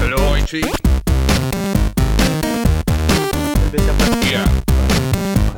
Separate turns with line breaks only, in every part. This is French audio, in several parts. Apache. Yeah.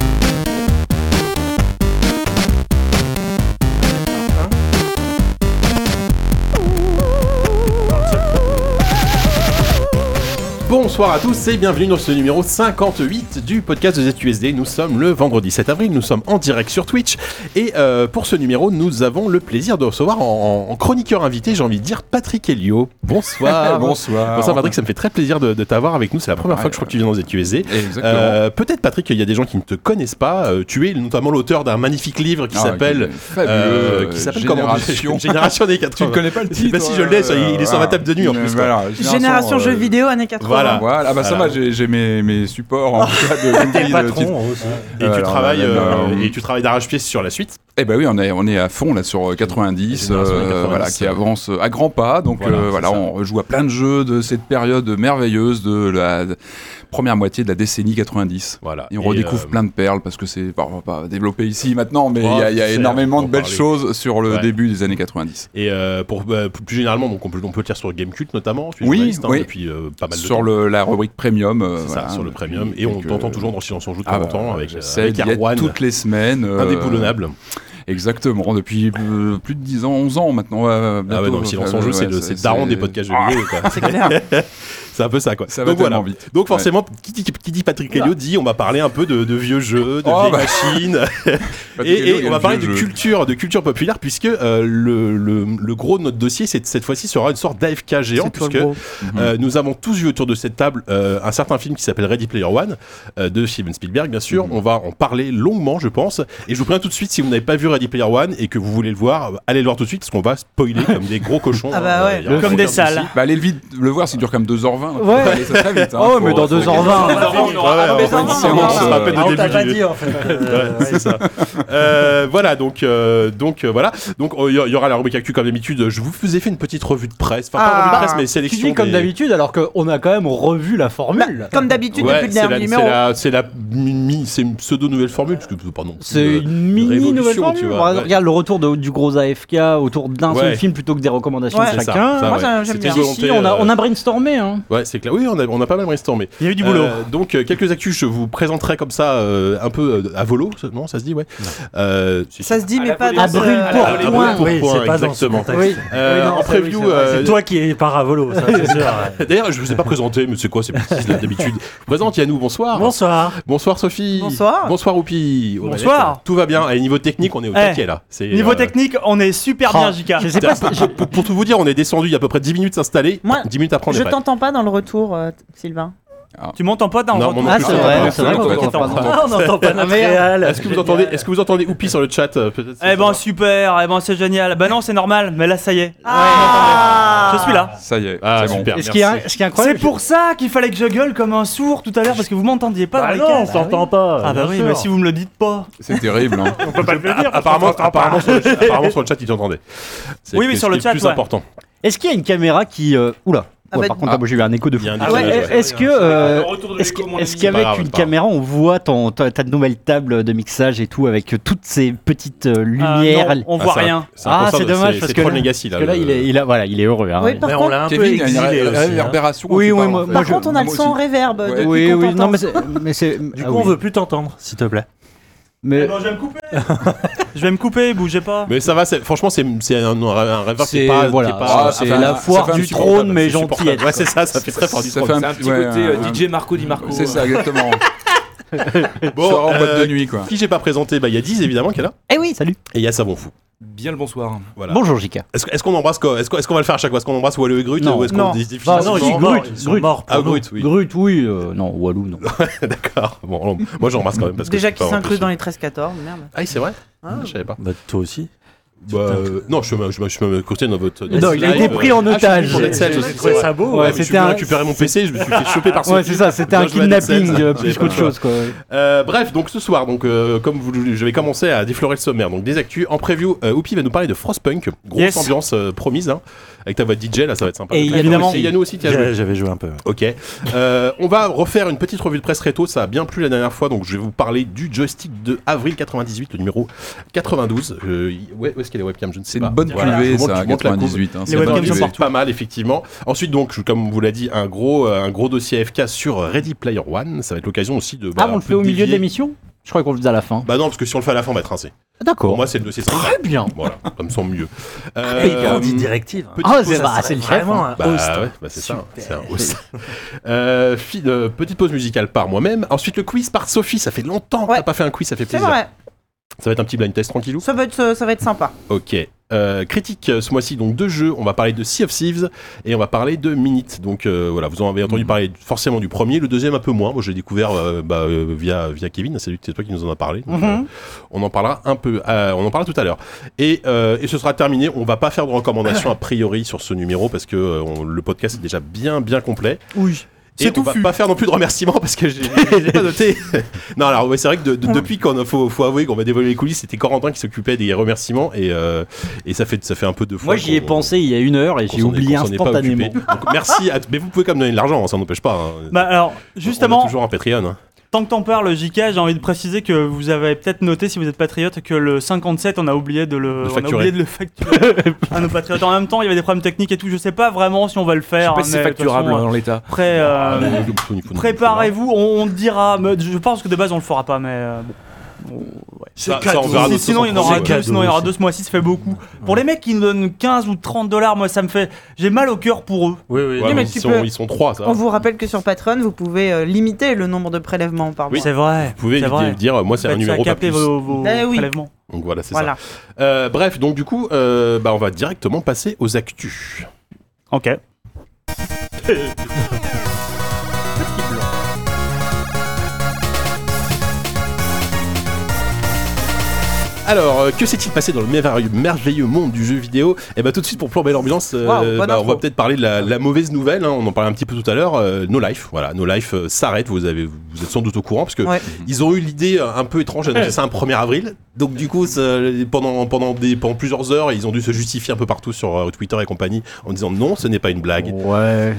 Bonsoir à tous et bienvenue dans ce numéro 58 du podcast de ZQSD. Nous sommes le vendredi 7 avril, nous sommes en direct sur Twitch et euh, pour ce numéro, nous avons le plaisir de recevoir en, en chroniqueur invité, j'ai envie de dire, Patrick Helio. Bonsoir.
Bonsoir.
Bonsoir Patrick, ça me fait très plaisir de, de t'avoir avec nous. C'est la première fois que je crois que tu viens dans ZQSD.
Exactement.
Euh, Peut-être Patrick, il y a des gens qui ne te connaissent pas. Euh, tu es notamment l'auteur d'un magnifique livre qui
Ah,
s'appelle
qui- fabuleux,
euh,
euh,
qui s'appelle
Génération.
comment Génération des 80.
Tu ne connais pas le
Je sais
titre
pas si je l'ai, ça, il- il est sur ma table de nuit, en
euh,
plus,
voilà,
Génération
euh,
jeux vidéo années 80.
voilà.
Voilà, ah bah ça
Voilà.
va, j'ai j'ai mes, mes supports en tout cas de j'oublie le titre.
Et, tu
Alors,
travailles,
euh,
euh,
euh,
et tu travailles d'arrache-pied sur la suite.
Eh ben oui, on est, on est à fond là sur euh, 90,
Génération
euh,
90,
voilà, qui avance euh, à grands pas. Donc
Voilà,
euh,
c'est
voilà,
ça.
on joue à plein de jeux de cette période merveilleuse de la première moitié de la décennie 90.
Voilà.
Et on redécouvre
euh,
plein de perles parce que c'est, bon, on va pas développer ici maintenant, mais il
Oh,
y a, il y a
c'est-
énormément
on
de
va
belles
parler.
choses sur le
Ouais.
début des années 90.
Et euh, pour, bah, plus généralement, donc on peut, on peut le dire sur Gamecult notamment. tu es
Oui,
journaliste, hein,
oui.
Depuis euh, pas mal de
Sur
temps.
le, la rubrique premium. euh,
C'est ça,
voilà,
sur le premium.
depuis
Et on
quelques-
t'entend toujours dans Silence on Joue de temps
Ah
en
bah,
temps avec, euh,
j'essaie
avec
d'y être
Erwan.
toutes les semaines. euh,
Indéboulonnable.
Exactement, depuis euh, plus de 10 ans, 11 ans maintenant. ouais, bientôt,
Ah ouais, donc Silence en Joue,
euh, ouais, Ah,
c'est le c'est le daron des podcasts de vidéo. quoi.
C'est clair.
C'est un peu ça, quoi.
Ça va
donc voilà.
tellement vite.
Donc forcément, qui, dit, qui dit Patrick Helio dit on va parler un peu de, de vieux jeux, de
Oh,
vieilles
bah.
machines. et,
Patrick Helio,
et
il y a
on va
le
parler de
vieux jeu.
culture, de culture populaire, puisque euh, le, le- le gros de notre dossier, c'est- cette fois-ci, sera une sorte d'AFK géant,
C'est toi
puisque
le gros.
euh, nous avons tous vu autour de cette table euh, un certain film qui s'appelle Ready Player One, euh, de Steven Spielberg, bien sûr. On va en parler longuement, je pense. Et je vous préviens tout de suite, si vous n'avez pas vu Ready Player One et que vous voulez le voir, euh, allez le voir tout de suite, parce qu'on va spoiler comme des gros cochons.
Ah bah
hein,
ouais,
euh, y aura
comme
aucun
des
souci.
sales.
Bah, allez le, vite, le voir, ça dure quand même 2h20.
Ouais.
ça très vite. hein.
Oh, mais
Faut-
dans
faut-
2h20.
Ah
Ouais, ouais,
mais ça
on fait une
va, on va.
séance, on se rappelle
Ah,
de
on t'a
début
pas
du-
dit en fait. Euh,
Ouais, c'est ça. Euh, voilà, donc, euh, donc euh, voilà. Donc, il y, y aura la rubrique actu comme d'habitude. Je vous faisais fait une petite revue de presse. Enfin, pas
Ah,
revue de presse, mais
Tu
sélection.
dis comme
des-
d'habitude alors qu'on a quand même revu la formule.
Bah, Comme d'habitude
Ouais,
depuis le
c'est la,
dernier numéro.
c'est la, c'est la mini- c'est une pseudo nouvelle formule, parce que, pardon.
C'est
une-
une mini
révolution,
nouvelle formule.
tu vois,
Regarde
ouais.
regarde le retour de- du gros AFK autour d'un
Ouais.
seul film plutôt que des recommandations
Ouais,
de
c'est ça,
Ah, chacun.
ça,
Moi,
ouais.
ça, j'aime
C'était
bien.
une
Si,
volonté,
si, on a,
euh,
on a brainstormé. Hein.
Ouais, c'est clair. Oui, on a, on a pas mal brainstormé.
Il y a eu du
Euh, donc, euh, quelques actus, je vous présenterai comme ça, euh, un peu euh, à volo, non, ça se dit, ouais. Euh, si, si.
Ça se dit, mais pas
À brûle
euh,
Ah,
pour
à la
point.
brûle pour-
Oui,
Oui,
c'est
c'est
pas
pas
dans ce contexte.
Oui.
Euh,
Oui, non,
en
ça, oui,
preview,
c'est vrai.
euh,
C'est toi qui es paravolo, ça, c'est sûr. ouais.
D'ailleurs, je vous ai pas présenté, mais c'est quoi ces petits là d'habitude Je vous présente Yannou, bonsoir.
Bonsoir.
Bonsoir Sophie.
Bonsoir.
Bonsoir Oupi. Au
Bonsoir.
manège, Tout va bien. Et niveau technique, on est au
Eh.
taquet là. C'est,
Niveau
euh,
technique, on est super
Ah,
Oh,
bien, JK.
Je sais pas si- je-
Pour, pour tout vous dire, on est descendu il y a à peu près 10 minutes s'installer.
Moi,
10 minutes après, on est
Je
prêt.
t'entends pas dans le retour, euh, Sylvain.
Tu m'entends pas dans
Non,
retour
moi
Ah,
non
c'est
plus,
vrai,
j'entends
c'est vrai
pas.
qu'on
J'entends
t'entend
pas.
pas.
Ah, on n'entend pas notre réal.
Est-ce que vous entendez, est-ce que vous entendez Oupi sur le chat euh, peut-être,
Eh
ça
ben
va.
super, eh ben c'est génial. Bah non, c'est normal, mais là ça y est.
Ah.
Je suis là.
Ça y est,
Ah
c'est bon.
super.
ce, qui
merci.
est, ce qui est
C'est
incroyable.
pour ça qu'il fallait que je gueule comme un sourd tout à l'heure parce que vous m'entendiez pas dans
Bah
les
non,
cases.
bah
oui.
t'entend
Ah
pas.
bah oui, mais si vous me le dites pas.
C'est terrible. hein.
On peut pas le dire.
Apparemment, apparemment, sur le, chat- apparemment sur le chat, il t'entendait. C'est
Oui, oui,
ce
sur
qui
le
est
chat,
Plus
ouais.
important.
Est-ce qu'il y a une caméra qui. euh, Oula.
Ah
Ouais,
bah-
par contre, là, moi, j'ai eu un écho de fou.
Il y a un
Ah
décalage,
ouais,
ouais.
Est-ce que euh,
retour de
Est-ce
l'écho,
que-
mon
est-ce
ami.
C'est pas
qu'avec
grave,
une
c'est pas grave.
caméra, on voit ton, ta, ta nouvelle table de mixage et tout, avec euh, toutes ces petites euh,
Ah,
lumières
non, on
Ah,
voit
c'est un-
rien.
un
Ah,
concert
c'est
de-
dommage,
c'est-
parce
c'est
que
Tron
là-
Legacy là.
Parce que là,
le-
il est, il a- voilà, il est heureux. hein.
Oui, par
Ouais, on
contre,
l'a un peu
Kevin, il y a une
exilé
ré-
aussi, hein.
réverbération.
Oui,
tu
oui,
parles,
moi-
en fait.
moi,
par contre, on a le
Moi
son
aussi.
réverb
Ouais.
depuis
oui,
qu'on
oui, non,
t'entend.
mais c'est. Mais c'est-
Du
ah
On
oui.
veut plus t'entendre, s'il te plaît.
Mais-
je vais me couper. je vais me couper, bougez pas.
Mais ça va, c'est- franchement, c'est c'est un, un rêveur qui est
C'est-
pas.
voilà,
qui est pas-
ah,
c'est
enfin,
la
ça
foire
fait un
du
petit
trône, mais
C'est supportable.
gentillette.
Ouais, c'est ça, ça fait très fort du
Ça
trône.
fait
C'est un
petit-
petit
ouais,
côté
un-
euh, DJ Marco Di Marco. euh,
C'est ça, exactement.
Bon,
Sort en boîte
euh,
de nuit, hein. quoi.
Qui j'ai pas présenté Bah, il y a 10 évidemment qui est là.
Eh oui,
Salut.
Et il y a Savon Fou.
Bien le hein. bonsoir.
Voilà.
Bonjour, Jika.
Est-ce est-ce qu'on embrasse quoi Est-ce qu'on est-ce qu'on va le faire à chaque fois Est-ce qu'on embrasse Wallo et Grut
Non.
ou est-ce qu'on
Non.
dit- dit-
Bah,
dit-
non,
dit-
ils sont
dit-
morts, ils sont
morts.
Ah, Grut, oui.
Grut, oui. euh, non, Walou, non.
D'accord. Bon, on- moi j'embrasse quand même parce que
déjà
je
qui
peux pas
s'inclut
m'empêcher.
dans les 13-14, merde.
Ah, c'est vrai
Ah.
Je savais pas.
Bah, toi aussi.
Bah, euh, non, je suis même- je suis même côté dans votre. dans
Non,
votre
il a
live,
été
euh,
pris en otage.
pour Netcell, je sais
j'ai
que
trouvé
c'est
ça
vrai.
Ouais,
Ouais, mais je
c'était
suis
un-
un... récupérer mon PC, je me suis fait choper par
Ouais, c'est ça, c'était un
Bien joué à Netcell,
kidnapping euh,
ça.
plus qu'autre chose, quoi. ouais.
Euh, bref, donc ce soir, donc euh, comme vous, je vais commencer à déflorer le sommaire. Donc des actus en preview. Euh, Oupi va nous parler de Frostpunk, grosse
Yes.
ambiance euh, promise. hein. avec ta voix de DJ là, ça va être sympa.
Et
Très
Yannou
bien.
évidemment.
Et Yannou aussi, tiens.
J'ai- J'avais joué un peu. ouais.
Ok. Euh, on va refaire une petite revue de presse rétro. Ça a bien plu la dernière fois, donc je vais vous parler du joystick de avril 98, le numéro 92. Euh, y- ouais, où est-ce qu'il y a des webcams, je ne sais
C'est
pas.
une bonne
Voilà, je
cuvée,
vous montre-
ça,
je vous montre la couve.
98. hein, c'est
Les
une
Ça
webcams
bonne
marche
sont
cuvée.
partout.
Pas mal, effectivement. Ensuite, donc, comme on vous l'a dit, un gros, euh, un gros dossier FK sur Ready Player One. Ça va être l'occasion aussi de. bah,
Ah, on
un
le
peu
fait au milieu de
dévier.
l'émission Je crois qu'on le faisait à la fin.
Bah non, parce que si on le fait à la fin, on va être rincé. Pour
D'accord.
moi, c'est le dossier central.
Très bien.
Voilà, comme son mieux.
mais Ah, il
Euh,
grandit
directive.
petit
Ah,
pause
c'est
à-
bah, c'est le chef. hein.
Bah ouais, bah c'est ça, c'est un host. Euh, fi- euh, petite pause musicale par moi-même. Ensuite, le quiz par Sophie. Ça fait longtemps que
Ouais.
t'as pas fait un quiz, ça fait
C'est
plaisir.
vrai.
Ça va être un petit blind test tranquillou.
Ça va être, ça va être sympa.
Ok. Euh, critique euh, ce mois-ci donc deux jeux. On va parler de Sea of Thieves et on va parler de Minute. Donc euh, voilà, vous en avez
Mhm.
entendu parler forcément du premier, le deuxième un peu moins. Moi j'ai découvert euh, bah, euh, via via Kevin. C'est c'est toi qui nous en a parlé. Donc, euh,
Mhm.
on en parlera un peu. euh, on en parlera tout à l'heure. Et, euh, et ce sera terminé. On va pas faire de recommandations a priori sur ce numéro parce que euh, on- le podcast est déjà bien bien complet.
Oui.
Et
C'est
on va
touffu.
pas faire non plus de remerciements parce que j'ai j'ai pas noté. non, alors ouais, c'est vrai que
Ah
de- de- depuis qu'on a- faut, faut avouer qu'on va dévoiler les coulisses, c'était Corentin qui s'occupait des remerciements et, euh, et ça fait ça fait un peu de fois.
Moi, j'y ai
qu'on-
pensé il y a une heure et
qu'on
j'ai
s'en est-
oublié
qu'on s'en est pas occupé.
instantanément.
Donc, merci, à- mais vous pouvez quand même donner de l'argent, hein, ça n'empêche pas. hein.
Bah alors,
On
justement,
est toujours un Patreon. hein.
tant que t'en parles, JK, j'ai envie de préciser que vous avez peut-être noté, si vous êtes patriote, que le 57, on a oublié de le,
De
on a
facturer.
oublié de le facturer à nos patriotes. En même temps, il y avait des problèmes techniques et tout. Je sais pas vraiment si on va le
Je sais
faire. hein,
pas si c'est
Ah, mais de toute
facturable hein.
façon,
dans l'état.
Après, euh,
Donc, il faut- il faut- il faut-
préparez-vous, on, on dira. Mais Je pense que de base, on le fera pas, mais. euh, bon, on- ouais.
Ça, ça, on verra
Si-
d'autres
sinon, il y en aura
choses.
deux, sinon il y en aura deux ce mois-ci, ça fait beaucoup. Pour les mecs qui nous donnent 15 ou 30 dollars, moi ça me fait. J'ai mal au cœur pour eux.
Oui, oui.
Ouais,
Non, mais
ils,
tu
sont,
peux-
ils sont trois, ça.
On vous rappelle que sur Patreon, vous pouvez euh, limiter le nombre de prélèvements par mois.
C'est vrai.
Vous pouvez
c'est
éviter
vrai.
de dire, euh, moi c'est un
Faites ça
numéro pas
capter
plus.
vos, vos
Eh oui.
prélèvements.
Donc voilà, c'est ça.
Voilà.
Euh, bref, donc du coup, euh, bah, on va directement passer aux actus.
Ok.
Eh
Alors, euh, que s'est-il passé dans le merveilleux, merveilleux monde du jeu vidéo Et bah tout de suite, pour plomber l'ambiance, euh,
Waouh, bonne
bah, on
intro.
va peut-être parler de la, la mauvaise nouvelle. hein, on en parlait un petit peu tout à l'heure. euh, no Life, voilà, No Life euh, s'arrête. Vous avez, vous êtes sans doute au courant parce que
Ouais.
ils ont eu l'idée euh, un peu étrange d'annoncer ça un 1er avril. Donc du coup, ça, pendant pendant des pendant plusieurs heures, ils ont dû se justifier un peu partout sur euh, Twitter et compagnie en disant non, ce n'est pas une blague.
Ouais.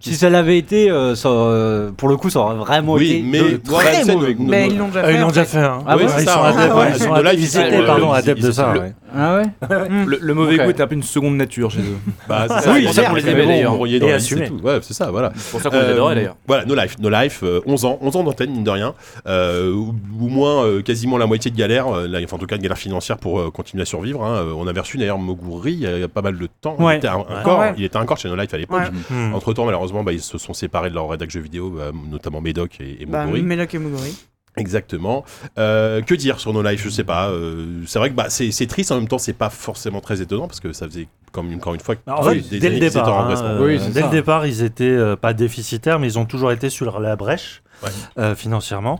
Si ça l'avait été, euh, ça, euh, pour le coup, ça aurait vraiment
Oh,
Oui,
été
mais
de
voilà,
très
c'est-
mauvais goût.
Mais Bah, ils l'ont déjà
Ah,
euh,
fait.
ils l'ont
en
déjà
fait.
fait. hein.
Ah ouais,
Ouais,
c'est
ils
ça,
sont
ouais,
adeptes,
ouais,
ouais, ils
ils
sont
sont
adeptes.
adeptes,
Ils
ils
étaient,
sont-
pardon,
ils-
adeptes
ils-
de ça.
le-
ouais.
Ah ouais
Le, le mauvais
Ok.
goût est un peu une seconde nature chez eux.
Bah, c'est ça,
Oui,
c'est pour ça
certes,
qu'on les
mais
avait
bon,
d'ailleurs envoyés dans
et
la liste et
assumer.
tout. Ouais, c'est ça, voilà.
C'est pour ça
Euh, Voilà, No Life, No Life, euh, 11 ans, 11 ans d'antenne, mine de rien. Euh, au, au moins euh, quasiment la moitié de galère, euh, la- enfin en tout cas de galère financière pour euh, continuer à survivre. hein. Euh, on avait reçu d'ailleurs Moguri il y a il y a pas mal de temps.
Ouais.
Il, était un- encore,
Ouais.
il était encore chez No Life à l'époque.
Ouais.
Mm.
Entre temps, malheureusement, bah, ils se sont séparés de leur rédac jeux vidéo, bah, notamment Medoc et, et
Bah,
Moguri.
Melok et Muguri.
Exactement. Euh, que dire sur No Life Je sais pas. euh, c'est vrai que bah, c'est c'est triste, en même temps, c'est pas forcément très étonnant parce que ça faisait comme encore une fois que
Alors, Bah, en fait,
Ah des
dès le
années qu'ils étaient en
départ, hein,
redressement.
euh,
Oui, c'est
dès
ça.
le départ, ils étaient euh, pas déficitaires, mais ils ont toujours été sur la brèche
Ouais.
euh, financièrement.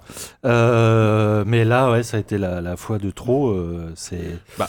Euh, mais là, ouais, ça a été la, la foi de trop. euh, c'est
Bah,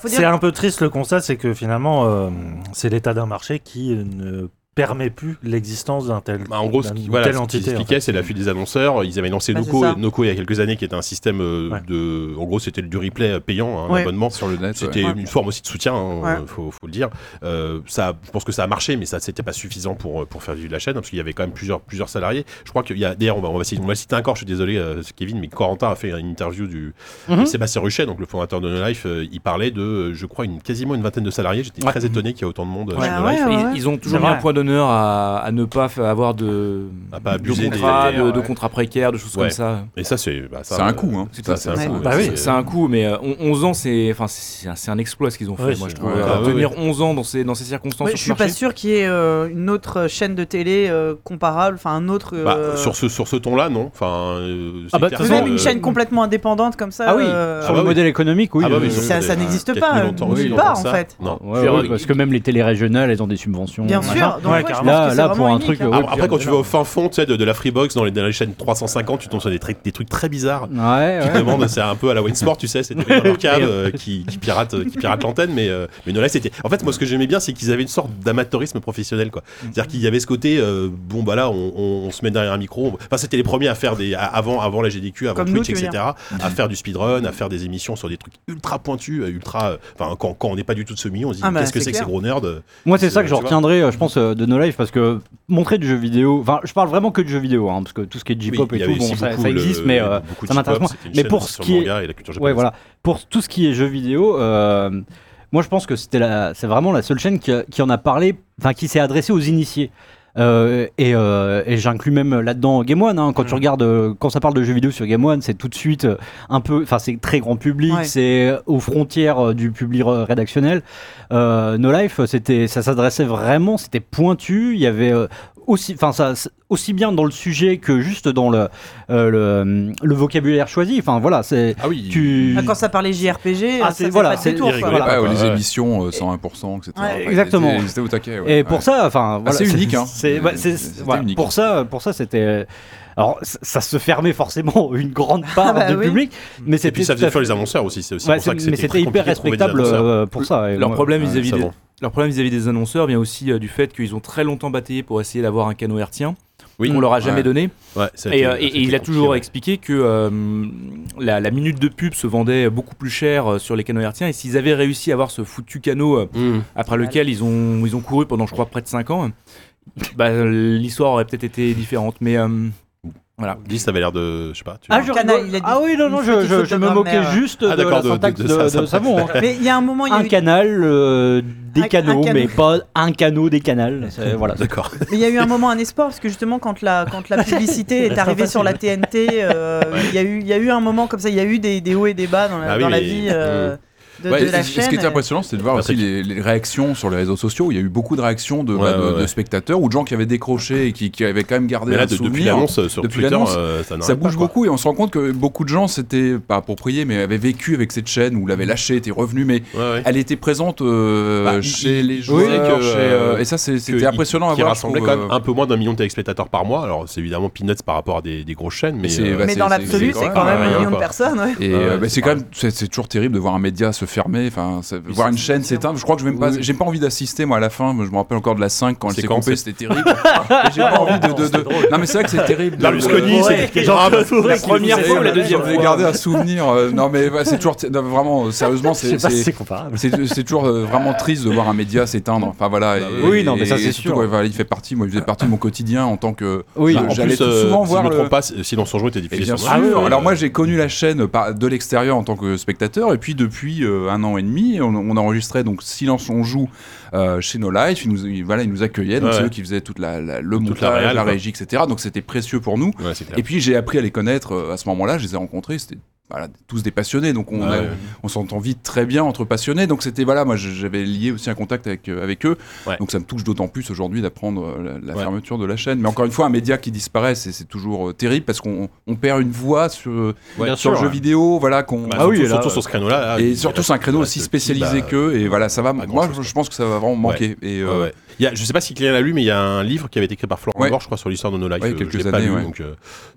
faut
c'est
dire.
un peu triste le constat, c'est que finalement, euh, c'est l'état d'un marché qui ne permet plus l'existence d'un tel.
Bah, en gros, ce
Une
qui, voilà,
telle
ce qu'ils
entité, en
expliquaient, c'est la fuite des annonceurs. Ils avaient lancé
Ah,
Noco,
c'est ça.
Noco il y a quelques années, qui était un système euh,
Ouais.
de. En gros, c'était du replay euh, payant, hein,
Ouais.
abonnement.
Sur le net, ouais.
C'était
Ouais.
une forme aussi de soutien, hein,
Ouais.
euh, faut, faut le dire. Euh, ça, je pense que ça a marché, mais ça c'était pas suffisant pour, euh, pour faire vivre la chaîne, hein, parce qu'il y avait quand même plusieurs, plusieurs salariés. Je crois qu'il y a, d'ailleurs, on va, on, va citer, on va le citer encore, je suis désolé, euh, Kevin, mais Corentin a fait une interview du
Mhm.
de Sébastien Ruchet, donc le fondateur de No Life. euh, il parlait de, euh, je crois, une, quasiment une vingtaine de salariés. J'étais
Ouais.
très étonné qu'il y ait autant de monde euh,
Ouais,
chez No
ouais,
Life.
Ah ouais.
Ils, ils ont toujours
C'est
mis un
vrai.
point d'honneur à, à ne pas f- avoir de,
À pas
de
abuser des-
contrats, de,
Ouais.
de contrats précaires, de choses
Ouais.
comme ça.
Et ça, c'est. bah, ça,
C'est un
euh,
coup, hein.
ça, c'est un
Ouais.
coup,
Bah
ouais,
oui.
c'est-
C'est un coup, mais euh, on- 11 ans, c'est enfin, c'est un, c'est un exploit ce qu'ils ont fait,
Ouais,
moi je
c'est-
trouve.
ouais,
Euh,
ouais,
tenir 11 ans dans ces, dans ces circonstances
Ouais,
sur
je
ce
suis pas
marché.
sûr qu'il y ait euh, une autre chaîne de télé euh, comparable, enfin un autre. euh,
Bah, sur ce, sur ce ton-là, non. Enfin, euh,
Ah
c'est clair
bah, de toute
que,
Même
façon,
euh,
une chaîne complètement indépendante comme ça.
Ah oui,
euh,
sur
bah
le
oui.
modèle économique, oui.
Ah bah oui,
euh,
sur-
ça, ça
euh,
n'existe
peut-être plus
pas, euh,
longtemps, oui,
nulle
longtemps
part
que
en
ça.
fait.
Non.
ouais,
Puis,
ouais,
euh,
parce que même les télés régionales, elles ont des subventions.
Bien
machin.
sûr, donc
Ouais,
ouais, je
carrément.
pense
Là,
que c'est
là,
vraiment
pour un
unique,
truc,
hein.
euh,
Ah,
ouais,
après, quand tu vas au fin fond tu sais, de, de la Freebox, dans les, dans les chaînes 350, tu tombes sur des, trucs- des trucs très bizarres.
Ouais,
Qui
ouais.
demandent, c'est un peu à la Wayne Sport, tu sais, c'était dans leur cave euh, qui, qui pirate, euh, qui pirate l'antenne, mais, euh, mais Nola, c'était. En fait, moi, ce que j'aimais bien, c'est qu'ils avaient une sorte d'amateurisme professionnel, quoi. C'est-à-dire qu'il y avait ce côté, euh, bon, bah là, on, on- on se met derrière un micro. on- Enfin, c'était les premiers à faire des. à- avant, avant la GDQ, avant
Comme nous,
Twitch,
tu veux
etc., à faire du speedrun, à faire des émissions sur des trucs ultra pointus, euh, ultra. euh, Enfin, quand, quand on n'est pas du tout de ce milieu, on se dit,
Ah bah,
qu'est-ce que
c'est
c'est que ces
clair.
gros nerds euh,
Moi, c'est ça que
Tu
je
vois
retiendrai, euh, je pense, euh, de nos lives parce que montrer du jeu vidéo, enfin je parle vraiment que du jeu vidéo, hein, parce que tout ce qui est J-pop et tout, bon, ça, ça existe, mais euh, ça m'intéresse moins. Mais pour ce qui est,
et la culture
ouais,
japonaise.
voilà, pour tout ce qui est jeu vidéo, euh, moi je pense que c'était la, c'est vraiment la seule chaîne qui, a- qui en a parlé, enfin qui s'est adressée aux initiés. Euh, et euh, et j'inclus même là-dedans Game One. hein. quand tu
Mhm.
regardes, euh, quand ça parle de jeux vidéo sur Game One, c'est tout de suite euh, un peu, enfin c'est très grand public,
Ouais.
c'est aux frontières euh, du public euh, rédactionnel. Euh, no Life, c'était, ça s'adressait vraiment, c'était pointu. Il y avait euh, aussi, enfin ça, ça- aussi bien dans le sujet que juste dans le euh, le, le vocabulaire choisi. Enfin voilà, c'est
Ah oui.
tu.
Ah, quand ça parlait JRPG,
euh, Ah,
ah,
c'est-
c'est
voilà,
voilà,
c'est-
c'est tout.
il rigolait
Ouais,
Voilà.
ouais, Ah, les
Ouais.
émissions, euh, 101%, etc.
Ouais,
Enfin,
exactement.
ils étaient- Ils étaient au taquet. ouais.
Et pour
Ouais.
ça, enfin, voilà,
c'est unique, hein.
c'est- ouais, c'est-
C'était
voilà,
unique.
Pour ça, pour ça, c'était. Alors, c- ça se fermait forcément une grande part
Ah bah
du
oui.
public, mais c'était
Et puis ça
tout à
faisait fuir
fait-
les annonceurs aussi. C'est aussi
Ouais,
pour ça
c'est-
que
mais
c'était
c'était
très
hyper
compliqué de trouver des
respectable
annonceurs.
euh, pour ça. et
Leur
moi-
problème vis-à-vis
ah, ça
des,
va.
leur problème vis-à-vis des annonceurs vient aussi euh, du fait qu'ils ont très longtemps bataillé pour essayer d'avoir un canot hertien.
Oui.
On leur a jamais
Ouais.
donné.
Ouais, ça a
Et,
été-
euh, et-
ça
et
été
il a
compliqué,
toujours
ouais.
expliqué que euh, la, la minute de pub se vendait beaucoup plus cher euh, sur les canaux hertziens. Et s'ils avaient réussi à avoir ce foutu canot euh,
Mm.
après lequel ils ont, ils ont couru pendant, je crois, près de 5 ans, bah, l'histoire aurait peut-être été différente. Mais euh, voilà.
Dis, ça avait l'air de. Je sais pas. tu
Ah,
vois.
je
Canaille,
rigole.
il a dit
Ah oui, non,
une
non, je,
petite
je,
faute
je
de
me moquais
grammaire.
juste
Ah,
de
d'accord,
la
de- de-
syntaxe
de-
de,
ça,
de
ça-
savon. hein.
Mais il y a un moment, il y a
Un
eu-
canal, euh,
Un-
des
un
canaux,
canal.
mais pas un canot des canals. C'est- Voilà.
D'accord.
Mais il y a eu un moment, un espoir, parce que justement, quand la, quand la publicité est arrivée sur la TNT, euh, il y, a eu- il y a eu un moment comme ça, il y a eu des, des hauts et des bas dans la,
Ah oui,
dans la
mais-
vie euh, de,
Ouais,
de
et-
la
et
chaîne.
ce qui était impressionnant, c'était de voir aussi
Patrick.
les, les réactions sur les réseaux sociaux. Il y a eu beaucoup de réactions de,
Ouais,
bah, de-
ouais, ouais.
de spectateurs ou de gens qui avaient décroché et qui, qui avaient quand même gardé
Mais là,
un
de- depuis
souvenir.
l'annonce euh, sur
Depuis
Twitter,
l'annonce,
euh, ça
Ça
n'arrête
bouge
pas, quoi.
beaucoup et on se rend compte que beaucoup de gens s'étaient pas appropriés, mais avaient vécu avec cette chaîne ou l'avaient lâchée, étaient revenus, mais
Ouais, ouais.
elle était présente euh,
Mm. Bah,
chez les joueurs.
oui, que,
chez,
euh,
et ça, c'est-
Que-
c'était impressionnant à
qui
voir. je
rassemblait
trouve,
quand même
euh,
un peu moins d'un million de téléspectateurs par mois. Alors, c'est évidemment peanuts par rapport à des, des grosses chaînes, mais.
c'est-
euh,
bah,
Mais dans
c'est-
l'absolu,
c'est
c'est
quand
quand
même
même
rien,
un million de
quoi.
personnes. ouais.
Et
Ouais,
euh, bah,
c'est
c'est quand même, c'est c'est toujours terrible de voir un média se fermer. Enfin, ça- voir
ça,
une
c'est
chaîne
sûr.
s'éteindre. Je crois que je même pas,
Oui.
j'ai pas envie d'assister moi à la fin. Je me rappelle encore de la 5 quand elle
C'est
s'est
quand,
coupée, c'était terrible. Et j'ai pas envie de, de- de- Non mais c'est vrai que c'est terrible. de-
Berlusconi,
de-
c'est quelque chose.
La première
C'est-
fois ou la deuxième
j'en ai
fois
gardé un souvenir. euh, non mais bah, c'est toujours t- non, vraiment euh, sérieusement
Je sais
c'est
pas si
c'est-
c'est comparable.
c'est c'est toujours euh, vraiment triste de voir un média s'éteindre. Enfin voilà. et-
oui, non, mais
et-
ça, c'est
et surtout,
sûr.
ouais, voilà, il fait partie. Moi, il faisait partie de mon quotidien en tant que.
Oui,
Bah,
en
j'allais
plus,
tout
euh,
souvent
si
voir
je me
le-
trompe pas, si dans son jeu était
Et
diffusé
bien
sur
sûr.
Internet. Enfin,
Alors moi
euh,
j'ai connu la chaîne par- de l'extérieur en tant que spectateur et puis depuis euh, un an et demi on, on enregistrait donc Silence on joue euh, chez No Life, ils nous, ils- voilà, ils nous accueillaient, donc
Ouais.
c'est eux qui faisaient toute la, la- le
Toute
montage,
la
la,
réal, quoi.
régie, etc. Donc c'était précieux pour nous.
ouais, c'est clair.
Et puis j'ai appris à les connaître euh, à ce moment-là, je les ai rencontrés, c'était voilà, tous des passionnés, donc on,
Ouais,
a-
ouais.
on s'entend vite très bien entre passionnés, donc c'était voilà, moi je- j'avais lié aussi un contact avec, euh, avec eux,
Ouais.
donc ça me touche d'autant plus aujourd'hui d'apprendre euh, la, la
Ouais.
fermeture de la chaîne. Mais encore une fois, un média qui disparaît, c'est c'est toujours euh, terrible parce qu'on on perd une voix sur, euh,
Ouais,
bien
sur
sûr.
le jeu
hein.
vidéo, voilà, qu'on.
Bah,
Ah oui,
surtout,
là,
surtout
euh,
sur ce créneau-là. là,
et
il-
surtout,
il
c'est un créneau
reste
aussi
petit,
spécialisé
bah,
qu'eux, et voilà, ça va.
pas
Moi,
grand-chose,
je,
quoi.
je pense que ça va vraiment me manquer. Et,
Ouais,
euh,
ouais. Il y a- je sais pas si Kylian l'a lu, mais il y a un livre qui avait été écrit par Florent
Ouais.
Gore, je crois, sur l'histoire de nos lives.
Ouais,
Euh, je
quelques
l'ai pas
années,
lu,
ouais.
donc euh,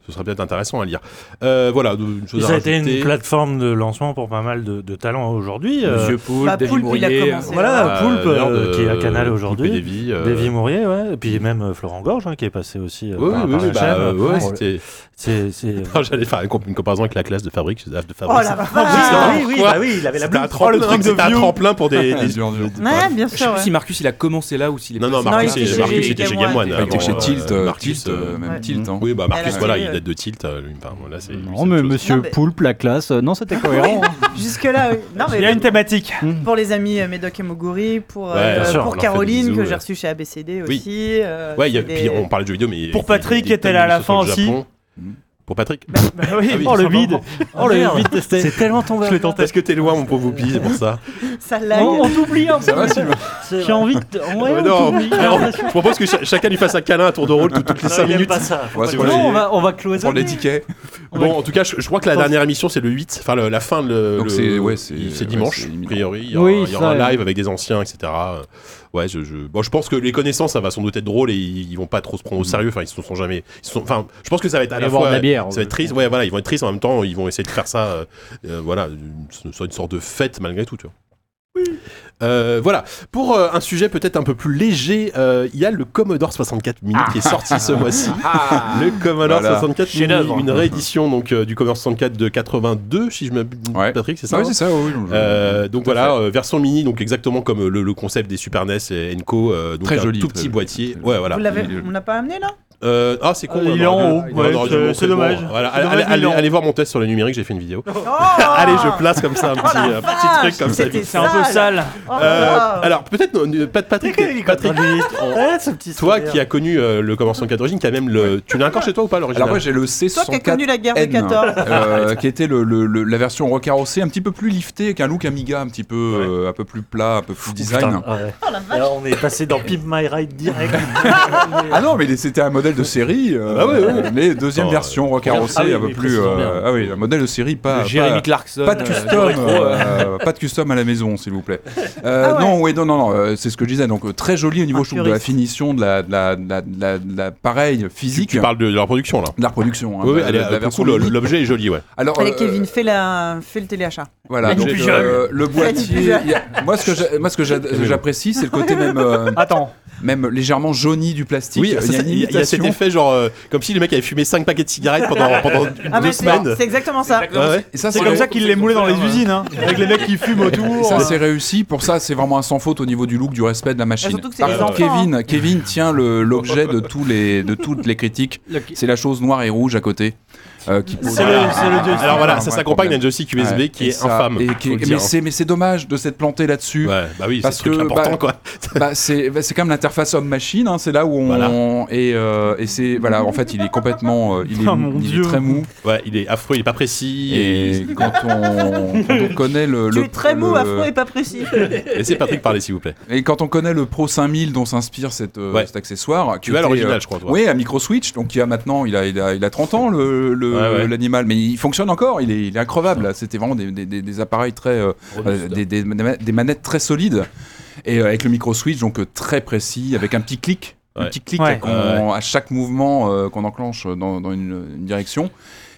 ce serait peut-être intéressant à lire. Euh, voilà, une chose
Et
à
ça a été une
rajouter.
plateforme de lancement pour pas mal de, de talents aujourd'hui. euh,
Monsieur Paul,
Bah,
David
Poulpe, il a
Mourier,
commencé.
euh,
voilà,
Ah,
Poulpe,
merde,
euh, qui est à
euh,
Canal
Poulpe et
aujourd'hui.
Davy, euh,
Davy Mourier, ouais. Et puis même euh, Florent Gorge, hein, qui est passé aussi euh,
Oui,
par,
oui,
par
oui,
la
bah,
chaîne.
euh, ouais,
Bon,
c'était.
c'est- c'est-
Non, J'allais faire une comp- une comparaison avec la classe de Fabrique, de Fabrique.
Oh la
Ah,
vache
oui,
oui,
quoi
bah oui, il avait la
C'était un
blague.
tremplin,
le truc de
c'était un
vieux.
tremplin pour des.
Ah,
des-
dur, dur.
Ouais, bien
Je sais
sûr.
plus
ouais.
si Marcus il a commencé là ou s'il est
Non, non,
passé-
Marcus,
Non, il était
c'est-
chez-
Marcus,
chez
c'était chez
Game
Game
One.
One.
Il était
avant,
chez
euh,
Tilt, euh,
Marcus,
Tilt,
euh,
euh, même
ouais.
Tilt. hein.
Oui, bah Marcus,
Elle a
voilà,
fait,
il
euh,
date de Tilt, euh, lui. Enfin, bon, là, c'est.
Non,
c'est
mais
autre chose.
Monsieur
Non, mais-
Poulpe, la classe, euh, non, c'était cohérent. hein.
Jusque-là, oui. Non, mais
Il y a une thématique.
Ah
pour les amis euh, Médoc et Moguri, pour, euh,
Ouais, bien sûr, on
pour
leur fait des
Caroline,
bisous,
que
ouais.
j'ai reçue chez ABCD
Oui.
aussi. euh,
Ouais, il y a-
c'est
puis
des-
on parlait de jeux vidéo, mais. il
Pour
y a des-
Patrick,
des
qui était là à la
tonnes de
fin
choses au
aussi.
Japon. Pour Patrick
oui,
Ah oui,
oh, le
simplement.
vide.
Oh, le
merde.
vite testé.
C'est tellement tombé.
Je l'ai tenté.
Parce que t'es loin, mon pauvre Whoopi, c'est pour ça.
Ça
On,
lag.
Oh,
on t'oublie un peu.
va, Sylvain
J'ai envie de. Ouais,
Mais
on
Ah non,
t'oublie.
mais on- je propose que cha- chacun lui fasse un câlin à tour de rôle tout- toutes les 5
il aime
minutes.
pas ça.
On va se
C'est
prendre
vrai.
les-
Non, on va, on va
on va se prendre
cloisonner.
les tickets.
Bon, en tout cas, je, je crois que la dernière émission c'est le 8, enfin le- la fin le.
Donc
le-
c'est- ouais, c'est-
il-
ouais,
dimanche.
c'est
a
imminent.
priori, il y aura,
Oui,
il y aura
ça,
un live avec des anciens, etc. Ouais, je, je- bon, je pense que les connaissances, ça va sans doute être drôle et ils, ils vont pas trop se prendre au sérieux. Enfin, ils se sont jamais. ils se sont- enfin, je pense que ça va être à
va y
la
avoir
fois.
de la bière.
ça va être triste. Ouais, voilà, ils vont être tristes en même temps. Ils vont essayer de faire ça. euh, euh, voilà, une, ce soit une sorte de fête malgré tout, tu vois. Euh, voilà. Pour euh, un sujet peut-être un peu plus léger, euh, il y a le Commodore 64 Mini qui est sorti
Ah.
ce mois-ci. le Commodore
Voilà.
64 Mini,
Chef-d'œuvre.
une réédition donc euh, du Commodore 64 de 82, si je m'abuse,
Ouais.
Patrick, c'est ça
Ouais,
hein
c'est ça, oui. oui, je-
Euh, donc
Tout à
voilà, euh, version mini, donc exactement comme euh, le, le concept des Super NES et Enco, euh, donc
Très
un
joli,
tout
très
petit
joli.
boîtier.
Très
Ouais, voilà.
Vous l'avez,
il est-
on l'a pas amené là
Euh, ah, c'est con.
Ah, il
on
est en
aurait dû-
haut.
on aurait
Ouais,
dû
c'est-
montrer
c'est
le bon.
dommage.
Voilà,
C'est dommage,
allez,
mais il
allez,
est en haut. Ah
allez voir mon test sur le numérique, j'ai fait une vidéo.
Oh
allez, je place comme ça un petit,
la
un petit truc comme ça.
c'était
C'est
Ah
Ah. un peu sale.
Oh
Euh,
là là.
alors peut-être non, euh, Pat- Patrick,
Patrick,
Patrick, on-
Ah, eh, ce petit
toi qui as connu euh, le Commodore 64 d'origine, qui a même le, tu l'as encore chez toi ou pas
Alors
l'original
moi j'ai le
Toi qui as
C64
connu la guerre de
N,
14.
euh, qui était le, le- le- la version recarrossée, un petit peu plus liftée, avec un look Amiga un petit peu, euh, un peu plus plat, un peu plus design.
Ah,
Oh la vache.
on est passé dans Pimp My Ride direct.
Ah non, mais c'était un modèle de série, euh,
Ah ouais, ouais,
mais deuxième
Oh,
version recarrossée,
Ah oui,
un peu
oui,
plus.
précisons
euh,
bien.
ah oui, un modèle de série, pas.
Jérémy
pas-
Clarkson.
Pas de
euh,
custom,
du rétro, euh,
euh, pas de custom à la maison, s'il vous plaît. Euh,
Ah ouais.
Non, ouais, non, non, non, euh, c'est ce que je disais. Donc euh, très joli au niveau,
Un
je trouve, de la
puriste.
finition, de la, de la, de la, de la- de l'appareil
tu,
physique,
tu parles de, de leur production là.
de la reproduction. hein,
Oui,
de-
oui,
de
elle est-
la
pour le
version
coup, le-
mini.
l'objet est joli, ouais.
Alors,
Allez,
euh,
Kevin, fais, la... fais le téléachat.
Voilà,
Faites
donc,
plus
euh, le boîtier.
plus jeune.
il y a- moi, ce que j'a- moi, ce que j'a- j'apprécie, c'est le côté même, euh,
Attends.
même légèrement jauni du plastique.
Oui, ça,
euh, il y a
ça,
une
il y, a- il y a cet
imitation.
effet genre euh, comme si le mec avait fumé 5 paquets de cigarettes pendant, pendant une- deux
Ah, mais c'est
semaines.
c'est exactement ça.
Ouais, ouais.
Et ça,
Ah, C'est comme ça qu'ils les moulaient dans les usines, hein, avec les mecs qui fument
Et
autour. euh.
Ça c'est réussi, pour ça c'est vraiment un sans faute au niveau du look, du respect de la machine.
surtout que c'est
Par
les
contre,
enfants,
Kevin, Kevin tient le- l'objet de, tous les- de toutes les critiques, c'est la chose noire et rouge à côté. euh, qui pose-
C'est le, c'est le joystick.
Alors voilà,
un
ça
vrai
s'accompagne d'un
problème.
joystick USB
Ouais,
qui
et
est
ça-
infâme.
et qui est-
faut le
mais
dire,
c'est mais c'est dommage de s'être planté là-dessus.
hein. Ouais, bah oui, c'est
parce
ce truc
que,
important
bah,
quoi.
Bah, c'est bah, c'est comme l'interface homme-machine, hein, c'est là où on
Voilà.
et, euh, et c'est voilà en fait il est complètement euh, il, est,
Oh,
mou-
mon
il est
Dieu.
très mou
Ouais, il est affreux, il est pas précis. Et,
et quand on, quand on connaît le,
Tu
le-
es très mou,
le-
euh,
affreux et pas précis.
laissez Patrick parler s'il vous plaît.
et quand on connaît le Pro 5000 dont s'inspire cette euh,
Ouais.
cet accessoire
Tu
qui
as
était,
l'original,
euh,
je crois. Toi.
oui, à micro switch, donc il a maintenant, il a, il a, il a 30 ans le le-
Ouais, ouais.
l'animal, mais il fonctionne encore, il est, il est increvable. là. C'était vraiment des, des- des- des appareils très, euh, euh, des, des- des manettes très solides et euh, avec le micro switch donc euh, très précis, avec un petit clic,
Ouais.
un petit clic
Ouais.
qu'on- à chaque mouvement euh, qu'on enclenche dans, dans une, une direction.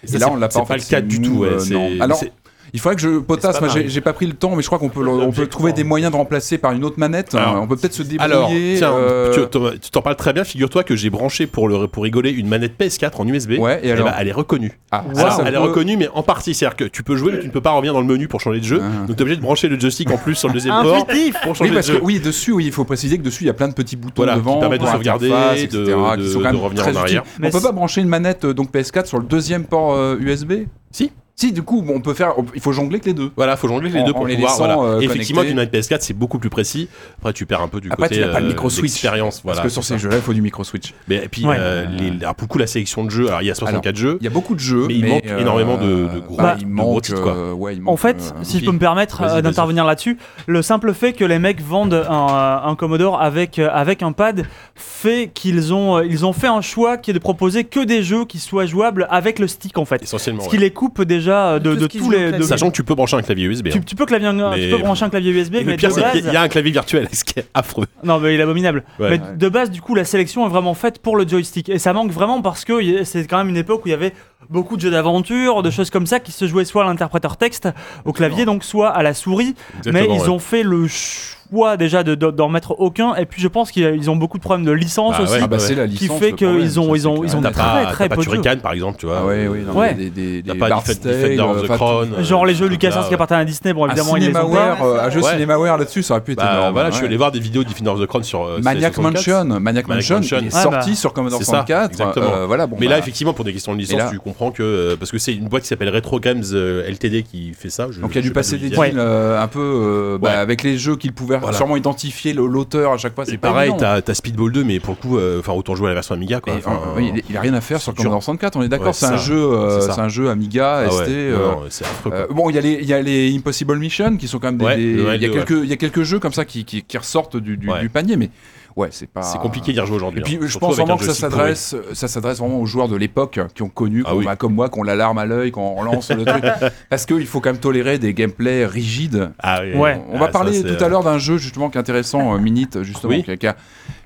Et
Et,
ça,
là,
c'est-
on l'a
c'est
pas en
pas
fait,
le cas
c'est
du
mou,
tout, ouais,
euh, non.
c'est-
Alors,
c'est-
il faudrait que je potasse. Moi, j'ai j'ai pas pris le temps, mais je crois qu'on peut, le- on peut trouver des moyens de remplacer par une autre manette.
Alors,
hein. on peut peut-être se débrouiller.
Alors, tiens,
euh,
tu- Thomas, tu t'en parles très bien. Figure-toi que j'ai branché pour, le, pour rigoler une manette PS4 en USB.
Ouais, et
Eh
alors
ben, elle est reconnue.
Ah,
Alors,
ça, ça
elle est
peut-
reconnue, mais en partie. C'est-à-dire que tu peux jouer, mais tu ne peux pas revenir dans le menu pour changer de jeu.
Ah.
Donc, t'es obligé de brancher le joystick en plus sur le deuxième port
Intuitif.
pour
Oui,
changer de
parce que
jeu.
oui, dessus, oui, il faut préciser que dessus, il y a plein de petits boutons
Voilà, qui
devant,
permettent de
pour
sauvegarder,
interface,
de-
etc.,
de-
qui sont quand
de
même
revenir
très
en arrière.
utiles.
Mais
On peut
c'est-
pas brancher une manette euh, donc PS4 sur le deuxième port euh, USB
Si.
Si, du coup, bon, on peut faire, on- il faut jongler avec les deux.
Voilà, faut jongler les
En-
deux
en
pour
les
pouvoir.
laissant,
voilà.
euh,
Effectivement,
connectés.
d'une manette PS4, c'est beaucoup plus précis. Après, tu perds un peu du
Après,
côté.
tu n'as pas de
euh,
micro switch.
d'expérience, voilà.
Parce que sur ces jeux-là, il faut du micro switch.
Mais et puis,
Ouais.
euh, les- alors, pour le coup, la sélection de jeux, alors il y a 64 jeux.
Il y a beaucoup de jeux,
Mais il manque énormément de- de gros-
bah,
de
il
gros
manque,
titres, quoi.
euh, ouais, il manque,
En fait,
euh,
si je
oui.
peux me permettre
Vas-y,
euh,
vas-y.
d'intervenir là-dessus, le simple fait que les mecs vendent un, un Commodore avec, euh, avec un pad fait qu'ils ont, euh, ils ont fait un choix qui est de proposer que des jeux qui soient jouables avec le stick en fait.
Essentiellement.
Ce
ouais.
qui les coupe déjà euh, de,
Tout ce
de
qui
tous
joue au
les. de-
clavier.
Sachant que tu peux brancher un clavier USB. hein.
tu, tu peux, clavier, tu peux
Mais-
brancher un clavier USB,
Et
mais
le pire,
de
c'est
base,
qu'il y a un clavier virtuel, ce qui est affreux.
Non, mais il est abominable.
Ouais.
mais de base, du coup, la sélection est vraiment faite pour le joystick. Et ça manque vraiment parce que y- c'est quand même une époque où il y avait beaucoup de jeux d'aventure,
Mm.
de choses comme ça qui se jouaient soit à l'interpréteur texte, au clavier, donc soit à la souris. mais ils
ouais.
ont fait le choix déjà de- de- d'en mettre aucun. Et puis, je pense qu'ils euh, ils ont beaucoup de problèmes de licence
Bah
aussi.
ouais,
Ah bah, c'est la
qui
licence,
fait
le
qu'ils
problème,
ont-
ça,
ils
c'est
ont-
clair.
ils ont-
T'as
très,
pas,
très
t'as pas
peu de jeux.
Turrican, par exemple, tu vois.
Ah ouais, oui, non,
Ouais.
des- des- des euh,
T'as pas
Bard's
Defender
Tale,
of the
enfin,
Crown.
Ah bah, Genre les jeux Lucas
euh, ah, ouais.
qui appartenaient à Disney, bon
un
évidemment ils les ont pas.
Cinemaware, Ah, euh, un jeu
Ouais.
Cinemaware là-dessus, ça aurait pu être
Bah
énorme,
voilà, je suis
ouais.
allé voir des vidéos de Defender of the Crown sur. euh,
Maniac
C64.
Mansion, Maniac Mansion,
Mansion.
il est
Ah
sorti
bah,
sur Commodore
c'est ça,
64.
exactement.
euh, voilà, bon,
mais
bah,
là, effectivement, pour des questions de
Et
licence,
là-
tu comprends que. euh, parce que c'est une boîte qui s'appelle Retro Games euh, LTD qui fait ça. je-
donc il y
je
a dû
sais pas
passer
d'où
des
il
deals
vient.
euh, un peu euh, bah,
Ouais.
avec les jeux qu'ils pouvaient
Voilà.
sûrement identifier le- l'auteur à chaque fois.
C'est
C'est
pareil,
pas évident.
t'as t'as Speedball 2, mais pour le coup, euh, enfin, autant jouer à la version Amiga, quoi.
Mais,
Enfin,
euh, oui, il n'y a rien à faire sur
c'est dur.
Commodore 64, on est d'accord.
Ouais,
c'est
ça.
un jeu, euh,
C'est ça.
c'est un jeu Amiga,
ah
ST.
ouais,
euh,
non, non, c'est affreux, quoi.
euh, bon, il y, a les- il y a les Impossible Mission qui sont quand même des.
Ouais,
des-
le
il y a
L2,
quelques, il y a quelques jeux comme ça qui, qui- qui ressortent du, du-
Ouais.
du panier, mais ouais, c'est pas.
c'est compliqué d'y rejouer aujourd'hui.
Et puis
hein.
je
Surtout
pense
avec un
vraiment que ça
joystick
s'adresse, ça s'adresse vraiment aux joueurs de l'époque qui ont connu,
Ah
qu'on-
oui.
bah, comme moi, qu'on l'alarme à l'œil quand on lance le truc, parce qu'il faut quand même tolérer des gameplays rigides.
pourri. Ah, oui.
Ouais.
On va
Ah, ça,
parler
c'est-
tout à l'heure d'un jeu justement qui est intéressant, euh, Minute justement,
Oui.
qui a- qui a-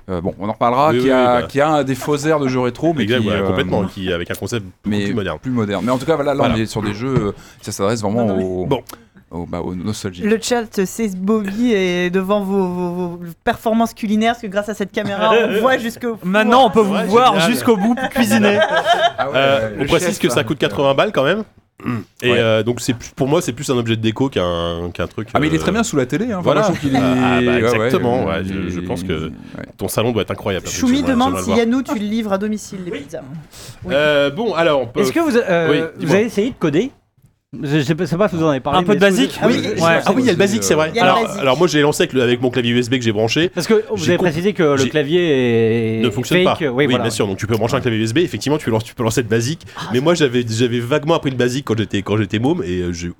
euh, bon, on en reparlera,
Oui,
qui,
oui,
a,
oui, bah.
qui a un des faux airs de jeux rétro, mais
Exact,
qui,
ouais,
euh,
complètement, qui, avec un concept beaucoup
mais
plus moderne.
plus moderne. Mais en tout cas, voilà, là,
Voilà.
on est sur des jeux, euh, ça s'adresse vraiment
Non, non, mais-
aux.
Bon.
au, bah, au nostalgique.
Le chat c'est Bobby et devant vos, vos- vos performances culinaires, parce que grâce à cette caméra, on voit jusqu'au. four.
Maintenant, on peut vous
Ouais,
voir
génial.
jusqu'au bout cuisiner.
Ah ouais,
Euh,
le
on
chef, hein.
précise que ça
là.
coûte 80 balles quand même. Et
Ouais.
euh, donc c'est plus- pour moi c'est plus un objet de déco qu'un qu'un truc.
Ah mais il est
euh,
très bien sous la télé, hein.
Voilà.
Enfin, moi, je trouve qu'il est-
Ah, bah,
Ouais, ouais,
exactement,
euh,
ouais, je-
il-
je pense que-
ouais.
Ton salon doit être incroyable.
Choumi
J'aimerais-
demande
j'aimerais le
si
voir.
Yannou tu le livres à domicile les pizzas. oui.
Euh, bon alors on peut.
Est-ce que vous, euh,
Oui,
vous
dis-moi.
avez essayé de coder je, je sais pas je sais pas si vous en avez parlé.
Un peu
mais
de
est-ce que vous-
basique
Ah oui,
Ouais.
Ouais.
Ah oui il y a le basique c'est vrai.
Il y a le
alors,
basique.
alors moi j'ai lancé avec, le- avec mon clavier USB que j'ai branché.
Parce que vous
J'ai
avez
com-
précisé que le
j'ai-
clavier est
Ne fonctionne
fake.
pas.
Oui, voilà. Ah.
bien sûr. Donc tu peux brancher un clavier USB. Effectivement, tu lances, tu peux lancer le basique. mais moi, j'avais, j'avais vaguement appris le basique quand j'étais, quand j'étais môme. Et euh, j'ai,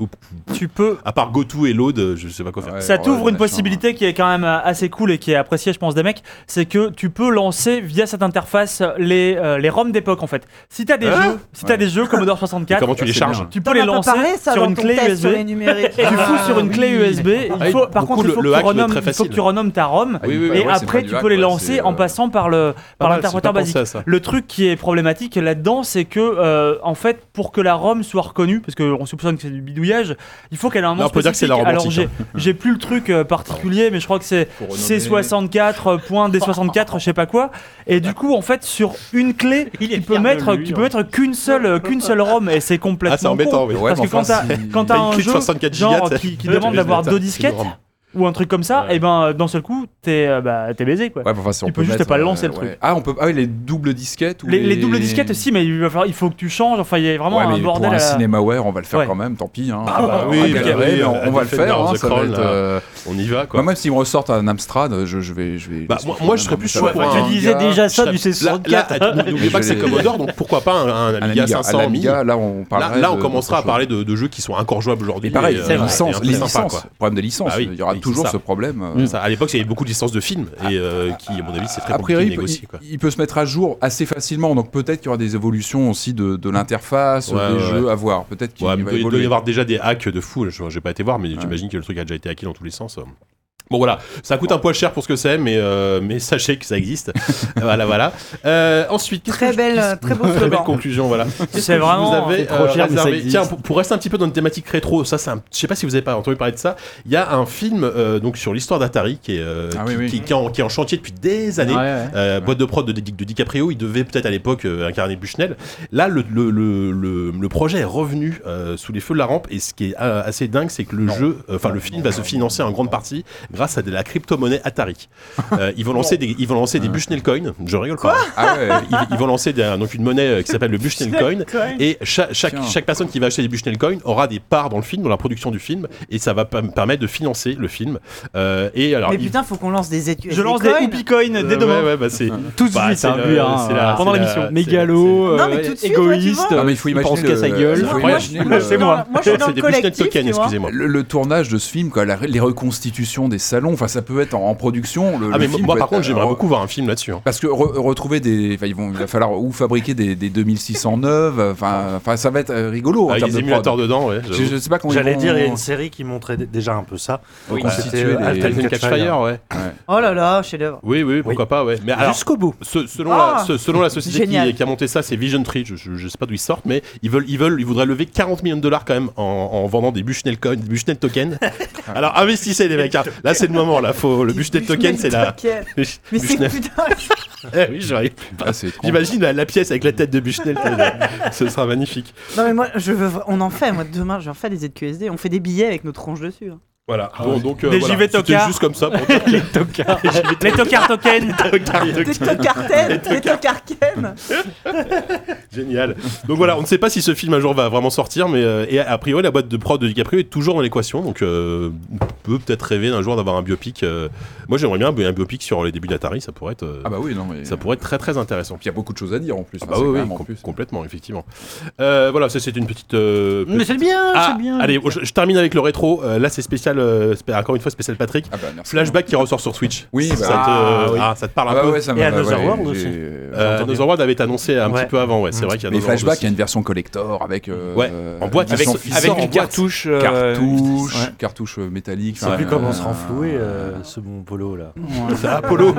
Tu peux
à part GoTo et Load, euh, je sais pas quoi faire.
Ouais,
Ça
ouais,
t'ouvre une
machin.
possibilité qui est quand même euh, assez cool et qui est appréciée, je pense, des mecs. C'est que tu peux lancer via cette interface euh, les, euh, les ROM d'époque, en fait. Si t'as des
Hein
jeux, si t'as
Ouais.
des jeux Commodore
Et
64,
comment tu
Ah,
les
c'est
charges
bien.
tu peux
T'en
les
as pas
lancer
parlé ça
sur
dans
une
ton
clé
test
USB.
sur les numériques.
Et tu fous
Ah,
sur une clé
oui.
USB.
Ah,
Il faut, par
beaucoup,
contre, il
le-
faut,
le
que tu
hack doit être
renommes-
très
il faut que
facile.
tu renommes ta ROM.
Ah, il-
oui,
bah,
et
ouais, c'est pas
après,
du
tu
hack,
peux les
ouais,
lancer
c'est,
en
euh,
passant par le
Pas
par
mal,
l'interpréteur
j'ai
basique.
pas pensé à ça.
Le truc qui est problématique là-dedans, c'est que euh, en fait, pour que la ROM soit reconnue, parce qu'on soupçonne que c'est du bidouillage, il faut qu'elle ait un nom
Non, on peut dire que c'est la
spécifique. Alors
romantique, hein.
j'ai j'ai plus le truc euh, particulier, mais je crois que c'est
Faut renommer.
C64.D64, je sais pas quoi. Et du coup, en fait, sur une clé, tu peux mettre, tu peux mettre qu'une seule, euh, qu'une seule ROM, et c'est complètement
hein. Ah, c'est embêtant.
con.
oui.
Ouais,
Parce
mais
que quand
enfin,
t'as-
si-
quand
T'as
t'as
une
un
clé de
jeu
64
genre
gigas,
qui, qui
t'as-
demande
t'as-
d'avoir
t'as-
deux
t'as-
disquettes
énorme.
ou un truc comme ça,
Ouais.
et ben d'un seul coup, t'es euh, bah, t'es baisé quoi.
Ouais, enfin, si on
Tu peux juste
mettre,
pas le lancer, le
ouais.
truc.
Ah, on peut. Ah oui, les doubles disquettes ou
Les, les doubles disquettes aussi, mais il, va falloir- il faut que tu changes. Enfin, il y a vraiment
Ouais,
un
mais pour
bordel.
un
à-
cinémaware, on va le faire
Ouais.
quand même. Tant pis. Hein.
Ah, bah
On va
oui,
galérer,
bah oui,
mais on, on va le
Defender,
faire. hein,
The
ça va
Crown,
être,
là.
euh,
On y va
bah,
quoi.
même si me ressortent un Amstrad, je, je vais, je vais.
Bah, moi- moi, je serais plus chaud
chaud
pour un-
Tu disais déjà ça
Je-
du
Là,
C64.
là, att- n'oubliez pas que c'est Commodore, donc pourquoi pas un, un
un
Amiga
Amiga, à
500 1000
l'Amiga, là on
Là,
parlerait
là, on
de-
commencera à
d'autre chose.
parler de, de jeux qui sont incorjouables aujourd'hui.
Mais pareil,
et, euh,
les
et
licences,
un peu
les
sympa,
licences,
quoi.
problème des licences,
Bah oui,
il y aura
oui, c'est
toujours
ça.
ce problème. euh,
Ça, à l'époque, il y avait beaucoup de licences de films et euh, qui, à mon avis, c'est très
A priori,
compliqué de
il peut,
négocier. quoi.
il- il peut se mettre à jour assez facilement, donc peut-être qu'il y aura des évolutions aussi de, de l'interface,
Ouais,
des
ouais,
jeux à voir. Peut-être qu'il
Ouais, mais
va
il doit- il doit y
évoluer.
avoir déjà des hacks de fou. Je j'ai pas été voir, mais j'imagine que le truc a déjà été hacké dans tous les sens. Bon voilà, ça coûte un poil cher pour ce que c'est, mais, euh, mais sachez que ça existe. voilà, voilà. Euh, ensuite, qu'est-ce
Très
que je-
belle,
euh,
qu'est-ce-
très beau
très belle
slogan.
conclusion. Voilà. Qu'est-ce
C'est
que
vraiment-
Vous avez,
c'est trop
euh,
cher, mais ça
réservé
existe.
Tiens, pour, pour rester un petit peu dans une thématique rétro, ça, c'est un- je sais pas si vous avez pas entendu parler de ça. Il y a un film euh, donc sur l'histoire d'Atari qui est euh,
Ah
qui,
oui, oui.
qui- qui est en, qui est en chantier depuis des années. Euh, boîte de prod de, Di- de DiCaprio, il devait peut-être à l'époque euh, incarner Bushnell. Là, le, le, le, le, le projet est revenu euh, sous les feux de la rampe et ce qui est euh, assez dingue, c'est que le jeu, euh, enfin le film va se financer en grande partie grâce à de la crypto-monnaie Atari. Euh, ils vont lancer des, ils vont lancer des Bushnell Coins, je rigole pas. hein.
Ah ouais,
ils, ils vont lancer des- donc une monnaie euh, qui s'appelle le Bushnell Coin et cha- chaque,
Tiens.
chaque personne qui va acheter des Bushnell Coin aura des parts dans le film, dans la production du film et ça va pa- permettre de financer le film. Euh, et alors,
Mais
ils-
putain, faut qu'on lance des études.
Je lance des Whoopi Coin
euh,
dès demain.
ouais, ouais, bah, c'est
Tout de
Bah,
suite,
c'est
hein,
le-
lui, hein,
c'est la-
voilà.
c'est
pendant
la-
l'émission.
c'est-
Mégalo,
c'est- Non, mais tout
euh,
de suite, ouais, tu
égoïste,
vois.
Non, mais il faut
il pense
imaginer
qu'à
le-
sa gueule.
il faut
Ouais.
imaginer
Moi,
le-
c'est moi.
Moi, je suis dans
c'est
le
des Bushnell
collectif.
Token,
tu vois.
excusez-moi.
le, le tournage de ce film, quoi, la- les reconstitutions des salons, enfin ça peut être en, en production. Le,
Ah
le
mais
film
moi
peut
par
être-
contre j'aimerais
euh,
beaucoup voir un film là-dessus. hein.
Parce que re- retrouver des, enfin, ils vont, il va falloir ou fabriquer des, des 2609, enfin, enfin ça va être euh, rigolo en
Avec
termes
des
de
Ah,
prod.
émulateurs dedans, ouais.
Je, je sais pas comment ils
J'allais
vont- Ah,
dire, il y a une série qui montrait d- déjà un peu ça.
vont
c'était,
constituer
euh,
les-
Alten- Catch Fire.
ouais.
Oh là là, chef-d'œuvre.
Oui, oui, pourquoi pas, ouais. Mais alors,
Jusqu'au bout.
ce- selon,
Ah
la, ce- selon la société qui,
Génial.
qui a monté ça, c'est Vision Tree. Je, je- je sais pas d'où ils sortent, mais ils veulent, ils veulent, ils voudraient lever 40 millions de dollars quand même en, en vendant des Bushnell coins, des Bushnell tokens. alors investissez les mecs. hein. Là c'est le moment, là. Faut le
Des
Bushnell token, c'est la.
Token. Mais c'est
Bushnell-
putain.
Eh oui, j'arrive.
Ah, c'est trop.
J'imagine la, la pièce avec la tête de Bushnell. Ce sera magnifique.
Non mais moi, je veux. On en fait. Moi demain, j'en fais des ZQSD. On fait des billets avec nos tronches dessus. hein.
Voilà. Bon, donc euh,
Des
voilà.
JV
C'était
tocards.
juste comme ça. Pour dire que-
Les tocards token.
Des tocartènes, des tocarquennes.
Génial. Donc voilà, on ne sait pas si ce film un jour va vraiment sortir, mais euh, et a a priori la boîte de prod de DiCaprio est toujours dans l'équation, donc euh, on peut peut-être rêver d'un jour d'avoir un biopic. euh. Moi j'aimerais bien un, un biopic sur les débuts d'Atari, ça pourrait être, euh,
Ah bah oui, non mais.
ça pourrait être très très intéressant.
Puis il y a beaucoup de choses à dire en plus.
Ah
hein,
bah
c'est
oui, oui,
quand même en
com-
plus.
complètement, effectivement. Euh, voilà, ça c'est une petite. euh,
Mais c'est bien,
Ah,
c'est bien.
Allez, je, je termine avec le rétro. Euh, là, c'est spécial spécial, euh, spé- encore une fois, spécial Patrick.
Ah bah, merci.
Flashback qui ressort sur Switch.
Oui, bah,
ça, te,
ah, oui.
ah, ça te parle un
Ah
peu.
ouais, ça
Et
m'a-
Another
ouais,
World
j'ai- Mm.
aussi.
Euh,
J'entends bien.
Another World avait été annoncé un
Ouais.
petit peu avant, ouais. C'est vrai qu'il y a
Mais
Another World
Flashback, il y
aussi.
a une version collector avec. euh,
Ouais, en boîte,
Avec,
Ils sont-
version-
ils
avec
sortent en
une
boîte.
cartouche. euh,
Cartouche,
ouais.
cartouche euh, métallique.
Je sais
enfin,
plus comment se
euh,
renflouer euh, ce bon polo là.
Ah, Apollo.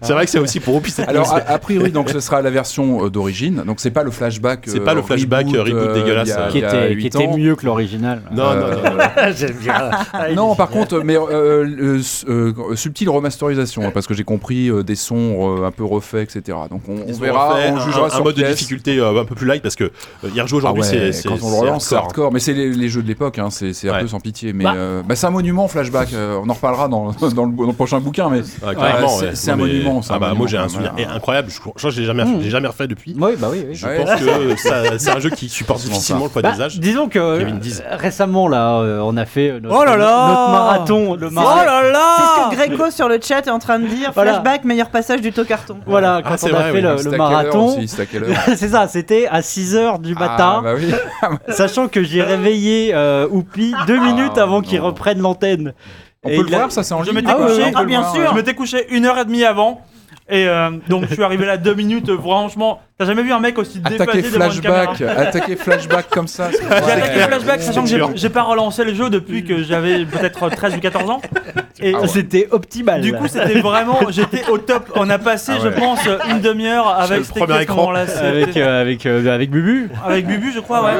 c'est vrai que c'est aussi pour Opi cette
Alors, a,
news.
a priori, donc, ce sera la version euh, d'origine. Donc, c'est pas le flashback.
C'est pas le flashback, euh, reboot dégueulasse, euh,
qui était, qui était mieux que l'original.
Non, non, non.
J'aime bien. Ah, il est
Euh, Non, par
génial.
contre, mais euh, euh, euh, subtile remasterisation, hein, parce que j'ai compris euh, des sons euh, un peu refaits, etc. Donc on, on
Ils ont
verra,
refait
on
un-
jugera
un,
sur
mode de
pièce.
difficulté euh, un peu plus light parce que euh, y rejouer
Ah
aujourd'hui, c'est-
ouais,
c'est.
quand on le relance, c'est
hardcore.
hardcore. Mais c'est les, les jeux de l'époque, hein, c'est c'est un
Ouais.
peu sans pitié. Mais
Bah.
euh, bah, c'est un monument, flashback. euh, on en reparlera dans, dans, le, dans le prochain bouquin. Mais
Ah, clairement,
Ouais, c'est-
ouais.
c'est un
Non, mais-
monument, c'est
ah
un
bah,
monument,
moi j'ai un
quand
souvenir
même.
et incroyable. Je crois je crois que je l'ai jamais,
Mmh.
j'ai jamais refait depuis.
Oui, bah oui. oui.
Je
Ouais.
pense que ça- c'est un jeu qui supporte difficilement le poids
Bah,
des âges.
disons que euh,
Kevin Dees.
récemment là, euh, on a fait euh, notre,
Oh là là
notre marathon, le
Oh
marathon.
là là
C'est ce que Greco sur le chat est en train de dire.
Voilà.
Flashback, meilleur passage du taux carton.
Voilà,
Ah,
quand
c'est
on a
vrai,
fait
oui.
le-
c'était
le,
à quelle heure
marathon.
aussi, C'était à quelle heure
C'est ça, c'était à 6h du matin,
Ah, bah oui.
sachant que j'ai réveillé euh, Oupi deux minutes
Ah,
avant qu'il
non.
reprenne l'antenne.
On
Et
peut le
il a-
voir, ça c'est en
Je
ligne.
m'étais
Ah ouais,
couché,
ouais,
on peut le voir,
je m'étais couché une heure et demie avant. Et euh, donc je suis arrivé là deux minutes, euh, franchement, t'as jamais vu un mec aussi
Attaquer
déphasé devant une caméra.
flashback, attaquer flashback comme ça. c'est-
J'ai attaqué flashback, sachant que j'ai-
sûr.
j'ai pas relancé le jeu depuis que j'avais peut-être 13 ou 14 ans. Et
Ah ouais.
C'était optimal.
du coup, c'était vraiment, j'étais au top. On a passé,
Ah ouais.
je pense, une demi-heure avec
le
c'était
premier
qui à ce
écran.
moment-là, c'était-
avec euh, avec euh, avec Bubu.
avec Bubu, je crois, ouais.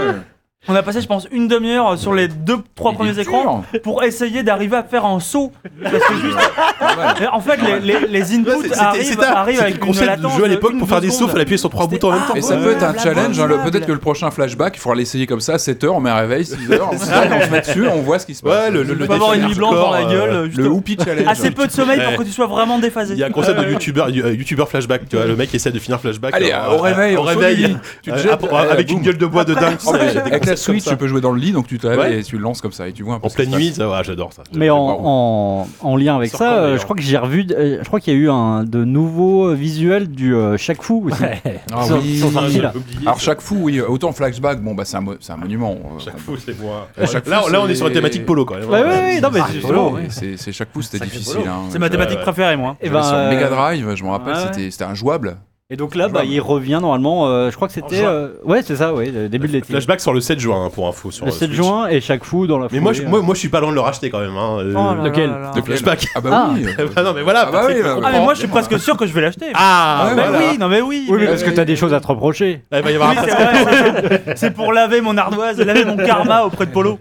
On a passé, je pense, une demi-heure sur les deux, trois
Il est
premiers
dur.
écrans pour essayer d'arriver à faire un saut. Parce que juste,
Pas mal.
en fait, les, les, les
Ouais,
inputs
c'est- c'était-
arrivent,
c'était un-
arrivent
c'était
avec
le
une
concept du
latence
jeu à
de
l'époque
une,
pour faire
deux
des sauts,
secondes.
fallait appuyer sur trois
C'était-
boutons en même temps.
Et ça
Ouais,
peut être un
la
challenge, hein, le-
bonne
peut-être que le prochain flashback, il faudra l'essayer comme ça à 7h, on met un réveil 6h, on se tape, on se met dessus, on voit ce qui se passe.
Ouais, le- le-
Tu
le
peux avoir
défi
une nuit blanche dans la
hardcore,
gueule.
euh,
juste
Le Whoopi Challenge.
assez peu de sommeil
Ouais.
pour que tu sois vraiment déphasé.
Il y a un concept de youtubeur, euh, youtubeur flashback, tu vois, le mec essaie de finir flashback.
Allez,
euh,
au réveil,
au
on se
réveil,
réveille. Tu te jettes,
euh,
allez,
avec
boum.
une gueule de bois de dingue.
En
ça, il y
plus,
a des
avec la
concepts comme
Switch,
ça.
tu peux jouer dans le lit, donc tu te
Ouais.
réveilles et tu le lances comme ça et tu vois un peu
En
ce qui
pleine
se
nuit, ça, ouais, j'adore ça.
Mais en,
Waouh.
en, en lien avec
Sort
ça,
quand,
euh,
d'ailleurs
je crois que j'ai revu, euh, je crois qu'il y a eu un de nouveaux euh, visuels du euh, chaque fou aussi.
passe. Ah
Ils sont-
oui.
ils sont sortis, là.
Alors chaque fou, oui, autant flashback, bon bah c'est un, mo- c'est un monument. euh,
Chaque
qu'on
fou, c'est moi.
Euh, chaque
Là,
fou,
là, on
c'est-
est sur la thématique polo quand même.
Ouais, ouais, ouais, non mais
peut-
c'est-
Polo,
ouais.
oui, c'est c'est chaque fou, c'était
Sacré
difficile.
polo.
hein.
C'est ma thématique
Ouais, ouais.
préférée, moi.
Et
J'avais sur
ben,
Mega
euh,
Drive, je me rappelle,
ouais, ouais.
c'était- c'était injouable.
Et donc là, bah, il revient normalement. euh, je crois que c'était,
juin.
euh, ouais, c'est ça, ouais, le début de l'été.
Flashback sur le 7 juin hein, pour info. Sur
Le
euh,
7
Switch.
juin et chaque fou dans la.
Mais moi,
foulée,
je,
euh.
moi, moi, je suis pas loin de le racheter quand même. Hein. euh,
Oh là là
lequel
là là.
le flashback.
Ah bah
Ah.
oui. euh,
Ah non, mais voilà.
Ah bah
Patrick,
oui, bah,
Ah, mais moi, je suis presque sûr que je vais l'acheter.
Ah,
Ouais,
mais
voilà.
oui, non, mais oui.
Oui, mais
mais-
parce que t'as des choses à te reprocher.
Il va y avoir
Oui,
un
c'est
presque-
vrai, c'est- c'est pour laver mon ardoise, laver mon karma auprès de Polo.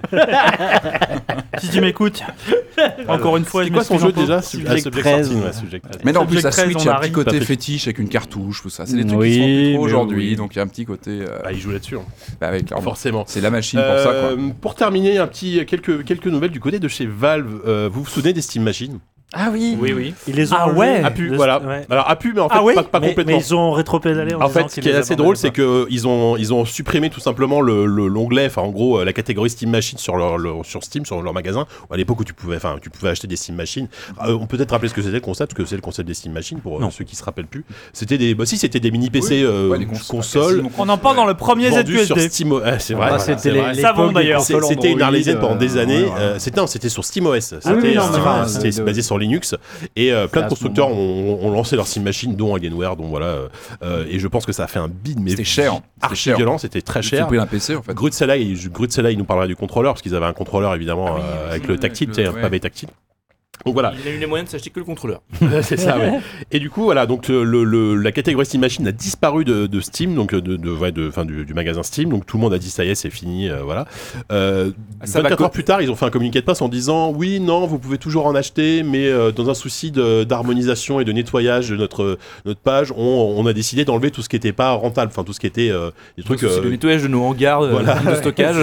si tu m'écoutes, encore une fois,
C'est
je
quoi son jeu
m'excuse un peu.
déjà
Subject
Ah, Subject
13.
Sorting, ouais, Subject 13.
Mais non, en plus, la
Subject 13,
Switch,
on
il y a un
arrive.
petit côté
Patrick.
fétiche avec une cartouche, tout ça. C'est des trucs
Oui,
qui sont plus
mais
trop aujourd'hui,
oui.
donc il y a un petit côté. euh,
Bah, il joue là-dessus, hein,
bah, avec la-
forcément.
C'est la machine pour ça, quoi.
Euh, pour terminer, un petit, quelques, quelques nouvelles du côté de chez Valve. Euh, vous vous souvenez des Steam Machines
Ah oui. Oui, oui.
Ils les ont
Ah
enlevés
ouais
A pu,
de-
voilà.
ouais.
Alors, a pu, mais en fait,
Ah oui
pas, pas
mais,
complètement.
mais ils ont rétropédalé.
En fait, ce qui est assez drôle, c'est qu'ils ont, ils ont supprimé tout simplement le- le- l'onglet, enfin en gros euh, la catégorie Steam Machine sur, leur, leur- sur Steam, sur leur magasin. À l'époque où tu pouvais, enfin, tu pouvais acheter des Steam Machines. Euh, on peut peut-être rappeler ce que c'était le concept, parce que c'est le concept des Steam Machines pour euh,
Non.
ceux qui se rappellent plus. C'était des, bah, si c'était des mini PC euh,
Ouais, les cons-
consoles
quasiment
On en parle dans le premier
vendues sur
ZQSD.
Steam. Ah, c'est vrai.
Ah,
voilà, c'est
c'était les-
vrai.
l'époque
Savon,
des
d'ailleurs.
consoles
C'est- C'était une
Android,
arlésienne pendant des
euh,
années.
ouais, ouais.
euh, c'était non, c'était sur SteamOS. C'était
oui, oui, non, mais
enfin,
enfin,
c'était
de-
basé sur Linux et euh, plein de
à ce
constructeurs ont, ont lancé leur Steam Machine, dont Alienware, dont voilà. euh, et je pense que ça a fait un bid, mais
C'était cher, c'était
archi
cher.
violent, c'était très
J'ai
cher.
coupé un PC en fait.
Grutzela, il- Grutzela, il nous parlera du contrôleur parce qu'ils avaient un contrôleur évidemment
oui,
euh,
oui,
avec
oui,
le
oui,
tactile,
avec
tu sais,
le-
un
Ah ouais.
pavé tactile. Donc voilà.
Il a eu les moyens de s'acheter que le contrôleur.
c'est ça, ouais. Et du coup, voilà, donc euh, le, le- la catégorie Steam Machine a disparu de, de Steam, donc euh, de, de, ouais, de- enfin, du, du magasin Steam. Donc tout le monde a dit ça y est, c'est fini, euh, voilà. Euh,
Ah, ça va
24
co-
heures plus tard, ils ont fait un communiqué de passe en disant oui, non, vous pouvez toujours en acheter, mais euh, dans un souci de- d'harmonisation et de nettoyage de notre, notre page, on, on a décidé d'enlever tout ce qui n'était pas rentable, enfin tout ce qui était euh, des trucs.
C'est le
euh,
nettoyage de nos hangars euh,
voilà.
de stockage.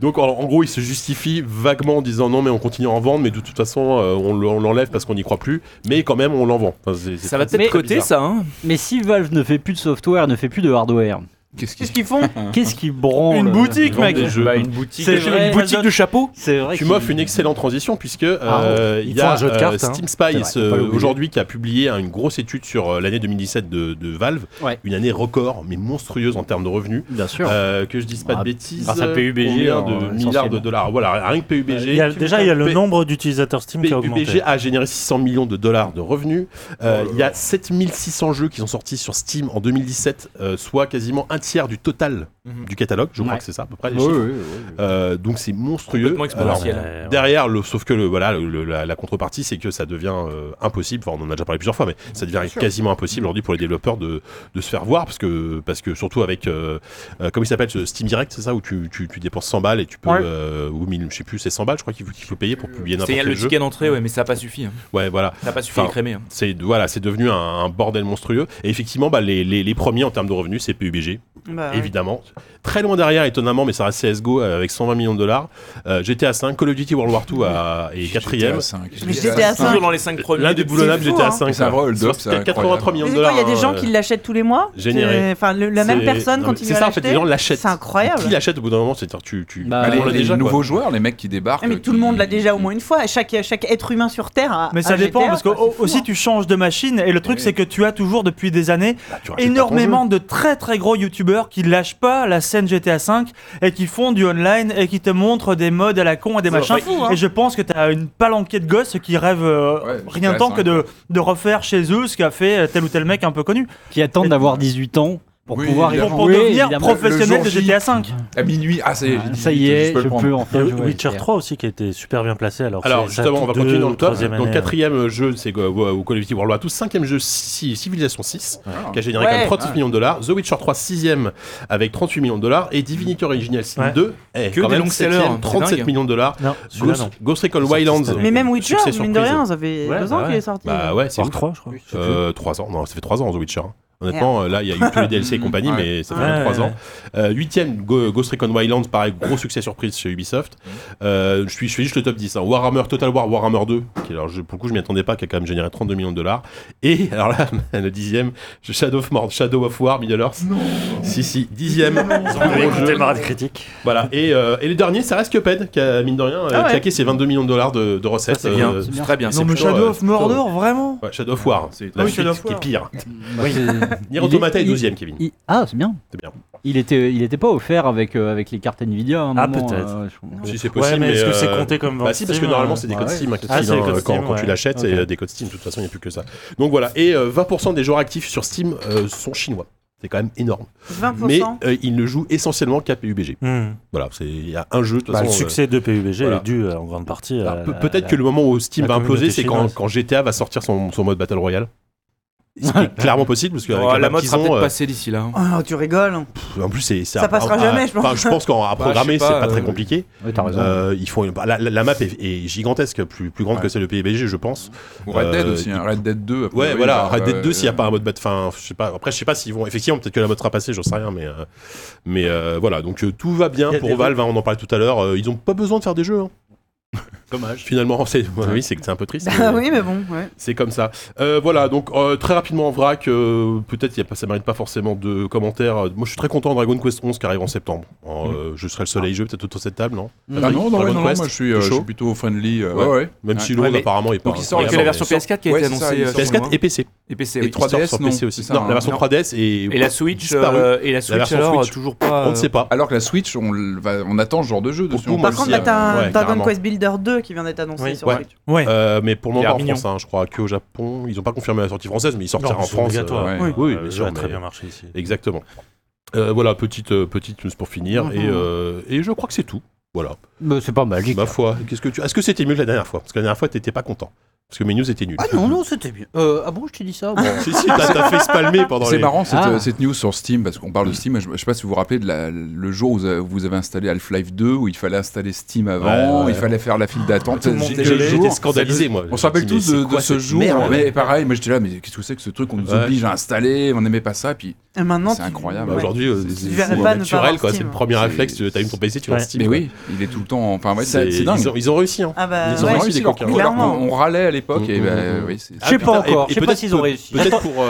donc en, en gros, il se justifie vaguement en disant non, mais on continue à en vendre, mais de toute façon, euh, on le- on l'enlève parce qu'on n'y croit plus, mais quand même, on l'en vend. Enfin, c'est- c'est
ça va
très-
peut-être
très
côté
bizarre.
ça. Hein
Mais si Valve ne fait plus de software, ne fait plus de hardware,
Qu'est-ce qui
Qu'est-ce qu'ils font
Qu'est-ce qui branle
Une boutique, mec
Bah, une boutique,
C'est vrai,
une boutique
Hazard.
de chapeaux.
C'est vrai.
Tu
qu'il-
m'offres une excellente transition puisque euh, il
ils
y
font
a
un jeu de
euh,
cartes, hein.
Steam
C'est
Spice
vrai, faut pas
euh,
l'oublier.
aujourd'hui qui a publié hein, une grosse étude sur euh, l'année 2017 de, de Valve,
Ouais.
une année record mais monstrueuse en termes de revenus.
Bien sûr.
Euh, que je dise pas
Ah,
de bêtises.
grâce à
euh,
PUBG,
combien
en-
de
essentiellement.
milliards de dollars. Voilà, rien que PUBG.
hein, Il y a- déjà, il y a le
P-
nombre d'utilisateurs Steam qui a
PUBG
augmenté.
a généré 600 millions de dollars de revenus. Euh, il y a 7600 jeux qui sont sortis sur Steam en 2017, euh, soit quasiment un tiers du total
Mhm.
du catalogue. Je crois
Ouais.
que c'est ça à peu près. les
Oui,
chiffres.
oui, oui.
Euh, donc c'est monstrueux.
Complètement
Alors,
exponentiel.
Ouais, ouais.
Derrière, le, sauf que le, voilà, le- le- la, la contrepartie, c'est que ça devient euh, impossible. Enfin, on en a déjà parlé plusieurs fois, mais ça devient quasiment impossible aujourd'hui pour les développeurs de, de se faire voir parce que, parce que surtout avec, euh, euh, comment il s'appelle, ce Steam Direct, c'est ça, où tu, tu, tu dépenses 100 balles et tu peux,
Ouais.
euh, ou 1000, je sais plus, c'est 100 balles, je crois qu'il faut, qu'il faut payer pour publier n'importe
C'est il y a
quel
le
jeu.
ticket d'entrée, ouais, mais ça n'a pas suffi. hein.
Ouais, voilà.
Ça n'a pas suffi
Enfin,
à crémer. hein.
C'est voilà, c'est devenu un, un bordel monstrueux. Et effectivement, bah, les, les, les premiers en termes de revenus, c'est PUBG,
Bah,
évidemment. Très loin derrière, étonnamment, mais ça reste CSGO euh, avec 120 millions de dollars. Euh, GTA 5, Call of Duty World War 2 à, est quatrième.
Mais GTA V.
Toujours dans les 5 premiers.
L'un des boulonnables
fou,
GTA
hein.
5.
C'est un vrai hold-up, ça, incroyable.
83 euh, millions
Mais
de
c'est quoi,
dollars.
il y a des gens
hein,
qui l'achètent tous les mois
généré.
C'est- Enfin, le- la même
C'est-
personne
non, mais
continue
C'est
à
ça, en fait, les
l'acheter.
gens l'achètent.
C'est incroyable.
Qui l'achète au bout d'un moment C'est-à-dire, tu. tu...
Bah,
on l'a
les, les
déjà, quoi.
nouveaux joueurs, les mecs qui débarquent.
Ah, mais
euh,
tout le
qui-
monde l'a déjà au moins une fois. Chaque, chaque être humain sur Terre a.
Mais ça
a
dépend,
GTA,
parce que
Ah, quoi,
au-
c'est fou,
aussi
hein.
tu changes de machine, et le truc
oui.
c'est que tu as toujours depuis des années
Bah, tu rachètes pas ton
énormément de très très gros youtubeurs qui lâchent pas la scène GTA V et qui font du online et qui te montrent des modes à la con et des
Ouais,
machins.
enfin, fou, hein.
Et je pense que t'as une palanquée de gosses qui rêvent euh,
Ouais,
rien
GTA
tant
V.
que de, de refaire chez eux ce qu'a fait euh, tel ou tel mec un peu connu.
Qui attendent d'avoir 18 ans pour
Oui,
pouvoir y
évidemment.
Pour, pour
jouer,
devenir
évidemment.
professionnel
le
de
jour J.
GTA V.
À minuit, ah, c'est.
Ah, Ça y est,
peux
je
le prendre.
peux
Il y
enfin
a
jouer.
Witcher
c'est-
3 aussi qui a été super bien placé. Alors,
Alors
c'est- ça
justement, on va
deux
continuer dans le
ou
top.
troisième
Donc
année,
quatrième jeu, c'est euh, au Call of Duty World War II. Cinquième jeu, Ci- Civilization 6,
Ah.
qui a généré quand même 36
Ouais.
millions de dollars. The Witcher 3, sixième, avec 38 millions de dollars. Et Divinity Original Sin
Ouais.
2, est
Que
quand
des
même
longs
septième,
sellers, c'est
37
dingue.
millions de dollars.
Non, celui-là
Ghost,
non.
Ghost Recon
Sorti cette
Wildlands.
année.
hein. Mais même Witcher,
Succès
mine de
surprise.
rien, ça fait
Ouais,
deux
bah
ans qu'il
ouais.
est sorti. euh,
Bah ouais, c'est
War
ouf.
3, je crois. Je sais plus.
Euh, 3 ans, non, ça fait 3 ans The Witcher. hein. Honnêtement, euh, là, il y a eu tous les DLC et compagnie,
Ouais.
mais ça fait
Ouais,
bien 3
ouais,
ans. Euh, Huitième, Go- Ghost Recon Wildlands, pareil, gros succès surprise chez Ubisoft. Euh, je, suis, je fais juste le top 10. hein. Warhammer, Total War, Warhammer 2, qui, alors, je, pour le coup, je m'y attendais pas, qui a quand même généré 32 millions de dollars. Et, alors là, le dixième, Shadow of, Mord, Shadow of War, Middle Earth. Si, si, dixième. gros jeu.
critique.
Voilà. Et, euh, et le dernier, ça reste Cuphead, qui a, mine de rien, euh,
Ah ouais.
claqué ses 22 millions de dollars de, de recettes.
C'est bien,
euh,
c'est très bien.
Non
c'est
mais
plutôt,
Shadow
euh,
of Mordor, vraiment
ouais, Shadow of War, c'est la
Ah oui,
suite
Shadow of
qui est
War.
pire.
Oui.
Nier Automata est 12 Kevin.
Il- Ah, c'est bien.
C'est bien.
Il était, il était pas offert avec, euh, avec les cartes Nvidia. à un
Ah,
moment,
peut-être.
euh, je-
Si c'est possible,
Ouais, mais est-ce que c'est
euh,
compté comme
bah
vente
si, parce que
Steam,
normalement
euh,
c'est des
Ah
codes
ouais.
Steam, hein, qui
Ah,
filent,
c'est les
hein,
codes
quand,
Steam,
quand tu
ouais.
l'achèttes, c'est
Ok.
euh, des codes Steam, de toute façon il n'y a plus que ça. Donc voilà, et euh, 20% des joueurs actifs sur Steam euh, sont chinois. C'est quand même énorme.
20%.
Mais euh, ils ne jouent essentiellement qu'à PUBG.
Hmm.
Voilà, c'est- il y a un jeu de toute
Bah, le
façon. euh,
succès de PUBG
voilà.
est dû euh, en grande partie
alors,
à.
pe-
la-
Peut-être
la-
que le moment où Steam
la
va imploser,
communauté
c'est quand,
chinoise.
quand GTA va sortir son, son mode Battle Royale. Ce qui est clairement possible, parce
Oh,
qu'avec
la mode sera
ont,
peut-être
euh,
passée d'ici là. hein.
Oh non, tu rigoles.
en plus, c'est c'est
Ça
à-
passera
à-
jamais, je pense.
enfin, Je pense qu'à
je sais
programmer, c'est
pas,
pas très
euh,
compliqué.
Ouais, t'as raison.
Euh, ils font une- la, la- la map est, est gigantesque, plus, plus grande
Ouais.
que celle de PUBG, je pense.
Ou Red Dead
Euh,
aussi, hein, Red Dead 2. a
Ouais,
priori,
voilà,
bah,
Red Dead
bah,
2, s'il n'y a
euh,
pas un mode bat, enfin, je sais pas, après, je sais pas s'ils vont, effectivement, peut-être que la mode sera passée, j'en sais rien, mais, euh, mais euh, voilà, donc euh, tout va bien
Il y a
pour
des-
Valve, hein, on en parlait tout à l'heure, euh, ils n'ont pas besoin de faire des jeux, hein. Dommage. Finalement, c'est, ouais, oui, c'est que c'est un peu triste.
Ah
mais
oui, mais bon, ouais.
C'est comme ça. Euh, voilà, donc euh, très rapidement en vrac, euh, peut-être y a pas, ça mérite pas forcément de commentaires. Moi, je suis très content de Dragon Quest 11 qui arrive en septembre. Euh, Je serai le seul à y jouer, peut-être autour de cette table, non
Ah non, non, ouais,
Dragon
non, non,
Quest,
moi je suis,
t'es
euh, je suis
chaud
plutôt friendly. euh,
Ouais.
ouais, ouais.
Même
Ouais.
si l'Onde
Ouais, mais-
apparemment est pas.
Donc il sort
ouais,
que la
mais-
version PS4 qui a
Ouais,
été
c'est ça,
annoncée
il
euh,
sort.
chez
PS4
moi.
et PC.
et PC.
et
oui.
trois- 3DS,
sur
non,
PC aussi.
c'est ça,
non, la
hein.
version
Non.
3DS est.
Et la Switch,
Disparu.
euh, et la Switch
version
alors,
Switch.
toujours pas.
On ne sait pas.
Alors que la Switch, on, l- va- on attend ce genre de jeu.
Pour
dessus,
le coup,
en
moi
Par
plus,
aussi, hein.
contre,
il y
là,
a-
t'as un
ouais,
Dragon
carrément.
Quest Builder 2 qui vient d'être annoncé
Oui,
sur
ouais.
Switch.
Ouais.
Euh, mais pour le
Il a
moment pas en
mignon.
France, hein, je crois qu'au Japon, ils n'ont pas confirmé la sortie française, mais il sortira en France.
obligatoire.
euh,
Ouais.
Oui, oui,
Euh,
bien
ça
sûr,
aurait très
mais-
bien marché ici.
Exactement. Euh, voilà, petite, euh, petite news pour finir.
Mhm.
et, euh, et je crois que c'est tout. Voilà.
Mais c'est pas mal.
Ma foi, qu'est-ce que tu. Est-ce que c'était mieux que la dernière fois Parce que la dernière fois, t'étais pas content. Parce que mes news étaient nuls.
Ah non, non, c'était bien. Euh, ah bon, je t'ai dit ça bon.
si, si, t'as t'as fait se palmer pendant
C'est
les.
marrant cette,
Ah.
euh, cette news sur Steam parce qu'on parle de Steam. Je, je sais pas si vous vous rappelez de la- le jour où vous avez- vous avez installé Half-Life 2 où il fallait installer Steam avant,
Ouais, ouais.
il fallait faire la file d'attente.
J'ai-
C'était le
j'ai-
jour.
J'étais scandalisé, moi.
On se rappelle
J'ai dit,
tous
mais
de,
c'est quoi
de ce
cette
jour.
merde
mais pareil, moi j'étais là, mais qu'est-ce que c'est que ce truc On nous
Ouais.
oblige à installer, on n'aimait pas ça. Puis,
Et maintenant,
C'est
tu-
incroyable.
Bah,
ouais.
Aujourd'hui, euh,
Tu
c'est
verrais
c'est
pas ne pas
naturel,
avoir
quoi.
Steam.
C'est le premier
C'est-
réflexe. tu- T'as mis ton PC, tu vas
Ouais.
en Steam.
mais
quoi.
oui, il est tout le temps. Enfin, ouais, c'est
C'est-
c'est dingue.
Ils ont, ils ont réussi, hein.
Ah bah,
Ils ont
ouais.
réussi, les
leur
coquins.
coup, alors qu'on-
Clairement.
on râlait à l'époque. et
Mhm.
ben, euh, oui, c'est-
Ah, Je sais pas
putain, et-
encore,
et
je sais pas
peut-être
s'ils ont
peut-
réussi.
Peut-être pour, euh,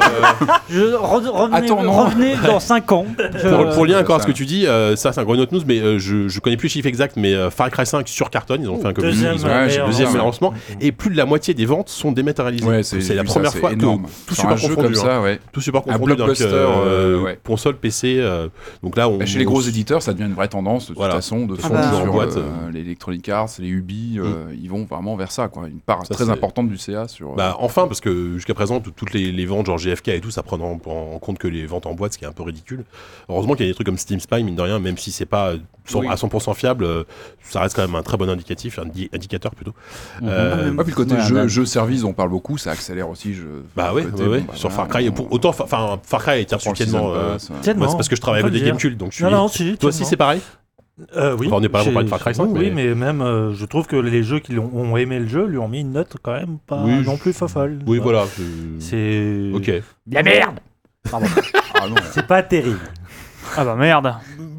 Je re- revenez,
Attends, non.
revenez dans 5 ans. Je-
pour, pour lien encore à
ça.
ce que tu dis, euh, ça c'est un gros note news, mais euh, je, je connais plus le chiffre exact, mais euh, Far Cry 5 sur carton, ils ont fait un communiqué,
Deuxième
ils ont-
Ouais,
meilleur
deuxième
lancement.
lancement, et plus de la moitié des ventes sont dématérialisées.
Ouais,
c'est,
j'ai
la
vu ça,
première
c'est
fois que
énorme.
tout
Sur
support
un jeu
confondu,
comme ça, ouais.
tout support
Un
confondu, donc
blockbuster, euh, ouais.
console, PC, euh, donc là on
Bah, Chez les gros éditeurs, ça devient une vraie tendance de
Voilà.
toute façon de
Ah
fond
bah.
sur
En boîte,
euh, les Electronic Arts, les Ubi, euh, ils vont vraiment vers ça quoi, une part
Ça,
très
c'est-
importante du CA sur euh,
Bah enfin parce que jusqu'à présent tout- toutes les, les ventes genre GFK et tout ça prend en, en compte que les ventes en boîte ce qui est un peu ridicule. Heureusement qu'il y a des trucs comme Steam Spy mine de rien même si c'est pas euh, cent-
Oui.
à 100% fiable euh, ça reste quand même un très bon indicatif un di- indicateur plutôt.
Mhm.
Mm-hmm.
Ah,
Euh,
Ouais, puis le côté
Ouais,
jeu,
bah-
jeu service, on parle beaucoup, ça accélère aussi. Je...
bah ouais,
le côté,
ouais, ouais.
bon, bah,
sur
voilà,
Far Cry
euh,
on-
pour, autant fa- enfin Far Cry est
on prend le
certainement
season
euh,
pass, ouais.
moi, c'est parce que je travaille
Ah, on
avec
peut le
des
dire.
Gamecube donc je suis
Non, non, si.
Toi aussi c'est pareil
Euh, oui.
Enfin, on n'est pas là pour
J'ai-
parler de Far Cry 5,
Oui,
mais-
mais, même, euh, je trouve que les jeux qui l'ont- ont aimé le jeu lui ont mis une note quand même pas
Oui,
non
je-
plus fofolle.
Oui, voilà. c'est-
C'est.
OK.
La merde
Ah non,
C'est pas terrible.
Ah bah merde.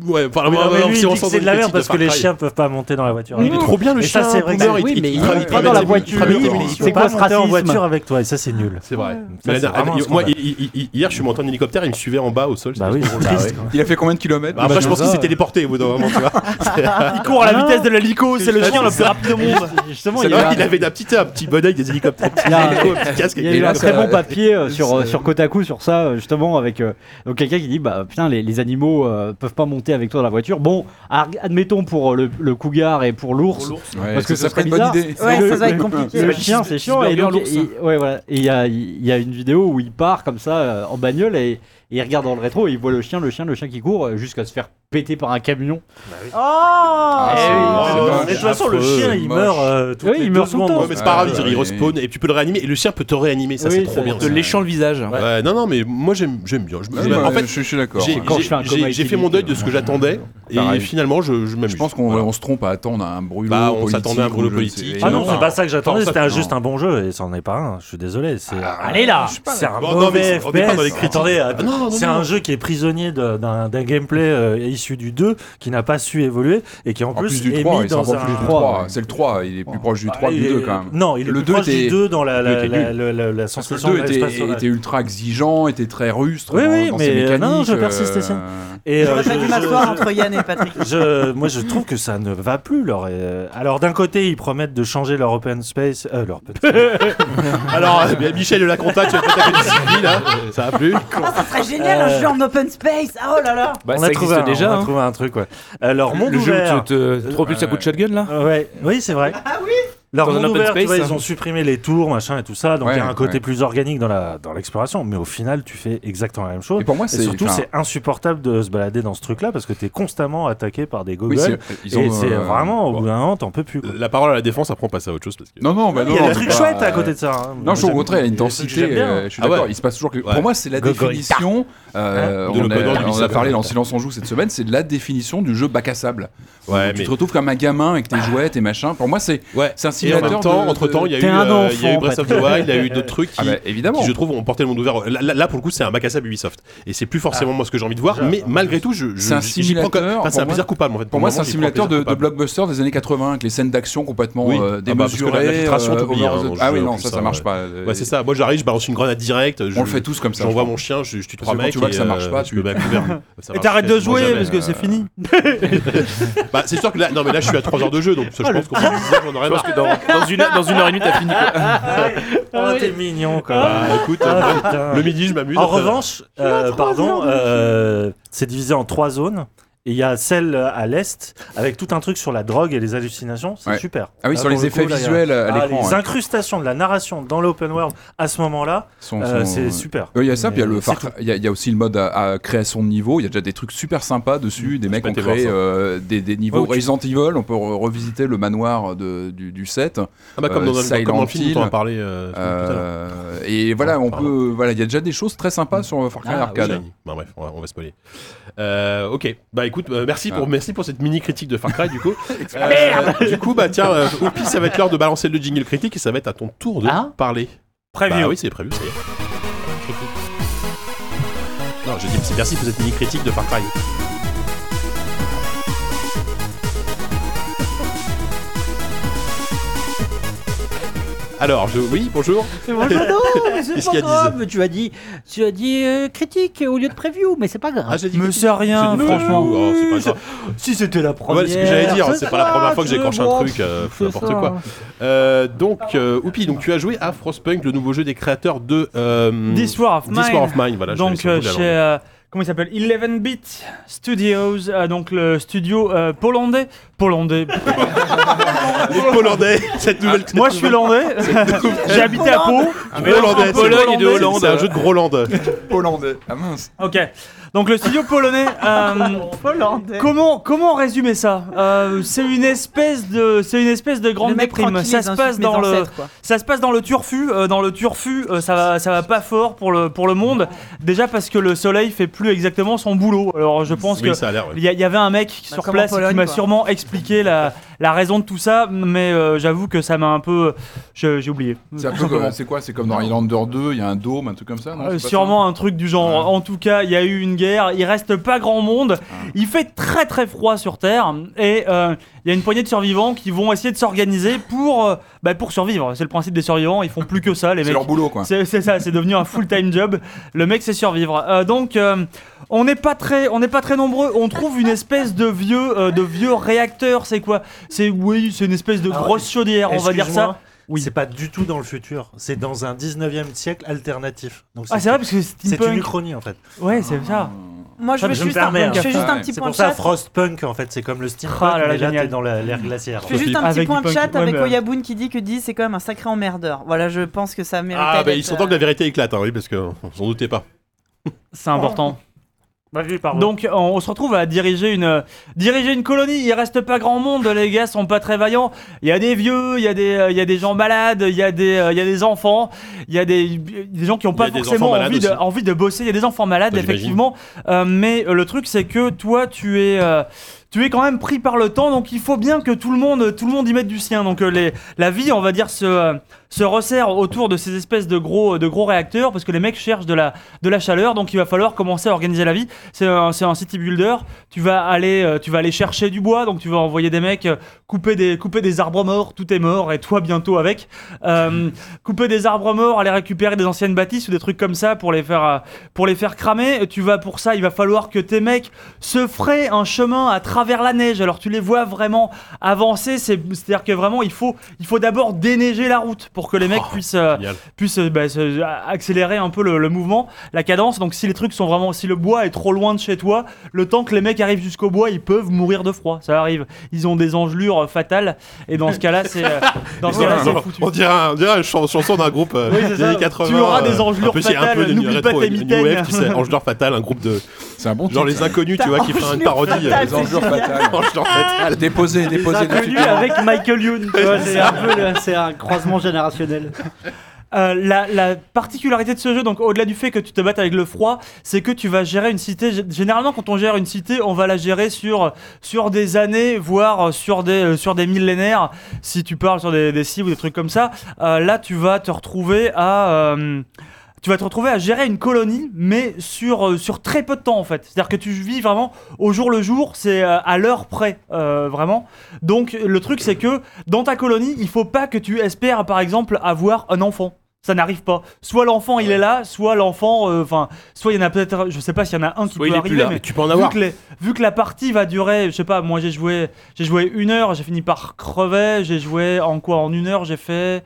Ouais, enfin,
Mais
ouais,
non, mais
ouais,
lui,
si
il
on
dit que
s'en
c'est
donne
de la
une
merde
petite
parce que les
Far Cry.
chiens peuvent pas monter dans la voiture.
Il est trop bien le
Et
chien.
ça, c'est vrai que
Boomer,
c'est-
il-
oui,
il
mais il
tra-
est
il
pas dans la
traverse- il
voiture.
traverse-
Oui,
il-
mais
il-
c'est
C'est
quoi
quoi
ce
monter en
racisme
voiture avec toi et ça c'est nul.
C'est vrai.
Ça,
Mais la
c'est
dernière-
vraiment un
moi,
scandale.
il- Ah, il- il- hier, je suis monté en hélicoptère, il me suivait en bas au sol.
Bah oui, c'est triste. quoi.
Il a fait combien de kilomètres
Bah, Après, je pense
ça,
qu'il s'est
euh.
téléporté au bout d'un moment, tu vois.
Il court à la vitesse de la lico, c'est le
Ah,
chien le
c'est
plus rapide au monde.
Justement,
C'est
il y
vrai
a,
qu'il avait un petit, un petit bonnet avec des hélicoptères, un petit
Il y a-
hélico, un petit casque.
il y a
Et
eu
là,
un
ça-
très
ça-
bon papier euh, sur, euh,
ça-
sur Kotaku sur ça, euh, justement, avec euh, donc quelqu'un qui dit Bah putain, les, les animaux euh, peuvent pas monter avec toi dans la voiture. Bon, ar- admettons pour euh, le, le cougar et pour l'ours. parce que ce
ça
serait
serait une bonne
bizarre.
idée.
Ouais,
le-
ça doit être
le-
compliqué. Oh
Le
ouais.
chien, c'est chiant. Et donc, il, ouais, voilà. Et il y a, il y a une vidéo où il part comme ça euh, en bagnole et, et il regarde dans le rétro et il voit le chien, le chien, le chien qui court euh, jusqu'à se faire péter par un camion.
Oh
Ah,
oui.
Mais de toute façon, le
affreux,
chien
c'est
il
moche.
meurt euh, toutes
Oui,
les
il
deux
meurt tout le
secondes.
temps.
Ouais, mais c'est pas grave,
Ah,
je veux dire, il
ouais.
respawn et tu peux le réanimer. Et le chien peut te réanimer, ça
Oui,
c'est trop
ça-
bien.
Te
ça.
léchant le visage.
Ouais, non, non, mais moi j'aime j'aime bien. Je-
Ouais,
je-
bah, ouais,
En fait,
je, je suis d'accord.
j'ai-
Quand je fais un euh,
j'ai-
coma
j'ai j'ai fait mon deuil de ce que j'attendais et
Pareil.
finalement je je m'amuse.
Je pense qu'on
Voilà.
on se trompe à attendre un brûlot
Bah, on
politique.
s'attendait à un brûlot
ou je ne sais-
politique.
Ah
Non,
non,
non.
c'est pas ça que j'attendais,
Non, ça,
c'était un-
non. Ah.
juste un bon jeu et c'en est pas un, je suis désolé. c'est-
Allez là
C'est un
Bon, non, mais
mauvais
on n'est pas dans les
FPS.
critiques. Ah,
Attendez, att-
non, non,
c'est
non.
un jeu qui est prisonnier de- d'un d'un gameplay euh, issu du 2 qui n'a pas su évoluer et qui en,
En plus du
est
3,
mis
il s'en
dans
rapproche
un... Ah,
plus du 3. C'est le 3, il est plus proche du 3 que
Il
du
est-
2 quand même.
Non, il est
Le
le
deux
plus proche
était-
du 2 dans la,
le deux
la,
était
la,
nul.
la, la, la
Parce que
sensation
le
de
2
l'espace
était,
sauvage.
était ultra exigeant, était très rustre
Oui,
dans,
oui,
dans
mais,
ses
euh,
mécaniques.
non, je persiste,
euh,
c'est ça. Et, euh,
J'aurais pas
je-
dû
je-
m'asseoir
je-
entre Yann et Patrick.
je, moi, je trouve que ça ne va plus. Leur, euh, alors, d'un côté, ils promettent de changer leur open space. euh, leur open space.
Alors, euh, bien, Michel de la compta, tu as fait ta petite là. Ça a plu.
Oh, ça serait génial
Euh.
un jeu en open space. Ah, oh là là.
Bah,
on
ça
a
existe
trouvé un,
déjà.
on a
hein.
trouvé un truc. Ouais. Euh, leur monde
Le jeu
ouvert.
où tu te te propulses à coup de shotgun là
Euh, Ouais, oui, c'est vrai. Leur
Dans un
monde
open
ouvert, tu
space,
vois,
hein.
ils ont supprimé les tours, machin et tout ça. Donc il
Ouais,
y a un côté
ouais.
plus organique dans la dans l'exploration, mais au final, tu fais exactement la même chose.
Et pour moi,
Et
c'est.
surtout,
enfin,
c'est insupportable de se balader dans ce truc-là parce que t'es constamment attaqué par des
oui,
gogoles.
c'est- ils
et
ont,
c'est
euh,
vraiment, au
bon.
bout d'un moment, t'en peux plus. quoi.
La parole à la défense, après on passe à autre chose parce que.
Non, non, bah non.
Il y a
non,
des trucs
c'est pas-
chouettes à côté de ça. hein.
Non, je suis au
Ça-
contraire, il y a une
des trucs que j'aime
intensité.
bien.
euh, Je suis
Ah
d'accord,
ouais.
il se passe toujours quelque
Ouais.
Pour moi, c'est la
Gogolita.
définition. euh,
Hein
on,
De l'open
a,
world
on a
Ubisoft.
parlé dans Silence on joue cette semaine, c'est de la définition du jeu bac à sable.
Ouais,
tu
mais.
te retrouves comme un gamin avec tes jouets, tes machins. Pour moi, c'est
Ouais.
c'est un
Et en
simulateur.
même
de-
temps,
de-
entre temps, il y a eu,
T'es un
euh, il y a eu
enfant,
Breath of the Wild, il y a eu d'autres trucs qui,
Ah bah, évidemment.
qui, je trouve, ont porté le monde ouvert. Là, là- là, pour le coup, c'est un bac à sable Ubisoft. Et c'est plus forcément moi ce que j'ai envie de voir,
Déjà,
mais
hein.
malgré tout, je. je-
C'est un
j'y prends comme-
simulateur,
enfin, c'est un
pour moi-
plaisir coupable en fait.
Pour moi, c'est un
le moment, j'y prends
simulateur de, de
plaisir coupable.
blockbuster des années 80, avec les scènes d'action complètement
Oui.
euh,
Ah bah, parce que la-
démesurées.
l'infiltration,
euh,
t'oublies, hein,
over the-
dans le
Ah
jeu,
oui,
en
non,
plus,
ça,
ça,
ça marche
ouais.
pas.
Ouais, c'est ça. Moi, j'arrive, je balance une grenade directe. je-
On le fait tous comme ça.
J'envoie
je
mon chien, je, je tue
Parce
trois
que quand
mecs.
tu vois
et,
que ça marche
euh,
pas,
je
tu-
me mets à couvert. Ça
Et
marche
t'arrêtes de
quasiment
jouer
jamais.
parce que c'est fini.
Bah, c'est sûr que là, non, mais là, je suis à 3 heures de jeu, donc ça, je pense qu'on j'en aurais marre.
dans, dans une, dans une heure et demie, t'as fini. quoi.
Ah, t'es mignon, quoi.
Bah, écoute,
Ah, putain.
le midi, je m'amuse.
En
après-
revanche, euh, pardon, euh, c'est divisé en trois zones. Et il y a celle euh, à l'est avec tout un truc sur la drogue et les hallucinations, c'est
Ouais.
super.
Ah oui,
Là,
sur
pour
les
le
effets
coup, là, il y a-
visuels à
Ah,
l'écran.
les
ouais.
incrustations de la narration dans l'open world à ce moment-là,
Sont-
euh,
sont-
c'est super.
Euh, Il y a ça,
Mais
puis il y a, le
c'est
Far-
tout.
il y a- il y a aussi le mode à, à création de niveau. Il y a déjà des trucs super sympas dessus. Des mecs
pas
ont
été voir
créé
ça.
euh, des, des niveaux
Ouais, tu-
Resident Evil. On peut re- revisiter le manoir de- du, du set.
Ah bah, comme dans, un- comme dans
euh, Silent
le film dont on a
Hill.
parlé euh, tout à l'heure.
Euh, et voilà, on
Pardon.
peut. Voilà, il y a déjà des choses très sympas sur Far Cry
Ah,
Arcade.
Shiny. Bah, bref, on va, on va spoiler. Euh, ok, bah écoute, euh, merci, pour,
Ah.
merci pour cette mini critique de Far Cry du coup. Ah, Merde Du coup, bah tiens, euh, au pire, ça va être l'heure de balancer le jingle critique et ça va être à ton tour de
Ah.
parler.
Preview.
Bah oui, c'est prévu, ça y est. Non, je dis c'est merci pour cette mini critique de Far Cry. Alors, je, oui, bonjour.
Bonjour, non, mais Ah c'est
Qu'est-ce
pas
qu'il y a,
grave. Tu as dit, tu as dit euh, critique au lieu de preview, mais c'est pas grave.
Ah, j'ai dit
Me sert rien,
J'ai dit
franchement.
bonjour. Oh, c'est pas grave.
si c'était la
Ah Ouais, c'est ce que j'allais dire, c'est pas la première fois que j'écorche un truc, euh,
c'est
n'importe
ça. hein.
quoi. Euh, donc, euh, Oupi, donc tu as joué à Frostpunk, le nouveau jeu des créateurs de euh,
This War of
This
Mine.
War of Mine. Voilà, je vais
donc
essayer de
euh,
la
chez
lancer.
euh, comment il s'appelle 11 Bit Studios, euh, donc le studio euh, polonais. Polonais.
Les Hollandais, cette nouvelle.
Moi je suis landais. J'ai habité à Pau.
Hollandais,
Hollandais,
c'est-
euh, Pologne et de Hollande. hein.
C'est un jeu de Groland.
Hollandais. Ah mince.
Ok. Donc le studio polonais. euh,
Hollandais.
Comment comment résumer ça Euh, C'est une espèce de c'est une espèce de grande
Le mec
déprime.
tranquille,
Ça
les
se
insultes,
passe
mes
dans le
ancêtres, quoi.
ça se passe dans le turfu. euh, dans le turfu, euh, ça va ça va pas fort pour le pour le monde. Déjà parce que le soleil fait plus exactement son boulot. Alors je pense que
Oui, ça a l'air. ouais.
il y, a- il y avait un mec
Bah,
sur
comme en
place qui
Pologne,
m'a
quoi.
sûrement expliqué la, la raison de tout ça, mais euh, j'avoue que ça m'a un peu. je- J'ai oublié.
C'est un peu
Tout simplement.
comme- c'est quoi C'est comme dans Highlander 2, il y a un dôme, un truc comme ça hein non
Euh,
C'est pas
sûrement un truc du genre. En tout cas, il y a eu une guerre. Il reste pas grand monde. Il fait très très froid sur Terre et euh, il y a une poignée de survivants qui vont essayer de s'organiser pour euh, bah, pour survivre. C'est le principe des survivants. Ils font plus que ça,
ça
les
C'est
mecs.
leur boulot quoi.
C'est c'est ça, c'est devenu un full-time job. Le mec, c'est survivre. Euh, donc, euh, on n'est pas très, on n'est pas très nombreux. On trouve une espèce de vieux, euh, de vieux réacteur. C'est quoi C'est oui, c'est une espèce de
Alors,
grosse chaudière. On va dire ça.
Excuse-moi, C'est pas du tout dans le futur, c'est dans un 19e siècle alternatif. Donc
Ah, c'est vrai parce que c'est
c'est une
steampunk.
uchronie en fait.
Ouais, c'est ça.
Moi, je
Ah,
veux
je me
juste un
permets, hein.
je fais juste un
Ouais,
petit
C'est
point
pour
de
ça
chat.
Frostpunk en fait, c'est comme le steampunk,
Ah là là,
mais là
génial.
t'es dans la- l'ère glaciaire.
Je fais juste un
Avec
petit
du
point de
punk,
chat
ouais,
avec
mais-
Oyabun qui dit que 10 c'est quand même un sacré emmerdeur. Voilà, je pense que ça mérite.
Ah, bah ils sont temps que la vérité éclate, hein, oui, parce qu'on s'en doutait pas.
C'est important. Donc on, on se retrouve à diriger une euh, diriger une colonie. Il reste pas grand monde. Les gars sont pas très vaillants. Il y a des vieux, il y a des euh, il y a des gens malades, il y a des euh, il y a des enfants, il y a des, des gens qui ont
Il y
pas
a des
forcément
enfants malades
envie de,
aussi.
euh, envie de bosser. Il y a des enfants malades
Bah, j'imagine.
effectivement. Euh, mais euh, le truc c'est que toi tu es euh, tu es quand même pris par le temps, donc il faut bien que tout le monde, tout le monde y mette du sien. Donc euh, les, la vie, on va dire, se, euh, se resserre autour de ces espèces de gros, de gros réacteurs, parce que les mecs cherchent de la, de la chaleur, donc il va falloir commencer à organiser la vie. C'est un, c'est un city builder, tu vas, aller, euh, tu vas aller chercher du bois, donc tu vas envoyer des mecs euh, couper des, couper des arbres morts, tout est mort, et toi bientôt avec. Euh, couper des arbres morts, aller récupérer des anciennes bâtisses ou des trucs comme ça pour les faire, euh, pour les faire cramer. Tu vas pour ça, il va falloir que tes mecs se fraient un chemin à travers la neige. Alors tu les vois vraiment avancer, c'est- c'est-à-dire que vraiment il faut, il faut d'abord déneiger la route pour que les mecs puissent, euh,
Génial.
puisse euh, bah, se- a- accélérer un peu le, le mouvement, la cadence. Donc si les trucs sont vraiment, si le bois est trop loin de chez toi, le temps que les mecs arrivent jusqu'au bois, ils peuvent mourir de froid. Ça arrive. Ils ont des engelures euh, fatales et dans ce cas-là, c'est euh, dans ce cas-là, c'est foutu.
On dirait, un- on dirait une chan- chanson d'un groupe euh,
Oui, c'est
des années
ça.
80.
Tu auras des
euh,
engelures
un peu, c'est un
fatales,
peu les
n'oublie
new
pas
rétro,
tes
new
mitaines.
wave, tu sais, Angelure Fatale, un groupe de.
C'est un bon
Genre les
titre.
inconnus, tu vois, qui feraient une parodie. euh,
Les enjeux fatales.
Angelure Fatale.
Déposer, déposer.
Inconnu avec Michael Youn. tu vois, c'est un peu le-
C'est un croisement générationnel.
Euh, la, la particularité de ce jeu, donc au-delà du fait que tu te battes avec le froid, c'est que tu vas gérer une cité. G- Généralement, quand on gère une cité, on va la gérer sur, sur des années, voire sur des, euh, sur des millénaires. Si tu parles sur des, des cibles ou des trucs comme ça, Euh, là, tu vas te retrouver à. euh, tu vas te retrouver à gérer une colonie, mais sur, euh, sur très peu de temps en fait. C'est-à-dire que tu vis vraiment au jour le jour, c'est euh, à l'heure près, euh, vraiment. Donc le truc c'est que dans ta colonie, il faut pas que tu espères par exemple avoir un enfant. Ça n'arrive pas. Soit l'enfant il est là, soit l'enfant, euh, enfin, soit il y en a peut-être, je sais pas s'il y en a un qui
Soit
peut
il est plus
arriver,
là,
mais
mais
Tu peux en
vu
avoir.
que, les- vu que la partie va durer, je sais pas, moi j'ai joué, j'ai joué une heure, j'ai fini par crever, j'ai joué en quoi En une heure, j'ai fait.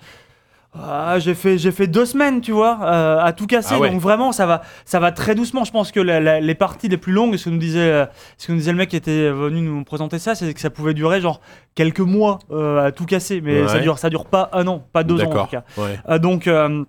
Ah, j'ai fait j'ai fait deux semaines tu vois euh, à tout casser
Ah ouais.
donc vraiment ça va ça va très doucement je pense que la- la- les parties les plus longues ce que nous disait euh, ce que nous disait le mec qui était venu nous présenter ça c'est que ça pouvait durer genre quelques mois euh, à tout casser mais ça
Ouais.
dure ça dure pas un an pas deux ans en tout
D'accord.
cas
Ouais.
euh, donc euh,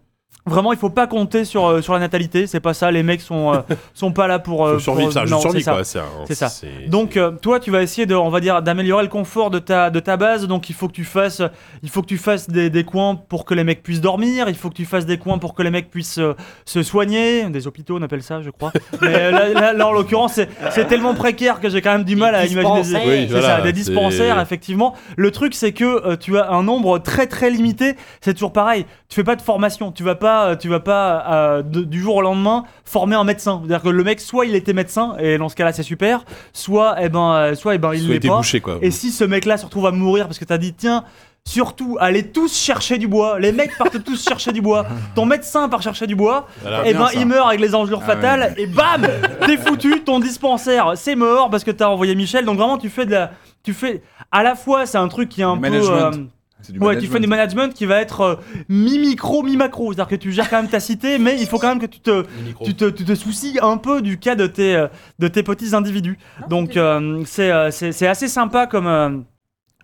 vraiment, il faut pas compter sur, euh, sur la natalité. C'est pas ça. Les mecs sont, euh, sont pas là pour. euh,
Faut survivre,
pour-
ça, je
non,
survie
c'est ça.
quoi. C'est un-
C'est ça.
c'est-
Donc euh, toi tu vas essayer de on va dire d'améliorer le confort de ta de ta base donc il faut que tu fasses il faut que tu fasses des, des coins pour que les mecs puissent dormir, il faut que tu fasses des coins pour que les mecs puissent euh, se soigner, des hôpitaux on appelle ça je crois. Mais euh, là, là- là, en l'occurrence c'est- c'est tellement précaire que j'ai quand même du mal à imaginer des,
Oui,
c'est
voilà,
ça, des
c'est-
dispensaires effectivement. Le truc c'est que euh, tu as un nombre très très limité, c'est toujours pareil, tu fais pas de formation, tu vas pas tu vas pas euh, de- du jour au lendemain former un médecin. C'est-à-dire que le mec soit il était médecin et dans ce cas-là c'est super, soit eh ben euh, soit eh ben il
Soit
l'est pas
débouché quoi.
et si ce mec là se retrouve à mourir parce que t'as dit tiens Surtout, allez tous chercher du bois. Les mecs partent tous chercher du bois. Ton médecin part chercher du bois.
Voilà,
et
Ah, bien,
ben,
ça.
il meurt avec les engelures
Ah
fatales. Et bam T'es foutu. Ton dispensaire, c'est mort parce que t'as envoyé Michel. Donc vraiment, tu fais de la. Tu fais. À la fois, c'est un truc qui est un
Du
peu.
management.
euh,
C'est du
Ouais, tu fais du
management.
management qui va être euh, mi-micro, mi-macro. C'est-à-dire que tu gères quand même ta cité, mais il faut quand même que tu te, tu te, tu te soucies un peu du cas de tes, euh, de tes petits individus. Donc, euh, c'est euh, c'est c'est assez sympa comme. euh,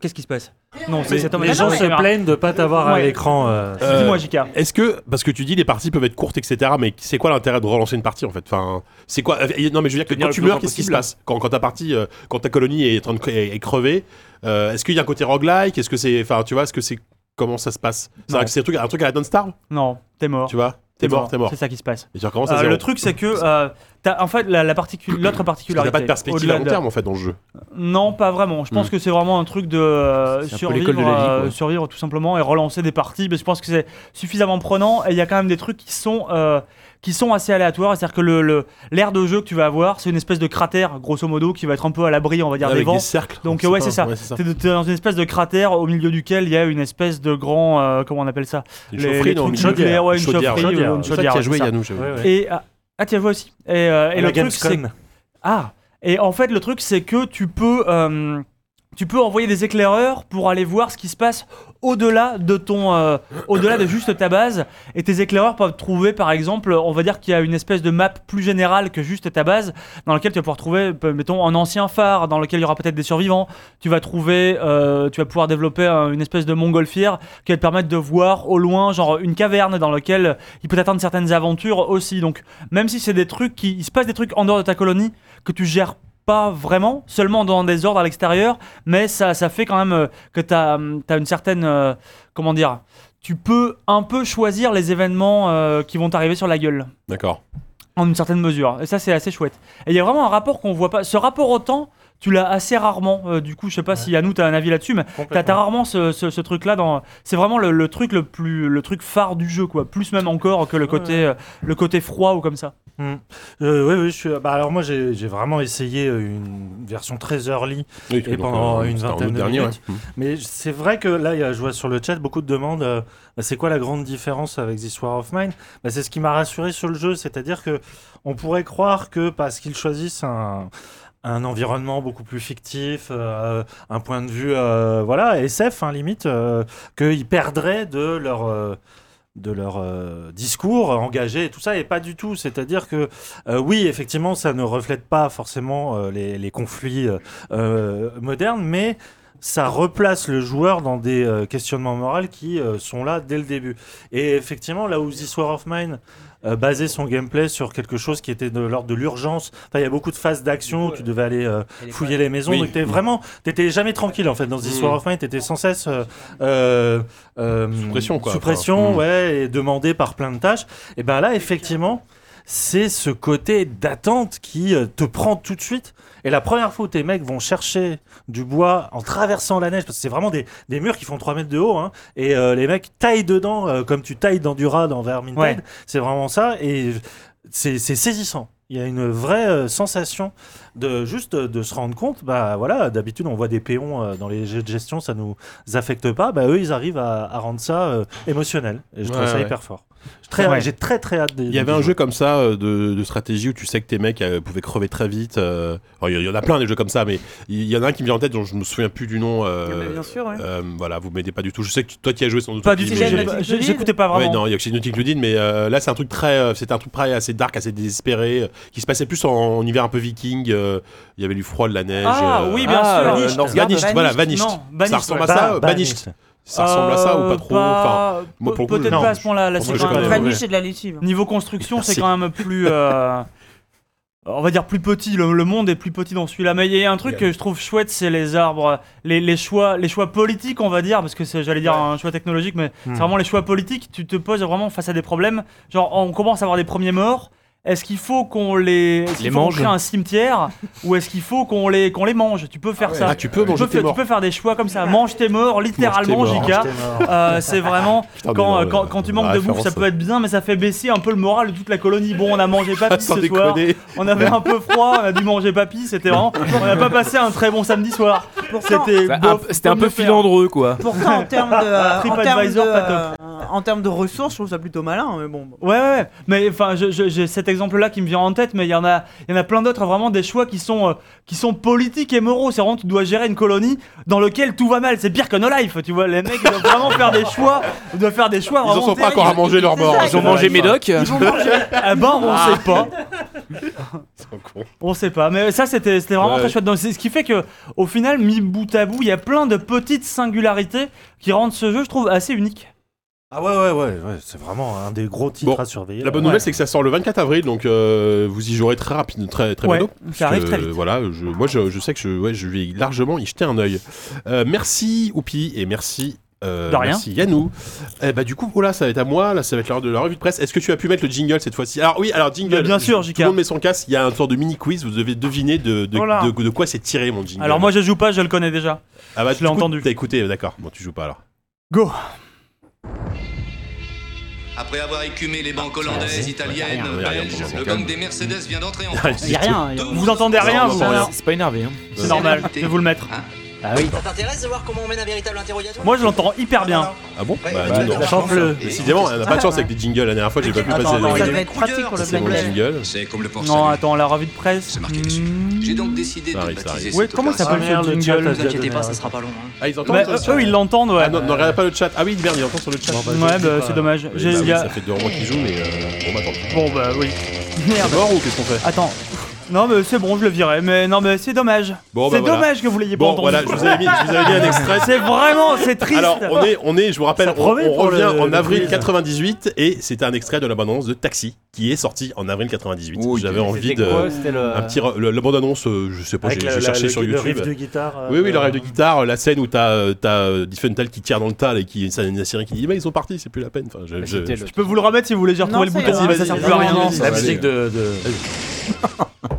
Qu'est-ce qui se passe Non, c'est
Mais
cet homme
les gens se plaignent de pas t'avoir à
Ouais.
l'écran. euh,
Euh,
Dis-moi, Jika.
Est-ce que, parce que tu dis les parties peuvent être courtes, etc., mais c'est quoi l'intérêt de relancer une partie en fait enfin, c'est quoi euh, Non, mais je veux dire que
Tenir
quand
le
tu
plus
meurs,
longtemps
qu'est-ce qui se
possible.
passe quand, quand ta partie, euh, quand ta colonie est en train de cre- est est crevée, euh, est-ce qu'il y a un côté roguelike Est-ce que c'est, enfin, tu vois, est-ce que c'est comment ça se passe C'est un,
Non.
c'est un truc, un truc à la Don't Starve,
Non, t'es mort.
tu vois T'es mort, t'es mort.
C'est ça qui se passe.
Et tu recommences à
Euh,
zéro.
le truc, c'est que. euh, t'as- en fait, la, la particu- l'autre
Parce que
particularité.
t'as pas de perspective
au-delà
à long
de-
terme en fait dans le jeu.
Non, pas vraiment. Je pense que c'est vraiment un truc de euh,
C'est un peu
survivre,
l'école de la vie,
euh,
quoi.
survivre tout simplement et relancer des parties. Mais je pense que c'est suffisamment prenant. Et il y a quand même des trucs qui sont euh, qui sont assez aléatoires. C'est-à-dire que le- le l'aire de jeu que tu vas avoir, c'est une espèce de cratère, grosso modo, qui va être un peu à l'abri, on va dire, des
Ah, Avec
vents.
des cercles.
Donc, ouais,
pas-
c'est ça.
ouais, c'est ça.
T'es t'es dans une espèce de cratère au milieu duquel il y a une espèce de grand euh, comment on appelle ça
Une
Les- les
chaufferie, non,
trucs
au milieu.
nucléaires, ouais, une
Chaudière,
chaufferie,
chaudière.
ou une
C'est ça
chaudière,
qui a joué
c'est ça.
Yannou, j'avoue.
ouais, ouais.
Et ah, ah, tiens, vois aussi. Et, euh, et
À
le
la
truc c'est
Gamescom.
Ah Et en fait, le truc, c'est que tu peux, euh, tu peux envoyer des éclaireurs pour aller voir ce qui se passe au-delà de ton, euh, au-delà de juste ta base. Et tes éclaireurs peuvent trouver, par exemple, on va dire qu'il y a une espèce de map plus générale que juste ta base, dans laquelle tu vas pouvoir trouver, peu- mettons, un ancien phare dans lequel il y aura peut-être des survivants. Tu vas trouver, euh, tu vas pouvoir développer euh, une espèce de montgolfière qui va te permettre de voir au loin, genre une caverne dans laquelle il peut t'attendre certaines aventures aussi. Donc, même si c'est des trucs qui, il se passe des trucs en dehors de ta colonie que tu gères pas vraiment, seulement dans des ordres à l'extérieur, mais ça, ça fait quand même euh, que tu as, une certaine. euh, comment dire Tu peux un peu choisir les événements euh, qui vont t'arriver sur la gueule,
D'accord.
en une certaine mesure. Et ça, c'est assez chouette. Et il y a vraiment un rapport qu'on voit pas. Ce rapport au temps, tu l'as assez rarement. Euh, du coup, je sais pas si Yannou, tu as un avis là-dessus, mais t'as t'as
complètement.
rarement ce, ce- ce truc-là dans. C'est vraiment le, le truc le plus, le truc phare du jeu, quoi. Plus même encore que le côté, euh, le côté froid ou comme ça.
Mm. Euh, oui, oui, je suis. Bah, alors moi, j'ai j'ai vraiment essayé euh, une version très early,
Oui,
Et
donc,
pendant
euh,
une
c'était en août
vingtaine de
dernier,
minutes.
ouais.
mais j- c'est vrai que là, il y a- je vois sur le chat beaucoup de demandes. euh, bah, c'est quoi la grande différence avec This War of Mine Bah, C'est ce qui m'a rassuré sur le jeu, c'est-à-dire que on pourrait croire que parce qu'ils choisissent un un environnement beaucoup plus fictif, euh, un point de vue, euh, voilà, SF, hein, limite, euh, qu'ils perdraient de leur, euh, de leur euh, discours engagé et tout ça, et pas du tout. C'est-à-dire que, euh, oui, effectivement, ça ne reflète pas forcément euh, les, les conflits euh, euh, modernes, mais ça replace le joueur dans des euh, questionnements moraux qui euh, sont là dès le début. Et effectivement, là où This War of Mine euh, basait son gameplay sur quelque chose qui était de l'ordre de l'urgence, enfin, il y a beaucoup de phases d'action où tu devais aller euh, fouiller les maisons,
Oui.
donc t'es vraiment, t'étais jamais tranquille en fait dans This
Mm.
War of Mine, t'étais sans cesse euh, euh, euh,
Sous pression, quoi.
sous
Enfin,
pression,
mm.
ouais, et demandé par plein de tâches. Et ben là, effectivement, c'est ce côté d'attente qui euh, te prend tout de suite. Et la première fois où tes mecs vont chercher du bois en traversant la neige, parce que c'est vraiment des, des murs qui font 3 mètres de haut, hein, et euh, les mecs taillent dedans euh, comme tu tailles dans du rat dans Vermintide.
Ouais.
C'est vraiment ça, et c'est c'est saisissant. Il y a une vraie euh, sensation de juste euh, de se rendre compte. Bah voilà, d'habitude on voit des péons euh, dans les jeux de gestion, ça nous affecte pas. Bah eux, ils arrivent à, à rendre ça euh, émotionnel. Et je trouve
Ouais,
ça
ouais.
hyper fort. J'ai très-
Ouais.
J'ai très très hâte. de-
Il y
de
avait un
jouer.
jeu comme ça euh, de, de stratégie où tu sais que tes mecs euh, pouvaient crever très vite. euh. Alors, Il y, il y en a plein des jeux comme ça, mais il y en a un qui me vient en tête dont je me souviens plus du nom. euh,
Ah bah, bien sûr, ouais.
euh, voilà, vous m'aidez pas du tout. Je sais que tu- toi tu y as joué sans doute.
Pas du
Sophie,
tout.
mais-
j'ai-
j'ai-
Naughty
j'ai-
Dog.
J'écoutais pas
Ouais,
vraiment.
non, il y a que chez Naughty Ludin, mais euh, là c'est un truc très, euh, c'était un truc pareil, assez dark, assez désespéré, euh, qui se passait plus en, en hiver un peu viking. euh, il y avait du froid, de la neige.
Ah
euh,
oui, bien
Ah,
sûr.
euh,
Vanished,
Northgard.
Vanished, voilà, Vanished.
Non, Vanished,
ça ressemble
ouais.
à ça,
Bah,
euh, Vanished. Ça ressemble à ça ou pas trop Enfin,
pas-
moi, pour le coup,
Peut-être
non.
pas à ce point-là. hein, Là,
Pour
c'est
moi, j'ai
quand
pas
même-
trouvé.
Vanish, c'est de la lessive.
Niveau construction,
Merci.
c'est quand même plus. euh, On va dire plus petit, le, le monde est plus petit dans celui-là. Mais il y a un truc que je trouve chouette, c'est les arbres, les, les choix, les choix politiques, on va dire, parce que c'est- j'allais dire un choix technologique, mais c'est vraiment les choix politiques. Tu te poses vraiment face à des problèmes. Genre, on commence à avoir des premiers morts, Est-ce qu'il faut qu'on les, est-ce qu'il
Les
faut qu'on
mange.
crée un cimetière ou est-ce qu'il faut qu'on les qu'on les mange Tu peux faire
Ah ouais.
ça.
Ah, tu peux
tu, peux
manger tes
faire, tu
morts.
peux faire des choix comme ça. Mange tes morts, littéralement,
morts.
Jika.
J'étais mort.
Euh, c'est vraiment
Putain, mais
quand,
non,
euh,
mais
quand, quand tu manques
la
de bouffe, ça
référence,
peut être bien, mais ça fait baisser un peu le moral de toute la colonie. Bon, on a mangé papy
Sans
ce soir,
déconner.
on avait un peu froid, on a dû manger papy, c'était vraiment. On n'a pas passé un très bon samedi soir.
Pourtant,
C'était
Bah,
bof,
un- C'était un
comme
peu
le faire.
filandreux, quoi.
pourtant, en termes de, euh, en termes de,
TripAdvisor, pas
euh, en termes de ressources, je trouve ça plutôt malin. Mais bon,
Ouais, ouais, ouais. mais enfin, je- je- j'ai cet exemple-là qui me vient en tête, mais il y en a, il y en a plein d'autres, vraiment des choix qui sont, euh, qui sont politiques et moraux. C'est vraiment, tu dois gérer une colonie dans laquelle tout va mal. C'est pire que No Life, tu vois. Les mecs ils doivent vraiment faire des choix, ils doivent faire des choix.
Ils en
vraiment
sont pas encore à manger leurs morts.
Ils
Ils ont mangé Médoc.
Eh ben, on
Ah.
sait pas. on sait pas. Mais ça, c'était c'était vraiment
Ouais.
très chouette. Donc, c'est ce qui fait que, au final, mis bout à bout, il y a plein de petites singularités qui rendent ce jeu, je trouve, assez unique.
Ah ouais, ouais, ouais, ouais, c'est vraiment un des gros titres
Bon,
à surveiller.
La bonne
Ouais.
nouvelle, c'est que ça sort le 24 avril, donc euh, vous y jouerez très rapide, très très
Ouais,
bientôt.
ça
Parce
arrive
que,
très vite.
Voilà, je, moi je, je sais que je, ouais, je vais largement y jeter un œil. Euh, merci Oupi et merci. Euh,
De rien.
Merci Yannou. Eh bah du coup, voilà, ça va être à moi. Là, ça va être l'heure de la revue de presse. Est-ce que tu as pu mettre le jingle cette fois-ci Alors oui, alors jingle.
Mais bien sûr, JK.
Tout le monde met son casque. Il y a un sort de mini quiz. Vous devez deviner de de,
Oh là.
de- de quoi c'est tiré mon jingle.
Alors, moi, je joue pas, je le connais déjà.
ah bah,
je l'ai
du coup,
entendu.
T'as écouté, d'accord. Bon, tu joues pas alors.
Go!
Après avoir écumé les
Bah,
banques hollandaises, italiennes,
rien,
belges,
rien,
le
rien.
gang des Mercedes vient d'entrer en
Allez,
France.
c'est
Il y a rien. y a-
Tout
Vous entendez rien,
Non, on
vous
entend rien.
C'est pas énervé. hein.
C'est normal, je
réalité.
vais vous le mettre.
Hein,
Ah oui.
Ça t'intéresse de voir comment on mène un véritable interrogatoire
Moi, je l'entends hyper bien.
Ah bon
Ouais,
Bah,
ouais,
dis donc.
ouais.
Chante-le.
Décidément, on n'a pas de chance avec les jingles. La dernière fois, j'ai pas pu
Attends,
passer.
attends,
les-
ça devait être pratique pour le
C'est mon
Black Belt.
jingle.
C'est comme le port
Non,
salut.
attends, la revue de presse. Hmm.
C'est marqué dessus. J'ai donc décidé
Ça
de
arrive, ça
baptiser
arrive.
cette
Ouais, comment
opération
Ah
ça s'appelle
merde,
le
le
jingle
chat,
Ne vous inquiétez pas, ça sera pas long. hein.
Ah, ils entendent
Bah,
ça
eux,
aussi
eux, ils l'entendent, ouais.
Ah non, ne regarde pas le chat. Ah oui, merde, il entend sur le chat.
ouais, bah, c'est dommage.
Oui,
J'ai-
bah oui,
il y a-
Ça fait deux mois qu'il joue, mais euh, bon, bah tant pis.
Bon, bah oui.
C'est mort ou qu'est-ce qu'on fait
Attends. Non, mais c'est bon, je le virai. Mais non, mais c'est dommage.
Bon, bah
c'est
voilà.
dommage que vous l'ayez pas
Bon,
entendu.
voilà, je vous avais mis, je vous avais mis un extrait.
C'est vraiment, c'est triste.
Alors, on est, on est, je vous rappelle,
Ça
on,
promet
on
pour
revient
le-
en
le
avril
quiz.
98 et c'était un extrait de la bande-annonce de Taxi qui est sorti en avril 98.
Oh,
J'avais
c'était
envie
C'était
de.
quoi C'était le.
Un petit. re- le- La bande-annonce, euh, je sais pas, j'ai
Avec la-
j'ai
la-
cherché
le-
sur
Le
YouTube.
riff de guitare. euh,
Oui, oui, le
euh,
rêve de guitare, la scène où t'as euh, t'as, euh, Diffenthal qui tire dans le tal et qui c'est un Assyrien qui dit bah ils sont partis, c'est plus la peine. Enfin, je, je-
C'était le.
Je peux vous le remettre si vous voulez, j'ai retrouvé
Non,
le
ça
bouton.
ira,
mais
ça
ça sert
ira.
plus à rien.
Non,
La
Allez.
musique de. de...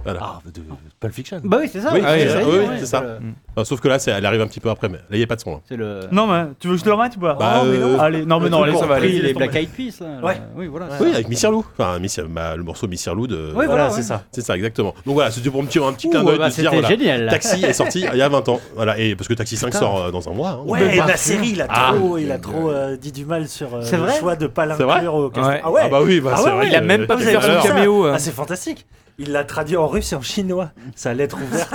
Voilà.
Ah, de Pulp Fiction.
Bah oui, c'est Mm. ça.
Oui,
ouais,
c'est
ouais,
ça,
ouais,
oui,
ouais,
c'est ça.
le-
Enfin, sauf que là, c'est- elle arrive un petit peu après, mais là il y a pas de son. hein. là.
C'est le.
Non, mais tu veux que je te le remette ou pas
Bah,
Oh, mais non.
euh,
Allez, non, mais
le
non,
truc
allez,
qu'on
ça va
reprit,
aller.
les
laisse tomber.
Black Eyed Peas là.
Ouais.
Oui, voilà.
Ouais.
c'est-
Oui, avec Missirlou. Enfin, Miss Yarlou, bah, le morceau Missirlou de.
Oui,
Voilà,
voilà, ouais.
c'est ça.
C'est ça, exactement. Donc voilà, c'était pour me tirer un petit clin
Ouh,
d'œil
bah,
de se dire,
C'était
voilà,
génial.
Taxi est sorti il y a 20 ans. Voilà, et parce que Taxi 5 sort euh, dans un mois. hein.
Ouais, la série, il a
Ah.
trop, il a trop euh, dit du mal sur euh,
C'est
le
vrai
choix de pas
C'est vrai
l'inclure au casting.
Ouais.
Ah ouais,
Ah bah oui, bah,
Ah
c'est
ouais,
vrai.
ouais,
Il a
que-
même pas
vous
pu
avez
faire
vu
son
ça
caméo. euh.
Ah, c'est fantastique. Il l'a traduit en russe et en chinois. Sa lettre ouverte.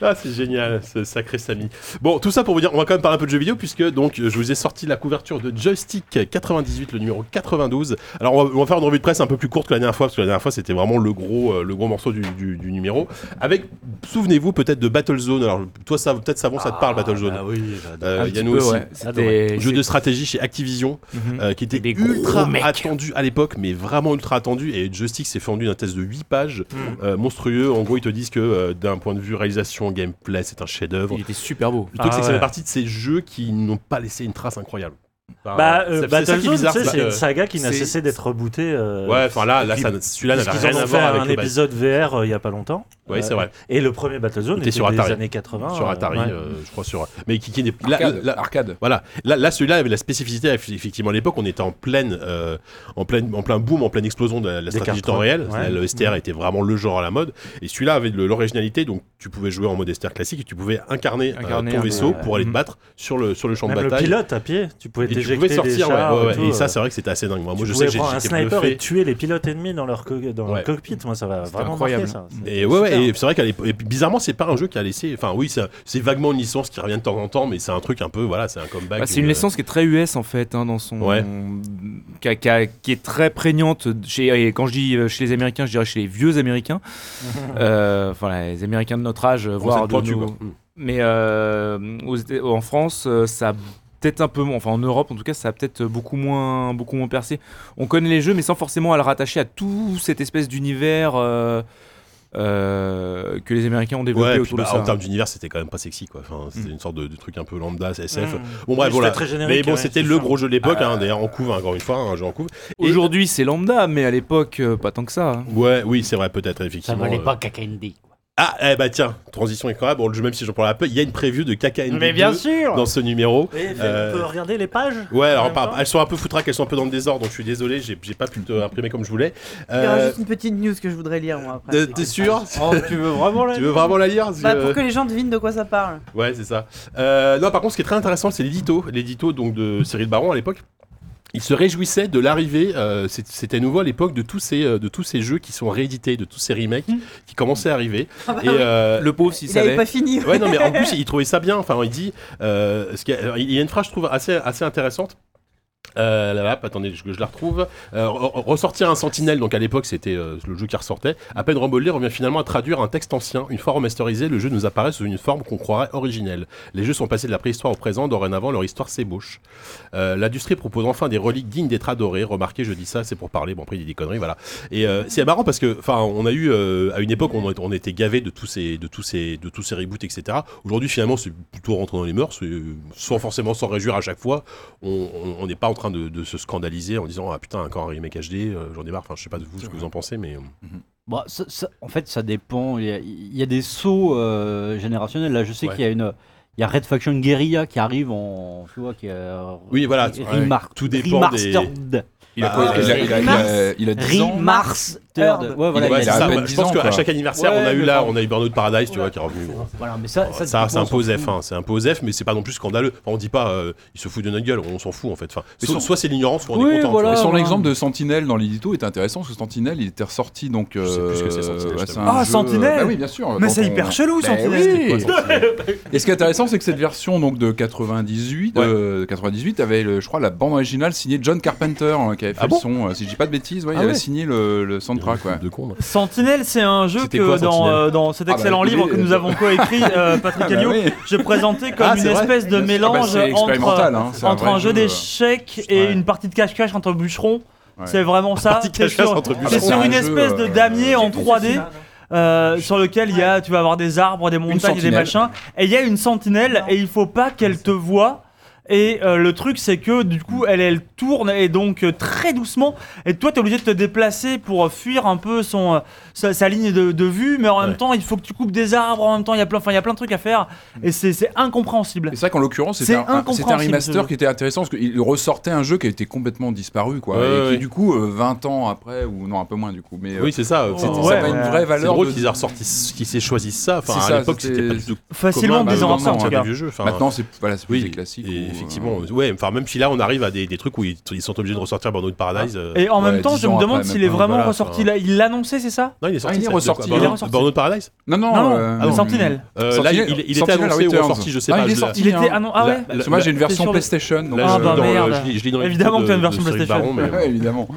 Ah, c'est génial, ce sacré Samy. Bon, tout ça pour vous dire, on va quand même parler un peu de jeux vidéo, puisque donc je vous ai sorti la couverture de Joystick 98, le numéro 92. Alors, on va, on va faire une revue de presse un peu plus courte que la dernière fois, parce que la dernière fois c'était vraiment le gros, euh, le gros morceau du, du- du numéro. Avec, souvenez-vous peut-être de Battlezone. Alors, toi, ça, peut-être Savon, ça te parle, Battlezone.
Ah oui, j'adore.
Euh,
Un petit
Yannou
peu,
aussi.
ouais. C'était-
Jeu de stratégie chez Activision,
Mhm.
euh, qui était
Des gros
ultra
mecs.
attendu à l'époque, mais vraiment ultra attendu. Et Joystick s'est fendu d'un test de 8 pages
Mhm.
euh, monstrueux. En gros, ils te disent que euh, d'un point de vue réalisation, gameplay, c'est un chef-d'œuvre.
Il était super beau.
Le truc,
Ah
c'est que ça fait
ouais.
partie de ces jeux qui n'ont pas laissé une trace incroyable. Enfin,
Bah,
c'est-
euh,
c'est ça qui est
Battlezone,
bizarre.
tu sais,
c'est
c'est une
que-
saga qui n'a
c'est-
cessé d'être rebootée. euh,
Ouais, enfin là, là
puis-
ça- celui-là n'avait
puisqu'ils
rien
en
à
ont fait
voir avec
un
le bas-
épisode VR euh, il y a pas longtemps.
Oui, c'est
Euh,
vrai.
Et le premier Battlezone
Il
était
était sur
des
Atari.
années 80.
Sur
euh,
Atari,
ouais.
euh, je crois sur. Mais qui, qui n'est là-
Arcade,
là-
arcade.
Voilà. Là, là celui-là avait la spécificité, eff- effectivement, à l'époque, on était en pleine, euh, en pleine, en plein boom, en pleine explosion de la, la stratégie
cartons.
temps réel.
Ouais.
Le STR était vraiment le genre à la mode. Et celui-là avait de l'originalité, donc tu pouvais jouer en mode STR classique et tu pouvais incarner, euh,
Incarner
ton
un-
vaisseau
ouais.
pour aller te
Mhm.
battre sur le, sur le champ
Même
de
le
bataille.
pilote à pied, tu pouvais
et tu
t'éjecter
pouvais
des
sortir,
chars
ouais, ouais,
et tout,
et ça
euh.
c'est vrai que c'était assez dingue. Moi,
Tu
moi, je sais
pouvais
que j'ai
prendre un
j'étais
sniper
bluffé.
et tuer les pilotes ennemis dans leur, co- dans
Ouais.
leur cockpit. Moi, ça va vraiment
incroyable.
marquer, ça.
Et ouais, ouais, et c'est vrai qu'à l'époque, et puis bizarrement, c'est pas un jeu qui a laissé. Enfin, oui, ça- c'est vaguement une licence qui revient de temps en temps, mais c'est un truc un peu, voilà, c'est un comeback.
Bah, c'est une
euh,
licence qui est très US en fait, hein, dans son.
Ouais.
qui, a- qui a- qui est très prégnante. Chez, et quand je dis euh, chez les Américains, je dirais chez les vieux Américains. Euh, Enfin, les Américains de notre âge, euh,
bon,
voire
cette pointue,
de nos-
quoi. Mm.
Mais euh, aux Éta- en France, euh, ça a peut-être un peu moins. Enfin, en Europe, en tout cas, ça a peut-être beaucoup moins, beaucoup moins percé. On connaît les jeux, mais sans forcément à le rattacher à tout cette espèce d'univers. euh, euh, que les Américains ont développé
Ouais, puis,
autour
bah,
de ça. hein. Mm.
en termes d'univers, c'était quand même pas sexy quoi. Enfin, c'était une sorte de, de truc un peu lambda, SF.
Mmh.
Bon, bref, voilà.
Oui, c'était très générique,
Mais bon,
ouais,
c'était
c'est Bah,
le
sûr.
gros jeu de l'époque, hein, d'ailleurs, en couve, hein, encore une fois, un jeu en couve. Et-
Aujourd'hui, c'est lambda, mais à l'époque, euh, pas tant que ça. hein.
Mm.
Ouais, oui, c'est vrai, peut-être,
Ça
effectivement.
valait
euh.
pas Kakindi.
Ah, eh bah tiens, transition incroyable. Bon, le jeu, même si j'en parle un peu, il y a une preview de KKN
sûr
dans ce numéro.
Et on
Euh,
peut regarder les pages
Ouais,
En
alors
même
par-
temps.
elles sont un peu foutraques, elles sont un peu dans le désordre, donc je suis désolé, j'ai j'ai pas pu te imprimer comme je voulais.
Il y aura
Euh,
juste une petite news que je voudrais lire moi après.
euh, T'es sûr
Oh,
Tu veux vraiment la
Tu veux vraiment la lire euh, Parce
Bah,
que-
pour que les gens devinent de quoi ça parle.
Ouais, c'est ça. Euh, non, par contre, ce qui est très intéressant, c'est l'édito. L'édito donc de Cyril Baron à l'époque. Il se réjouissait de l'arrivée, euh, c'est- c'était nouveau à l'époque, de, tous ces, euh, de tous ces jeux qui sont réédités, de tous ces remakes qui commençaient à arriver. Et, euh,
Le pauvre, s'il
Il avait
savait.
pas fini.
Ouais, non, mais en plus, il trouvait ça bien. Enfin, il dit. euh, ce qu'il y a- alors, il y a une phrase, je trouve, assez, assez intéressante. Euh, là, là, attendez, je, je la retrouve. Euh, re- re- ressortir un sentinelle, donc à l'époque c'était euh, le jeu qui ressortait. À peine rembollé, revient finalement à traduire un texte ancien. Une fois remasterisé, le jeu nous apparaît sous une forme qu'on croirait originelle. Les jeux sont passés de la préhistoire au présent, dorénavant leur histoire s'ébauche. Euh, L'industrie propose enfin des reliques dignes d'être adorées. Remarquez, je dis ça, c'est pour parler. Bon, après, il dit des conneries, voilà. Et euh, c'est marrant parce que, enfin, on a eu euh, à une époque, on, on était gavé de tous ces, de tous ces, de tous ces reboots, etc. Aujourd'hui, finalement, c'est plutôt rentré dans les mœurs, c'est- sans forcément s'en réjouir à chaque fois. On on- on n'est pas en train de, de se scandaliser en disant ah putain encore un remake HD, euh, j'en ai marre. Enfin, je sais pas de vous ce que vous en pensez, mais euh,
Bah, ça- ça- en fait, ça dépend. Il y a, il y a des sauts euh, générationnels. Là, je sais
Ouais.
qu'il y a une. Il y a Red Faction Guerrilla qui arrive en. Tu vois, qui est. euh,
oui, voilà.
re- remar-
Tout dépend des-
remastered.
Il a
Bah,
quoi Il a-
euh,
il a- il a- il a 10 ans.
Remastered. Ouais,
Ouais,
voilà, Bah, il y a
c'est
à
ça,
peine
ouais, je
10
pense
ans,
qu'à
quoi.
chaque anniversaire,
Ouais,
on a eu
mais
là,
bon.
on a eu Burnout Paradise, tu vois, qui est revenu. bon.
Voilà, mais ça,
Ça,
ça, du coup,
c'est
on
un
s'en
pose
fout.
F, hein, c'est un pose F, mais c'est pas non plus scandaleux. Enfin, on dit pas, euh, il se fout de notre gueule, on s'en fout en fait. Enfin,
Mais
soit,
son-
soit c'est l'ignorance, soit on
Oui,
est content.
voilà.
Et son
ouais.
exemple de Sentinelle dans l'édito était intéressant parce que Sentinelle il était ressorti donc.
Je sais plus ce que c'est,
euh,
Sentinelle,
ouais,
je
c'est
t'avoue.
un
Ah,
jeu-
Sentinelle
Bah oui, bien sûr.
Mais
quand
c'est
on-
hyper chelou,
Bah
Sentinelle.
oui. Et ce qui est intéressant, c'est que cette version donc de 98,
Ouais.
euh, 98 avait, le- je crois, la bande originale signée John Carpenter hein, qui avait fait
Ah bon
le son. euh, si je dis pas de bêtises, ouais,
Ah
il avait
ouais.
signé le, le soundtrack. Ouais.
De con, hein. là.
Sentinelle, c'est un jeu
C'était
que
quoi,
dans,
Sentinelle
euh, dans cet
Ah bah,
excellent
écoutez,
livre que nous
euh,
avons coécrit, euh, Patrick
Ah bah
Helio,
oui.
je présentais comme
Ah,
une
c'est vrai.
espèce de
Ah bah,
mélange
c'est
entre,
expérimental, hein, c'est
entre
vrai
un jeu
euh,
d'échecs et
Ouais.
une partie de cache-cache entre bûcherons.
Ouais.
C'est vraiment ça.
Partie de
C'est
cache-cache
sur,
entre
c'est
bûcherons.
sur
Un
une
jeu,
espèce de
euh,
damier en 3D. euh, sur lequel il y a, tu vas avoir des arbres, des montagnes, et des
sentinelle.
machins, et il y a une sentinelle, et il faut pas qu'elle te voie. Et euh, le truc, c'est que du coup, elle, elle tourne, et donc euh, très doucement, et toi, t'es obligé de te déplacer pour euh, fuir un peu son, euh, sa, sa ligne de, de vue, mais en même
Ouais.
temps, il faut que tu coupes des arbres, en même temps, il y a plein, enfin, il y a plein de trucs à faire, et c'est c'est incompréhensible.
Mm. Et C'est vrai qu'en l'occurrence, c'était
C'est
un, un- c'était un
incompréhensible, ce jeu.
remaster qui était intéressant parce qu'il ressortait un jeu qui a été complètement disparu, quoi.
Ouais,
et
ouais,
qui,
ouais.
du coup, euh, 20 ans après, ou non, un peu moins, du coup. Mais, euh,
Oui, c'est ça.
Oh,
c'est-
c'était-
ouais.
ça avait une vraie
C'est
valeur.
drôle
de-
qu'ils aient ressorti, qu'ils aient choisi ça. Enfin,
C'est
à
ça,
l'époque, c'était
c'était-
pas du tout
Facilement
commun,
des
bah,
ans après, en
maintenant,
tout
des
cas.
vieux jeux. Enfin,
Maintenant, c'est voilà, c'est plus
hein. oui,
des classiques.
et
ou, euh,
effectivement. Ouais, enfin, même si là, on arrive à des, des trucs où ils, ils sont obligés de ressortir Burnout Paradise.
Ah.
euh,
Et en
Ouais,
même temps,
dix
je
ans
me
après,
demande
même
s'il est
pas,
vraiment
voilà,
ressorti,
enfin.
là. il l'annonçait, c'est ça
Non, il est sorti.
Ah, il est
ça, de
ressorti,
quoi
il
est
Burnout-
ressorti.
Burnout Paradise
Non, non,
Non, non,
euh,
ah non.
Sentinelle.
Euh, Là, il, il- il était
Sentinelle
annoncé ou
Returns.
ressorti, je sais
Ah,
pas.
il est
je-
sorti,
Il était,
hein.
ah non, ah
la-
ouais
la-
Parce que moi,
la-
j'ai une version
sur le-
PlayStation. donc,
Là,
Ah,
je,
bah,
dans,
merde.
euh, je l'ai- je l'ai dans les
Évidemment
vidéos
que t'as une
de-
version
de Cyril
PlayStation.
Baron, mais bon.
Ouais, évidemment.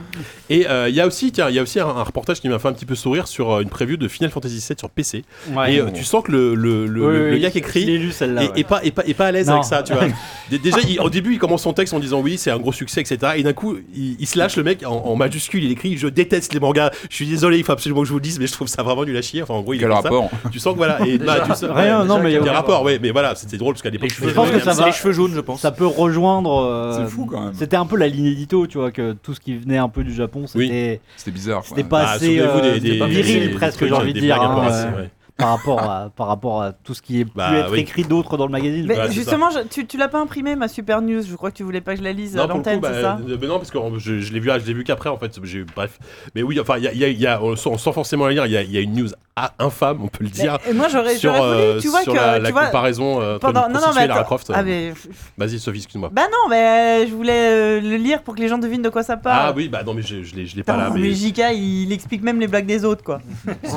Et euh, il y a aussi, tiens, il y a aussi un, un reportage qui m'a fait un petit peu sourire sur euh, une preview de Final Fantasy VII sur PC.
Ouais.
et euh, tu sens que le, le, le,
Oui,
le- le
oui,
gars
je-
qui écrit
Je l'ai lu celle-là.
et,
ouais.
et pas, et, pas, et pas à l'aise
Non.
avec ça, tu vois. Dé- Déjà, il- au début, il commence son texte en disant oui, c'est un gros succès, etc. Et d'un coup, il, il se lâche, le mec, en, en majuscule, il écrit Je déteste les mangas, je suis désolé, il faut absolument que je vous le dise, mais je trouve ça vraiment nul à chier. Enfin, en gros, il est
Quel
comme ça.
rapport
Tu sens que voilà. Et, bah, tu sens-
Rien,
ouais,
non,
déjà,
mais euh, il y a
Il y a
aucun
rapport, ouais, mais voilà, c'était drôle parce qu'à l'époque,
je pense que ça
C'est
va-
les cheveux jaunes, je pense.
Ça peut rejoindre. euh,
C'est fou, quand même.
C'était un peu la ligne édito, tu vois, que tout ce qui venait un peu du Japon,
Oui.
c'était
C'était bizarre.
c'était
quoi.
pas
Bah,
assez
souvenez-vous
euh,
des- des-
viril,
des-
presque,
des
j'ai envie de
blagues
dire,
à
hein,
part
euh,
assez, ouais.
par, rapport à, par rapport à tout ce qui est pu
Bah,
être
oui.
écrit d'autre dans le magazine.
Mais
Ouais, Bah, c'est
justement, je- tu, tu l'as pas imprimé ma super news. Je crois que tu voulais pas que je la lise à
Non, pour le
l'antenne,
coup, bah,
c'est ça
euh, mais non, parce que je, je l'ai vu, je l'ai vu qu'après, en fait. j'ai- Bref. Mais oui, enfin, il y a, il y a- il y a- on- sans, sans forcément la lire, il y a, il y a une news ah, infâme, on peut le dire,
Mais- Et moi, j'aurais
sur,
j'aurais
euh,
voulu, tu vois,
sur
que
la, la
tu vois,
comparaison euh, entre
pendant-
une
non, non,
prostituée
mais
et Lara
attends.
Croft.
Ah,
euh,
mais-
Vas-y, Sophie, excuse-moi.
Bah non, mais je voulais euh, le lire pour que les gens devinent de quoi ça parle.
Ah oui, bah non, mais je, je l'ai je l'ai pas
Putain,
là.
mais
Mais
JK, il explique même les blagues des autres, quoi.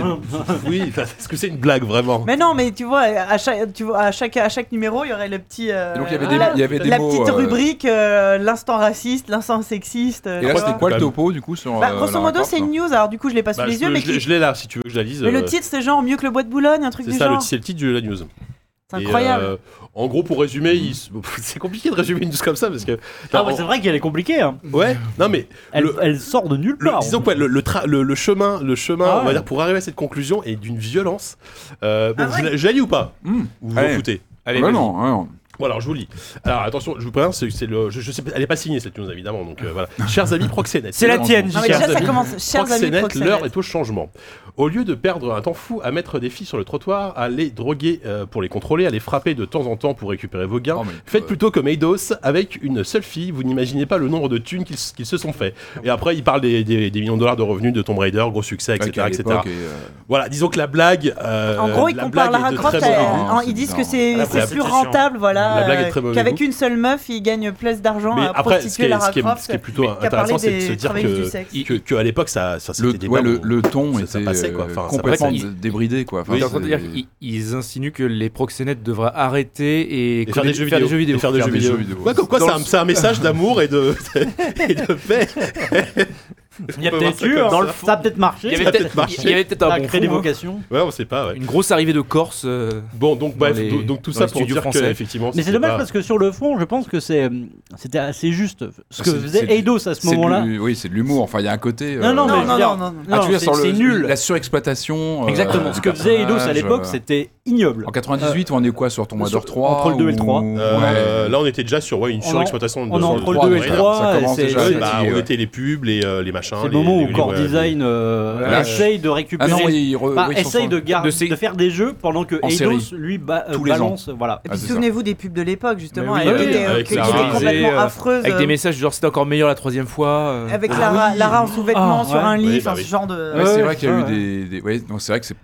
oui, enfin, est-ce que c'est une blague vraiment
Mais non, mais tu vois, à chaque, tu vois, à chaque, à chaque numéro, il y aurait le petit. euh,
Et donc, il y avait des-
la,
il y avait des
la
mots,
petite
euh,
rubrique, euh, l'instant raciste, l'instant sexiste. euh,
Et là,
tu
c'était
vois.
quoi le topo, du coup, sur.
Bah,
euh,
grosso
la
modo,
Rapporte,
c'est une news. Alors, du coup, je l'ai pas sous
Bah,
les
je
yeux,
peux-
mais,
je l'ai
qui-
je l'ai là, si tu veux que je la lise.
mais
euh,
le titre, c'est genre mieux que le bois de Boulogne, un truc
c'est
du
ça, le-
genre.
c'est le titre de la news.
C'est
Et,
incroyable.
euh, en gros, pour résumer, il s- c'est compliqué de résumer une news comme ça parce que.
Ah,
en-
bah, c'est vrai qu'elle est compliquée. hein.
Ouais, non mais.
Elle,
le-
elle sort de nulle
le-
part.
disons quoi, le, le, tra- le- le chemin, le chemin,
Ah
on va
ouais.
dire pour arriver à cette conclusion est d'une violence. Euh, bon,
Ah ouais.
je la- je la lis ou pas
Mmh.
Ou vous
Allez.
en foutez
Ah
Allez,
bah
vas-y.
non, ah non.
Bon, alors je vous lis. Alors attention, je vous préviens, c'est, c'est le, je, je sais, pas- elle n'est pas signée cette news évidemment, donc euh, voilà. Chers amis Proxénète.
C'est la tienne,
Non, mais
Chers
déjà, ça
amis.
commence. Chers amis,
Proxénète,
proxénètes.
l'heure est au changement. Au lieu de perdre un temps fou à mettre des filles sur le trottoir, à les droguer euh, pour les contrôler, à les frapper de temps en temps pour récupérer vos gains,
Oh, mais-
Faites plutôt comme Eidos avec une seule fille, vous n'imaginez pas le nombre de thunes qu'ils qu'ils se sont fait. Et après, il parle des, des- des millions de dollars de revenus de Tomb Raider, gros succès,
Ouais,
etc.
qu'à
etc.
Bah, l'époque, et, euh,
Voilà, disons que la blague. euh,
En gros, ils
la
comparent
blague
Lara
est de
Croft
très
à-
bon goût.
goût.
en- ils disent
Non,
que c'est
la
c'est plus
prostitution.
rentable, voilà,
La blague est
euh,
très mauvais
qu'avec
goût.
une seule meuf, ils gagnent plus d'argent
Mais
à
après, ce qui
prostituer
est, ce
Lara
qui est-
Croft
ce qui est plutôt
qu'à
intéressant,
parler
c'est de
des
se dire
travailleurs du
que,
sexe.
que, que à l'époque, ça, ça c'était
le,
des
ouais, le,
babons.
le ton
Ça- ça
était
passait, quoi.
euh,
Enfin, ça
complètement
passait.
dé- débridé quoi. Enfin,
Oui,
T'es en train de dire
c'est-
qu'ils ils insinuent que les proxénètes devraient arrêter et,
Et
coder- faire des jeux vidéo.
Et faire des jeux vidéo. Ouais, comme quoi,
Dans
c'est un,
le-
c'est un message d'amour et de, et de paix.
Il y a
peut voir
peut-être
ça
eu,
comme
dans le
ça.
fond, ça a peut-être marché.
Il y avait
Ça a
peut-être
peut-être marché.
il y avait peut-être
ça
un
a
bon
créé des
fond, hein.
vocations.
Ouais, on sait pas, ouais.
Une grosse arrivée de Corse. euh,
Bon, donc, bref,
les-
do- donc tout
dans
ça
les
pour
studios
dire que,
français.
effectivement.
Mais c'est dommage
pas-
parce que sur le fond, je pense que c'est c'était assez juste ce que
C'est-
faisait
c'est-
Eidos à ce
c'est de
moment-là.
l'hu- Oui, c'est de l'humour. Enfin, il y a un côté. euh,
Non,
Non,
non, mais je veux
non,
dire-
non, non, non.
Ah, tu veux dire
c'est
sur le-
c'est nul.
La surexploitation. euh,
Exactement.
du
Ce que faisait Eidos à
personnage,
l'époque,
euh,
c'était ignoble.
En 98, on est quoi sur Tomb Raider
Euh, Sur-
3
entre le 2 et le 3.
ou-
Euh,
Ouais.
Là, on était déjà sur ouais, une
On en-
surexploitation de
On est
sur
entre
le
le
trois,
2
ouais.
et le
déjà, ça
3.
commence
C'est
déjà à
Ouais,
fatigué,
c'est-
bah, on
ouais.
était les pubs, les, euh, les machins.
c'est le
les-
moment
les-
où Core
ouais, les-
Design euh,
Ouais.
essaye de
Ah
récupérer.
non, ils re-
Enfin,
oui, ils sont
bah, essaye
sur-
de, garder-
de ces-
de faire des jeux pendant que
En
Eidos,
série.
lui, ba- euh,
Tous les ans.
balance. Voilà.
Et
Ah,
puis
c'est
souvenez-vous des pubs de l'époque, justement,
Mais
euh,
oui,
qui étaient euh,
avec
qui- qui
Lara,
étaient complètement
euh,
affreuses.
Avec des
euh,
messages genre c'était encore meilleur la troisième fois. euh.
Avec Lara, Lara en sous-vêtements
Ah,
sur un
Oui,
lit,
bah
enfin,
oui.
ce genre de.
Ouais,
Ouais,
c'est vrai qu'il y a eu
ouais.
des. des- ouais, donc c'est vrai que c'est.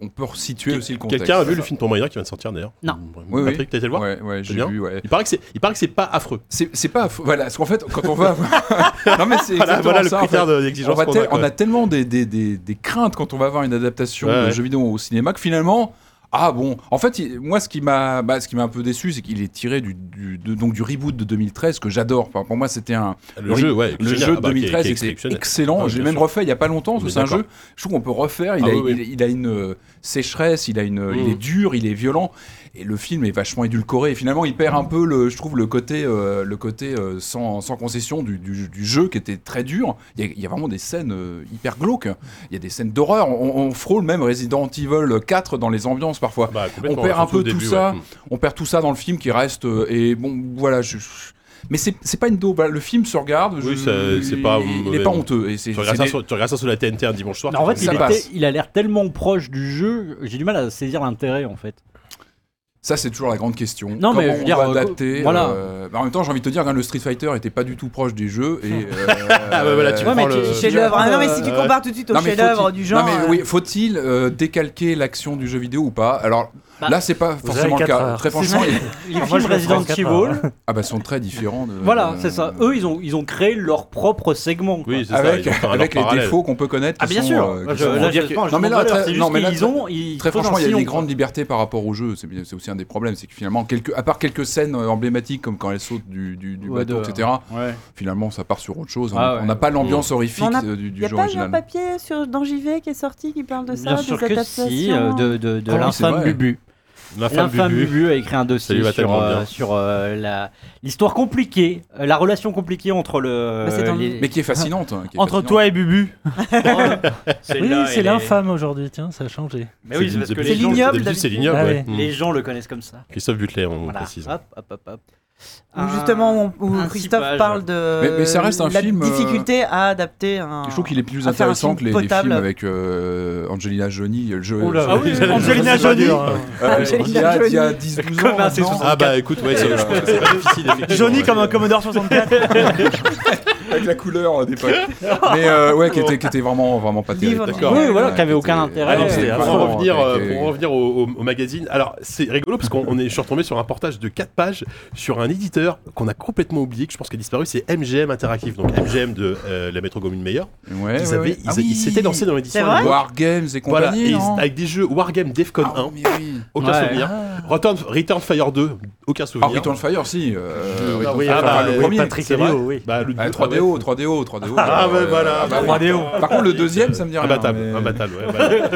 On peut resituer aussi le contexte.
Quelqu'un a vu le film Tomb Raider qui vient de sortir d'ailleurs
Non.
Oui, oui.
Patrick, t'as été le voir
Ouais, ouais, j'ai
bien
vu, ouais.
Il paraît que c'est, il paraît que c'est pas affreux.
C'est c'est pas. fou- Voilà, parce qu'en fait, quand on va. non, mais c'est.
Voilà,
exactement
voilà le
ça, en fait.
critère de-
on,
d'exigence
va
qu'on
tel-
a. quoi.
on a tellement des, des- des- des craintes quand on va voir une adaptation
Ouais,
de
ouais.
jeux vidéo au cinéma que finalement. Ah bon, en fait, il- moi ce qui m'a bah, ce qui m'a un peu déçu, c'est qu'il est tiré du, du- de- donc du reboot de 2013 que j'adore. Enfin, pour moi, c'était un
le jeu, ouais,
le
génial.
jeu de
Ah bah, qui est- qui est
2013 était
exceptionnel.
excellent.
Ah oui,
J'ai
bien
même
sûr.
refait il y a pas longtemps. parce
On
que
est
C'est un
d'accord.
jeu, je trouve qu'on peut refaire. Il,
Ah
a,
oui, oui.
il- il a une euh, sécheresse, il a une il
Mm.
est dur, il est violent. Et le film est vachement édulcoré. Et finalement, il perd un peu le, je trouve le côté euh, le côté euh, sans, sans concession du, du- du jeu qui était très dur. Il y a, il y a vraiment des scènes euh, hyper glauques. Il y a des scènes d'horreur. On, on frôle même Resident Evil 4 dans les ambiances parfois.
Bah, complètement,
on perd un
surtout au
peu tout ça.
ouais.
On perd tout ça dans le film qui reste. euh, et bon, voilà. Je, je- Mais c'est c'est pas une daube. hein. Le film se regarde.
Oui,
je-
ça- c'est pas
Il
mauvais,
n'est pas
non.
honteux. Et c'est
Tu regardes, ça
c'est
sur, tu regardes ça sur la TNT un dimanche soir.
Mais en fait,
tu
il,
ça
te dis,
était-
passe.
il a l'air tellement proche du jeu, j'ai du mal à saisir l'intérêt en fait.
Ça, c'est toujours la grande question.
Non, mais
Comment
je veux
on
dire,
va
euh,
adapter.
voilà.
euh, bah, en même temps, j'ai envie de te dire, regarde, le Street Fighter était pas du tout proche des jeux. Et, euh,
Ah, ouais, voilà, tu
euh,
prends
mais tu-
le.
chez-
Chef-d'œuvre. Ah, non, mais si tu
Ouais.
compares tout de suite au
Non, mais
chef-d'œuvre
faut-il-
du genre.
Non, mais
euh,
oui, faut-il euh, décalquer l'action du jeu vidéo ou pas Alors
Bah,
là, c'est pas forcément
avez
le
quatre
cas.
heures.
Très franchement, ils
Les
moi,
films
je reste
Resident
24
Evil,
heures.
ah, bah, sont très différents. de-
voilà,
de-
c'est ça. Eux, ils ont, ils ont créé leur propre segment. quoi.
Oui, c'est ça.
Avec,
ils vont faire un
avec
leur
les
parallèle.
défauts qu'on peut connaître.
Ah
qui
bien
sont,
sûr.
euh, qui
Je-
sont-
là, je- je- je-
Non, mais
je-
là,
je-
très-
c'est juste
non, mais là,
qu'ils
très-
ont- ils
Très
posent un
franchement, il y a
sillon,
une
quoi.
grande liberté par rapport au jeu. C'est bien- c'est aussi un des problèmes. C'est que finalement, quelques, à part quelques scènes euh, emblématiques, comme quand elle saute du, du- du
Ouais,
bateau,
de-
etc.,
Ouais.
finalement, ça part sur autre chose. On
Ah
on
ouais.
n'a pas l'ambiance horrifique
Mais on a-
euh, du, du
Y a
jeu
pas eu un
original.
papier sur, dans JV qui est sorti qui parle de ça,
Bien
des
sûr que
adaptations
si, euh, de, de, de
Ah oui,
l'infâme
c'est vrai.
Bubu.
La femme
L'infâme
Bubu.
Bubu a écrit un
Ça lui
dossier
va
sur,
tellement
euh,
bien.
sur euh, la- l'histoire compliquée, euh, la relation compliquée entre le.
Bah, c'est dans-
les-
Mais qui est fascinante. hein, qui est
Entre
fascinante.
toi et Bubu.
Oui, c'est l'infâme aujourd'hui, tiens, ça a changé.
Mais oui, c'est parce que
depuis-
les gens,
lignes-
depuis-
ignoble,
depuis- C'est
d'habitude.
l'ignoble,
Ah
ouais.
ouais.
Mm.
les gens le connaissent comme ça.
Christophe Butler, on
Voilà.
précise.
Hop, hop, hop, hop.
Ou justement, où, où
Ah. un
Christophe
cipage.
parle de
Mais- mais ça reste un
la
film, euh,
difficulté à adapter un.
Je trouve qu'il est plus
à faire un
intéressant
film
que les, les
potable.
films avec euh, Angelina Jolie. Le jeu,
Oula,
Ah oui,
ça,
Angelina
c'est pas
Jolie.
dur, hein.
Euh,
Angelina
il y a, il y a
Jolie.
10-12 ans.
Comme un
maintenant.
Ah bah écoute, ouais, c'est-
Euh,
je pense que c'est pas difficile. effectivement.
Johnny comme un Commodore 64.
avec la couleur euh, des potes. Mais euh, ouais, qui était, qui était vraiment, vraiment pas terrible.
Livre,
D'accord.
Oui, voilà,
Ouais,
qui avait aucun
était-
intérêt.
Ah non,
Ouais,
c'était-
ouais,
pour,
vraiment,
en revenir,
avec,
euh,
euh,
pour en revenir au, au- au magazine, alors c'est rigolo parce qu'on on est, je suis retombé sur un reportage de 4 pages sur un éditeur qu'on a complètement oublié, que je pense qu'il a disparu, c'est MGM Interactive, donc MGM de euh, la métro commune meilleure.
ouais, ouais,
ils
ouais.
avaient- ils-
Ah
ils
oui.
s'étaient lancés dans l'édition.
C'est vrai
War-
War Games et
Voilà, et
compagnie.
ils-
non
avec des jeux Wargame Defcon
Ah,
1,
mais oui.
aucun
Ouais.
souvenir. Return, Return Fire 2, aucun
Ah,
souvenir.
Return Fire, si. euh,
Ah
Return
oui,
Fire,
bah,
le
oui,
premier.
Patrick
c'est vrai.
Helio, oui.
Bah, le
Ah,
deux-
3DO, 3DO, 3DO.
Ah,
euh,
ouais, voilà.
bah, oui. Par contre, le deuxième, ça me dit rien.
Imbattable,
mais-
imbattable, ouais, voilà.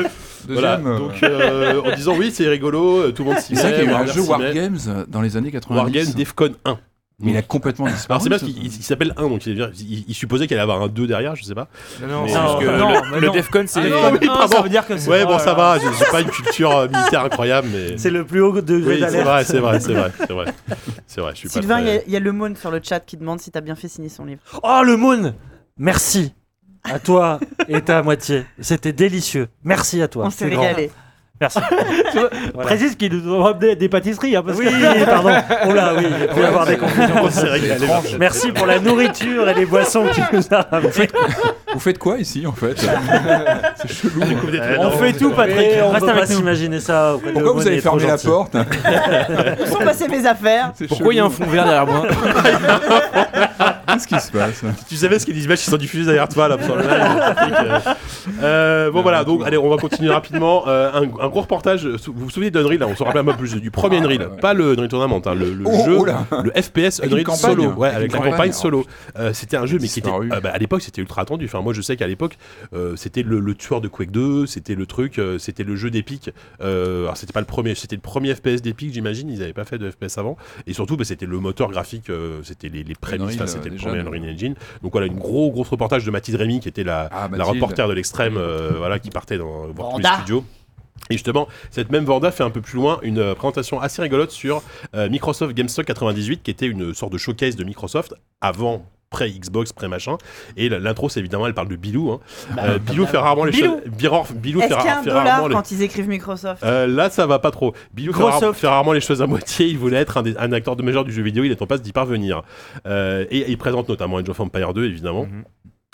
Voilà,
Deuxième. euh,
donc euh, en disant oui, c'est rigolo, euh, tout le monde s'y
C'est vrai
met.
qu'il y a eu un
Warner
jeu
s'y met.
Wargames euh, dans les années 90.
Wargame Defcon 1.
Mais il a complètement disparu.
Alors c'est bien
ce-
parce qu'il il- il s'appelle 1, donc il, il- il supposait qu'il allait avoir un 2 derrière, je sais pas.
Ah Non,
Mais-
c'est parce
Non,
que
non,
le-
mais
le
non.
Defcon,
Ah
c'est.
non, mais
oui,
un,
pardon.
ça veut dire que c'est
Ouais, bon,
pas-
ça va, j'ai j'ai pas une culture euh, militaire incroyable, mais.
C'est le plus haut degré
Oui, c'est
d'alerte.
vrai, c'est vrai, c'est vrai, c'est vrai. C'est vrai, je suis pas
Sylvain, il y
très-
a- il y, a le Moon sur le chat qui demande si t'as bien fait signer son livre.
Oh, le Moon Merci à toi et ta moitié. C'était délicieux. Merci à toi.
On s'est
C'est grand.
régalé.
Merci. Voilà.
Précise qu'ils nous ont ramené des pâtisseries. Hein, parce
Oui, pardon. Oh là, oui, il peut y avoir des
On
confusions.
s'est régalé.
Merci pour la nourriture et les boissons que tu nous as ramenées.
Vous faites quoi ici, en fait
On fait tout, Patrick.
Mais on
Reste
peut pas
avec nous.
s'imaginer ça. auprès de
Pourquoi vous
Moon, il
avez
est trop
fermé la
gentil.
porte
Où sont passées mes affaires
C'est
Pourquoi il y a un fond vert derrière moi
chelou. Qu'est-ce qui se passe
Tu savais ce que les images qui sont diffusées derrière toi, là, sur le live. Euh, bon, voilà, donc, allez, on va continuer rapidement. Euh, un, un gros reportage, euh, sou- vous vous souvenez d'Unreal, là, on se rappelle un peu plus du premier
Ah,
Unreal,
ouais.
pas le Unreal Tournament, hein, le, le
Oh,
jeu,
oh là.
le FPS
Avec
Unreal
une campagne,
solo, ouais,
avec
avec
une
la
campagne,
campagne
hein.
solo. Euh, c'était un jeu, mais qui était,
Disparu.
euh, bah, à l'époque, c'était ultra attendu. Enfin, moi, je sais qu'à l'époque, euh, c'était le, le tueur de Quake 2, c'était le truc, euh, c'était le jeu d'Epic. Euh, alors, c'était pas le premier, c'était le premier FPS d'Epic, j'imagine, ils avaient pas fait de FPS avant. Et surtout, bah, c'était le moteur graphique, euh, c'était les, les prémices,
Unreal,
enfin, c'était le
euh, déjà,
premier
non.
Unreal Engine. Donc voilà, une gros gros reportage de Mathilde Rémy qui était la,
Ah,
la
Mathilde.
reporter de l'extrême, euh, voilà, qui partait dans voir tous les
Vanda.
studios. Et justement, cette même Vanda fait un peu plus loin une euh, présentation assez rigolote sur euh, Microsoft GameStop 98, qui était une sorte de showcase de Microsoft avant pré-Xbox, pré-machin. Et l- l'intro, c'est évidemment, elle parle de Bilou. hein. Euh, Bilou fait rarement les
Bah, Bilou.
choses... Biror- Bilou fait,
Est-ce qu'il y a
ra-
un
fait rarement
dollar
les...
quand ils écrivent Microsoft
Euh, là, ça va pas trop. Bilou fait,
Gros
rare-
soft.
fait rarement les choses à moitié. Il voulait être un, des- un acteur de majeur du jeu vidéo. Il est en passe d'y parvenir. Euh, et, et il présente notamment Age of Empire 2, évidemment.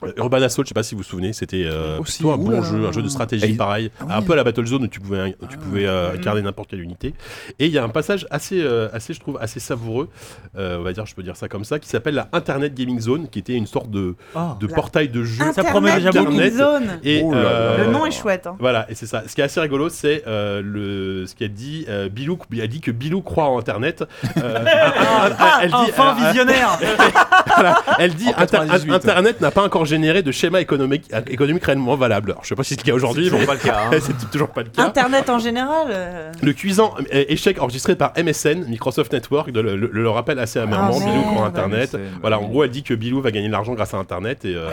Euh, Urban Assault, je sais pas si vous vous souvenez, c'était euh,
Aussi,
plutôt un bon
oula.
jeu, un jeu de stratégie
Et-
pareil,
Ah oui.
un peu à la Battlezone où tu pouvais, où tu pouvais euh, incarner n'importe quelle unité. Et il y a un passage assez, euh, assez je trouve, assez savoureux, euh, on va dire, je peux dire ça comme ça, qui s'appelle la Internet Gaming Zone, qui était une sorte de,
Ah.
de
La-
portail de jeu.
Ça promet
Internet
déjà
Gaming
beaucoup.
Zone.
Et,
Oh là là.
Le
euh,
nom est chouette. hein.
voilà, et c'est ça. Ce qui est assez rigolo, c'est euh, le ce qu'elle dit. euh, Bilou, elle dit que Bilou croit en Internet. Euh,
Ah,
elle dit,
enfin
elle-
visionnaire
elle dit
En
Inter-
98.
Internet n'a pas encore généré de schéma économique économique réellement valable. Alors, je sais pas si c'est le cas aujourd'hui, mais
pas le cas. hein.
c'est toujours pas le cas.
Internet en général. euh,
Le cuisant euh, échec enregistré par MSN, Microsoft Network, de le, le- le rappelle assez amèrement.
Ah,
Bilou
merde.
croit Internet.
MSN,
Voilà,
oui.
en gros, elle dit que Bilou va gagner de l'argent grâce à Internet et, euh,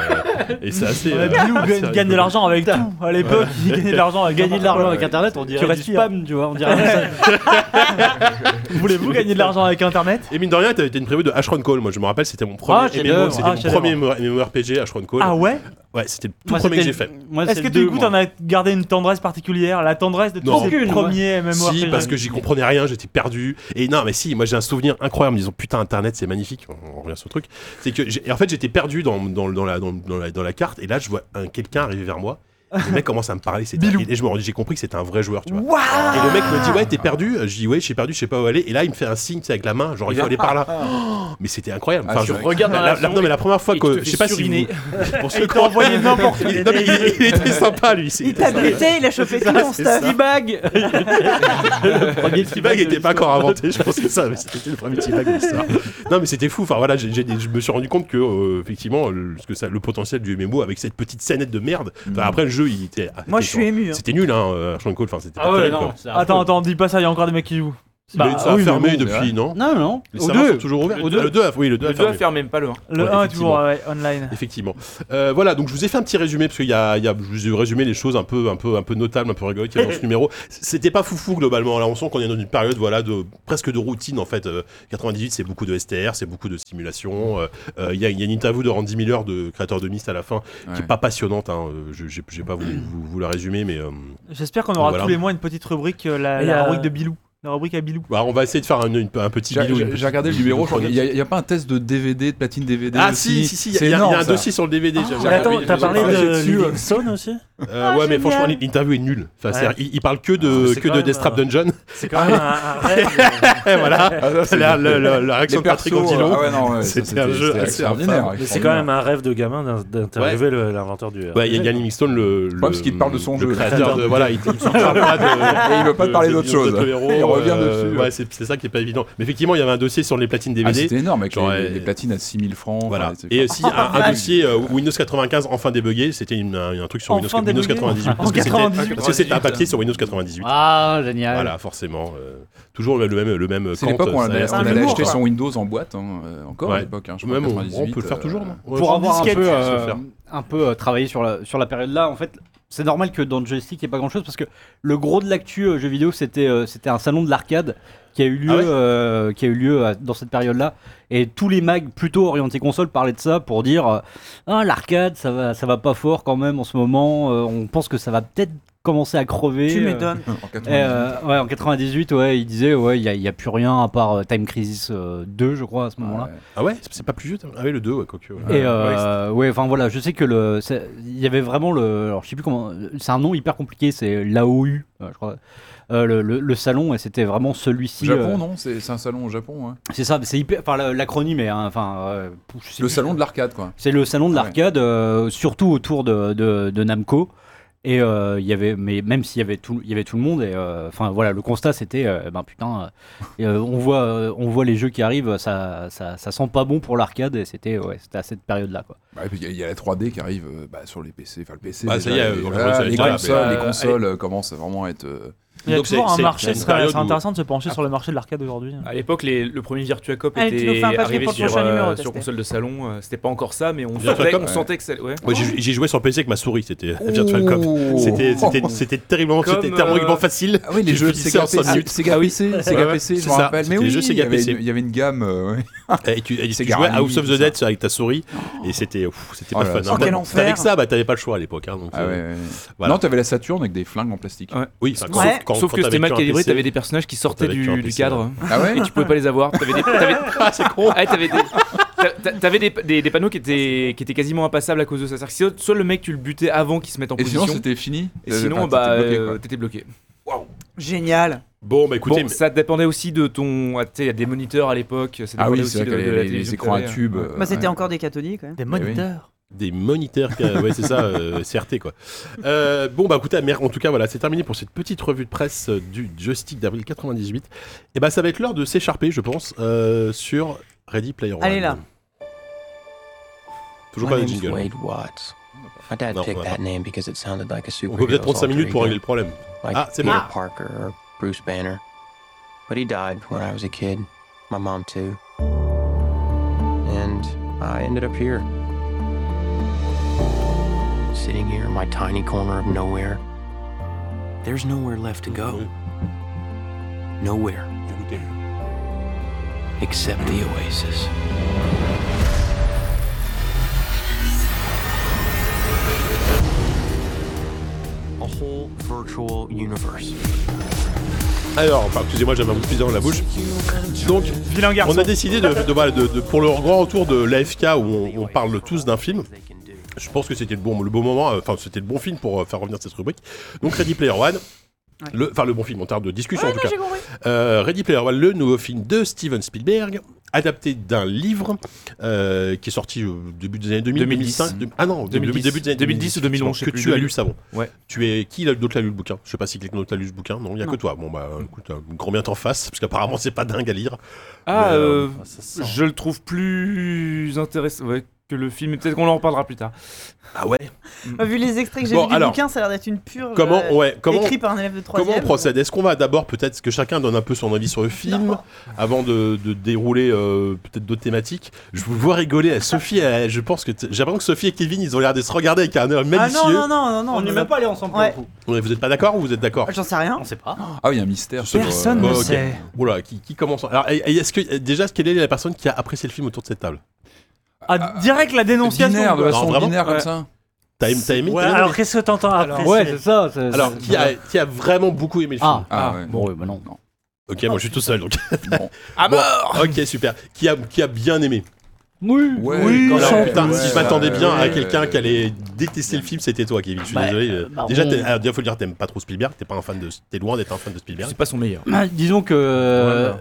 et c'est assez. euh,
Bilou
assez
gagne, gagne de
rigolo.
l'argent avec tout. À l'époque, il gagnait de l'argent avec
Gagner de l'argent avec
Ouais.
Internet, on dirait du
respires.
spam, tu vois. On dirait
Voulez-vous gagner de l'argent avec Internet
Et mine de rien, t'avais été une preview de Ashron Call. Moi, je me rappelle, c'était mon premier,
Ah, chef-d'œuvre.
MMO, c'était
Ah,
mon
chef-d'œuvre.
premier MMORPG, Ashron Call.
Ah ouais
Ouais, c'était le tout
Moi,
premier que j'ai
c'était
fait.
le- moi,
Est-ce
c'est
que
le
du
deux,
coup
moi.
t'en as gardé une tendresse particulière La tendresse de tous
Non.
ces
Aucune,
premiers MMORPG
Si, parce que j'y comprenais rien, j'étais perdu. Et non, mais si, moi j'ai un souvenir incroyable en me disant putain, Internet c'est magnifique, on, on revient sur le truc. C'est que, j'ai- et en fait, j'étais perdu dans, dans, dans la, dans, dans la, dans la carte, et là je vois un, quelqu'un arriver vers moi. et Le mec commence à me parler, c'était- et, et je me rends- j'ai compris que c'était un vrai joueur, tu vois. et le mec me dit ouais t'es perdu, je dis ouais je suis perdu, je sais pas où aller, et là il me fait un signe tu sais, avec la main, genre il faut aller par là. Oh, mais c'était incroyable.
Ah,
Enfin, je
c'est vrai.
regarde, la, la- la- non mais la première fois
Et tu
que
te
je sais
fais
pas si
suriner.
vous- pour ceux
Il
qui
t'a envoyé n'importe
il, non, mais il- il était sympa lui. c'est-
Il t'a buté, il a chopé tout ton
c'est ça.
stuff.
T-Bag Le premier
Le T-Bag n'était pas encore inventé, je pense que ça, mais c'était le premier T-Bag de l'histoire. Non, mais c'était fou. Enfin voilà, j'ai- j'ai- je me suis rendu compte que, euh, effectivement, le, ce que ça, le potentiel du MMO avec cette petite scénette de merde.
Mm.
Enfin, après, le jeu, il était.
Moi,
était-
je suis ému. hein.
C'était nul, hein, euh, Sean Cole. Enfin, c'était pas
Ah ouais,
terrible,
non.
quoi.
c'est affreux.
Attends, attends, dis pas ça, il y a encore des mecs qui jouent.
Mais
Bah,
ça a
oui, mais
fermé
bon,
depuis, non
Non, non.
Les
Au
serveurs
deux.
sont toujours ouverts.
Au
Ah,
deux.
le 2 oui, le 2 a
Le 2
fermé.
à faire, même pas le hein. 1.
Le
Ouais,
1 est toujours
effectivement.
ouais, online.
Effectivement. Euh, voilà, donc je vous ai fait un petit résumé parce qu'il y a, il y a- je vous ai résumé les choses un peu, un peu, un peu notables, un peu rigolotes qu'il y a dans ce numéro. C'était pas foufou globalement. Là, on sent qu'on est dans une période, voilà, de presque de routine en fait. Euh, 98, c'est beaucoup de STR, c'est beaucoup de simulation. Euh, euh, Il y, a, il y a une interview de Randy Miller, de créateur de Myst à la fin, qui est pas passionnante. Hein. Euh, Je, j'ai, j'ai pas voulu vous, vous la résumer, mais euh,
J'espère qu'on aura
Voilà.
tous les mois une petite rubrique, euh, la,
Et
la
euh,
rubrique de Bilou. La rubrique à Bilou.
bah, on va essayer de faire un, une- un petit
J'ai
bilou.
j'ai- j'ai regardé le numéro, je crois qu'il y a- il n'y a, pas un test de DVD, de platine DVD
Ah
aussi.
si, si, si, il y, a-
C'est
il y a
énorme,
un
ça.
dossier sur le DVD. j'ai-
Mais
j'ai-
Ah, attends,
j'ai-
t'as
j'ai-
parlé
j'ai- j'ai-
de Ah,
j'ai-
Livingstone aussi
Euh,
Ah,
ouais, mais
génial.
franchement, l'interview est nulle. Enfin,
Ouais. Ah,
c'est-à-dire, il, il parle que de,
C'est
que
quand
de
même,
Death Trap
euh,
Dungeon.
C'est quand même un, un rêve.
Et Eh, voilà. la, la- la- la réaction de Patrick Antilo.
ah ouais, non, ouais, ça,
C'était un jeu
c'était
assez
extraordinaire.
infâme.
Mais c'est quand même un rêve de gamin d'in- d'interviewer le- l'inventeur du.
Bah, il y a Yann Livingstone, le. le-
parce qu'il te parle de son
le
jeu.
Créateur de. Voilà, il il s'en parle pas de.
Et il veut pas te parler d'autre chose.
héros,
Et il revient
euh,
dessus.
Ouais, c'est c'est ça qui est pas évident. Mais effectivement, il y avait un dossier sur les platines
Ah,
DVD.
c'était énorme avec les-
Genre,
les,
euh,
les platines à 6000 francs.
Voilà.
enfin, c'est-
Et aussi un, un dossier euh, Windows 95 enfin débugué, c'était une- un, un truc sur Windows,
Enfin
Windows
débugué.
98 parce
En
que c'était-
98.
parce que c'était un papier sur Windows 98.
Ah, génial.
Voilà, forcément. euh, toujours le le même le même.
C'est
Kant,
l'époque où on
ça
allait
reste
on
le
allait
même,
acheter
quoi.
son Windows en boîte, hein, euh, encore
Ouais.
à l'époque. hein, je crois,
Même on,
98,
on peut le faire
euh,
toujours. non Ouais,
pour
je
avoir un
disquette,
peu,
ça
euh,
se fait.
un peu euh, travaillé sur la, sur la période là, en fait, c'est normal que dans le joystick, il n'y ait pas grand chose parce que le gros de l'actu euh, jeu vidéo, c'était euh, c'était un salon de l'arcade qui a eu lieu,
Ah ouais
euh, qui a eu lieu à- dans cette période là. Et tous les mags plutôt orientés console parlaient de ça pour dire euh, Ah, l'arcade, ça va, ça va pas fort quand même en ce moment, euh, on pense que ça va peut-être commencer à crever.
Tu
euh.
m'étonnes.
en 98.
Et, euh, ouais, en 98, ouais, il disait, ouais, il n'y a, il y a plus rien à part euh, Time Crisis euh, 2, je crois, à ce moment-là.
Ouais.
Ah ouais, c'est c'est pas plus vieux. t'as- Ah ouais, le 2, ouais, quoique. ouais.
Et euh, ouais, enfin voilà, je sais que le, c'est- il y avait vraiment le, alors je sais plus comment, c'est un nom hyper compliqué, c'est l'AOU, euh, je crois, euh, le, le- le salon et c'était vraiment
Au
celui-ci.
Japon,
euh,
non C'est c'est un salon au Japon. hein.
c'est ça, c'est hyper, enfin la- l'acronyme est, hein, enfin, euh, je sais
Le
plus.
salon de l'arcade, quoi.
C'est le salon de
Ah ouais.
l'arcade, euh, surtout autour de, de- de Namco. Et euh, il y avait, mais même s'il y avait tout, il y avait tout le monde. Et euh, enfin voilà, le constat c'était, euh, ben putain, euh, et, euh, on voit, euh, on voit les jeux qui arrivent, ça, ça, ça sent pas bon pour l'arcade. Et c'était, ouais, c'était à cette période-là, quoi.
Bah, et puis, Il y, a- il y a la 3D qui arrive euh, bah, sur les PC. Enfin, le PC.
Bah,
déjà,
ça y est,
les,
euh,
voilà,
aujourd'hui, ça
les
y est, voilà,
consoles,
mais,
les
euh,
consoles euh, commencent à vraiment à être. euh,
Il y a
Donc,
toujours
c'est-
un
c'est-
marché,
c'est
c'est
une période
c'est
où- Ah.
intéressant de se pencher sur le marché de l'arcade aujourd'hui.
À l'époque, les- le premier Virtua Cop
Allez, tu nous
était
fais un papier
arrivé
pour le
sur,
prochain numéro,
euh,
tester.
sur console de salon. euh, C'était pas encore ça, mais on
Virtua
sentait,
Cop,
on
ouais.
sentait que ça. Ouais.
Moi, j'ai- J'ai joué sur PC avec ma souris, c'était euh,
Oh.
Virtual Cop. C'était- C'était c'était terriblement,
Comme,
c'était terriblement
euh,
facile.
Ah oui, les
Tu
jeux de
finissais
Sega
en cinq
PC,
minutes.
Sega PC, Sega
ouais,
PC,
c'est
je me
ça,
rappelle. Mais
c'était les
oui,
jeux
il y
Sega
avait
PC.
une- il y avait une gamme. euh, ouais.
Et tu, et tu
C'est
jouais à House
Garami,
of the
tout ça.
Dead avec ta souris et c'était ouf, c'était pas
Oh là
fun.
là,
hein.
oh, quel
T'avais-
enfer.
Avec ça, bah t'avais pas le choix à l'époque. hein, donc,
Ah
euh,
ouais, ouais, ouais.
voilà.
Non, t'avais la Saturn avec des flingues en plastique.
Oui, enfin,
Ouais.
quand- quand-
Sauf
quand
que
t'avais
c'était mal
qu'un
calibré,
PC.
t'avais des personnages qui sortaient
t'avais
du,
qu'un
du
PC,
cadre.
Ah ouais
Et tu pouvais pas les avoir. T'avais des, t'avais,
Ah, c'est con.
ah, t'avais des, t'a- t'a- t'avais des, des- des panneaux qui étaient, qui étaient quasiment impassables à cause de ça. C'est-à-dire que soit- soit le mec, tu le butais avant qu'il se mette en
Et
position.
sinon, c'était fini
et
Euh,
sinon,
enfin,
bah,
t'étais bloqué, quoi.
euh, t'étais bloqué.
Génial.
Bon, bah écoutez,
bon, ça dépendait aussi de ton. ah, tu sais, Il y a des moniteurs à l'époque. ça
Ah
dépendait
oui,
aussi
c'est
de-
vrai que
de la
les, les
télévision que
écrans à
t'avais.
tube.
Ouais.
euh,
Bah, c'était
ouais.
encore des catholiques. ouais.
Des
oui.
moniteurs.
des moniteurs, qui- ouais, c'est ça, euh, CRT quoi. Euh, bon, bah écoutez, mer- en tout cas, voilà, c'est terminé pour cette petite revue de presse euh, du joystick d'avril 98. Et bah, ça va être l'heure de s'écharper, je pense, euh, sur Ready Player One.
Allez, là.
Toujours pas de jingle.
Watts. My dad
Non, on va pas.
name because it sounded like a
On peut peut-être prendre 5 minutes pour régler le problème.
like
Ah, c'est
Peter
bon.
Parker or Bruce Banner. But he died when I was a kid, my mom too. And I ended up here. Sitting here in my tiny corner of nowhere. There's nowhere left to go. Nowhere. Except the oasis. A whole virtual universe.
Alors, enfin, excusez-moi, j'avais un bout de fusil dans la bouche. Donc,
Vilain garçon.
on a décidé de, de- voilà, de- de- pour le grand retour de l'AFK où on, on parle tous d'un film.
They can do.
Je pense que c'était le bon, le bon moment, euh, enfin c'était le bon film pour euh, faire revenir cette rubrique. Donc Ready Player One. Le, enfin le bon film en termes de discussion en
Ah,
tout cas. Euh, Ready Player One, le nouveau film de Steven Spielberg, adapté d'un livre euh, qui est sorti au début des années 2000,
2010.
2005, de- ah non,
2010,
début des années
2010 ou 2011,
effectivement,
je sais
que
plus,
tu as lu
2000.
ça, bon.
Ouais.
Tu es qui l'a- d'autre l'a lu le bouquin Je sais pas si quelqu'un d'autre l'a lu ce bouquin. Non, il y a que toi. Bon bah écoute, euh, grand bien t'en fasse parce qu'apparemment c'est pas dingue à lire.
Ah,
Mais,
euh,
Ah, ça sent.
je le trouve plus intéressant ouais, que le film. Peut-être qu'on en reparlera plus tard.
Ah ouais.
Bah, Vu les extraits que j'ai
Bon,
vu du
alors.
bouquin, ça a l'air d'être une pure.
Comment
euh,
ouais, comment
Écrit par un élève de 3
Comment on procède Est-ce qu'on va d'abord peut-être que chacun donne un peu son avis sur le film avant de, de dérouler euh, peut-être d'autres thématiques Je vous vois rigoler. Eh, Sophie, elle- je pense que t- j'ai l'impression que Sophie et Kevin, ils ont l'air de se regarder avec un œil
Ah
malicieux.
non, non, non, non, non.
on n'est
non,
même
non.
pas allé ensemble.
Ouais.
Pour le coup.
Ouais, Vous n'êtes pas d'accord ou vous êtes d'accord
J'en sais rien.
On sait pas.
Ah oui, il y a un mystère. sur,
Personne
euh,
ne
bon, oh, ok.
sait.
Oula, qui, qui commence Alors, et- et est-ce que déjà, quelle est la personne qui a apprécié le film autour de cette table
Ah, direct la dénonciation.
Binaire, de
quoi.
Non,
façon
vraiment
binaire comme
Ouais.
ça.
T'as aimé, t'as aimé
Ouais,
t'as aimé
alors qu'est-ce que t'entends après
Ah Ouais,
c'est-
c'est ça. c'est-
Alors,
c'est-
qui a, qui a vraiment beaucoup aimé le film
Ah,
Ah,
ah,
ouais.
bon, ouais, bah non.
Ok, moi je suis tout seul donc.
Bon.
À mort Ok, super. Qui a, qui a bien aimé
Oui.
Ouais,
Oui,
quand
Alors,
sans-
même.
putain,
Ouais,
si je m'attendais
ouais,
bien à
ouais,
quelqu'un
ouais.
qui allait détesté le film, c'était toi, Kevin. Je suis
Bah,
désolé.
euh, Baron-
Déjà, t'es- ah, déjà, faut le dire, t'aimes pas trop Spielberg. T'es pas un fan de, t'es loin d'être un fan de Spielberg.
C'est pas son meilleur.
Bah, disons que euh,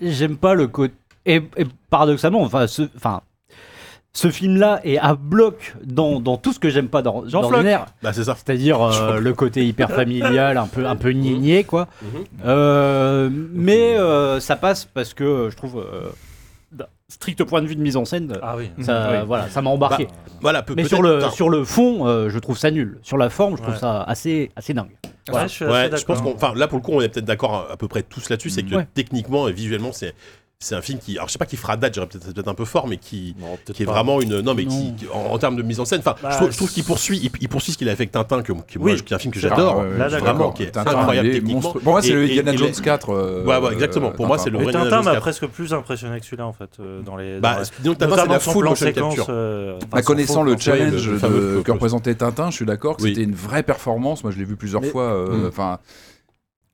j'aime pas le côté. Et, et paradoxalement, enfin, ce, enfin, ce film-là est à bloc dans, dans tout ce que j'aime pas dans,
Jean
dans
Floch.
l'ordinaire.
Bah, c'est ça.
C'est-à-dire euh, le côté hyper familial, un peu un peu
Mhm.
niais quoi. Euh, mais euh, ça passe parce que euh, je trouve euh, d'un strict point de vue de mise en scène,
Ah oui.
ça
oui.
voilà, ça m'a embarqué.
Voilà, peu,
mais
Bah, peut-être-
sur le
enfin,
sur le fond, euh, je trouve ça nul. Sur la forme, je trouve
Ouais.
ça assez assez dingue.
Ouais, je suis assez
Ouais, je
d'accord.
pense qu'on. Enfin, là, pour le coup, on est peut-être d'accord à, à peu près tous là-dessus. C'est que
Ouais.
techniquement et visuellement, c'est. C'est un film qui, alors je sais pas qui fera date, je dirais peut-être c'est peut-être un peu fort, mais qui,
Non, peut-être
qui est
pas.
vraiment une, non mais qui,
Non.
qui- en, en termes de mise en scène, enfin,
Bah,
je trouve, je trouve
c'est-
qu'il poursuit, il, il poursuit ce qu'il a fait avec Tintin, que, que moi,
Oui.
je- qui est un film que j'adore,
Ah, ouais, ouais,
Là,
je suis
vraiment,
d'accord.
qui est
Tintin,
incroyable
il est
techniquement.
monstre. Pour moi,
Et-
c'est le
et-
Indiana
et-
Jones 4. euh,
Ouais, ouais, exactement. Pour moi, c'est le
Mais
vrai
Tintin
Indiana Jones
m'a
4.
presque plus impressionné que celui-là en fait euh, dans les.
Bah,
dans les-
disons que Tintin, c'est de la
son
full
plan
motion
séquence,
capture.
euh, enfin,
Bah,
son
connaissant
faux
le
plan séquence.
ouais,
challenge
le
de-
fameux faux
que
poste.
représentait Tintin, je suis d'accord que
Oui.
c'était une vraie performance. Moi, je l'ai vu plusieurs
Mais- hmm.
fois. euh,
Mm.
Enfin,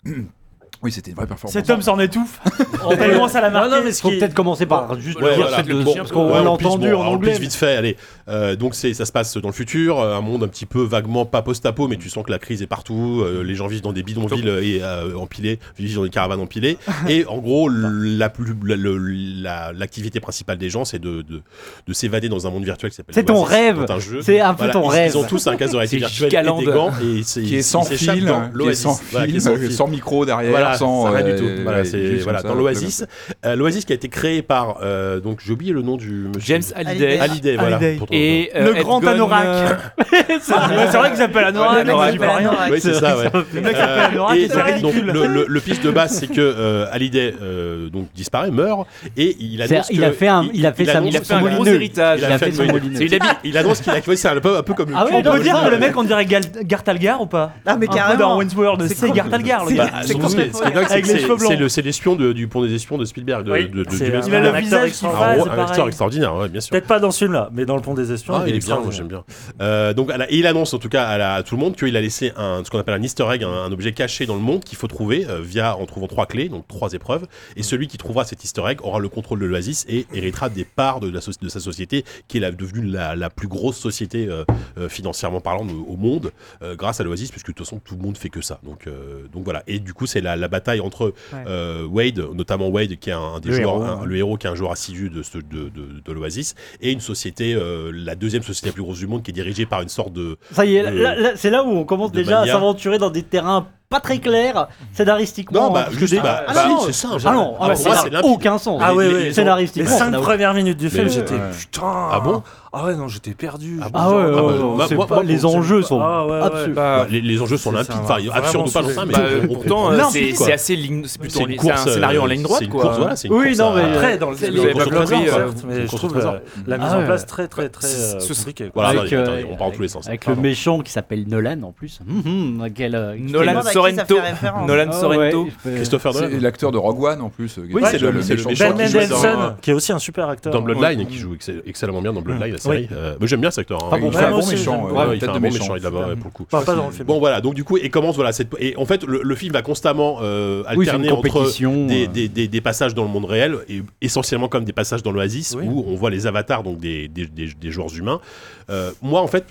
oui, c'était une vraie performance.
Cet homme s'en étouffe.
On
Tellement ça l'a
Non,
marqué.
non, mais ce
Faut
qui-
peut-être commencer par juste
Ouais,
dire
voilà.
ce que-
Bon,
ce qu'on
ouais,
l'a
on pisse,
entendu
bon,
en
alors, on
anglais.
pisse vite fait, allez. Euh, donc c'est, ça se passe dans le futur, euh, un monde un petit peu vaguement pas post-apo, mais tu sens que la crise est partout. euh, les gens vivent dans des bidonvilles euh, et euh, empilés, vivent dans des caravanes empilées. et en gros, l- la plus, la- le- la- l'activité principale des gens, c'est de, de, de s'évader dans un monde virtuel qui s'appelle.
C'est ton
Oasis,
rêve.
dans un jeu.
C'est un peu
euh, Voilà,
ton
ils,
rêve.
Ils ont tous un casque de réalité
C'est
virtuelle et
Gigaland.
des gants et c'est,
qui est sans fil, hein, qui est sans fil, euh, sans micro derrière,
Voilà,
sans
ça, rien du
euh,
tout. Voilà,
ouais,
c'est-
juste
voilà,
comme
dans
ça.
l'Oasis. Euh, L'Oasis qui a été créé par, euh, donc j'ai oublié le nom du monsieur.
James
Hallyday.
Hallyday.
Hallyday, voilà.
Hallyday.
Pour ton-
Et euh,
Le grand Anorak. Ouais, c'est vrai que j'appelle
Le
Anorak.
mec,
Anorak,
il
il parle
s'appelle
rien.
Anorak.
Oui, c'est ça, ouais. Euh,
Le mec s'appelle Anorak,
et donc,
c'est
donc,
ridicule.
le, le, le pitch de base, c'est que euh, Hallyday euh, donc disparaît, meurt, et il
C'est-
annonce.
il
que-
a fait un- il a fait sa-
annonce-
Il a fait un
Son
gros
Molineux.
héritage.
Il a fait son Molineux.
C'est une habitude.
Il annonce qu'il a. oui, C'est un peu, un peu comme.
Ah ouais,
On
non,
peut
mais
dire
ça,
que le
euh,
mec, on dirait Gal- Gartalgar ou pas
Ah, mais
Un peu Dans
carrément.
Wayne's World,
C'est
c'est
con-
Gartalgar, le
c'est-
gars.
Bah,
c'est
surtout, ce qui est- ce qui est dingue, c'est
Avec
que
les
c'est-
cheveux blancs.
c'est le- c'est l'espion de- du pont des espions de Spielberg. de-
Oui,
de- de-
c'est
du-
un-
Il a
un
le
acteur
visage qui
Un
extraordinaire.
Ouais,
rôle-
c'est
un acteur
pareil.
extraordinaire, ouais, bien sûr.
Peut-être pas dans celui-là, mais dans le pont des espions.
Ah, il est bien,
extraordinaire.
j'aime bien. Euh, donc, à la- et il annonce en tout cas à, la- à tout le monde qu'il a laissé un, ce qu'on appelle un easter egg, un, un objet caché dans le monde qu'il faut trouver euh, via en trouvant trois clés, donc trois épreuves. Et
Mm.
celui qui trouvera cet easter egg aura le contrôle de l'Oasis et héritera des parts de, la soci- de sa société, qui est la- devenue la, la plus grosse société euh, euh, financièrement parlant au, au monde, euh, grâce à l'Oasis, puisque de toute façon tout le monde fait que ça. Donc, euh, donc voilà. Et du coup, c'est la, la bataille entre euh, Wade, notamment Wade, qui est un, des
Le
joueurs,
héros,
un-
ouais.
le héros qui est un joueur assidu de, ce- de, de- de l'Oasis, et une société, euh, la deuxième société la plus grosse du monde, qui est dirigée par une sorte de.
Ça y est,
de-
là- là- c'est là où on commence
de
déjà
mania.
à s'aventurer dans des terrains pas très clairs, scénaristiquement. hein, parce que
juste,
des-
bah,
Ah
bah,
non,
c'est simple.
Ah non,
Ah,
ah
bah,
non,
pour
ça
moi,
n'a
c'est limpide.
aucun sens.
Ah ouais,
Les-
ouais.
les-
Les
Scénaristiquement, ça
5
n'a-
premières minutes du film,
Mais-
j'étais
Ouais.
putain.
Ah bon
Ah ouais, non, j'étais perdu.
Ah
je
bon
me
Ah ouais,
disais,
bah,
ouais,
bah,
ouais,
bah,
c'est
moi-
pas-
moi-
les enjeux sont
Ah ouais, ouais.
absurdes.
Bah,
les, les enjeux sont
C'est
limpides,
ça,
enfin,
vraiment
absurdes ou pas, j'en sais,
sujet.
rien, mais
Bah,
on- on-
pourtant,
on-
euh,
on-
c'est
quoi.
c'est assez ligne. C'est plutôt
C'est
une-
une
c'est
course.
un scénario
euh,
en ligne droite,
c'est une
quoi.
course, voilà, c'est une
Oui,
course
non,
à-
mais-
Après, dans le
Vous
film,
avez
euh,
pas compris,
trésor,
euh,
certes, mais
vous
je
comprenez
trouve
pas ça.
euh, la mise
Ah
en
ouais.
place très très très
Ce-
euh,
ce-
compliquée. quoi.
Voilà,
Avec,
attendez, attendez,
euh,
on part dans tous les sens.
Avec le
Pardon.
méchant qui s'appelle Nolan en plus. Hum, hum, quel, euh, quel-
Je me
Nolan
demande à qui ça
Sorrento.
fait référence.
Nolan
Ah ouais,
Sorrento.
je peux-
Christopher
C'est
Nolan.
l'acteur de Rogue One en plus. euh, qui
Oui,
est
c'est le- c'est le méchant
Ben
qui joue dans-
Mendelssohn, qui est aussi un super acteur.
Dans Bloodline, qui joue excell- excellemment bien dans Bloodline, la série. Euh, mais j'aime bien cet acteur. hein.
Enfin, bon,
Il-
Il fait un
Vraiment,
bon
c'est-
méchant.
Ouais,
euh,
Ah il fait
tête
un
de
bon méchant,
méchant.
il est là-bas, ouais, pour le coup.
Enfin, pas dans le film.
Bon voilà, donc du coup, et commence voilà cette et en fait le, le film va constamment euh,
Oui, c'est
alterner
une
entre
compétition.
des,
euh,
des- des- des passages dans le monde réel et essentiellement comme des passages dans l'Oasis
Oui.
où on voit les avatars donc des, des, des- des joueurs humains. Euh, moi en fait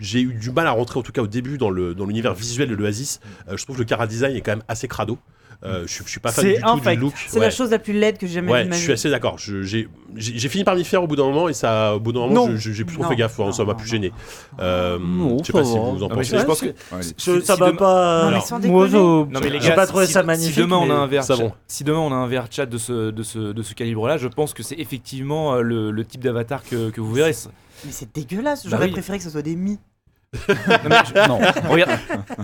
j'ai eu du mal à rentrer en tout cas au début dans le dans l'univers visuel de l'Oasis. Euh, je trouve que le cara design est quand même assez crado. Euh, je, suis- je suis pas fan
C'est
du tout du
infect.
look.
C'est
Ouais.
la chose la plus laide que j'ai jamais vue
Ouais,
de ma
je
vie.
suis assez d'accord. Je- J'ai j'ai- j'ai fini par m'y faire au bout d'un moment et ça, au bout d'un moment,
Non.
je- je- j'ai plus trop
Non,
fait gaffe. hein,
non,
ça m'a
non,
plus
non,
gêné. Euh,
Non,
je sais
ça
pas si
va.
vous en
Ah, mais
pensez.
Je pense que.
Ouais,
Ouais, il-
Je- Ça
si
va
demain-
Non,
pas.
mais
Alors,
sans
Moi,
déconner.
je-
Non mais les
J'ai
gars,
pas trouvé
si,
ça
si
magnifique,
demain on a
mais
un VR
ça
chat-
va.
si demain on a un VR chat de ce de ce de ce calibre-là, je pense que c'est effectivement euh, le, le type d'avatar que, que vous verrez. C'est-
Mais c'est dégueulasse.
Bah
J'aurais
oui.
préféré que ce soit des mi.
Non,
Regarde,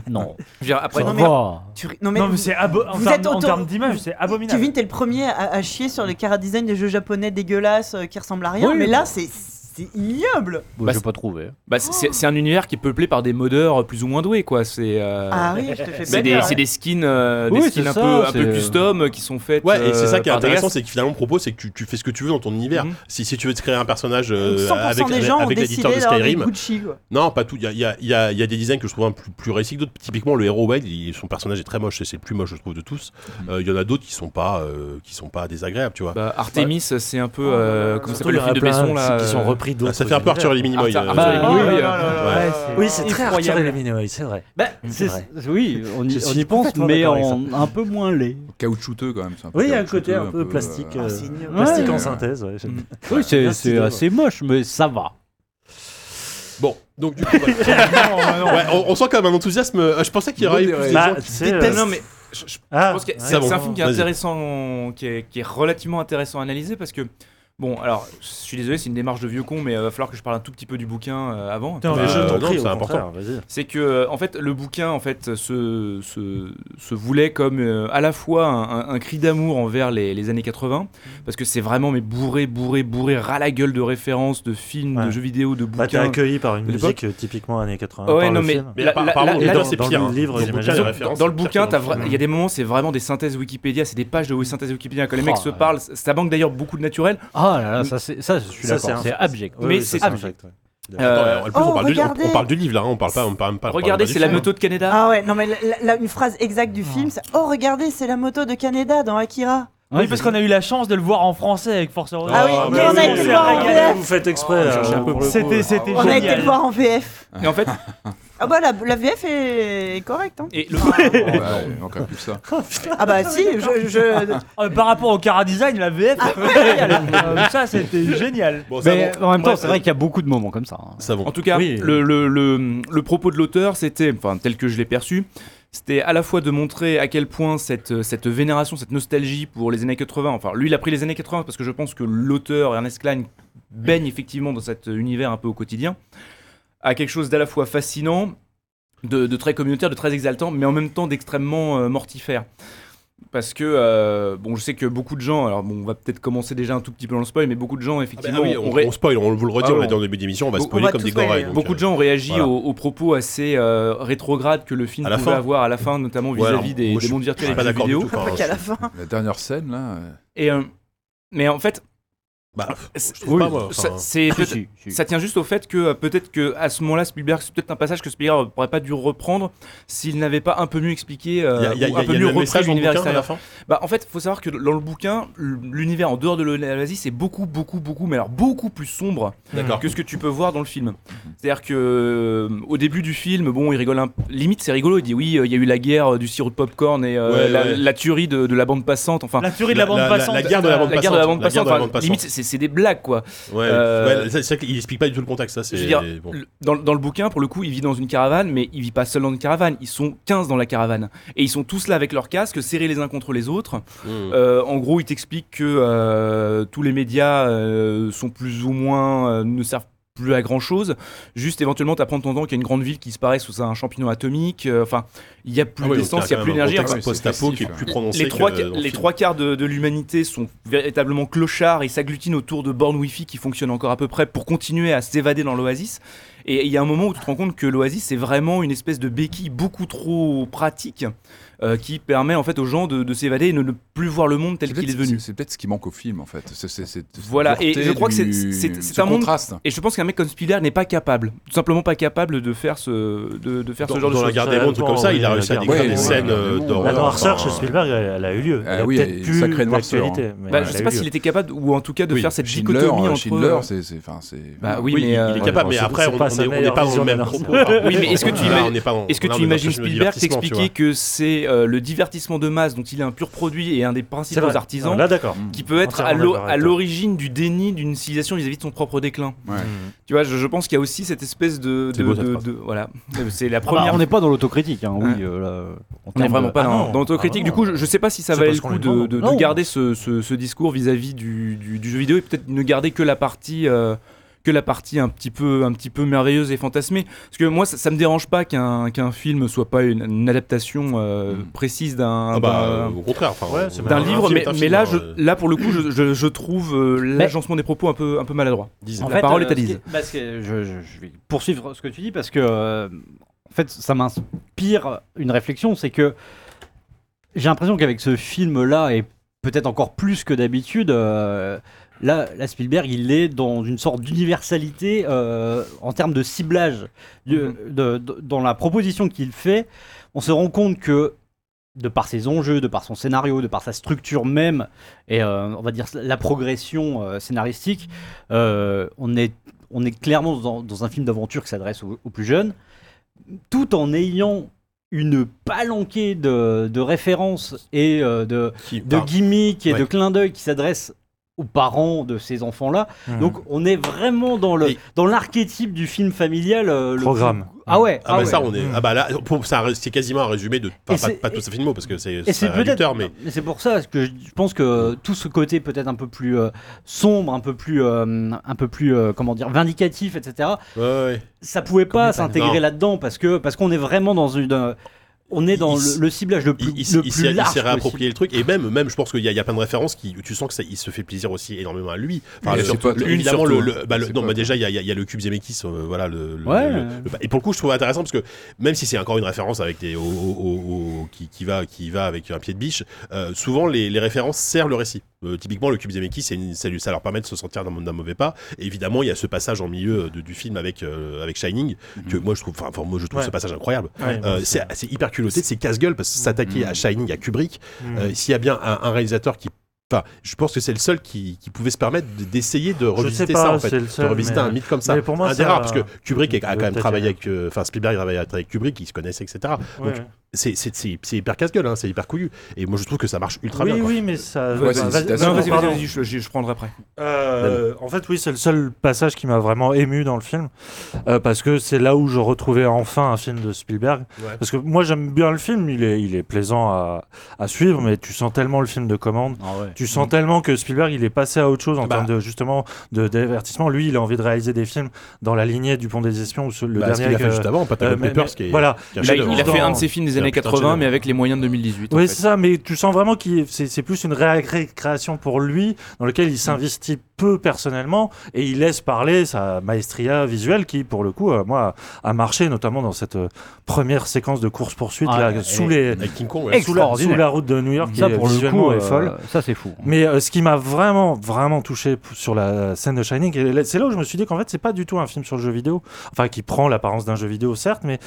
non.
je veux dire, après
Ça
non, mais-
va.
Tu ri- Non mais,
Non, mais c'est abo- en
Vous
termes-
êtes
en
auto-
termes d'image, c'est abominable.
Kevin, t'es le premier à, à chier sur les cara design des jeux japonais dégueulasses euh, qui ressemblent à rien.
Oui.
Mais là, c'est c'est ignoble.
Bon,
Bah,
j'ai
c'est-
pas trouvé.
bah, c'est- c'est c'est un univers qui est peuplé par des modeurs euh, plus ou moins doués quoi. C'est euh,
Ah oui, je te fais
c'est des,
plaisir.
c'est des skins, euh, des
Oui,
skins
c'est
un
ça,
peu un peu
c'est-
custom euh, qui sont faites.
Ouais, et c'est ça
euh,
qui est
par des
intéressant,
gars.
c'est que finalement, le propos, c'est que tu, tu fais ce que tu veux dans ton univers.
Mhm.
Si, si tu veux te créer un personnage euh,
Donc, 100%
avec,
des
avec-
gens ont
avec
décidé
l'éditeur de
d'avoir des
Skyrim,
Gucci. Quoi.
non, pas tout. Il y a, il y a- il y a- il y a des designs que je trouve un plus, plus réussis que d'autres. Typiquement, le héros Wade, il- son personnage est très moche, c'est- c'est le plus moche, je trouve, de tous.
Mhm.
Euh, Il y en a d'autres qui sont pas euh, qui sont pas désagréables, tu vois.
Bah, Artemis, c'est un peu euh, comment
Ah, surtout,
s'appelle
il y
le
en
film
a
de
plein
Besson là
qui sont
euh,
pris
Ah,
d'autres.
Ça fait un peu Arthur et les Minimoys.
Arthur-
euh,
Arthur et les
ouais.
oh
Minimoys. oui,
Ouais, c'est- Oui, c'est très Arthur et
Incroyable.
les Minimoys, c'est vrai.
Bah,
c'est
c'est-
vrai.
oui, on y,
Je
on
suis
y pense,
complètement
mais
d'accord avec
en un peu moins laid.
Caoutchouteux quand même. c'est un peu
Oui, il y a un
caoutchouteux,
côté un peu plastique,
euh,
euh,
c'est ignoble.
plastique
Ouais.
en synthèse. ouais, j'aime bien.
Oui, c'est
Merci
c'est
de-
assez moche, mais ça va.
Bon, donc du coup, voilà. Ouais, on, on sent quand même un enthousiasme. euh, Je pensais qu'il y aurait eu plus
Modéré.
de
Bah,
gens qui-
tu sais,
Non,
euh,
non, mais je, je
Ah,
pense que
ça
c'est
va.
c'est un film qui est
Vas-y.
intéressant, qui est, qui est relativement intéressant à analyser parce que. Bon, alors, je suis désolé, c'est une démarche de vieux con, mais il va falloir que je parle un tout petit peu du bouquin euh, avant.
non,
Bah,
mais je t'en
non,
prie,
c'est
au
important.
contraire, vas-y.
c'est que euh, en fait le bouquin en fait euh, se, se, se voulait comme euh, à la fois un, un- un cri d'amour envers les, les années 80 parce que c'est vraiment mais bourré bourré bourré ras la gueule de références de films de
Ouais.
jeux vidéo de
Bah, t'es
bouquins
accueilli par une
de l'époque.
musique euh, typiquement années 80.
Ouais,
par
non,
le
mais-
film.
Mais
La-
par-
la-
apparemment,
la-
dedans,
dans-
c'est
dans
pire.
le
hein.
livre,
Dans le
j'imagine.
bouquin, les
Dans-
références,
dans le
c'est pire
bouquin
que dans
t'as
le
vra-
film.
il y a des moments c'est vraiment des synthèses Wikipédia c'est des pages de synthèses Wikipédia quand les mecs
Oh,
se
ouais.
parlent ça manque d'ailleurs beaucoup de naturel
Ah là là, ça, c'est- ça je suis
Ça, c'est
d'accord,
un-
c'est abject.
Ouais,
Mais
ouais, ça,
c'est-
un fact, ouais.
Attends,
Euh,
en plus, on,
Oh,
parle du, on-
regardez.
on parle du livre là, hein, on parle pas, on parle pas. on parle
regardez
pas du
c'est la
film.
moto de Canada
Ah ouais, non mais la- la- la- une phrase exacte du film, c'est Oh regardez, c'est la moto de Canada dans Akira.
Oui, parce qu'on a eu la chance de le voir en français avec Force Rose.
Ah oui,
Ah,
mais
bah
on a
oui,
été
oui,
le voir
oui,
en
oui.
VF.
faites exprès.
je cherchais un peu.
C'était c'était
On a été le
génial.
voir en VF.
et en fait
Ah bah la, la VF est correcte. Hein.
et le
euh.
Ouais, encore plus ça.
Ah bah si, je, je-
Euh, Par rapport au Cara Design, la VF,
Ah.
euh, ça c'était génial.
Bon, ça
Mais
va.
en même temps,
Bref,
c'est vrai qu'il y a beaucoup de moments comme ça. hein.
Ça va.
En tout cas,
Oui.
le, le- le- le propos de l'auteur, c'était, enfin tel que je l'ai perçu, c'était à la fois de montrer à quel point cette, cette vénération, cette nostalgie pour les années 80, enfin lui il a pris les années 80 parce que je pense que l'auteur Ernest Klein baigne effectivement dans cet univers un peu au quotidien, à quelque chose d'à la fois fascinant, de, de très communautaire, de très exaltant, mais en même temps d'extrêmement euh, mortifère. Parce que, euh, bon, je sais que beaucoup de gens, alors bon, on va peut-être commencer déjà un tout petit peu dans le spoil, mais beaucoup de gens,
Ah bah
effectivement,
oui, on,
ont ré-
on spoil, on vous le redit,
Ah,
on l'a
on-
dit en début d'émission, on va
on
spoiler
va
comme
tout
des gorilles.
spoiler.
donc,
Beaucoup de
euh,
gens ont réagi
voilà.
aux, aux propos assez euh, rétrogrades que le film
À la
pouvait
fin.
avoir à la fin, notamment
Ouais,
vis-à-vis
alors,
des,
moi,
des
je-
mondes
Je
virtuels
suis
et
pas
des jeux
d'accord du
vidéo.
tout.
après
enfin,
qu'à la fin.
La dernière scène là. euh,
Et, euh, mais en fait,
Bah,
c'est-
trouve pas, moi,
ça-
enfin.
c'est peut-
Si, si. Ah
ça tient juste au fait que euh, peut-être que à ce moment-là, Spielberg, c'est peut-être un passage que Spielberg n'aurait pas dû reprendre s'il n'avait pas un peu mieux expliqué, euh,
Il y a- il y a-
ou un
il y
peu
a
mieux
le
repris
message dans le
l'univers
bouquin à la
extérieur.
fin.
Bah, en fait, faut savoir que dans le bouquin, l'univers en dehors de l'Asie, c'est beaucoup, beaucoup, beaucoup, mais alors beaucoup plus sombre
D'accord.
que ce que tu peux voir dans le film. C'est-à-dire que euh, au début du film, bon, il rigole un limite, c'est rigolo. Il dit oui, euh, il y a eu la guerre euh, du sirop de popcorn et euh,
Ouais,
la,
ouais.
la tuerie de, de la bande passante. Enfin,
La tuerie de la
La-
bande
la- la-
passante.
la guerre de la bande
la guerre de la bande
la guerre
passante.
de la
enfin,
bande passante.
limite, c'est c'est des blagues quoi.
Ouais,
Euh,
ouais, c'est c'est vrai qu'il explique pas du tout le contexte, ça c'est.
Je veux dire,
bon.
le- dans, dans le bouquin, pour le coup, il vit dans une caravane, mais il vit pas seul dans une caravane. Ils sont 15 dans la caravane. Et ils sont tous là avec leurs casques, serrés les uns contre les autres.
Mm.
Euh, en gros, il t'explique que euh, tous les médias euh, sont plus ou moins euh, ne servent plus à grand chose. Juste éventuellement, t'apprends de temps en temps qu'il y a une grande ville qui se paraît sous un champignon atomique. Euh, Enfin, il y a plus
Ah oui, donc
d'essence, il y a
quand
plus
même un
d'énergie.
contexte
Enfin,
ouais,
post-apo
c'est
qui est
festif,
plus prononcé.
les trois,
que
qui-
dans le
les
film.
trois quarts de, de l'humanité sont véritablement clochards et s'agglutinent autour de bornes Wi-Fi qui fonctionnent encore à peu près pour continuer à s'évader dans l'oasis. Et il y a un moment où tu te rends compte que l'oasis c'est vraiment une espèce de béquille beaucoup trop pratique euh, qui permet en fait aux gens de, de s'évader et de ne plus voir le monde tel
C'est
qu'il est
peut-être-
venu.
c'est- C'est peut-être ce qui manque au film en fait. C'est- c'est- c'est-
Voilà,
dureté
et je crois que c'est-
du-
c'est- c'est
ce
un monde-
contraste.
Et je pense qu'un mec comme Spielberg n'est pas capable, tout simplement pas capable de faire ce, de, de faire
Dans,
ce genre
dans
de
la
choses.
guerre des mondes, un truc comme ça,
Ouais,
il a
la
réussi à
guerre
décrire
des
des
mondes.
scènes euh,
La
d'horreur.
La noirceur
enfin,
chez Spielberg, elle, elle a eu lieu.
Ah
Elle a
oui, et
peut-être
une
plus
sacrée noirceur,
d'actualité, mais
Bah,
elle
je
a
sais
eu
pas s'il
lieu.
était capable ou en tout cas de
euh. Oui,
faire cette
Schindler,
dichotomie
euh,
entre.
Schindler, c'est- c'est. enfin, c'est- hmm.
Bah oui,
Oui,
mais,
il
euh,
est capable, mais
c'est-
après,
c'est
on
pas sa
on est- on n'est
meilleure
pas dans
vision
le
de
même
la
propos.
narration.
Enfin,
Oui, mais est-ce que tu
là,
imagines-
on n'est pas dans-
Est-ce que
on est
tu
dans un
imagines
film de
Spielberg
divertissement, tu vois.
t'expliquer que c'est euh, le divertissement de masse dont il est un pur produit et un des
C'est
principaux
vrai.
artisans
Ah, Là, d'accord.
qui peut être à
Entièrement
l'o-
d'accord
à
avec toi.
l'origine du déni d'une civilisation vis-à-vis de son propre déclin
Ouais.
Tu vois, je, je pense qu'il y a aussi cette espèce de.
C'est
de-
beau, cette
de-
phrase.
de- voilà. Euh, C'est la
Ah bah,
première.
on n'est pas dans l'autocritique, hein, oui.
Ouais.
euh, là, en
on n'est
termes
vraiment
de-
pas
Ah
dans,
non,
dans l'autocritique.
ah
du
non.
coup, je, je sais pas si ça
C'est
valait
parce
le
qu'on
coup
est dedans,
de, de-
non.
de
Non.
garder ce, ce- ce discours vis-à-vis du, du- du jeu vidéo et peut-être ne garder que la partie. euh, que la partie un petit peu un petit peu merveilleuse et fantasmée parce que moi ça, ça me dérange pas qu'un qu'un film soit pas une, une adaptation euh,
Mm.
précise d'un
Ah bah,
d'un-
euh, au contraire. enfin,
Ouais, c'est
on-
d'un
un
livre
film
mais,
est un
mais
film,
là
hein,
je
euh,
là pour le coup je, je- je trouve euh, l'agencement des propos un peu un peu maladroit
disons.
En La fait, parole est à
euh, ce qui-
Lise.
parce que je, je- je vais poursuivre ce que tu dis parce que euh, en fait, ça m'inspire une réflexion, c'est que j'ai l'impression qu'avec ce film-là et peut-être encore plus que d'habitude, euh, là, là, Spielberg, il est dans une sorte d'universalité euh, en termes de ciblage Du- de- de- dans la proposition qu'il fait. On se rend compte que de par ses enjeux, de par son scénario, de par sa structure même, et euh, on va dire la progression euh, scénaristique, euh, on est on est clairement dans, dans un film d'aventure qui s'adresse aux, aux plus jeunes, tout en ayant une palanquée de, de références et euh, de,
Qui
de
parle-
gimmicks et
Ouais.
de clins d'œil qui s'adressent aux parents de ces enfants-là. Donc on est vraiment dans le
Hmm. Et-
dans l'archétype du film familial. euh, le
Programme.
plus- Ah ouais.
Ah, bah
ouais.
ça, on est. Ah bah là, pour- ça, c'est quasiment un résumé de.
Et
Enfin, pas,
c'est-
pas tout ce film mot parce que c'est
Et
c'est
c'est
réducteur,
peut-être.
mais.
mais c'est pour ça que je je pense que tout ce côté peut-être un peu plus euh, sombre, un peu plus, euh, un peu plus, euh, comment dire, vindicatif, etc.
Ouais, ouais.
Ça pouvait pas
Non.
s'intégrer là-dedans parce que parce qu'on est vraiment dans une, euh, on est dans
Il
le,
s-
le ciblage le plus,
Il, il s-
le
il
plus
s'est il
large
s'est
possible.
réapproprié le truc et même, même je pense qu'il y, a- il y a plein de références qui tu sens que ça, il se fait plaisir aussi énormément à lui.
Mais
le-
c'est pas-
le-
une
évidemment
surtout,
le,
hein.
le- bah, le-
C'est
non
pas-
bah, déjà il y, a- il y a- il y a le cube Zemeckis euh, voilà le, le-
Ouais.
le- le- bah, et pour le coup je trouve intéressant parce que même si c'est encore une référence avec des au- au- au- au- qui, qui va qui va avec un pied de biche euh, souvent les, les références servent le récit. Euh, typiquement le cube Zemeckis c'est une- ça, lui- ça leur permet de se sentir d'un d'un mauvais pas. Et évidemment il y a ce passage en milieu euh, de- du film avec euh, avec Shining
Mm-hmm.
que moi je trouve enfin moi je trouve
Ouais.
ce passage incroyable.
Ouais,
Euh,
bon,
c'est c'est hyper culotté, c'est casse-gueule parce que s'attaquer à Shining, à Kubrick,
Mm.
euh, s'il y a bien un, un réalisateur qui. Enfin, je pense que c'est le seul qui, qui pouvait se permettre de- d'essayer de revisiter
sais pas,
ça en fait,
c'est le seul,
de revisiter
mais-
un mythe comme ça.
mais pour moi,
un des
ça-
rares parce que Kubrick a
Peut-être
quand même travaillé
y a-
avec, euh, enfin Spielberg travaillait avec Kubrick, ils se connaissent, etc.
Ouais,
Donc
ouais.
c'est- c'est c'est- c'est hyper casse-gueule, hein, c'est hyper couillu. Et moi je trouve que ça marche ultra
oui,
bien. quoi.
oui, mais ça.
Ouais, c'est une
vas-
citation.
non,
Non, vas-y, vas-y,
pardon.
vas-y, je, je- je prendrai après.
Euh, en fait, oui, c'est le seul passage qui m'a vraiment ému dans le film, euh, parce que c'est là où je retrouvais enfin un film de Spielberg.
Ouais.
Parce que moi, j'aime bien le film, il est, il est plaisant à, à suivre, mais tu sens tellement le film de commande,
Ah ouais.
tu sens tellement que Spielberg, il est passé à autre chose en
Mm. Bah.
termes de justement de divertissement. Lui, il a envie de réaliser des films dans la lignée du Pont des Espions ou ce- le
Bah, ce qu'il
dernier.
a fait
que-
juste avant, Phantom
euh, mais-
Papers,
mais-
qui est,
voilà.
qui est un
Il a,
chef-d'œuvre.
il a fait
Dans-
un de ses films des
un
années
putain de
80, mais
chef-d'œuvre.
avec les moyens de 2018. en
Oui,
fait.
c'est ça, mais tu sens vraiment que c'est c'est plus une ré- récréation pour lui, dans lequel
Mm.
il s'investit peu personnellement et il laisse parler sa maestria visuelle qui, pour le coup, euh, moi, a marché, notamment dans cette euh, première séquence de course-poursuite
Ah,
là,
elle
sous,
est
les,
Avec King Kong, ouais.
sous, la,
extraordinaire.
sous la route de New York,
Ça
qui est
pour le
visuellement
coup,
est folle.
euh, ça c'est fou.
Mais euh, ce qui m'a vraiment, vraiment touché p- sur la scène de Shining, et là- c'est là où je me suis dit qu'en fait, c'est pas du tout un film sur le jeu vidéo. Enfin, qui prend l'apparence d'un jeu vidéo, certes, mais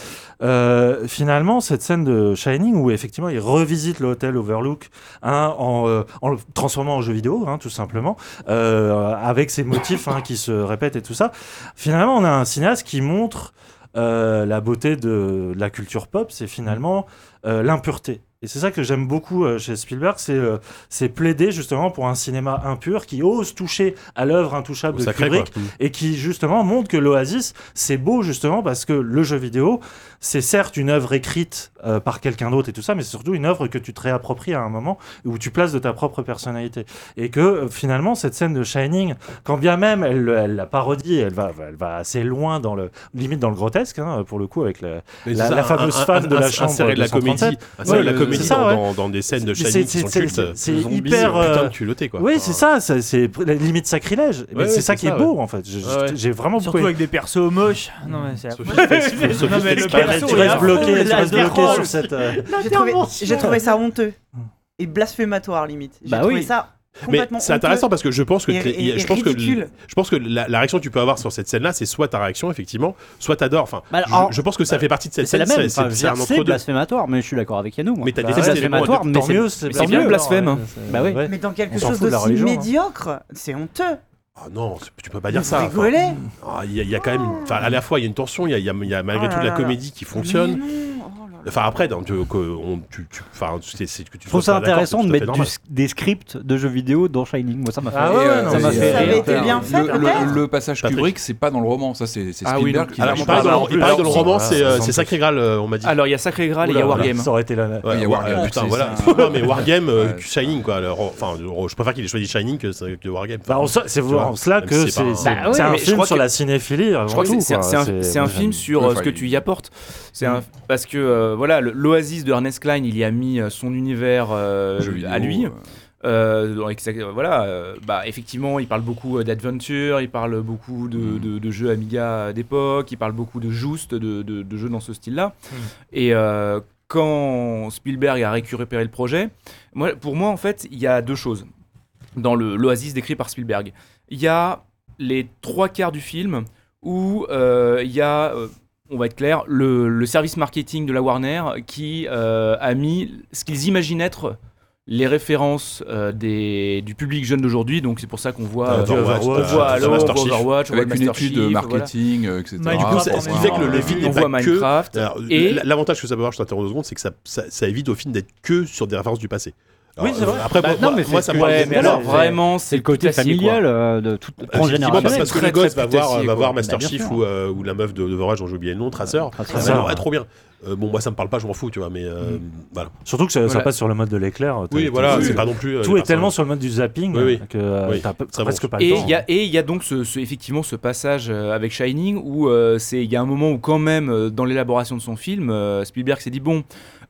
euh, finalement, cette scène de Shining où effectivement, il revisite l'hôtel Overlook hein, en, euh, en le transformant en jeu vidéo, hein, tout simplement, euh, avec ses motifs hein, qui se répètent et tout ça. Finalement, on a un cinéaste qui montre euh, la beauté de la culture pop, c'est finalement euh, l'impureté. Et c'est ça que j'aime beaucoup euh, chez Spielberg, c'est euh, c'est plaider justement pour un cinéma impur qui ose toucher à l'œuvre intouchable
Au
de
sacré,
Kubrick
quoi.
et qui justement montre que l'Oasis, c'est beau justement parce que le jeu vidéo, c'est certes une œuvre écrite euh, par quelqu'un d'autre et tout ça, mais c'est surtout une œuvre que tu te réappropries à un moment où tu places de ta propre personnalité. Et que euh, finalement, cette scène de Shining, quand bien même elle, le- elle la parodie, elle va, elle va assez loin dans le, limite dans le grotesque, hein, pour le coup, avec le,
Mais
la-
c'est ça,
la
un-
fameuse
un-
fan
un-
de la
un-
chambre
Un serré de la comédie,
237.
un serré de la
Ouais,
comédie
c'est ça,
dans,
ouais.
dans- dans des scènes de
C'est-
Shining qui
c'est-
sont
c'est-
cultes.
c'est- c'est
Zombies,
hyper,
Putain
euh,
de culotté, quoi.
Oui, c'est ça, ça- c'est pr- la limite sacrilège. Mais
Ouais,
c'est
ouais,
ça
c'est
qui est
ça,
beau, en fait. Je- je-
Ouais, ouais.
J'ai vraiment
Surtout
beaucoup-
avec des persos moches. Non, mais c'est
Sophie
Non, mais le
Tu restes
perso, il est affreux,
bloqué, tu
la
restes bloqué
casserole.
sur cette. euh,
J'ai trouvé, j'ai trouvé ça honteux et blasphématoire limite. J'ai
Bah
trouvé
oui.
ça
Mais
complètement
c'est intéressant
honteux
parce que je pense que
et-
t'es-
et- et
je pense que
ridicule.
je pense que la, la réaction que tu peux avoir sur cette scène là c'est soit ta réaction effectivement soit t'adores enfin
Bah,
je-
alors,
je, pense que ça fait partie de cette
C'est
scène
la même.
c'est-
enfin, je veux
c'est un
dire, C'est
entre deux
blasphématoire, mais je suis d'accord avec Yannou. moi.
mais t'as
Bah,
des
C'est
ouais,
éléments
blasphématoire, mais
Tant
c'est
mieux, c'est
mais c'est
bien
bien
le
le
blasphème.
Bah oui.
Mais dans quelque
On s'en
chose
fout de la
d'aussi
religion, hein.
médiocre, c'est honteux.
oh non c'est- tu peux pas
Vous
dire ça enfin.
rigolez
Ah, il y, a- il y a quand même enfin, à la fois il y a une tension il y a, il y a- il y a malgré
Oh
tout de la
là là.
comédie qui fonctionne
Mais non, oh là là.
enfin après dans- tu- que- on- tu- tu- enfin, c'est- c'est que tu
Je trouve
sois
ça
pas d'accord,
intéressant
c'est
de
tout à fait
mettre du-
normal.
des scripts de jeux vidéo dans Shining. Moi, ça m'a fait.
Ah
Et,
ouais,
euh,
non,
ça
et,
m'a fait
euh,
rire.
Ça avait été bien fait,
le, le,
peut-être
le passage
Patrick.
Kubrick, c'est pas dans le roman, ça c'est c'est
Ah oui,
Spielberg
non.
qui
alors
l'a
il paraît
changé.
dans le- il paraît dans le
Alors,
roman
ça,
c'est euh,
ça
c'est
semble-
sacré graal euh, on m'a dit
Alors, il y a Sacré Graal et il y a
Oula, oula,
Wargame.
Ça aurait été la.
Ouais,
Ouais,
Wargame,
ouais,
putain,
c'est
voilà.
ça.
Non, mais Wargame, euh,
Ouais,
que Shining, quoi. Alors, enfin, je préfère qu'il ait choisi Shining que, que Wargame.
Bah, on sa- c'est
Tu vois,
en cela
même
que
si c'est pas
c'est
un-
c'est-
Bah ouais,
c'est un
mais je
film
crois
sur
que-
la cinéphilie.
Je crois que c'est- c'est un, c'est un- c'est un film sur
Ouais,
euh,
enfin,
ce que
il-
tu y apportes. C'est un parce que euh, voilà, le- l'Oasis de Ernest Klein, il y a mis euh, son univers euh,
Jeux vidéo,
à lui.
euh,
Euh, donc, exact- euh, voilà, euh, bah, effectivement, il parle beaucoup euh, d'adventure, il parle beaucoup de, de- de jeux Amiga d'époque, il parle beaucoup de Just, de, de- de jeux dans ce style-là. Et euh, quand Spielberg a récupéré le projet, moi, pour moi, en fait, il y a deux choses dans le- l'Oasis décrit par Spielberg. Il y a les trois quarts du film où euh, il y a, euh, on va être clair, le, le service marketing de la Warner qui euh, a mis ce qu'ils imaginaient être les références euh, des, du public jeune d'aujourd'hui. Donc c'est pour ça qu'on
Ah,
voit
Euh,
euh,
Overwatch,
on
t'as-
voit
t'as
Halo, on
Master
voit
Chief.
Overwatch, on voit
Avec une
Master
étude
Chief, voilà.
marketing, euh, etc.
Mais
Du coup,
Ah,
ça,
pour
ce qui
moi,
fait que le, le
euh,
film
on
n'est
voit
pas que.
Minecraft.
Alors,
et-
l- L'avantage que ça peut avoir, je t'interromps deux secondes, c'est que ça, ça- ça évite au film d'être que sur des références du passé.
Oui, c'est vrai.
Après,
Bah,
moi,
non,
moi,
mais
moi,
c'est
ça
ce
me
que-
parle
Ouais,
c'est-
mais
beaucoup.
alors
c'est-
vraiment, c'est
C'est le côté
putassier,
familial euh, de tout
Bah, effectivement,
transgénérationnel.
parce que
Très,
le gosse
très
va voir,
putassier,
va
quoi.
voir
Bah,
Master
bien
Chief
sûr.
ou, euh, ou la meuf de de Overwatch dont j'ai oublié le nom, Tracer.
Tracer.
Ça,
Ça,
m'aurait
ouais.
trop bien. Euh, bon, moi ça me parle pas, je m'en fous, tu vois, mais. euh, voilà.
Surtout que ça, ça
Voilà.
passe sur le mode de l'éclair. t'as-
Oui,
t'as-
voilà,
t'as-
c'est pas non plus. euh,
Tout
les
est tellement
personnages.
sur le mode du zapping
Oui, oui.
que euh,
Oui.
t'as peu-
Très bon.
presque pas le
Et
temps. hein.
il y a, et il y a donc ce, ce- effectivement ce passage euh, avec Shining où euh, c'est il y a un moment où quand même euh, dans l'élaboration de son film, euh, Spielberg s'est dit bon,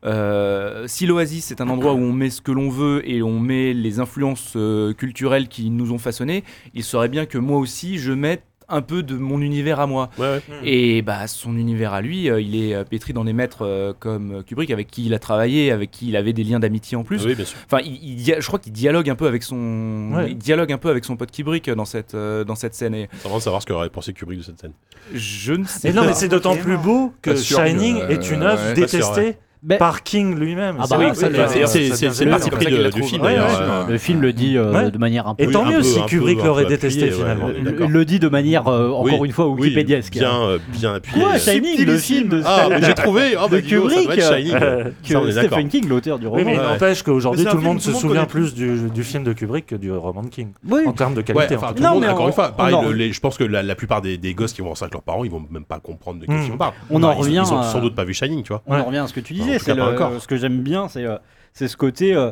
euh, si l'Oasis c'est un endroit où on met ce que l'on veut et on met les influences euh, culturelles qui nous ont façonnés, il serait bien que moi aussi je mette un peu de mon univers à moi.
Ouais, ouais.
Mm.
Et bah son univers à lui, euh, il est euh, pétri dans des maîtres euh, comme Kubrick avec qui il a travaillé, avec qui il avait des liens d'amitié en plus.
Oui, bien sûr.
Enfin, il, il dia- je crois qu'il dialogue un peu avec son,
Ouais.
il dialogue un peu avec son pote Kubrick dans cette euh, dans cette scène. Et
C'est vraiment de savoir ce qu'aurait pensé Kubrick de cette scène.
je ne sais
Mais non,
pas.
mais c'est d'autant
Ok,
plus
non.
beau que
Pas sûr que,
Shining
euh,
est une œuvre
ouais,
pas sûr,
détestée
Mais-
par King lui-même.
Ah
C'est
bah
vrai
oui,
que
ça,
ça devient-
C'est-
ça
c'est-
devient
C'est c'est le
violent.
parti
comme
pris
ça
de-
qu'il
du
la
film
trouve.
d'ailleurs.
Ouais,
euh,
Le film le dit euh,
Ouais.
de manière un peu.
Et tant
Oui,
mieux
un peu-
si
un peu-
Kubrick
un peu
l'aurait
appuyé,
détesté
ouais,
finalement.
ouais,
le,
d'accord.
le dit de manière euh, encore
Oui,
une fois
Oui,
wikipédiesque.
Bien, euh, bien appuyé.
Quoi,
euh.
Shining, le film de,
Ah, mais j'ai trouvé Ah, bah,
de
dis donc, ça doit
Kubrick
être Shining.
euh,
que
Ça, on est d'accord.
Stephen King, l'auteur du
Oui,
roman.
mais il
Ouais.
n'empêche qu'aujourd'hui
Mais c'est
tout
un
le monde
film,
se
tout le monde
souvient
connaît.
plus du, du film de Kubrick que du roman de King.
Oui.
En termes de
Ouais,
qualité.
enfin,
en
tout
tout
le
cas.
monde,
mais
encore
on-
une fois, pareil,
on en-
le- les- je pense que la, la plupart des, des gosses qui vont voir ça avec leurs parents, ils vont même pas comprendre de quel
Mm.
film on parle.
On en
Ils ont-
revient
Ils ont
à-
sans doute pas vu Shining, tu vois.
On
Ouais.
en revient à ce que tu
en
disais.
tout
c'est
cas, pas
le-
encore.
ce que j'aime bien, c'est euh, c'est ce côté. euh,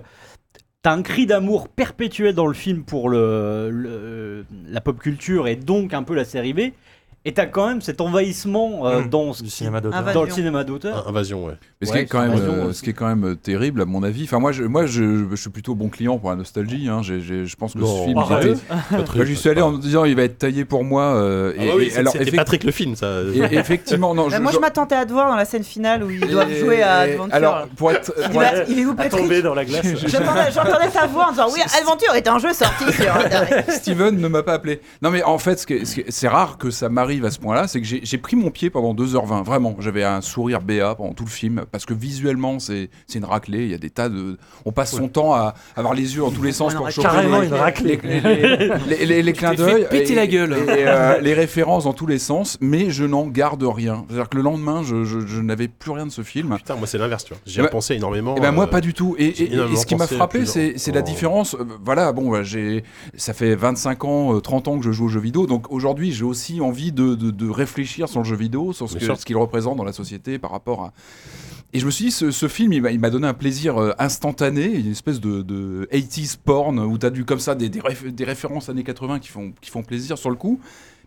T'as un cri d'amour perpétuel dans le film pour le, le- la pop culture et donc un peu la série B. Et t'as quand même cet envahissement euh,
Hmm.
Mm.
dans, ce
Du
qui-
cinéma d'auteur.
Invasion.
dans le cinéma d'auteur.
Invasion, ouais.
Mais ce,
Ouais,
qui est quand même,
c'est raison,
euh,
aussi.
ce qui est quand même terrible, à mon avis. Enfin, moi, je, moi, je, je suis plutôt bon client pour la nostalgie. hein. J'ai- j'ai- je pense que
Non.
ce film.
Ah,
il
ouais.
était- Moi, j'y suis allé en me disant, il va être taillé pour moi. euh,
Ah
et-
bah oui,
et
c'est-
alors,
c'était
effect-
Patrick le film, ça.
et- effectivement, non.
Bah, moi, je m'attendais à te voir dans la scène finale où ils doivent
Et-
jouer à Adventure.
Alors, pour être.
il,
pour
va-
être-
il est où
À
Patrick
tomber dans la glace.
J'entendais j'entendais ta voix en disant Oui, Adventure est un jeu sorti sur Internet.
Steven ne m'a pas appelé. Non, mais en fait, ce qui est- ce qui est- c'est rare que ça m'arrive à ce point-là. C'est que j'ai j'ai pris mon pied pendant 2h20. Vraiment, j'avais un sourire béat pendant tout le film. Parce que visuellement, c'est c'est une raclée. Il y a des tas de. On passe son temps à avoir les yeux dans tous les sens
Ouais,
pour
non,
choper
Carrément
les-
une raclée.
les, les- les- les- les clins
t'es fait
d'œil.
péter
et-
la gueule.
et, euh, les références dans tous les sens. Mais je n'en garde rien. C'est-à-dire que le lendemain, je, je- je n'avais plus rien de ce film.
Putain, moi c'est l'inverse, tu vois. J'y
Eh ben-
ai pensé énormément.
Eh ben moi
euh,
pas du tout. Et,
j'ai
et- et-
énormément
ce qui m'a
pensé
frappé,
plus en-
c'est c'est la
en-
différence. euh, voilà, bon, bah, j'ai, ça fait 25 ans, euh, 30 ans que je joue aux jeux vidéo, donc aujourd'hui j'ai aussi envie de, de- de réfléchir sur le jeu vidéo, sur ce,
Bien
que-
sûr.
ce qu'il représente dans la société par rapport à. Et je me suis dit, ce, ce film, il m'a- il m'a donné un plaisir euh, instantané, une espèce de, de 80s porn, où t'as du comme ça des, des, réf- des références années 80 qui font, qui font plaisir sur le coup.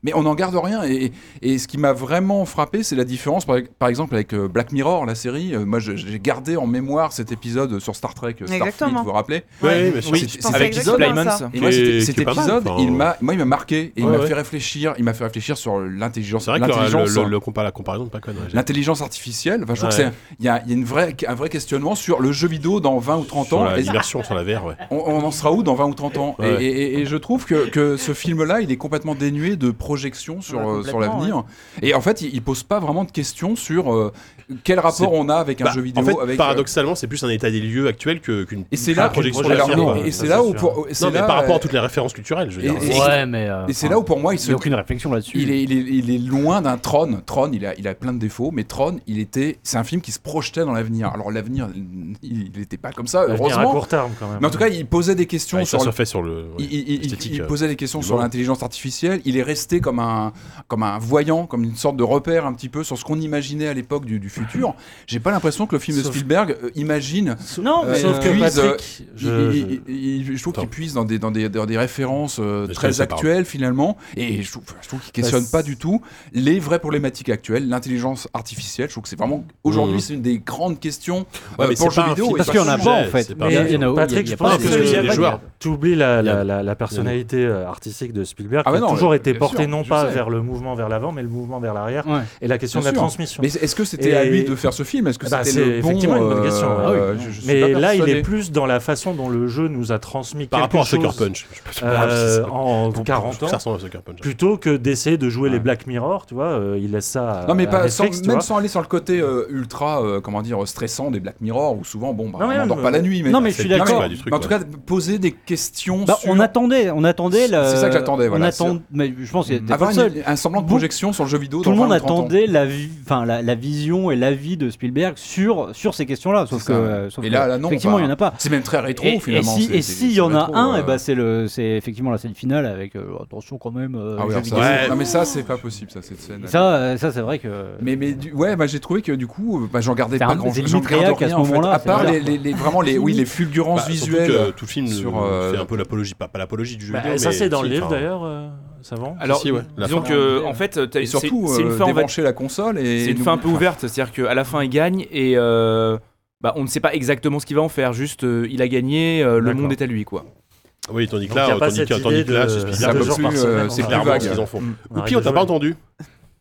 Mais on n'en garde rien. Et, et ce qui m'a vraiment frappé, c'est la différence, par, par exemple, avec euh, Black Mirror, la série. Euh, Moi, je- j'ai gardé en mémoire cet épisode sur Star Trek, euh, Starfleet,
Exactement.
vous vous rappelez
Ouais, mais
Oui,
c'est- hein,
je
c'est-
pensais
avec
exactement
Isolde
à ça.
Simons.
Et moi,
Qui est-
c'était-
qui est
cet
pas mal,
épisode,
enfin, euh.
il m'a, moi, il m'a marqué et il
Ouais,
m'a
ouais.
fait réfléchir. Il m'a fait réfléchir sur l'intelligence,
C'est vrai que
l'intelligence,
le, le, le compa- la comparaison de pas conne. ouais, j'ai-
l'intelligence artificielle. Enfin, je trouve
Ouais.
que c'est, il y a, il y a une vraie, un vrai questionnement sur le jeu vidéo dans 20 ou 30
Sur
ans.
la
Et-
immersion sur la VR, ouais.
on, on en sera où dans 20 ou 30 ans
Ouais.
et, et- et je trouve que, que ce film-là, il est complètement dénué de projections sur,
Ouais,
euh, sur
complètement,
l'avenir. Et en fait, il, il pose pas vraiment de questions sur euh, quel rapport on a avec un
Bah,
jeu vidéo.
en fait,
avec, euh,
paradoxalement, c'est plus un état des lieux actuel que- qu'une
et c'est
qu'une
là,
projection de
alors,
l'avenir,
et-
quoi.
et
ça,
c'est là
c'est
où
sûr.
pour, et c'est
Non, mais
là,
par rapport à
euh,
toutes les références culturelles, je veux
et-
dire.
et-
C'est-
Ouais, mais. euh,
et c'est là où pour moi il
Il n'y
se
a aucune réflexion là-dessus.
il est, il, est, il est loin d'un Tron. Tron, il a, il a plein de défauts, mais Tron, il était, c'est un film qui se projetait dans l'avenir. Alors l'avenir, il n'était pas comme ça,
L'avenir à
heureusement.
court terme quand même.
Mais en tout cas, il posait des questions
Ouais,
sur
ça se
le-
fait sur le. ouais,
il, il- il-
l'esthétique,
il
euh.
posait des questions
du
sur
moment.
l'intelligence artificielle. Il est resté comme un, comme un voyant, comme une sorte de repère un petit peu sur ce qu'on imaginait à l'époque du, du futur. J'ai pas l'impression que le film de
Sauf-
Spielberg euh, imagine.
non,
mais
sauf
euh,
que
puis,
Patrick,
il-
je-
il- il- il- je trouve
Attends.
qu'il puise dans des, dans des, dans des références euh,
Je
très
sais pas.
actuelles finalement. Et je trouve, je trouve qu'il questionne
c'est-
pas du tout les vraies problématiques actuelles, l'intelligence artificielle. Je trouve que c'est vraiment aujourd'hui
Mhm.
c'est une des grandes questions
Ouais,
euh,
mais
pour
c'est
le jeu
pas un
vidéo.
film
et
Parce
pas
qu'il y en a
seulement.
pas en
sujet,
fait.
c'est
Il
pas
y en a-
grave.
il y en a-
Patrick,
il y a
je
pas
pense
de-
que
il y a
les
pas de-
joueurs-
tu oublies la,
Il y a-
la, la- la personnalité euh, artistique de Spielberg
Ah
qui
bah non,
a toujours
euh,
été
bien
portée
et non
je
pas
sais.
vers le mouvement vers l'avant, mais le mouvement vers l'arrière.
Ouais.
Et la question
Bien
de la
sûr.
transmission.
Mais est-ce que c'était à
Et-
lui de faire ce film Est-ce que
Bah,
c'était
c'est
le bon
effectivement une bonne
euh,
question,
Ah
ouais.
euh, je- je suis
Mais
pas
là, il
persuadé.
est plus dans la façon dont le jeu nous a transmis
Par
quelque
rapport à
chose
Sucker Punch. Je sais
Ah,
pas si
euh,
ça-
en
pour-
40 ans,
Ça ressemble à Sucker Punch.
plutôt que d'essayer de jouer les Black Mirror, tu vois, euh, il laisse ça. à-
Non mais
à
pas, sans-
Netflix, tu
même
vois.
sans aller sur le côté euh, ultra euh, comment dire stressant des Black Mirror où souvent bon bah,
Non, mais
on dort
même,
pas la nuit mais
non, mais je suis
c'est le
d'accord.
principe du truc,
en tout cas poser des questions
Bah,
sur
on attendait, on attendait. le-
C'est ça que j'attendais, voilà.
On attend... Mais je pense qu'il y a des
avoir
personnes-
une- un semblant de
Beaucoup-
projection sur le jeu vidéo
Tout le
dans
monde
20 ou 30 ans.
attendait la, vi- enfin, la, la vision et l'avis de Spielberg sur, sur ces questions-là. Sauf
C'est
que,
ça.
euh, sauf
Et
que,
là, là, non,
effectivement,
bah,
il n'y en a pas.
C'est même très rétro
Et, et
finalement.
si-
c'est-
et
c'est-
s'il
c'est
y en a
rétro,
un, eh
euh.
ben, c'est le, c'est effectivement la scène finale avec euh, attention quand même. euh,
Ah oui,
jeu
alors ça,
vidéo.
c'est-
Ouais.
Non mais ça c'est pas possible ça cette scène.
Ça, euh, ça c'est vrai que.
Mais, mais du- ouais, bah, j'ai trouvé que du coup, euh, bah, j'en gardais
C'est
pas
un-
grand
c'est
j'en
limite
garde
réac à
rien,
ce
en fait,
moment-là,
À
c'est
part
bizarre,
les,
quoi.
les- les- vraiment les, oui, les fulgurances
Bah, surtout
visuelles.
que tout le film
sur,
euh, fait
euh,
un peu l'apologie, pas, pas l'apologie du jeu
Bah,
vidéo.
ça,
mais
c'est dans le
si,
livre
enfin,
d'ailleurs, euh, Savant.
Alors,
Si, ouais. La
disons
fin.
que, Euh, en fait, t'as-
Et
c'est c'est
surtout,
une
euh,
fin en fait,
débrancher la console et.
c'est une fin un peu ouverte, c'est-à-dire qu'à la fin, il gagne et euh, bah, on ne sait pas exactement ce qu'il va en faire. Juste, euh, il a gagné, euh, le
D'accord.
monde est à lui, quoi.
Oui, tandis que
Donc, y a
là,
pas
tandis
cette
que tandis
idée
que là,
de-
c'est
C'est un
Spielberg.
peu
comme
plus,
ça,
euh,
on
c'est
sait
plus
clairement
vague.
ce qu'ils en font.
Mm.
On
Au
a
pire, t'as pas
rigolé.
entendu.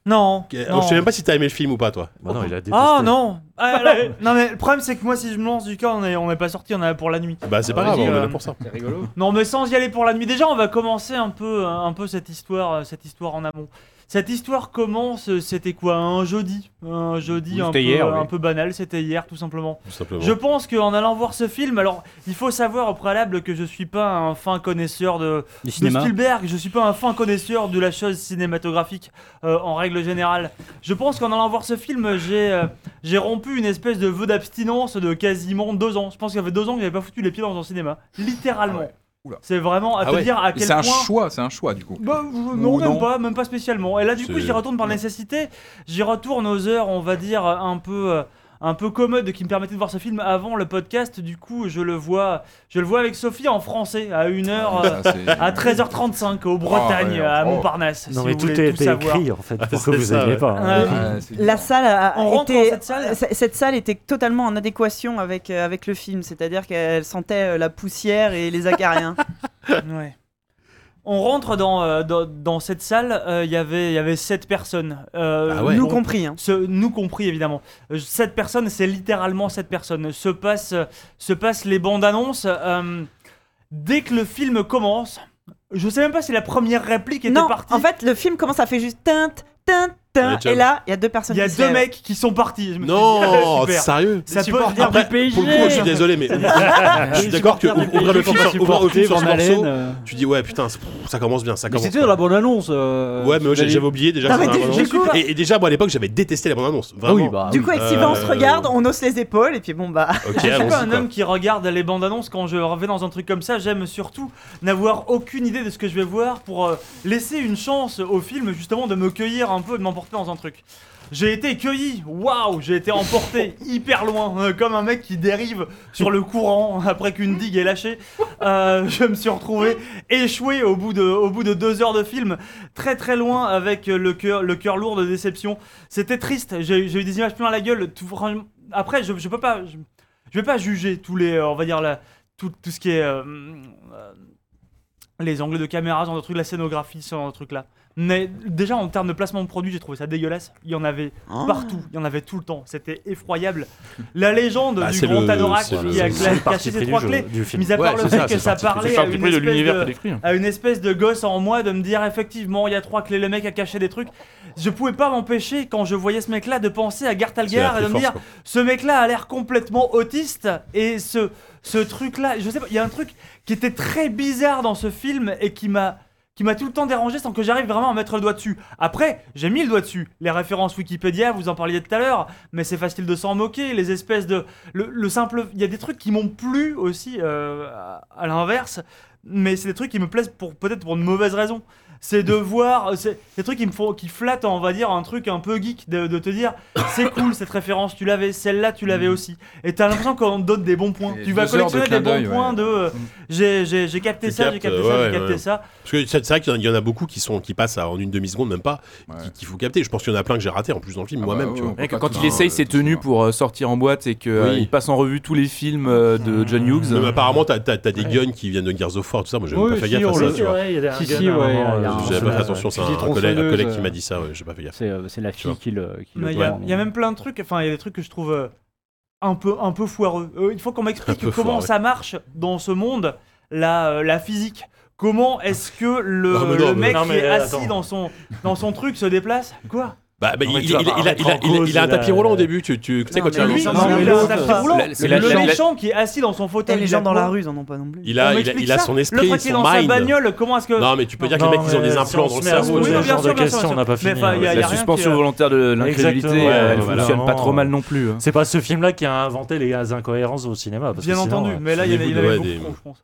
Non.
Je
non.
sais même pas si t'as aimé le film ou pas, toi.
Bah non, il a détesté.
Ah non Ah, alors- Non mais le problème c'est que moi si je me lance du cas on est, on est pas sorti, on est pour la nuit.
Bah, c'est pas grave,
vas-y,
on est
euh,
là pour ça.
C'est rigolo.
Non mais sans y aller pour la nuit déjà on va commencer un peu, un peu cette, histoire, euh, cette histoire en amont. Cette histoire commence, euh, c'était quoi Un jeudi Un jeudi
Oui,
un, peu,
c'était hier, oui.
un peu banal, c'était hier tout simplement.
Tout simplement.
Je pense qu'en allant voir ce film, alors il faut savoir au préalable que je suis pas un fin connaisseur de,
Du
de
cinéma.
Spielberg, je suis pas un fin connaisseur de la chose cinématographique euh, en règle générale. Je pense qu'en allant voir ce film, j'ai euh, j'ai rompu une espèce de vœu d'abstinence de quasiment deux ans. Je pense qu'il y avait deux ans que j'avais pas foutu les pieds dans un cinéma, littéralement.
Ah ouais. Oula.
C'est vraiment à
Ah
te
ouais.
dire à
Et
quel
C'est un
point.
choix, c'est un choix du coup.
Bah, je- non,
Ou
même
non.
pas, même pas spécialement. Et là, du coup,
C'est-
j'y retourne par nécessité. J'y retourne aux heures, on va dire, un peu, euh, un peu commodes qui me permettaient de voir ce film avant le podcast. Du coup, je le vois, je le vois avec Sophie en français à une heure. euh,
Ça, c'est-
à 13h35 au Bretagne,
Ah ouais,
à
oh.
Montparnasse.
Non,
si
mais
vous
tout
voulez
a
tout
été
savoir.
écrit en fait pour que
c'est
vous
ça,
n'aimiez
ouais.
pas. hein.
Ouais.
Ouais, c'est-
Euh, La salle a
On rentre
été-
dans cette salle
c- cette salle était totalement en adéquation avec, euh, avec le film, c'est-à-dire qu'elle sentait euh, la poussière et les acariens.
Ouais. On rentre dans, euh, dans, dans cette salle, euh, il y avait- il y avait 7 personnes. Euh,
Ah ouais.
nous
Nous compris.
compris.
hein.
Ce, nous compris évidemment. Euh, Cette personne, c'est littéralement cette personne. Se passent se passe les bandes annonces. euh, dès que le film commence, je sais même pas si la première réplique était
Non,
partie.
en fait, le film commence à faire juste teinte, teinte, teinte,
Ouais,
et là, il y a deux personnes
il y a
qui se
deux
lèvent.
mecs qui sont partis. Je me suis dit, ah,
Non,
super.
sérieux
Ça peut venir
Après,
du
pour le coup, je suis désolé, mais je suis d'accord que ouvrir le film sur ouvrir le film sur ce morceau,
Ah,
tu dis ouais putain, c'est- pff, ça commence bien, ça commence.
euh, C'était dans la bonne annonce. euh,
Ouais, mais moi j'ai-
Spielberg.
j'avais oublié déjà.
Non,
que
mais
c'était
du-
dans la
du
bande-annonce.
coup-
et, et déjà, moi à l'époque, j'avais détesté la bande annonce.
Ah oui,
Vraiment.
bah.
Du
oui.
coup, avec Sylvain, on se
Euh, hein
regarde, on hausse les épaules, et puis bon, bah.
Ok,
Je suis pas un
allons-y,
homme
quoi.
qui regarde les bandes annonces quand je reviens dans un truc comme ça. J'aime surtout n'avoir aucune idée de ce que je vais voir pour euh, laisser une chance au film justement de me cueillir un peu, de m'emporter dans un truc. J'ai été cueilli, waouh, j'ai été emporté hyper loin, euh, comme un mec qui dérive sur le courant après qu'une digue est lâchée. Euh, je me suis retrouvé échoué au bout, de, au bout de deux heures de film, très très loin avec euh, le cœur, le cœur lourd de déception. C'était triste, j'ai j'ai eu des images plein la gueule. Tout, franchement, après, je, je peux pas, je, je vais pas juger tous les, euh, on va dire la, tout, tout ce qui est euh, euh, les angles de caméra, ce genre de truc, la scénographie, ce genre de truc là. Mais déjà en termes de placement de produit, j'ai trouvé ça dégueulasse. Il y en avait
Ah.
partout, il y en avait tout le temps. C'était effroyable. La légende
Bah,
du
c'est
grand
le-
Tanorak
c'est le-
qui a
c'est
cla-
le parti
caché ses
pris
trois
du
clés.
jeu- du film.
Mis à part
Ouais,
le
c'est
fait
ça,
que
c'est
ça
le parti pris.
parlait
C'est
à
parti
une
pris de
espèce
l'univers
de-
que décrit. hein.
à une espèce de gosse en moi de me dire effectivement il y a trois clés le mec a caché des trucs je pouvais pas m'empêcher quand je voyais ce mec là de penser à
C'est la
Gartalgar et de me
force,
dire
quoi.
ce mec là a l'air complètement autiste et ce ce truc là je sais pas il y a un truc qui était très bizarre dans ce film et qui m'a qui m'a tout le temps dérangé sans que j'arrive vraiment à mettre le doigt dessus. Après, j'ai mis le doigt dessus. Les références Wikipédia, vous en parliez tout à l'heure, mais c'est facile de s'en moquer. Les espèces de. Le, le simple. Il y a des trucs qui m'ont plu aussi, euh, à- à l'inverse, mais c'est des trucs qui me plaisent pour peut-être pour une mauvaise raison. C'est de voir. euh, C'est des trucs qui me font. qui flattent, on va dire, un truc un peu geek, de, de te dire c'est cool cette référence, tu l'avais, celle-là, tu l'avais aussi. Et t'as l'impression qu'on te donne des bons points.
Et
Tu vas
deux heures de
collectionner des
clin
bons
d'œil, ouais.
points de. euh, j'ai- J'ai j'ai capté
Tu
ça, j'ai
captes, euh,
capté ça,
ouais,
j'ai capté
ouais.
ça.
Parce que c'est c'est vrai qu'il y en a- il y en a beaucoup qui sont qui passent à- en une demi seconde, même pas,
Ouais.
qui- qu'il faut capter. Je pense qu'il y en a plein que j'ai raté en plus dans le film,
Ah
moi-même.
bah,
tu
ouais,
vois.
on peut
Mec,
pas
quand
tout-
il essaye
tout-
ses tenues pour euh, sortir en boîte et qu'il
Oui.
passe en revue tous les films euh, de John Hughes,
Même apparemment, t'as t'as- t'as des guns qui viennent de Gears of fort, tout ça. Moi, j'avais
Oui,
pas fait
si,
gaffe à
on
ça,
le-
tu vois.
Ouais, il y a des- un
Si, si,
gun à un
ouais,
moment,
il y a
euh,
un-
J'avais pas fait
Ah, Ouais,
attention,
ouais.
c'est un,
Petite
collègue, un collègue
tronçonneuse,
qui
euh,
m'a dit ça, ouais, j'ai pas fait gaffe.
C'est euh, c'est la fille
vois.
qui le. qui le
Mais Il y, a-
prend.
il y a même plein de trucs, enfin il y a des trucs que je trouve euh, un, peu, un peu foireux. Euh, il faut qu'on m'explique
peu
comment
foireux.
ça marche dans ce monde, la, euh, la physique. Comment est-ce que le,
Non, Ah, mais non,
le
mais-
mec
Non,
qui
mais,
est
euh,
assis
attends.
dans son, dans son truc se déplace Quoi
Bah, bah,
Non,
il,
mais
il,
tu vas
il-
pas
il a, il,
remettre
a,
en
il a-
cause
il a un
la-
tapis roulant au début, tu, tu tu sais, quand tu as
mais
un
lui,
lanceur-
non,
mais
il a un
l'autre,
tapis
c'est-
roulant.
la- c'est
Le
la- la- la-
méchant qui est assis dans son
Et
fauteuil.
les gens dans la
quoi
rue, ils en ont pas non plus.
il a, il
On
a, il
m'explique
a
ça
son
L'autre
esprit,
qui est
son
dans sa
mind.
bagnole, comment est-ce que.
Non, mais tu peux dire que
Non,
les mecs, ils ont
mais
des
si
implants
on
dans
se
le
met à
cerveau.
se
tu
poser
vois.
bien
genre
sûr,
de
bien sûr,
questions,
bien
on n'a pas
sûr. Mais
fini.
enfin, il y a-
hein.
il y
La
a rien
suspension
qui, euh,
volontaire de l'incrédulité,
Exactement, ouais,
elle
voilà.
fonctionne pas trop mal non plus. hein.
C'est pas ce film-là qui a inventé les incohérences au cinéma. parce que
Bien
sinon,
entendu,
euh,
mais là il y en a- il y en
Ouais,
avait
des-
beaucoup trop, je pense.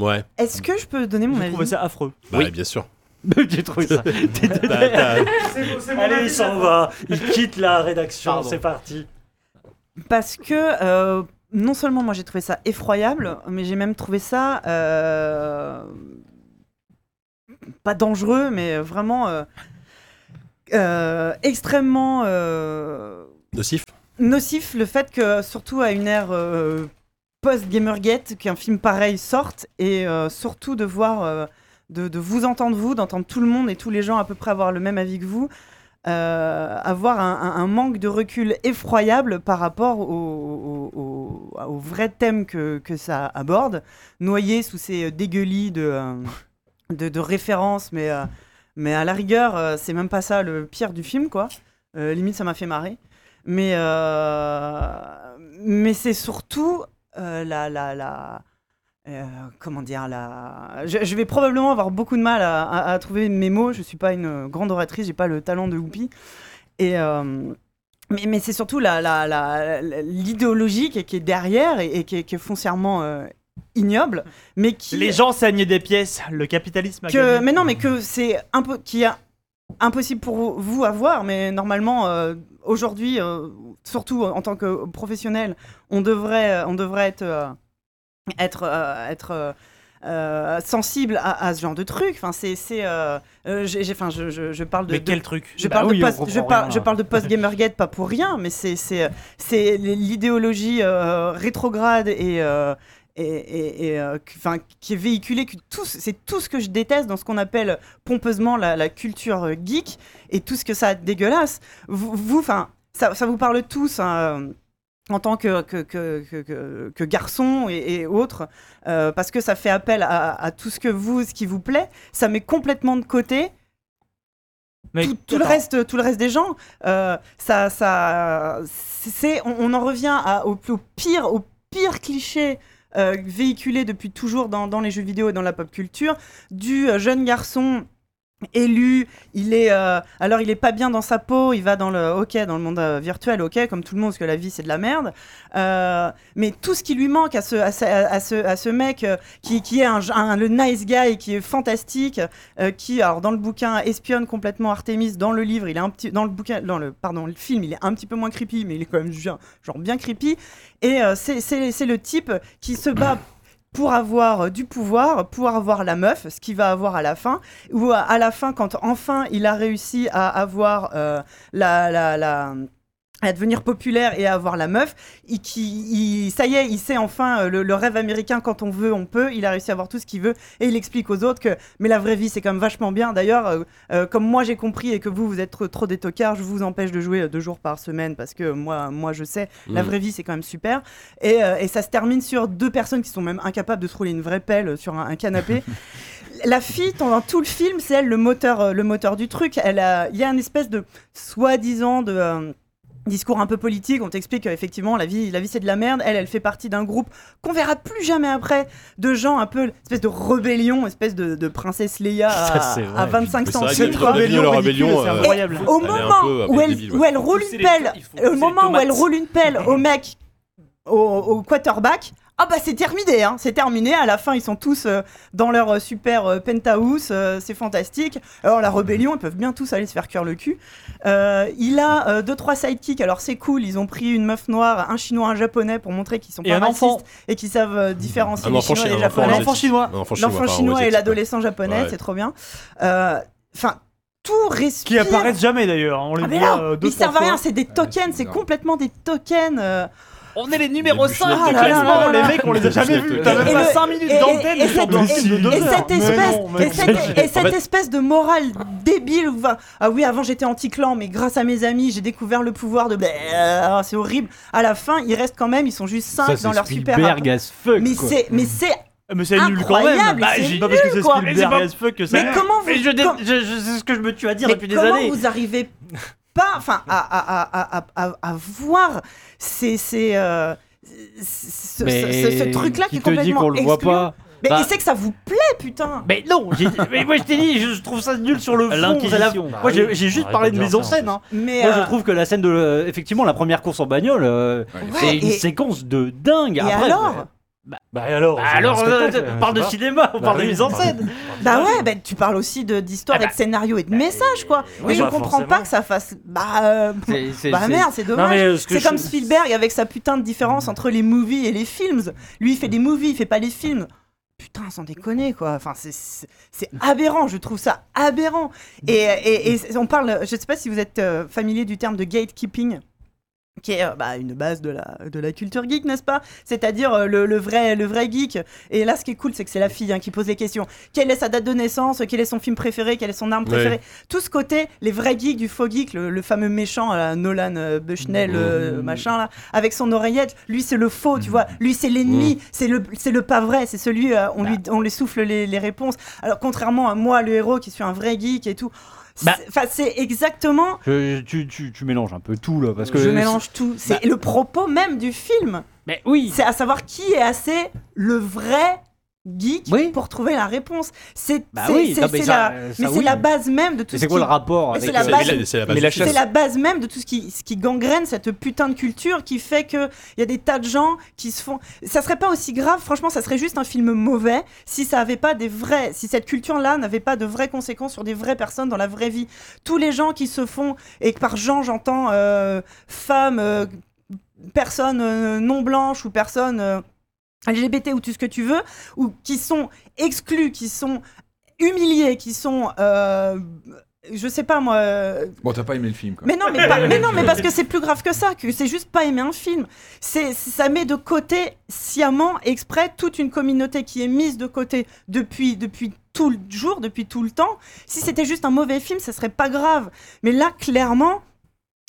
Ouais,
Est-ce que je peux donner mon
J'ai trouvé
avis
ça affreux.
bah,
Oui.
bien sûr.
J'ai trouvé ça.
T'as- t'as-
Allez, il s'en va. Il quitte la rédaction.
Pardon.
C'est parti.
Parce que euh, non seulement moi j'ai trouvé ça effroyable, mais j'ai même trouvé ça euh, pas dangereux, mais vraiment euh, euh, extrêmement euh,
Nocif
nocif le fait que surtout à une ère euh, post-gamergate qu'un film pareil sorte et euh, surtout de voir euh, de, de vous entendre vous d'entendre tout le monde et tous les gens à peu près avoir le même avis que vous euh, avoir un, un- un manque de recul effroyable par rapport au, au, au- au vrai thème que, que ça aborde noyé sous ces dégueulis de, euh, de, de références mais euh, mais à la rigueur euh, c'est même pas ça le pire du film quoi Euh, limite ça m'a fait marrer mais, euh, mais c'est surtout euh, la. la, la euh, comment dire la... je, je vais probablement avoir beaucoup de mal à, à- à trouver mes mots. Je suis pas une grande oratrice, j'ai pas le talent de Whoopi. Et. euh, mais, mais c'est surtout la- la- la- la- l'idéologie qui, est- qui est derrière et, et qui, est, qui est foncièrement euh, ignoble, mais qui
Les gens saignaient des pièces, le capitalisme a
que,
gagné.
mais non, mais que c'est impo- qu'il y a impossible pour vous à voir, mais normalement euh, aujourd'hui, euh, surtout en tant que professionnel, on devrait, euh, on devrait être, euh, être, euh, être euh, euh, sensible à, à ce genre de truc. Enfin, c'est, c'est, euh, euh, j'ai, j'ai- enfin, je, je- je parle de,
Mais
de-
quel truc
je
Bah
parle,
oui,
de
on
post, je,
comprend
par-
rien.
je parle de post-Gamergate pas pour rien, mais c'est, c'est, c'est l'idéologie euh, rétrograde et, euh, et, et- et, euh, qui- 'fin, qui est véhiculée, que tout, ce- c'est tout ce que je déteste dans ce qu'on appelle pompeusement la, la culture euh, geek et tout ce que ça a de dégueulasse. Vous, vous, 'fin, ça, ça vous parle tous. hein, euh, en tant que, que, que, que- que- que garçon et, et autres, euh, parce que ça fait appel à, à tout ce que vous, ce qui vous plaît, ça met complètement de côté
Mais
tout, tout le reste, tout le reste des gens, euh, ça, ça, c'est, on, on en revient à- au, au pire, au pire cliché. euh, véhiculé depuis toujours dans, dans les jeux vidéo et dans la pop culture, du euh, jeune garçon élu, il est euh, alors il est pas bien dans sa peau, il va dans le ok dans le monde euh, virtuel, ok comme tout le monde parce que la vie c'est de la merde, Euh, mais tout ce qui lui manque à ce à ce, à ce, à ce mec euh, qui, qui est un, un- le nice guy qui est fantastique, euh, qui, alors dans le bouquin, espionne complètement Artemis. Dans le livre, il est un petit, dans le bouquin, dans le pardon, le film, il est un petit peu moins creepy, mais il est quand même bien, genre bien creepy. Et euh, c'est- c'est c'est le type qui se bat. Pour avoir euh, du pouvoir, pour avoir la meuf, ce qu'il va avoir à la fin, ou euh, à, à la fin, quand enfin il a réussi à avoir euh, la, la, la- à devenir populaire et à avoir la meuf, il, qui, il- ça y est, il sait enfin euh, le, le rêve américain quand on veut, on peut. Il a réussi à avoir tout ce qu'il veut et il explique aux autres que mais la vraie vie, c'est quand même vachement bien. D'ailleurs, euh, euh, comme moi j'ai compris et que vous, vous êtes trop, trop des tocards, je vous empêche de jouer euh, deux jours par semaine parce que moi, moi je sais, la
Mm.
vraie vie, c'est quand même super. Et, euh, et ça se termine sur deux personnes qui sont même incapables de se rouler une vraie pelle euh, sur un, un canapé. la fille, pendant tout le film, c'est elle le moteur, euh, le moteur du truc. Elle a- Il y a une espèce de soi-disant de. euh, Discours un peu politique, on t'explique qu'effectivement la vie, la vie c'est de la merde. Elle, elle fait partie d'un groupe qu'on verra plus jamais après, de gens un peu, espèce de rébellion, espèce de, de princesse Leia à,
Ça, c'est vrai.
à 25
Mais c'est vrai que
centimes.
le
quoi.
rébellion, la rébellion,
c'est
euh,
incroyable.
Au
Elle est un peu,
moment
un peu
où elle,
débile, ouais.
où elle roule une pelle, au moment où elle roule une pelle au mec, au, au quarterback, ah bah c'est terminé, hein, c'est terminé. À la fin, ils sont tous euh, dans leur euh, super euh, penthouse, euh, c'est fantastique. Alors la rébellion, ils peuvent bien tous aller se faire cuire le cul. Euh, il a euh, deux trois sidekicks, alors c'est cool. Ils ont pris une meuf noire, un chinois, un japonais pour montrer qu'ils sont
Et
pas
un
racistes
enfant.
et qu'ils savent euh, différencier
Un
les
enfant
chinois et
chi-
les
un enfant
japonais.
asiatique.
L'enfant chinois.
Un enfant
L'enfant
pardon,
chinois et
asiatique,
l'adolescent japonais,
Ouais.
c'est trop bien. Euh, Enfin, tout respire.
Qui apparaissent jamais d'ailleurs, on les
Ah mais
voit
non,
euh, deux
ils
trois
Ah,
servent à
fois.
rien, c'est des tokens, c'est
bizarre.
complètement des tokens. euh.
On est les numéros 5
Ah
du
là là là
classement, les
là.
mecs, on les a jamais vus.
Et
T'as même pas
le-
5 minutes
hein. et-
d'antenne
et- et
sur
cette-
des films de
et-
deux
et
heures.
cette
Mais
espèce,
non, mais
et cette, et
exagérez.
cette espèce de morale débile où va- ah oui avant j'étais anti-clan mais grâce à mes amis j'ai découvert le pouvoir de Ah, c'est horrible à la fin ils restent quand même ils sont juste 5 dans leur super
Spielberg as fuck.
mais
quoi.
c'est mais c'est
Ah, Mais c'est nul quand même.
Incroyable, c'est
pas parce que c'est
nul, Bah, quoi.
Spielberg
Mais c'est pas-
as fuck que ça.
mais comment vous
Mais je, dé-
com-
je- je- c'est ce que je me tue à dire
mais
depuis des
comment
années.
vous arrivez pas enfin à, à, à, à, à, à voir ces ces, euh, ce, ce- ce- ce truc-là qui,
qui
est
te dit
complètement
qu'on le voit
excluant.
pas
Mais
Bah-
et c'est que ça vous plaît, putain
Mais non, j'ai- mais moi je t'ai dit, je trouve ça nul sur le fond. c'est la-
L'inquisition. Moi, j'ai j'ai juste
Arrête
parlé
de
de
dire
mise en
ça, en
scène. hein.
Mais
Moi, je
euh,
trouve que la scène de. euh, effectivement, la première course en bagnole, euh,
Ouais,
c'est une
et-
séquence de dingue.
et
Après,
alors
bah,
Bah et alors
Bah
c'est
alors,
un
euh,
spectacle,
on
je
parle de
sais pas.
cinéma, on
Bah
parle de
oui,
mise en
on parle
scène.
de-
Bah ouais, bah, tu parles aussi de- d'histoire
Ah bah,
et de scénario et de message, quoi.
oui,
et je
bah,
comprends
forcément.
pas que ça fasse. Bah, euh,
C'est- c'est-
bah
c'est-
merde, c'est dommage.
mais, euh, ce que
c'est
je-
comme Spielberg avec sa putain de différence entre les movies et les films. Lui, il fait des movies, il fait pas les films. Putain, sans déconner, quoi. Enfin, c'est- c'est c'est aberrant, je trouve ça aberrant. Et, et- et on parle, je sais pas si vous êtes euh, familier du terme de gatekeeping qui est euh, bah, une base de la, de la culture geek, n'est-ce pas C'est-à-dire euh, le, le vrai, le vrai geek. Et là, ce qui est cool, c'est que c'est la fille hein, qui pose les questions. Quelle est sa date de naissance Quel est son film préféré Quelle est son arme préférée Tout ce côté, les vrais geeks du faux geek, le, le fameux méchant là, Nolan euh, Bushnell,
Mmh.
euh, machin, là, avec son oreillette. Lui, c'est le faux, tu vois. Lui, c'est
Mmh.
l'ennemi. C'est le, c'est le pas vrai. C'est celui, euh,
Bah.
on, lui, on lui souffle les, les réponses. Alors, contrairement à moi, le héros, qui suis un vrai geek et tout. C'est-
Bah.
Enfin, c'est exactement
je- tu, tu- tu mélanges un peu tout là. Parce que
je mélange
Bah.
tout. C'est le propos même du film.
Mais oui,
C'est à savoir qui est assez le vrai geek
Oui.
pour trouver la réponse. C'est
Bah
c'est-
oui,
c'est-
non, mais
c'est
ça,
la,
euh, ça,
mais c'est
oui.
la base même de tout ce
Mais c'est quoi
qui
le rapport
Mais
avec
c'est la
euh,
base-
C'est c'est la base.
Mais la chasse-
c'est la base même de tout ce qui, ce qui gangrène cette putain de culture qui fait que il y a des tas de gens qui se font. Ça serait pas aussi grave, franchement, ça serait juste un film mauvais si ça avait pas des vrais, si cette culture-là n'avait pas de vraies conséquences sur des vraies personnes dans la vraie vie. Tous les gens qui se font et que par gens j'entends euh, femmes, euh, personnes euh, non blanches ou personnes euh, LGBT ou tout ce que tu veux, ou qui sont exclus, qui sont humiliés, qui sont euh, je sais pas moi, euh,
Bon, t'as pas aimé le film, quoi.
mais non, mais, pas- mais non, mais parce que c'est plus grave que ça, que c'est juste pas aimer un film. C'est ça met de côté sciemment, exprès, toute une communauté qui est mise de côté depuis depuis tout le jour, depuis tout le temps. Si c'était juste un mauvais film, ça serait pas grave. Mais là, clairement.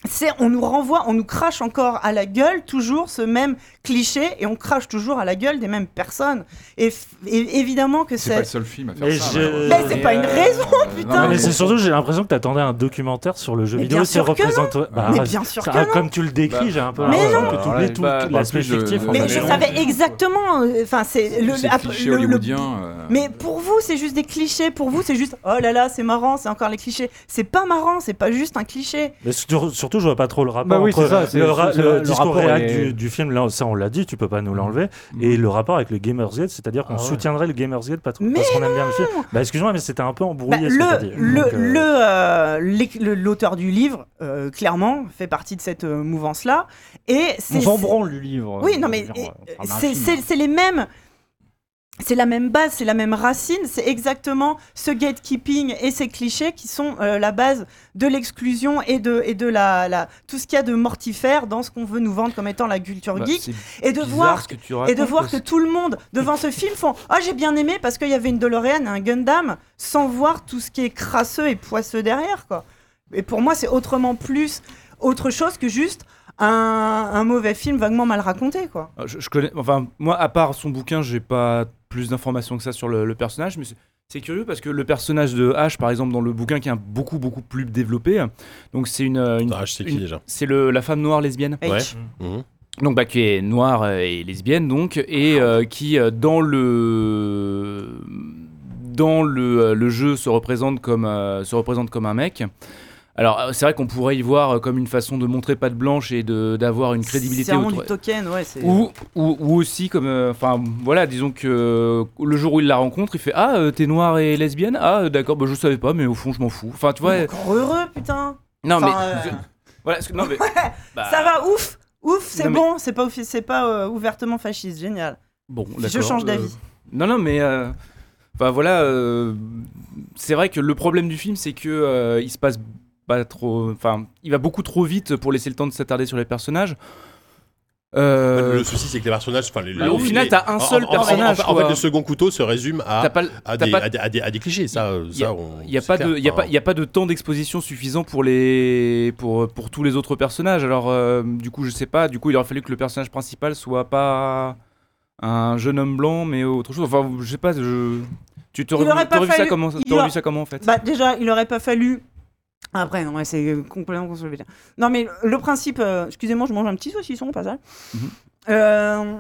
C'est, on nous renvoie, on nous crache encore à la gueule toujours ce même cliché et on crache toujours à la gueule des mêmes personnes. Et, f- et évidemment que
C'est pas
c'est.
le seul film à faire
Mais
ça.
je-
malheureusement.
Mais c'est pas une
Euh,
raison,
non, mais
putain.
Non, mais
bon.
c'est surtout, j'ai l'impression que t'attendais un documentaire sur le jeu
hein. Mais
vidéo.
bien
c'est
sûr que non.
représente- Bah,
Mais bien sûr
ça-
que non.
Comme tu le décris, j'ai un peu
Bah,
Mais
l'impression
non.
que t'oublies tout,
Bah,
tout
bah,
l'aspect
plus de-
fictif. en
Mais
fait. euh,
je
Mais
savais
non.
exactement. euh, Enfin, c'est le,
Ces
ap-
clichés
le- le-
hollywoodiens, euh,
Mais pour vous, c'est juste des clichés. Pour vous, c'est juste oh là là, c'est marrant, c'est encore les clichés. C'est pas marrant, c'est pas juste un cliché.
Mais sur- surtout, je vois pas trop le rapport
Bah oui,
entre
c'est ça, c'est-
le, ra-
c'est-
le
le
discours
rapport
réac
est- Mm.
du, du film, là, ça on l'a dit, tu peux pas nous l'enlever, et le rapport avec le Gamers Gate, c'est-à-dire
Ah
qu'on soutiendrait le Gamers Gate pas trop,
Mais
parce qu'on aime bien le film. Bah excuse-moi, mais c'était un peu
Bah,
embrouillé. ce que t'as dit.
le le
Donc, euh,
le, euh, l'éc- le- l'auteur du livre, euh, clairement, fait partie de cette euh, mouvance-là. Et
On
c'est
s'en
c'est-
branle du livre.
Oui, non, mais
Je veux dire,
et-
on parle d'un
c'est-
film.
c'est c'est les mêmes. C'est la même base, c'est la même racine, c'est exactement ce gatekeeping et ces clichés qui sont euh, la base de l'exclusion et de, et de la, la- tout ce qu'il y a de mortifère dans ce qu'on veut nous vendre comme étant la culture
Bah,
geek.
c'est
Et de
bizarre
voir
ce que tu
et de
racontes,
voir
parce
que tout le monde devant ce film font ah j'ai bien aimé parce qu'il y avait une DeLorean et un Gundam sans voir tout ce qui est crasseux et poisseux derrière quoi et pour moi c'est autrement plus autre chose que juste un, un mauvais film vaguement mal raconté quoi
Euh, Je, je connais, enfin, moi, à part son bouquin, j'ai pas plus d'informations que ça sur le, le personnage, mais c'est- c'est curieux parce que le personnage de H, par exemple, dans le bouquin, qui est un beaucoup, beaucoup plus développé, donc c'est une. euh, une-
Ah, je sais qui
une-
déjà.
c'est le- la femme noire lesbienne,
Ouais.
H.
Mhm.
donc bah, qui est noire euh, et lesbienne, donc, et euh, qui, euh, dans le. Dans le, euh, le jeu, se représente comme, euh, se représente comme un mec. Alors, euh, c'est vrai qu'on pourrait y voir euh, comme une façon de montrer patte blanche et de- d'avoir une crédibilité
c'est vraiment
autre-
du token ouais c'est
ou, ou, ou aussi comme euh, enfin voilà disons que euh, le jour où il la rencontre il fait ah euh, t'es noire et lesbienne ah euh, d'accord bah, je savais pas mais au fond je m'en fous enfin tu vois euh,
encore heureux putain
non mais
Enfin, euh,
voilà ce que- non mais bah,
ça va ouf ouf c'est
Non, mais-
bon c'est pas offi- c'est pas euh, ouvertement fasciste génial
bon
je
d'accord,
change
euh,
d'avis
non non mais euh, enfin voilà euh, c'est vrai que le problème du film c'est que euh, il se passe pas trop enfin il va beaucoup trop vite pour laisser le temps de s'attarder sur les personnages
Euh, Le souci, c'est que les personnages. enfin, les-
Bah, au
les-
final,
les-
t'as un
en-
seul
en- en-
personnage,
En, en fait,
quoi.
le second couteau se résume à,
T'as pas le-
à,
t'as
des,
pas-
à des- à des- à des clichés. Ça, euh,
Il y a-
ça, on-
il n'y a,
c'est
pas de-
clair.
il y a
Enfin,
pas- il y a pas de temps d'exposition suffisant pour, les, pour, pour tous les autres personnages. Alors, euh, du coup, je sais pas. Du coup, il aurait fallu que le personnage principal soit pas un jeune homme blanc, mais autre chose. Enfin, je sais pas. je- Tu
Il
t'aurais
aurait pas
t'aurais vu, ça
fallu-
comment,
il
t'aurais
aura-
vu ça comment en fait
Bah, déjà, il aurait pas fallu. Après, non, ouais, c'est complètement consolidé. Non, mais le principe. euh, Excusez-moi, je mange un petit saucisson, pas ça.
Mhm.
Euh,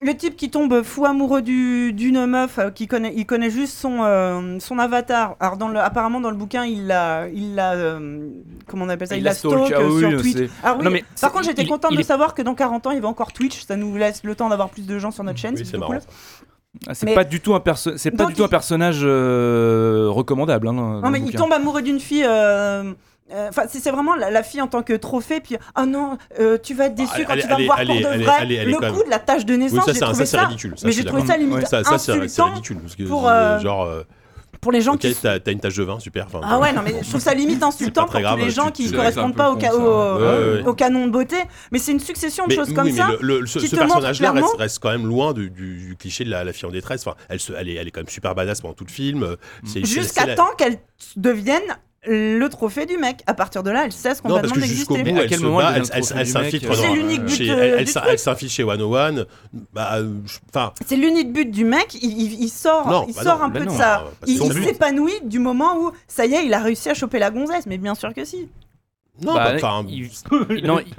le type qui tombe fou amoureux du- d'une meuf, euh, qui connaît, il connaît juste son, euh, son avatar. Alors, dans le, apparemment, dans le bouquin, il l'a. Il l'a euh, comment on appelle ça
Il
Il
la
la stalk
stalk, ah
euh,
oui,
sur Twitch.
c'est-
Ah oui,
Non, mais c'est-
par contre, j'étais
il-
contente
il
de
est-
savoir que dans 40 ans, il va encore Twitch. Ça nous laisse le temps d'avoir plus de gens sur
Mm.
notre chaîne.
Oui, c'est
plutôt
marrant.
cool.
Ah, C'est
Mais-
pas du tout un, perso- c'est pas
Donc,
du tout un personnage euh, recommandable. hein, dans- dans
Non,
le
mais il
bouquin.
tombe amoureux d'une fille. euh, euh, Enfin, c'est c'est vraiment la, la fille en tant que trophée, puis ah non, euh, tu vas être déçu
Bah, elle-
quand tu
elle
vas
est-
me voir
elle
pour
est-
de
elle est-
vrai.
elle est- elle est
le
quand même-
coup de la tâche de
Oui,
naissance,
ça,
j'ai
c'est un-
trouvé
ça,
ça,
c'est ridicule. Ça,
mais
je suis
j'ai trouvé
d'accord.
ça limite
Ouais. Ça, ça, c'est- c'est
insultant
ridicule. Parce que,
pour,
euh,
euh,
genre, euh,
pour les gens qui
ok, t'as t'as une tache de vin, super. enfin,
Ah ouais, non, mais je trouve ça limite insultant pour
très grave,
tous les gens
tu- tu-
qui ne
c'est un
correspondent
peu
pas au,
con,
ca-
ça.
au,
Ouais, ouais.
au canon de beauté. Mais c'est une succession de
Mais
choses
oui,
comme
mais
ça.
le- le- ce
qui
ce
te montrent
personnage-là
clairement-
reste, reste quand même loin du, du- du cliché de la, la fille en détresse. Enfin, elle, se- elle, est, elle est quand même super badass pendant tout le film. euh, c'est- c'est- c'est
Jusqu'à
la-
temps qu'elle devienne le trophée du mec. À partir de là, elle cesse
Non, parce
complètement
que jusqu'au
d'exister.
bout, elle se bat, elle- elle elle s'infiltre
C'est
dans-
l'unique but,
chez-
euh,
elle- elle
du
s'in-
truc.
elle s'infiltre chez 101. Bah, euh, je- enfin,
C'est l'unique but du mec, il, il- il sort,
Non,
il
bah
sort
non,
un
bah
peu
non,
de
bah,
ça.
parce
Ah, Il
que son
il
but-
s'épanouit du moment où, ça y est, il a réussi à choper la gonzesse, mais bien sûr que si.
non,
Bah,
bah, enfin,
il- il- non, il-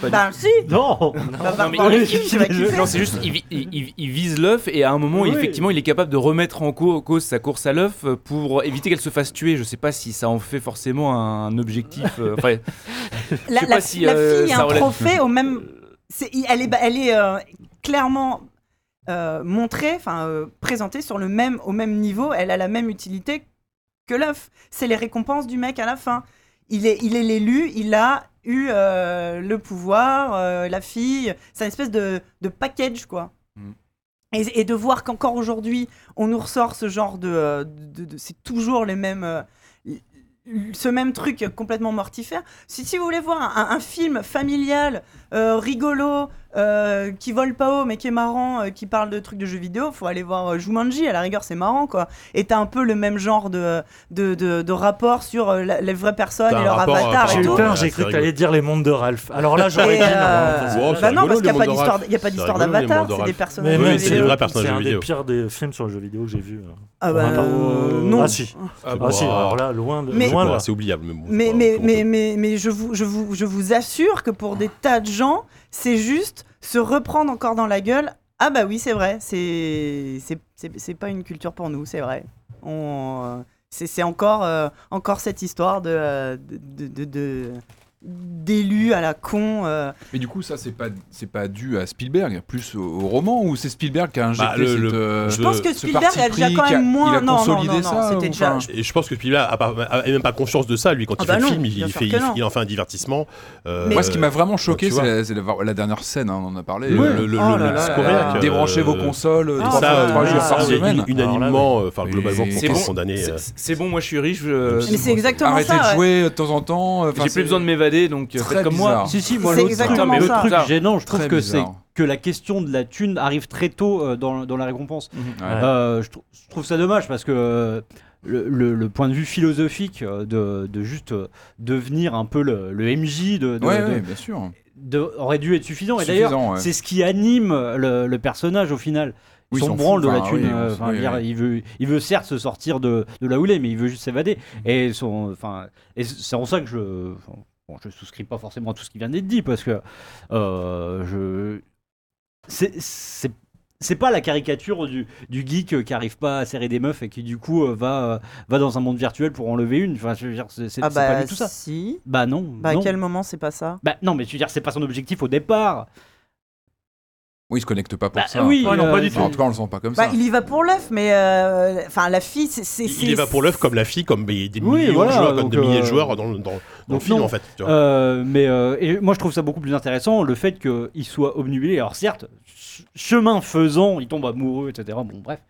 pas
Bah
du-
si
Non
Bah, bah,
Non, mais-
bah, les films, tu vas kiffer.
Non, c'est juste, il, vi- il- il- il vise l'œuf et à un moment,
Oui.
effectivement, il est capable de remettre en cau- cause sa course à l'œuf euh, pour éviter qu'elle se fasse tuer. Je sais pas si ça en fait forcément un objectif. euh, enfin, je sais
La,
pas
la-
si,
la
euh,
fille est
ça
un
relève-
trophée au même... c'est- il- elle est, elle est euh, clairement euh, montrée, enfin euh, présentée sur le même, au même niveau, elle a la même utilité que l'œuf. C'est les récompenses du mec à la fin. Il est il est l'élu, il a eu euh, le pouvoir, euh, la fille, c'est une espèce de, de package quoi.
Mm.
Et, et de voir qu'encore aujourd'hui, on nous ressort ce genre de. euh, de- de- c'est toujours les mêmes. euh, l- l- ce même truc complètement mortifère. Si, si vous voulez voir un, un- un film familial, euh, rigolo, euh, qui vole pas haut mais qui est marrant, euh, qui parle de trucs de jeux vidéo, faut aller voir euh, Jumanji, à la rigueur c'est marrant quoi. Et t'as un peu le même genre de, de, de- de rapport sur euh, la- les vraies personnes
T'as
et
un
leur
rapport, euh,
avatar
par
et
rapport
tout.
Putain, à j'ai la cru que série. t'allais dire les mondes de Ralph. Alors là, j'aurais
Et,
hein,
dit non,
euh,
non, c'est-
bah non, parce qu'il n'y a pas d'histoire- il y a pas d'histoire d'avatar, c'est des personnages.
Mais
Oui,
même,
c'est des vrais personnages
C'est un
de vidéo.
des pires des films sur le jeu vidéo que j'ai
hein.
vu.
Ah bah, euh, non.
Ah si.
Ah
Ah,
bah.
si, alors là, loin de.
Mais- C'est
loin de
quoi,
là.
c'est oubliable, mais bon.
Mais, mais, mais, mais, mais je, vous, je, vous, je vous assure que pour des tas de gens, c'est juste se reprendre encore dans la gueule. Ah bah oui, c'est vrai, c'est c'est- c'est- c'est pas une culture pour nous, c'est vrai. On, euh, C'est c'est encore, euh, encore cette histoire de euh, de- de- de- de- d'élus à la con. euh.
Mais du coup, ça, c'est pas, c'est pas dû à Spielberg, plus au, au roman, ou c'est Spielberg qui a injecté
Bah, le-
cette,
le-
euh,
Je pense
ce
que
Spielberg
parti
a déjà
pris,
quand
qui a-
même moins-
Il a
non, non,
consolidé
non, non,
ça.
c'était
ou
déjà-
enfin,
Et je pense que Spielberg a, pas- a même pas conscience de ça, lui, quand
Ah
il
bah
fait
non,
le film, il,
bien
il
sûr
fait,
que
il,
non.
il en fait un divertissement. euh,
Moi, ce qui m'a vraiment choqué,
tu
c'est
vois.
la, c'est la- la dernière scène, hein, on en a parlé.
Ouais.
euh,
Le- le- Oh
Ah
le- là le là. discours réac, euh,
Débranchez vos consoles,
et
euh, trois
ça,
fois-
euh,
trois jours
ça,
par
c'est
semaine.
uni- unanimement, euh, enfin, globalement,
Et-
pour
c'est
qu'ils
bon.
sont condamnés.
C'est-
euh.
C'est bon, moi je suis riche. je-
Mais c'est exactement
Arrêtez
ça,
de
ouais.
jouer
de temps en temps. euh, enfin,
J'ai
c'est-
plus besoin de m'évader, donc euh,
Très
faites comme moi.
bizarre.
Si, si, moi,
C'est
l'autre truc,
exactement
mais le
ça.
truc
Ça.
gênant, je trouve
Très
que c'est
bizarre.
que la question de la thune arrive très tôt euh, dans, dans la récompense.
Mhm.
Euh, je, trou- je trouve ça dommage parce que euh, le, le- le point de vue philosophique euh, de, de juste euh, devenir un peu le, le MJ de, de-
Ouais,
de-
ouais, bien sûr.
de- aurait dû être suffisant. Et
Suffisant,
d'ailleurs,
ouais.
c'est ce qui anime le, le personnage au final.
Oui,
Ils
ils
sont
s'en
branle de
foutent,
la
enfin,
thune.
oui,
euh,
on-
enfin,
oui,
je veux dire,
oui.
Il, veut, il veut certes se sortir de, de là où il est, mais il veut juste s'évader.
Mm.
Et, son, enfin, et c'est en ça que je. enfin, bon, je souscris pas forcément à tout ce qui vient d'être dit, parce que. euh, je. C'est. c'est- c'est pas la caricature du, du geek euh, qui arrive pas à serrer des meufs et qui du coup euh, va, euh, va dans un monde virtuel pour enlever une. Enfin, je veux dire, c'est c'est-
Ah
c'est
bah
pas du tout ça.
si.
Bah non.
Bah
non.
à quel moment c'est pas ça
Bah non, mais tu veux dire, c'est pas son objectif au départ.
Oui, ils se connectent pas pour
Bah,
ça.
oui, Ouais, non, euh, pas du
Enfin, En
tout.
tout cas, on le sent pas comme
bah,
ça.
Il y va pour l'œuf, mais euh, enfin la fille, c'est- c'est.
Il y va pour l'œuf comme la fille, comme des des
Oui,
millions
voilà,
de joueurs, comme
donc,
des milliers de
euh,
joueurs dans, le- dans- dans le
Donc
film,
non.
en fait. tu vois.
Euh, mais euh, et moi je trouve ça beaucoup plus intéressant le fait qu'il soit obnubilé. Alors certes, ch- chemin faisant, il tombe amoureux, etc. Bon bref.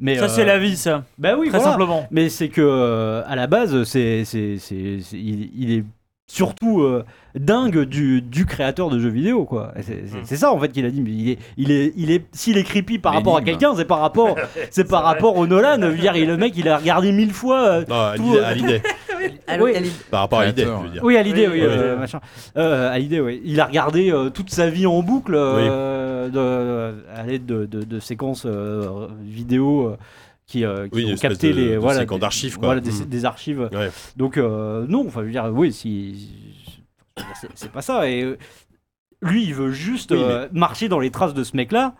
Mais
Ça,
euh,
c'est la vie, ça.
Bah oui,
Très
voilà.
simplement.
Mais c'est que euh, à la base, c'est c'est c'est- c'est- il, il est surtout euh, dingue du, du créateur de jeux vidéo quoi. Et C'est c'est- c'est ça en fait qu'il a dit. Mais il est, il est, il est, s'il est creepy par rapport à
L'énigme.
quelqu'un, c'est par rapport, c'est par rapport au Nolan. Je veux dire, il- le mec, il a regardé mille fois. euh,
Non, à
tout,
l'idée-
euh,
à l'idée.
Oui.
Par rapport à l'idée,
Créateur,
je veux dire.
Oui, à l'idée, oui,
Oui,
euh,
oui.
machin. Euh, à l'idée, oui. Il a regardé euh, toute sa vie en boucle euh, de- à l'aide de, de- de séquences euh, vidéo euh, qui, euh, qui
Oui, une
ont
espèce
capté
de-
les
de
voilà,
séquences
des-
d'archives, quoi.
voilà, des,
Mm.
des archives.
Ouais.
Donc euh, non, enfin, je veux dire, oui, si, je veux dire, c'est- c'est pas ça. Et euh, lui, il veut juste
Oui,
euh, marcher dans les traces de ce mec-là.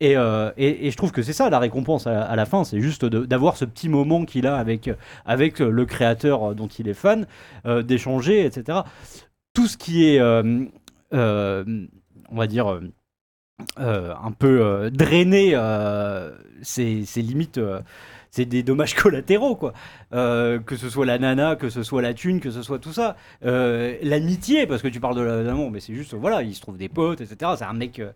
Et, euh, et- et je trouve que c'est ça la récompense à, à la fin, c'est juste de- d'avoir ce petit moment qu'il a avec, euh, avec le créateur dont il est fan, euh, d'échanger, etc. Tout ce qui est, euh, euh, on va dire, euh, euh, un peu euh, drainé, euh, c'est c'est limite. euh, c'est des dommages collatéraux, quoi. Euh, que ce soit la nana, que ce soit la thune, que ce soit tout ça. Euh, L'amitié, parce que tu parles de la- de l'amour, mais c'est juste, voilà, ils se trouvent des potes, etc. C'est un mec. euh,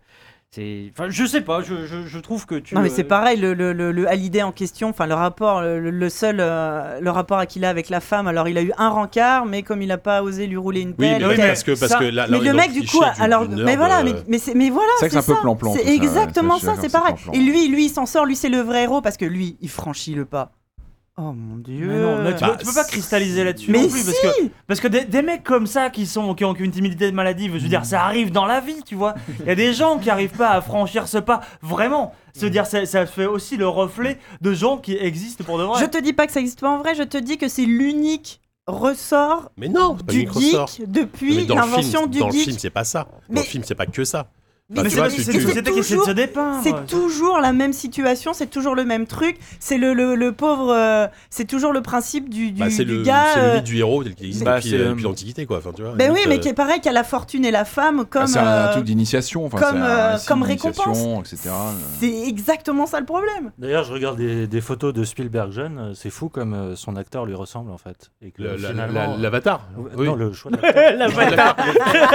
c'est Enfin, je sais pas, je, je- je trouve que tu.
Non mais
euh,
c'est pareil, le, le, le- le Hallyday en question, enfin le rapport, le, le seul, euh, le rapport qu'il a avec la femme. Alors il a eu un rancard, mais comme il n'a pas osé lui rouler une
Oui,
pelle,
mais oui, mais parce que- parce
ça-
que là- là,
mais
on est
le
dans
mec
le
du
cliché
coup,
du-
alors,
du
mais
nerd,
voilà,
euh,
mais, mais c'est, mais voilà,
C'est vrai que c'est un peu
ça.
plan-plan, tout
C'est
ça, ouais,
exactement
ça, je suis d'accord,
ça, c'est
c'est
pareil.
plan-plan.
Et lui, lui, il s'en sort, lui, c'est le vrai héros parce que lui, il franchit le pas. Oh mon dieu.
Mais non, mais tu, peux- tu peux pas cristalliser là-dessus
Mais
non plus, parce
si
que, parce que des, des mecs comme ça qui, sont, qui ont une timidité de maladie, je veux dire, ça arrive dans la vie, tu vois. Il y a des gens qui arrivent pas à franchir ce pas, vraiment. Se dire, ça, ça fait aussi le reflet de gens qui existent pour de vrai.
Je te dis pas que ça existe pas en vrai, je te dis que c'est l'unique ressort
Mais non, c'est pas
du
l'unique ressort.
geek
Non,
depuis
mais dans le
l'invention
film,
du
Dans le
geek.
film, c'est pas ça. Dans
Mais-
le film, c'est pas que ça.
Mais
Enfin, tu
c'est
vois,
parce que c'est une
tu-
société qui essaie de se dépeindre.
C'est toujours la même situation, c'est toujours le même truc, c'est le, le, le pauvre, euh, c'est toujours le principe du, du,
Bah, c'est
du
le,
gars.
c'est le
euh,
mythe du héros tel qu'il existe
Bah,
depuis,
c'est,
euh,
euh,
depuis l'Antiquité, quoi. Enfin, tu vois,
ben oui,
limite,
mais
euh, Bah,
qui est pareil, qui a la fortune et la femme
Ah,
comme.
c'est un, un
euh,
truc d'initiation, enfin,
comme,
c'est un
euh,
récit
comme
d'initiation,
récompense.
etc.
c'est exactement ça le problème.
D'ailleurs, je regarde des, des photos de Spielberg jeune, euh, c'est fou comme euh, son acteur lui ressemble en fait. Et que
Le- la-
finalement,
la-
euh,
l'avatar.
ouais,
Oui.
Non, le choix Ah,
L'avatar.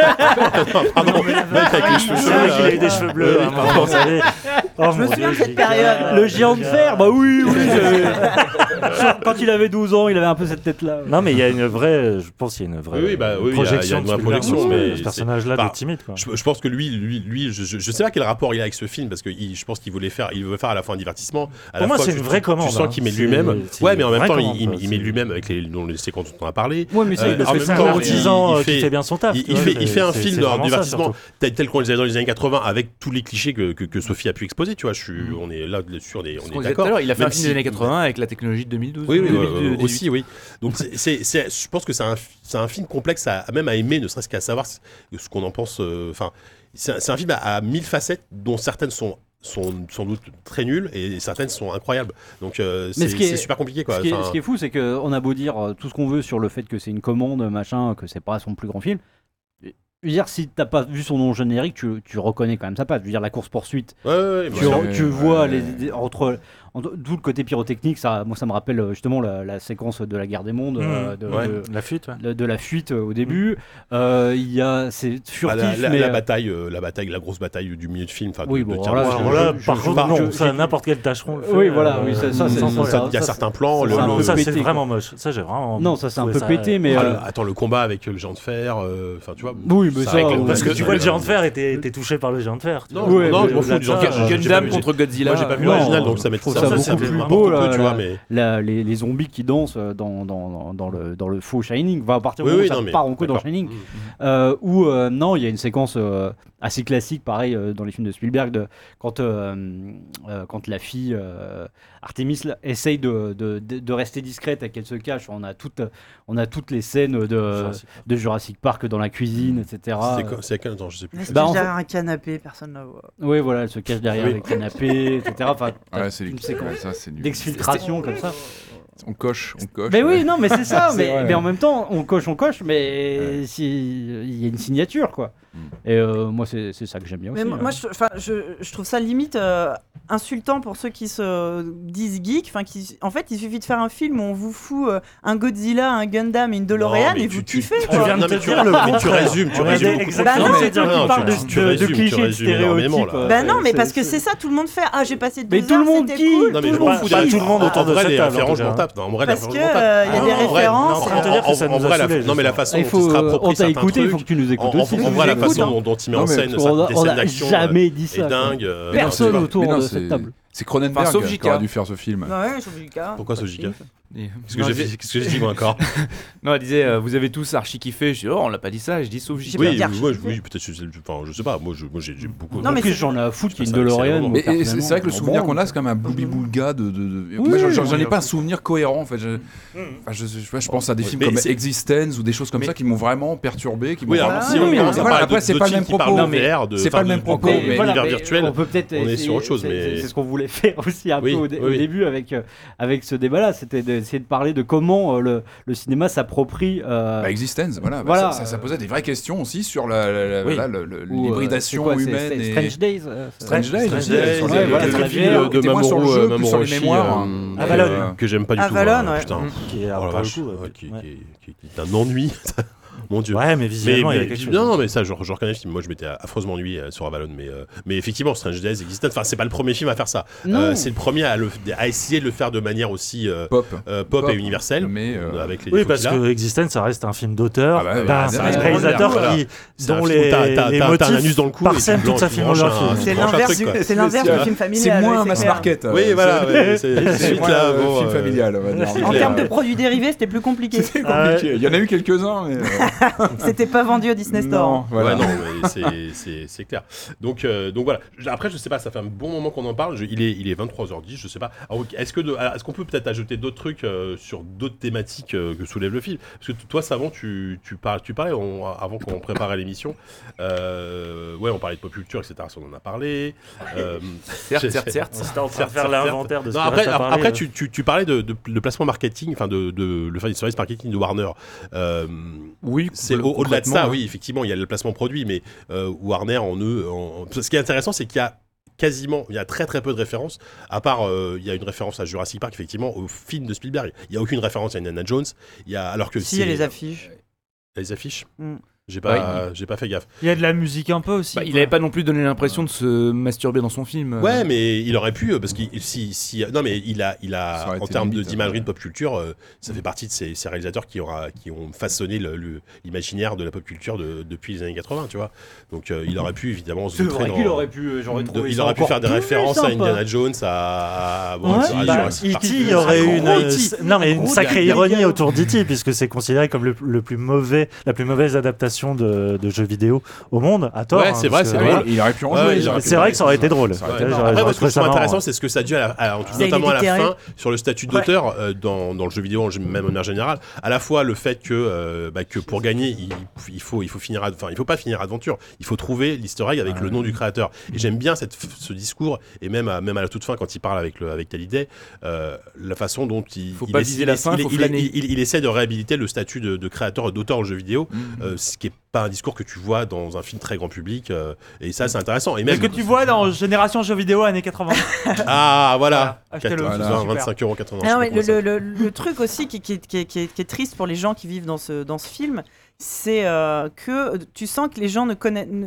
Non, pardon, le mec avec les cheveux
C'est vrai
bleus,
qu'il
là.
a eu des cheveux bleus.
Oui,
à un
pardon.
moment, vous savez. Oh,
Je me
mon
souviens de
Dieu,
cette période.
Giga,
Le géant de
Giga.
fer, bah oui, oui. je- Sur- Quand il avait 12 ans, il avait un peu cette tête-là.
Non, mais il y a une vraie, je pense qu'il y a une vraie
Oui, oui, bah, oui, il y a- il y a
projection.
une
de
vraie
Spielberg.
projection, mais
ce
c'est-
personnage-là
bah,
de timide quoi.
Je, je pense que lui, lui, lui, je, je- je sais pas quel rapport il a avec ce film parce que il- je pense qu'il voulait faire, il veut faire à la fois un divertissement. À
Pour
la
moi,
fois,
c'est
tu-
une vraie
tu-
commande,
Tu
hein.
sens qu'il met
C'est-
lui-même.
c'est
Ouais, mais en
une
même
vraie
temps,
commande,
il,
quoi.
il met
C'est-
lui-même avec les, dans les séquences dont on a parlé. Euh,
Ouais, mais ça, il le
en
fait
même
ça
temps,
en disant, euh, qu'il fait bien son taf,
Il,
tu
il
vois,
fait, il
c'est-
fait un
c'est-
film
c'est
dans un
vraiment ça,
divertissement
surtout.
tel, tel qu'on les avait dans les années 80 avec tous les clichés que, que, que Sophie a pu exposer. Tu vois, je suis, on est là dessus, on est, on
Ce
est
qu'on disait tout
d'accord.
à l'heure, il a fait
Même
un film
si-
des années 80 avec la technologie de 2012.
oui, oui,
2018.
euh, aussi, oui. Donc, c'est, c'est- c'est- je pense que c'est un, c'est un film complexe à, à même à aimer, ne serait-ce qu'à savoir ce, ce qu'on en pense. euh, Enfin, c'est, un- c'est un film à, à mille facettes, dont certaines sont, sont sans doute très nulles et certaines sont incroyables. Donc, euh, c'est,
Mais ce qui est-
c'est super compliqué, quoi.
Ce qui est,
Enfin,
ce qui est fou, c'est qu'on a beau dire euh, tout ce qu'on veut sur le fait que c'est une commande, machin, que c'est pas son plus grand film. Je veux dire, si t'as pas vu son nom générique, tu, tu reconnais quand même sa patte. Je veux dire, la course-poursuite,
ouais, ouais, ouais,
tu,
ouais.
ouais,
tu
ouais,
vois
ouais.
les, les- entre, entre- tout le côté pyrotechnique. Ça, moi, ça me rappelle euh, justement la, la séquence de la guerre des mondes, euh, de,
Mmh, ouais.
de-
La fuite. ouais.
de- de la fuite euh, au début. Euh, Il y a, c'est
Bah,
furtif,
la, la-
mais
la
euh,
bataille, euh, la bataille, la grosse bataille du milieu de film. enfin, de-
Oui,
de
bon,
Tiens,
voilà,
parce que
Alors
Ah, je-
là,
je-
par
je-
contre,
je-
non, ça,
je-
n'importe quel tâcheron. le fait,
Oui, voilà,
euh,
oui, ça- ça, c'est-
sans
ça-
problème.
ça, il y a certains plans.
ça,
le-
Ça,
le-
peu
ça, c'est
pété,
vraiment moche. Ça, j'ai vraiment.
non, ça c'est un
trouvé
peu
ça,
pété,
euh,
mais
Ah,
euh,
le- attends, le combat avec le géant de fer. euh, Enfin, tu vois.
Oui, mais ça,
avec le-
ouais.
Parce que
le-
tu vois, le géant de fer était était touché par le géant de fer. tu
Non,
vois.
Ouais,
non,
mais
je m'en fous
la
du Jean
tête,
Pierre.
euh,
hein,
j'ai- j'ai pas
Gundam
vu-
contre Godzilla.
Moi, j'ai pas vu
non,
l'original, donc ça
je
m'est
trouve
ça, ça,
ça
ça
beaucoup
fait
plus
n'importe
beau
quoi,
là,
tu vois,
là,
mais
la- les, les zombies qui dansent euh, dans, dans, dans, dans le, dans le faux Shining, va à partir du
Oui,
moment où
oui,
ça
non, mais-
part en coup dans
d'accord.
Shining,
Mm.
euh, où euh, non, il y a une séquence euh, assez classique, pareil euh, dans les films de Spielberg, de, quand, euh, euh, quand la fille euh, Artemis là, essaye de, de, de, de rester discrète et qu'elle se cache, on a, toutes, euh, on a toutes les scènes de,
Jurassic
de Jurassic Park dans la cuisine, etc.
c'est quoi- c'est à quel temps, je sais plus.
Bah, en
derrière un canapé, personne ne la voit.
Oui, voilà, elle se cache derrière
Oui.
les canapés, etc. Enfin, t'as
Ouais, c'est
une
nul.
séquence
Ouais, ça, c'est nul.
d'exfiltration comme ça.
On coche, on coche.
Mais oui, non, mais c'est ça.
C'est
mais,
vrai,
mais
ouais.
en même temps, on coche, on coche, mais si- il y a une
Mm.
signature, quoi. Et euh, moi, c'est c'est ça que j'aime bien aussi.
Mais moi,
hein.
moi, je, enfin, je, je trouve ça limite euh, insultant pour ceux qui se disent geek. Enfin, qui, en fait, il suffit de faire un film où on vous fout euh, un Godzilla, un Gundam et une DeLorean et vous kiffez.
Tu,
quoi.
viens de te dire le mais tu résumes, tu résumes. beaucoup de
Bah
choses.
non,
Non, non, tu- tu résumes, tu résumes énormément, là.
Bah non, mais parce que c'est ça, tout le monde fait. Ah, j'ai passé deux
Mais tout
heures,
le monde
c'était
kiffe,
cool.
Non, mais je m'en fous
Pas
des-
tout le monde
en-
autour
en
de
vrai,
cette
les
table, en
références,
tout
je
cas.
m'en tape. Non, en vrai, les
Parce
références,
que,
je m'en tape.
euh, il y a
Non,
des
en vrai,
références,
non,
ça
en-
veut dire
en-
que ça
en
nous
vrai,
a
la-
saoulés,
Non, mais la façon
Ah, Il
dont
faut, euh,
tu
on
t'appropries
t'a
certains
écouté, il
trucs.
faut que tu nous écoutes
en- en-
aussi. hein.
En vrai, la façon dont- dont tu mets en scène certaines- des
on
scènes
a
d'action
jamais dit
euh,
ça.
est dingue. euh,
Personne
non, tu vois.
autour
Mais non,
de
c'est-
cette table.
C'est Cronenberg
Enfin, sauf
qui
JK.
aurait dû faire ce film.
Ah Ouais, sur Jika.
Pourquoi ce giga
Et-
Qu'est-ce que
Non,
j'ai
je-
fait- qu'est-ce que j'ai dit, moi, encore
Non, elle disait, euh, vous avez tous archi kiffé. Je dis, oh, on l'a pas dit ça. Je dis, sauf JK.
Oui,
dire
oui, oui, oui, peut-être. je sais- Enfin, je sais pas. Moi, je- moi, j'ai j'ai beaucoup.
Non, mais
plus,
c'est-
j'en ai à foutre qu'il y ait une
Ça, c'est
DeLorean.
vraiment-
moi,
Mais-
Et, et euh, c'est
personnellement,
c'est vrai que le
je m'en
souvenir
branle.
qu'on a, c'est quand même un boubi-boulga de. de- de- Moi, j'en- j'en j'en ai pas un souvenir cohérent. En fait, je, enfin, je, je- je pense à des
Mm.
films
Mais
comme
c'est-
Existence ou des choses comme ça qui m'ont vraiment perturbé. Qui m'ont
Oui,
vraiment...
alors, si
bah, Oui,
on
mais
commence à
voilà,
parler
après,
de-
c'est
de
pas le
films
même
qui parlent
propos.
en VR, de-
C'est pas
enfin,
le même
de-
propos.
mais
mais-
voilà. l'univers
mais
virtuel,
on peut peut-être
on est
essayer-
sur autre chose,
c'est-
mais-
C'est ce qu'on voulait faire aussi un
Oui,
peu au, dé-
oui,
au
oui.
début avec, euh, avec ce débat-là. C'était d'essayer de parler de comment euh, le, le cinéma s'approprie. euh,
Bah, Existence, voilà. bah,
Voilà.
ça, ça- ça posait des vraies questions aussi sur la- la- la-
Oui.
voilà, le- le-
ou, euh,
l'hybridation
c'est quoi, c'est-
humaine.
c'est
et-
Strange Days. euh, ça-
Strange Days,
Strange
aussi, sur
Days,
les-
voilà,
le
sur la
film
VR,
de-
de
de moins sur le
Mamoru
jeu
euh,
que sur
Mamoru
les
Oshii,
mémoires.
euh,
Et,
Avalon,
euh,
que j'aime pas du tout.
Avalon,
moi,
ouais.
Putain.
Mm.
Qui est,
Oh la
hein, pour le
vache,
coup, ouais,
ouais,
puis-
qui,
ouais.
qui- qui- qui est un ennui. Mon dieu.
Ouais, mais
Mais,
visuellement, il y a
mais-
quelque chose.
non, non, mais ça, je, je reconnais le film. Moi, je m'étais affreusement ennuyé euh, sur Avalon, mais, euh, mais effectivement, Strange Days existe. Enfin, c'est pas le premier film à faire ça. Euh, c'est le premier à, le- à essayer de le faire de manière aussi euh,
Pop.
euh, pop,
Pop.
et universelle,
Mais, euh,
avec les
Oui,
défauts
parce
qu'il a.
que Existence, ça reste un film d'auteur,
Ah bah, bah,
d'un
c'est
ré-
un
réalisateur
voilà.
qui,
C'est un
dont
film où
les,
t'as- t'as-
les
t'as-
motifs
t'as un anus dans le cou et tu
parsèment toute
blanches-
sa
tu manges un-
filmographie.
tu
C'est
manges un
l'inverse
truc,
du,
quoi.
c'est l'inverse du
C'est-
film
C'est
familial.
moins un
c'est
mass
clair.
market. euh,
Oui, voilà,
c'est-
ouais, c'est
C'est
suite
moins
là.
un
bon,
film
euh,
familial, on va dire.
c'est
En
clair.
termes de produits dérivés, c'était plus compliqué.
C'était compliqué. Il y en a eu quelques-uns, mais. euh,
C'était pas vendu au Disney Store.
non, voilà.
Ouais, non, mais c'est- c'est c'est clair. Donc, euh, donc voilà. Je- Après, je sais pas, ça fait un bon moment qu'on en parle. Je- il, est, il est 23h10, je sais pas. Alors, Est-ce que de- alors, est-ce qu'on peut peut-être ajouter d'autres trucs euh, sur d'autres thématiques euh, que soulève le film Parce que t- toi, Savant, tu, tu, par- tu parlais, on- avant qu'on préparait l'émission. Euh, ouais, on parlait de pop culture, etc. ça, on en a parlé. Euh,
Certes, certes, certes.
C'était en train de
Certes,
faire
certes,
l'inventaire de ce
Non,
qui
après,
reste à parler,
après
euh.
tu, tu- tu parlais de, de- de placement marketing, enfin de, de- le service marketing de Warner. Euh,
Oui,
c'est au- au-delà de
hein.
ça, oui, effectivement, il y a le placement produit, mais euh, Warner en eux. en- en- Ce qui est intéressant, c'est qu'il y a quasiment, il y a très très peu de références, à part, euh, il y a une référence à Jurassic Park, effectivement, au film de Spielberg. Il n'y a aucune référence à Indiana Jones, il y a, alors que
Si,
c'est-
elle les affiche.
les affiches.
Mm.
J'ai pas, j'ai pas fait gaffe.
Il y a de la musique un peu aussi.
Bah, il avait pas non plus donné l'impression de se masturber dans son film. euh.
Ouais, mais il aurait pu euh, parce qu'il si, si non mais il a il
Ça
a
aurait
en
été
termes de-
limite, hein. Mm.
d'imagerie
ouais.
de pop culture, euh, ça fait partie de ces, ces réalisateurs qui aura qui ont façonné le- le- l'imaginaire de la pop culture de- depuis les années 80, tu vois. Donc euh,
Mm.
il aurait pu évidemment se
C'est
montrer
vrai
dans-
qu'il aurait pu, euh, j'aurais trouvé
de- il
ça
aurait pu
encore
faire des
plus
références à
sympa.
Indiana Jones, à, à-
Ouais,
à
bah,
Jurassic Park.
E.T. il y aurait
Gros
une,
E.T..
euh, non, mais une
Gros,
sacrée
il y a-
ironie autour d'E.T. puisque c'est considéré comme le, le plus mauvais, la plus mauvaise adaptation de, de jeux vidéo au monde, à tort.
Ouais,
hein,
c'est vrai,
parce
c'est
que-
vrai.
voilà.
Il aurait pu en
Ouais,
jouer.
ouais,
il aurait
C'est
pu en
vrai
jouer.
que ça aurait été drôle.
Ça aurait
Ouais,
été
J'aurais-
non,
j'aurais
Après, moi, ce que
trouvé
je trouve
ça marrant.
intéressant, c'est ce que ça a dû, à la- à- en tout-
Ça a été
notamment à la
déterré.
fin, sur le statut d'auteur euh, dans, dans le jeu vidéo, en gé- même en manière générale. À la fois le fait que, euh, bah, que pour gagner, il, il faut, il faut finir, ad- enfin, il faut pas finir aventure. Il faut trouver l'easter egg avec le nom du créateur. Et j'aime bien cette, f- ce discours, et même à, même à la toute fin, quand il parle avec, le, avec Hallyday, euh, la façon dont il.
Faut
il
pas
essa-
viser la
il-
fin,
il-
faut
il-
flâner.
il- il- il essaie de réhabiliter le statut de, de créateur, d'auteur en jeu vidéo, euh, ce qui est pas un discours que tu vois dans un film très grand public. euh, et ça, c'est intéressant. Et
Mais
même.
que tu vois dans Génération Jeux Vidéo années 80.
Ah voilà,
Voilà, achetez-le,
80,
c'est super.
25 euros 80.
Ah non, mais
je sais pas comment ça
le, le- le- le truc aussi qui, qui est- qui est- qui est- qui est triste pour les gens qui vivent dans ce, dans ce film, c'est euh, que tu sens que les gens ne connaissent. ne-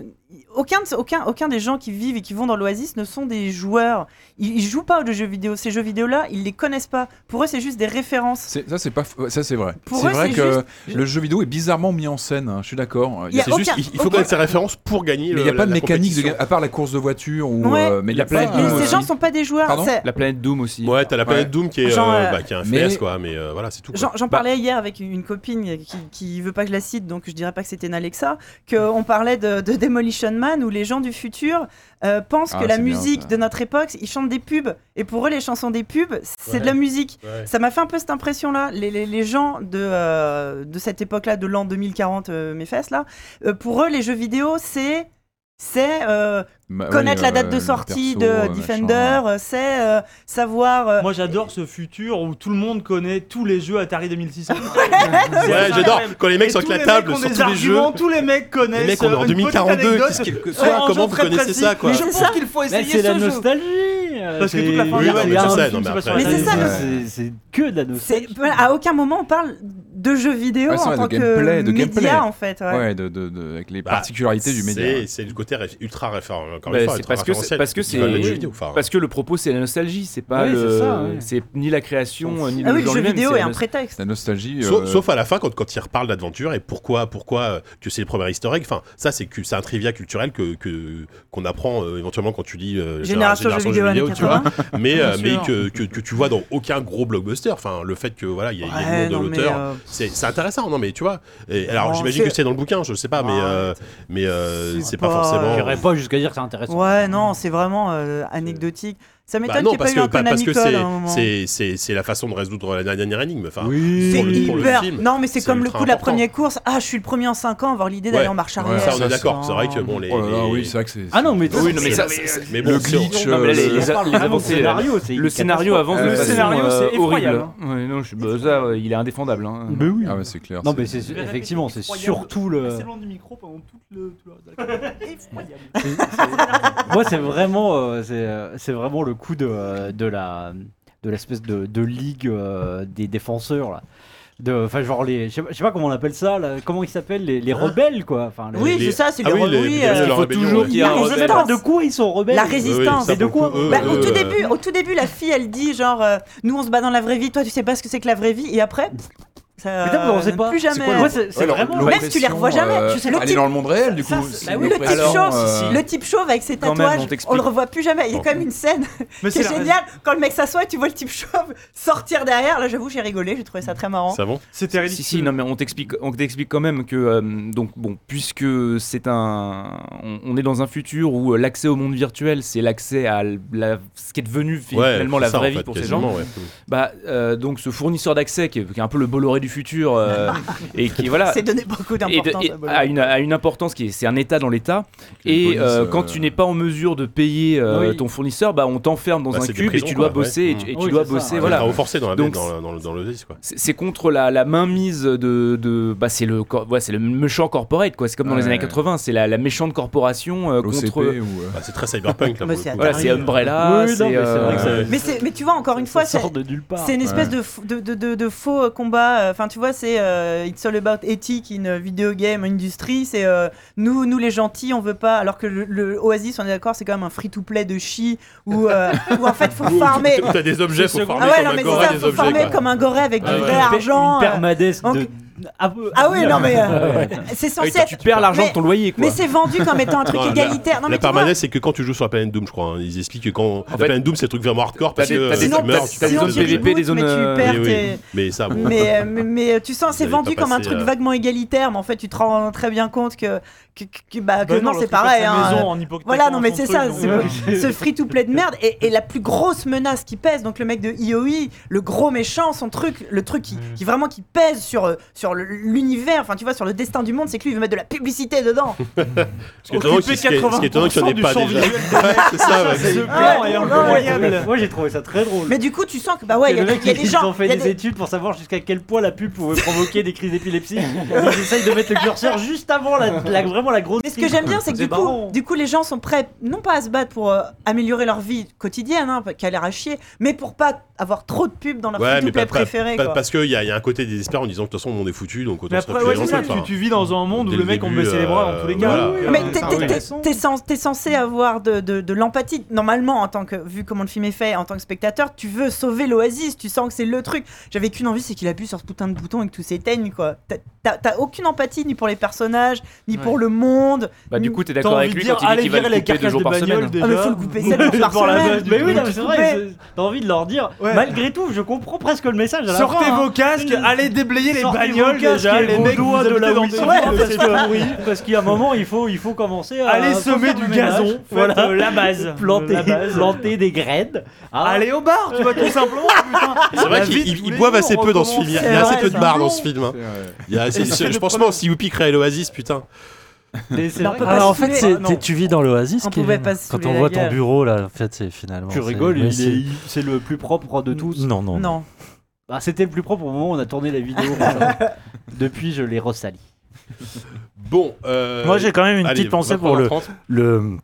Aucun, de ce- aucun, aucun des gens qui vivent et qui vont dans l'Oasis ne sont des joueurs. Ils, ils jouent pas aux jeux vidéo. Ces jeux vidéo-là, ils les connaissent pas. Pour eux, c'est juste des références.
C'est- Ça, c'est pas. f- Ça, c'est vrai.
Pour
C'est
eux,
vrai
c'est
que le jeu vidéo est bizarrement mis en scène. hein, Je suis d'accord.
Il y a
C'est juste.
aucun-
il- il
Il faut
faut
connaître ses références pour gagner. euh,
Mais il
n'y
n'y a pas de mécanique de
gagner.
ga- à part la course de voiture ou
Ouais.
euh, mais de la
Mais
planète.
Ah,
Mais
Doom
ouais.
ces gens
aussi.
sont pas des joueurs.
Pardon
C'est-
La planète Doom aussi.
Ouais, t'as la planète
Ouais.
Doom qui est,
Genre,
euh,
euh,
bah, qui est un
mais-
FPS, quoi, mais euh, voilà, c'est tout. quoi.
J'en j'en
Bah-
parlais hier avec une copine qui, qui veut pas que je la cite, donc je dirais pas que c'était une Alexa, qu'on parlait de, de Demolition Man où les gens du futur euh, pensent
Ah,
que la
c'est bien,
musique
ça.
de notre époque, ils chantent des pubs. Et pour eux, les chansons des pubs, c'est de la
Ouais.
musique.
Ouais.
Ça m'a fait un peu cette impression-là. Les, les- les gens de, euh, de cette époque-là, de l'an 2040, euh, mes fesses, là, euh, pour eux, les jeux vidéo, c'est. C'est euh,
Bah,
connaître
ouais,
la date
euh,
de
le
sortie
perso,
de
euh,
Defender,
machin.
euh, c'est euh, savoir. euh,
Moi j'adore ce futur où tout le monde connaît tous les jeux Atari 2600.
Ouais, j'adore. Quand les mecs sont avec la table, sur
sur
tous les jeux,
Tous les mecs connaissent.
les mecs, on est
euh,
en
une petite
2042.
anecdote.
qu'est-ce qu'il- que-
Ouais,
Soit,
un
comment
jeu
vous
très
connaissez
précis.
ça, quoi
Mais je
C'est
pense
ça.
qu'il faut
Mais
essayer
c'est la
ce jeu.
nostalgie euh,
Parce que
c'est-
toute la fin,
Oui,
il y a-
non,
il y
mais
a
ça,
un
non,
film
mais
qui se passe
après-
sur la
Mais c'est
Terre.
ça, le- C'est- c'est que de la
C'est- voilà, à aucun moment on parle de jeux vidéo
Ouais, c'est
en
vrai,
tant
de gameplay,
que
de
média
gameplay.
en fait. ouais.
Ouais, de, de- de- avec les
Bah,
particularités du média.
c'est- C'est le côté ré- ultra référent. Encore
Bah,
une fois,
c'est
ultra
parce que c'est
référentiel
parce que
du
c'est
code du jeu vidéo, enfin.
parce que le propos c'est la nostalgie, c'est pas
Oui, c'est
le-
ça, ouais.
c'est ni la création euh, ni
Ah
le
oui, le
genre
jeu
lui-même,
vidéo
c'est
est
la
un
nos-
prétexte.
La nostalgie.
Sauf,
euh,
sauf à la fin quand, quand il reparle d'aventure et pourquoi pourquoi euh, que c'est les premières historiques. Enfin ça c'est que c'est un trivia culturel que que- qu'on apprend euh, éventuellement quand tu lis euh,
Génération jeux
jeux
vidéo,
tu vois.
années
mais euh, mais
Bien sûr.
que, que, que tu vois dans aucun gros blockbuster. Enfin le fait que voilà il y a, il y a
Ouais,
le nom
non,
de
mais,
l'auteur
euh,
c'est c'est intéressant non mais tu vois. Et, alors
Non,
j'imagine
c'est-
que c'est dans le bouquin je sais pas mais euh, mais euh, c'est pas,
pas-
forcément.
J'irais pas jusqu'à dire que c'est intéressant.
Ouais, non, c'est vraiment euh, anecdotique. Ça
Bah
m'étonne
non
qu'il n'y
parce
ait pas eu
que
un
pa- parce
Konami
que
Code
c'est-
à un moment.
c'est c'est c'est la façon de résoudre la dernière énigme. Enfin
C'est
pour le- pour le
hyper.
film,
non, mais c'est comme le
ultra
coup de la
important.
première course. Ah, je suis le premier en 5 ans à avoir l'idée d'aller
Ouais.
en marche
Ouais,
arrière.
ça, on est d'accord. C'est vrai que bon, les.
Oh là là,
les-
oui, c'est vrai que c'est.
Ah non, mais de toute
Oui,
façon,
non, mais ça-
c'est-
ça-
c'est-
mais
le
bon, si on-
glitch,
on-
euh,
les-
c'est-
les-
Les
parle
les
vraiment de
avancées,
scénario, c'est une
le scénario
catastrophe.
avance de
Le
façon,
scénario,
euh,
c'est
horrible.
effroyable,
hein.
Ouais, non, je suis- bah, ça, euh, il est indéfendable. Hein.
Mais oui.
Ah ouais, c'est clair.
Non, mais c'est effectivement, c'est surtout le.
C'est loin du micro pendant tout le. tout le- Effroyable.
Moi, c'est vraiment, euh, c'est, euh, c'est vraiment le coup de, euh, de la de l'espèce de, de ligue euh, des défenseurs là. De, enfin, genre les, je sais pas- je sais pas comment on appelle ça, là, comment ils s'appellent les, les rebelles quoi. enfin, les-
Oui,
les-
c'est ça, c'est Ah les oui, les- rebelles, les- euh, la
Il faut
rébellion,
toujours
ouais.
qu'il y ait
La
un rebelle.
résistance.
Mais de quoi ils sont rebelles
La résistance.
Mais de quoi
Bah, au, tout début, au tout début, la fille, elle dit genre, euh, nous on se bat dans la vraie vie, toi tu sais pas ce que c'est que la vraie vie, et après, ça.
Mais non, mais on sait pas.
Plus
C'est
jamais.
quoi, le- Moi, c'est- c'est
Ouais,
vraiment-
l'oppression,
Même si tu les revois jamais.
euh,
tu sais,
elle
le
est
type-
dans le monde réel, du coup.
ça,
c'est
bah oui, le, type
l'oppression,
chauve,
euh,
le type chauve avec ses
Quand même,
tatouages,
on
on,
t'explique.
le revoit plus jamais. Il y a
Bon.
quand même une scène
Mais
qui
c'est
est
la
géniale. Quand le mec s'assoit et tu vois le type chauve sortir derrière, là j'avoue, j'ai rigolé, j'ai trouvé ça très marrant.
bon
C'était ridicule.
Si, si, non, mais on t'explique, on t'explique quand même que, euh, donc, bon, puisque c'est un. On, on est dans un futur où euh, l'accès au monde virtuel, c'est l'accès à l- la, ce qui est devenu
Ouais,
finalement
c'est
la
ça,
vraie
en
vie
fait,
pour ces
quasiment,
gens.
ouais.
Bah, euh, donc, ce fournisseur d'accès qui, est- qui est un peu le Bolloré du futur, euh, et qui, voilà.
C'est donné beaucoup
et de-
d'importance.
et
à Bolloré.
à, une, à une importance qui est, c'est un état dans l'état. Et
police,
euh, quand
euh,
tu n'es pas en mesure de payer euh,
Oui.
ton fournisseur, bah on t'enferme dans
Bah,
un
c'est des
cube
prisons,
et tu dois
quoi, ouais.
bosser et tu, et tu
Oui,
dois
c'est ça,
bosser.
ouais.
voilà.
Travaux forcés dans la
Donc,
dans, dans, dans l'Oasis, quoi.
C'est c'est contre la, la mainmise de, de bah c'est le cor- ouais, c'est le méchant corporate quoi. C'est comme dans les
Ouais.
années 80, c'est la, la méchante corporation euh,
L'OCP
contre
ou. euh,
Bah, c'est très cyberpunk là.
Mais
pour
c'est
le coup.
voilà c'est Umbrella,
Oui, non,
c'est
mais c'est
euh,
vrai que ça-
mais, c'est- mais tu vois, encore une fois,
ça
c'est.
sort de nulle part.
C'est une espèce
Ouais.
de, f- de, de, de- de faux euh, combat. Enfin, tu vois, c'est euh, It's all about ethics in video game industry. C'est euh, nous, nous les gentils, on veut pas. Alors que le, le Oasis, on est d'accord, c'est quand même un free-to-play de chi où, euh, où, en fait faut farmer.
T'as des objets, faut farmer
Ah ouais, non,
comme
mais
un
c'est ça,
goré des
faut
objets.
farmer
quoi.
comme un goré avec
Ah ouais.
du vrai
Une
Une
argent. euh,
permadesse
en-
de. Ah,
Ah oui, non, mais euh, c'est
ah oui,
censé
tu-
être.
tu perds l'argent
mais-
de ton loyer quoi.
Mais c'est vendu comme étant un truc
Non, la-
égalitaire. Non, mais
la
tu vois,
permanence, c'est que quand tu joues sur la planète Doom, je crois. hein. Ils expliquent que quand la
fait,
planète Doom, c'est un truc vraiment hardcore
t'as
parce
des-
que
t'as des-
euh, tu
sinon,
meurs,
tu perds
sinon,
des
des
tu
objets.
PVP, des zones,
mais tu
euh,
perds
Oui, oui.
tes-
Mais ça, bon.
mais, euh, mais, mais tu sens, c'est
Vous avez
vendu
pas
comme un
passé,
truc
euh,
vaguement égalitaire, mais en fait, tu te rends très bien compte que, que, que- bah, que
Bah
non,
l'autre,
c'est
il passe
pareil.
sa
hein.
maison en hypothèque
Voilà,
dans
non, mais
son
c'est
truc,
ça,
donc,
c'est-
euh,
ce free-to-play de merde et, et la plus grosse menace qui pèse, donc le mec de IOI, le gros méchant, son truc, le truc qui, qui vraiment qui pèse sur, euh, sur le- l'univers, enfin tu vois, sur le destin du monde, c'est que lui il veut mettre de la publicité dedans.
Parce que étonnant qu'il- ce qui est ce qui est étonnant qu'il n'y en ait pas déjà. Ouais, c'est ça, ouais.
Ce
Ah,
plan est
non,
incroyable.
Moi j'ai trouvé ça très drôle.
Mais du coup, tu sens que bah ouais, il y, a
le
des-
mec,
il y a des
ils
gens,
ont fait
il y a
des,
des-
études pour savoir jusqu'à quel point la pub pouvait provoquer des crises d'épilepsie. Ils essayent de mettre le curseur juste avant la, la- vraiment la grosse.
Mais ce que j'aime bien, c'est que du coup, du coup, les gens sont prêts, non pas à se battre pour euh, améliorer leur vie quotidienne, hein, qui a l'air à chier, mais pour pas avoir trop de pubs dans leur
Ouais,
free
mais
to play
pas- pas-
préféré.
pas-
quoi.
parce qu'il y, a- il y a un côté désespéré en disant que de toute façon, on est foutu, donc
Mais
autant se
après,
reculer
ouais,
dans le
c'est ça,
truc,
tu,
enfin.
tu vis dans un monde où
Dès
le
le
mec, on
début,
baissait les bras dans tous les cas.
voilà.
Oui, oui,
Mais
oui,
t'es-
ça,
t'es-
oui.
t'es- t'es cens- t'es censé avoir de, de- de l'empathie. Normalement, en tant que vu comment le film est fait, en tant que spectateur, tu veux sauver l'oasis. Tu sens que c'est le truc. J'avais qu'une envie, c'est qu'il appuie sur ce putain de bouton et que tout s'éteigne. quoi. T'as- T'as t'as aucune empathie ni pour les personnages, ni pour le monde.
Bah du
ni-
coup t'es
T'as
d'accord
envie
avec
de
lui
dire,
quand il dit
allez
qu'il va
virer
le
les
couper deux
carcasse
jours
des
par semaine.
bagnoles déjà.
Ah, mais faut le couper sept jours par
Pour la
semaine.
base du
Mais
tout.
oui,
oui,
non,
c'est
c'est
vrai.
vrai,
T'as envie de leur dire.
Ouais.
Malgré tout, je comprends presque le message. À la
Sortez
fin, hein.
vos casques, allez déblayer les
Sortez
bagnoles
vos casques
déjà,
et
les
vos
mecs vous
doigts de la
habitez dans
Wii
des
U,
villes,
parce
c'est
que-
tout.
Parce qu'il y a un moment, il faut, il faut commencer à.
Allez
faut
semer
faire
du
le ménage.
gazon, faites,
Voilà.
euh, la base.
Planter,
La base.
planter des graines. hein.
Allez au bar, tu vois tout simplement. putain.
C'est vrai
La vie
qu'ils
de tous
ils- ils
les
boivent
jours,
assez peu dans ce film. Il y a- il y a
recommence.
assez peu
C'est
de bars
vrai,
dans ce film. hein.
c'est, euh,
Il y a assez- Je pense pas si Whoopi créait l'Oasis, putain.
Mais c'est vrai
peut
que-
pas
Ah, en
se saouler.
fait, c'est-
Ah, non.
t'es- tu vis dans l'oasis.
On
Kevin.
pouvait pas se
Quand
saouler
on
la
voit ton
gueule.
bureau, là, en fait, c'est finalement.
Tu
c'est-
rigoles,
mais
il
c'est-
est- il- c'est le plus propre de tous.
Non, non.
Non.
Bah, C'était le plus propre au moment où on a tourné la vidéo. Euh, Depuis, je l'ai ressali.
Bon. euh,
Moi, j'ai quand même une
allez,
petite pensée
23,
pour le,
30.
le,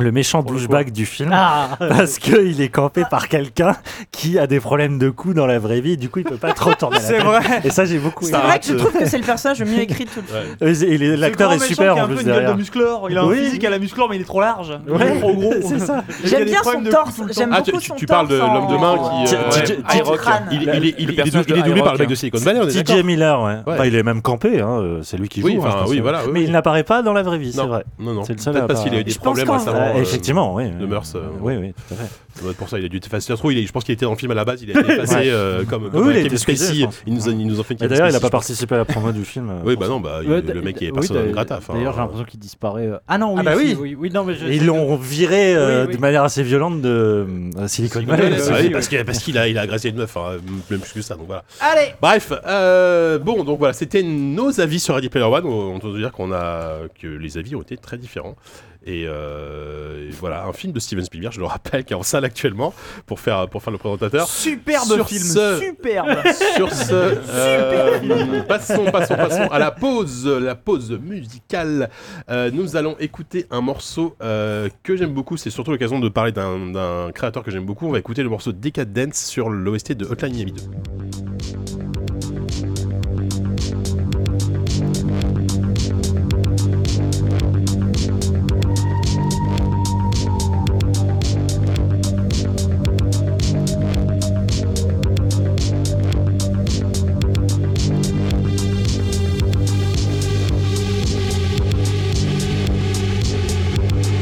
le méchant douchebag du film
Ah.
parce qu'il est campé par quelqu'un qui a des problèmes de cou dans la vraie vie du coup il peut pas trop tourner la
C'est
tête.
vrai.
et ça j'ai beaucoup
C'est
aimé.
vrai que je trouve que c'est le personnage le mieux écrit de tout le film.
Et c'est- et les- l'acteur
grand
est
méchant
super
qui a
en
un peu
plus
une gueule de
derrière
musclor. Il a un
Oui.
physique à la musclor, mais il est trop large. Il
Ouais.
est trop gros.
C'est ça.
Il a
J'aime
des
bien
problèmes
son
de
torse,
coups tout le
j'aime
temps.
beaucoup
Ah, tu,
son
tu parles de
torse
l'homme de
en-
main qui.
Ti-
euh,
Ti-
ouais.
Ti-
Rock.
Rock.
Il, il, est- il est- il est
Le
dou- il est doublé
personnage
par le
de
mec de Silicon Valley, on est
TJ
d'accord
Miller, ouais.
Ouais.
Enfin, il est même campé, hein, euh, c'est lui qui joue.
Oui,
hein,
enfin,
je pense.
oui, voilà, oui,
Mais
oui.
il n'apparaît pas dans la vraie vie, c'est
Non.
vrai.
Non, non.
C'est le seul à
Peut-être parce
pas-
qu'il a eu des
Je pense
problèmes
qu'en
récemment.
vrai-
euh,
Effectivement, oui.
De mœurs. euh,
Oui, oui, tout à fait.
Ça doit être pour ça, il a dû effacer. Ça se trouve, il est- je pense qu'il était dans le film à la base, il a été effacé
Ouais.
euh, comme, comme
Oui, il a
Kevin
été excusé,
Spacey.
je pense.
Il nous, a- il nous a fait
Et
Kevin
d'ailleurs, il n'a
Spacey,
pas
je
participé à la promo du film. euh,
Oui,
pour
bah
ça.
non, bah, il-
Ouais,
le mec, il est
oui,
personne
d'ailleurs-
grata. enfin,
D'ailleurs, j'ai l'impression qu'il disparaît. euh, Ah non, oui,
Ah bah
si,
oui.
oui, oui, non, mais je-
Et ils l'ont viré euh,
Oui, oui.
de manière assez violente de euh, Silicon Valley.
Ouais,
aussi.
bah oui, parce que- parce qu'il a, il a agressé une meuf, hein, même plus que ça, donc voilà.
Allez
Bref, euh, bon, donc voilà, c'était nos avis sur Ready Player One. On doit dire qu'on a que les avis ont été très différents. Et, euh, et voilà, un film de Steven Spielberg, je le rappelle, qui est en salle actuellement pour faire pour faire le présentateur.
Superbe
Sur
film,
ce-
superbe.
Sur ce, euh, passons, passons, passons à la pause, la pause musicale. Euh, nous allons écouter un morceau euh, que j'aime beaucoup. C'est surtout l'occasion de parler d'un d'un créateur que j'aime beaucoup. On va écouter le morceau Decadence sur l'OST de Hotline Miami 2.
Thank you.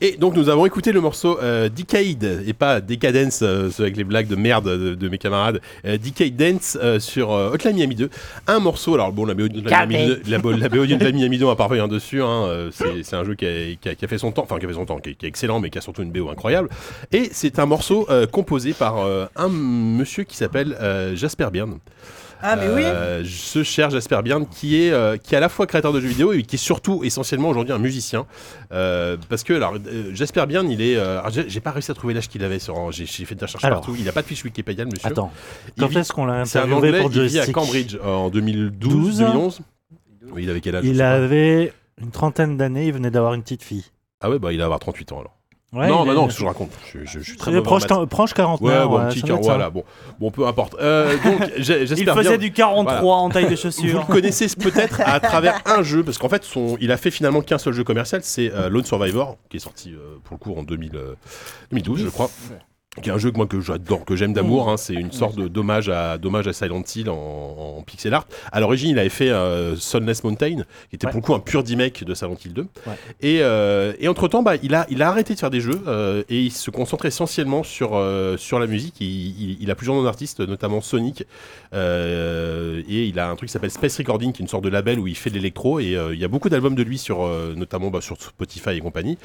Et donc nous avons écouté le morceau euh, Decade et pas Decadence euh, ceux avec les blagues de merde de, de mes camarades. euh, Decade Dance euh, sur euh, Hotline Miami 2. Un morceau, alors bon, la BO de Hotline Miami 2, la, bo- la BO de Hotline Miami 2, on va pas revenir dessus. hein, euh, c'est c'est un jeu qui a, qui a- qui a fait son temps, enfin qui a fait son temps, qui est, qui est excellent, mais qui a surtout une BO incroyable. Et c'est un morceau euh, composé par euh, un monsieur qui s'appelle euh, Jasper Byrne.
Ah, mais oui.
Euh, ce cher Jasper Byrne qui est euh, qui est à la fois créateur de jeux vidéo et qui est surtout essentiellement aujourd'hui un musicien Euh, parce que alors euh, Jasper Byrne il est euh, alors, j'ai j'ai pas réussi à trouver l'âge qu'il avait sur j'ai j'ai fait des recherches
Alors.
partout il a pas de fiche Wikipédia le monsieur
Attends.
Il
Quand
vit-
est-ce qu'on l'a
c'est un anglais
interviewé pour
il vit à
Joystick
Cambridge euh, en 2012
12?
2011 oui, il avait quel âge je
Il
sais pas.
avait une trentaine d'années, il venait d'avoir une petite fille.
ah ouais bah il va avoir 38 ans alors
Ouais,
non
il
bah
a-
non qu'est-ce que je raconte je, je- je suis très
Il est
mauvais en
proche
maths.
ten- proche
ouais,
quarantenaire,
bon,
ouais,
petit
ça
quar-
doit être ça.
voilà bon bon peu importe Euh, donc j'ai- Jasper
Il faisait
Byrne-
du 43 en taille de chaussure.
Vous le connaissez peut-être à travers un jeu, parce qu'en fait, son, il a fait finalement qu'un seul jeu commercial, c'est euh, Lone Survivor, qui est sorti euh, pour le coup en 2000, euh, 2012, je crois. Qui est un jeu que moi que j'adore, que j'aime d'amour. hein. c'est une sorte de dommage à dommage à Silent Hill en, en pixel art. À l'origine, il avait fait euh, Sunless Mountain, qui était pour le coup un pur remake de Silent Hill 2. Et, entre temps, bah, il a il a arrêté de faire des jeux euh, et il se concentre essentiellement sur euh, sur la musique. Il, il- il a plusieurs noms d'artistes, notamment Sonic, euh, et il a un truc qui s'appelle Space Recording, qui est une sorte de label où il fait de l'électro. Et euh, il y a beaucoup d'albums de lui sur, euh, notamment bah, sur Spotify et compagnie.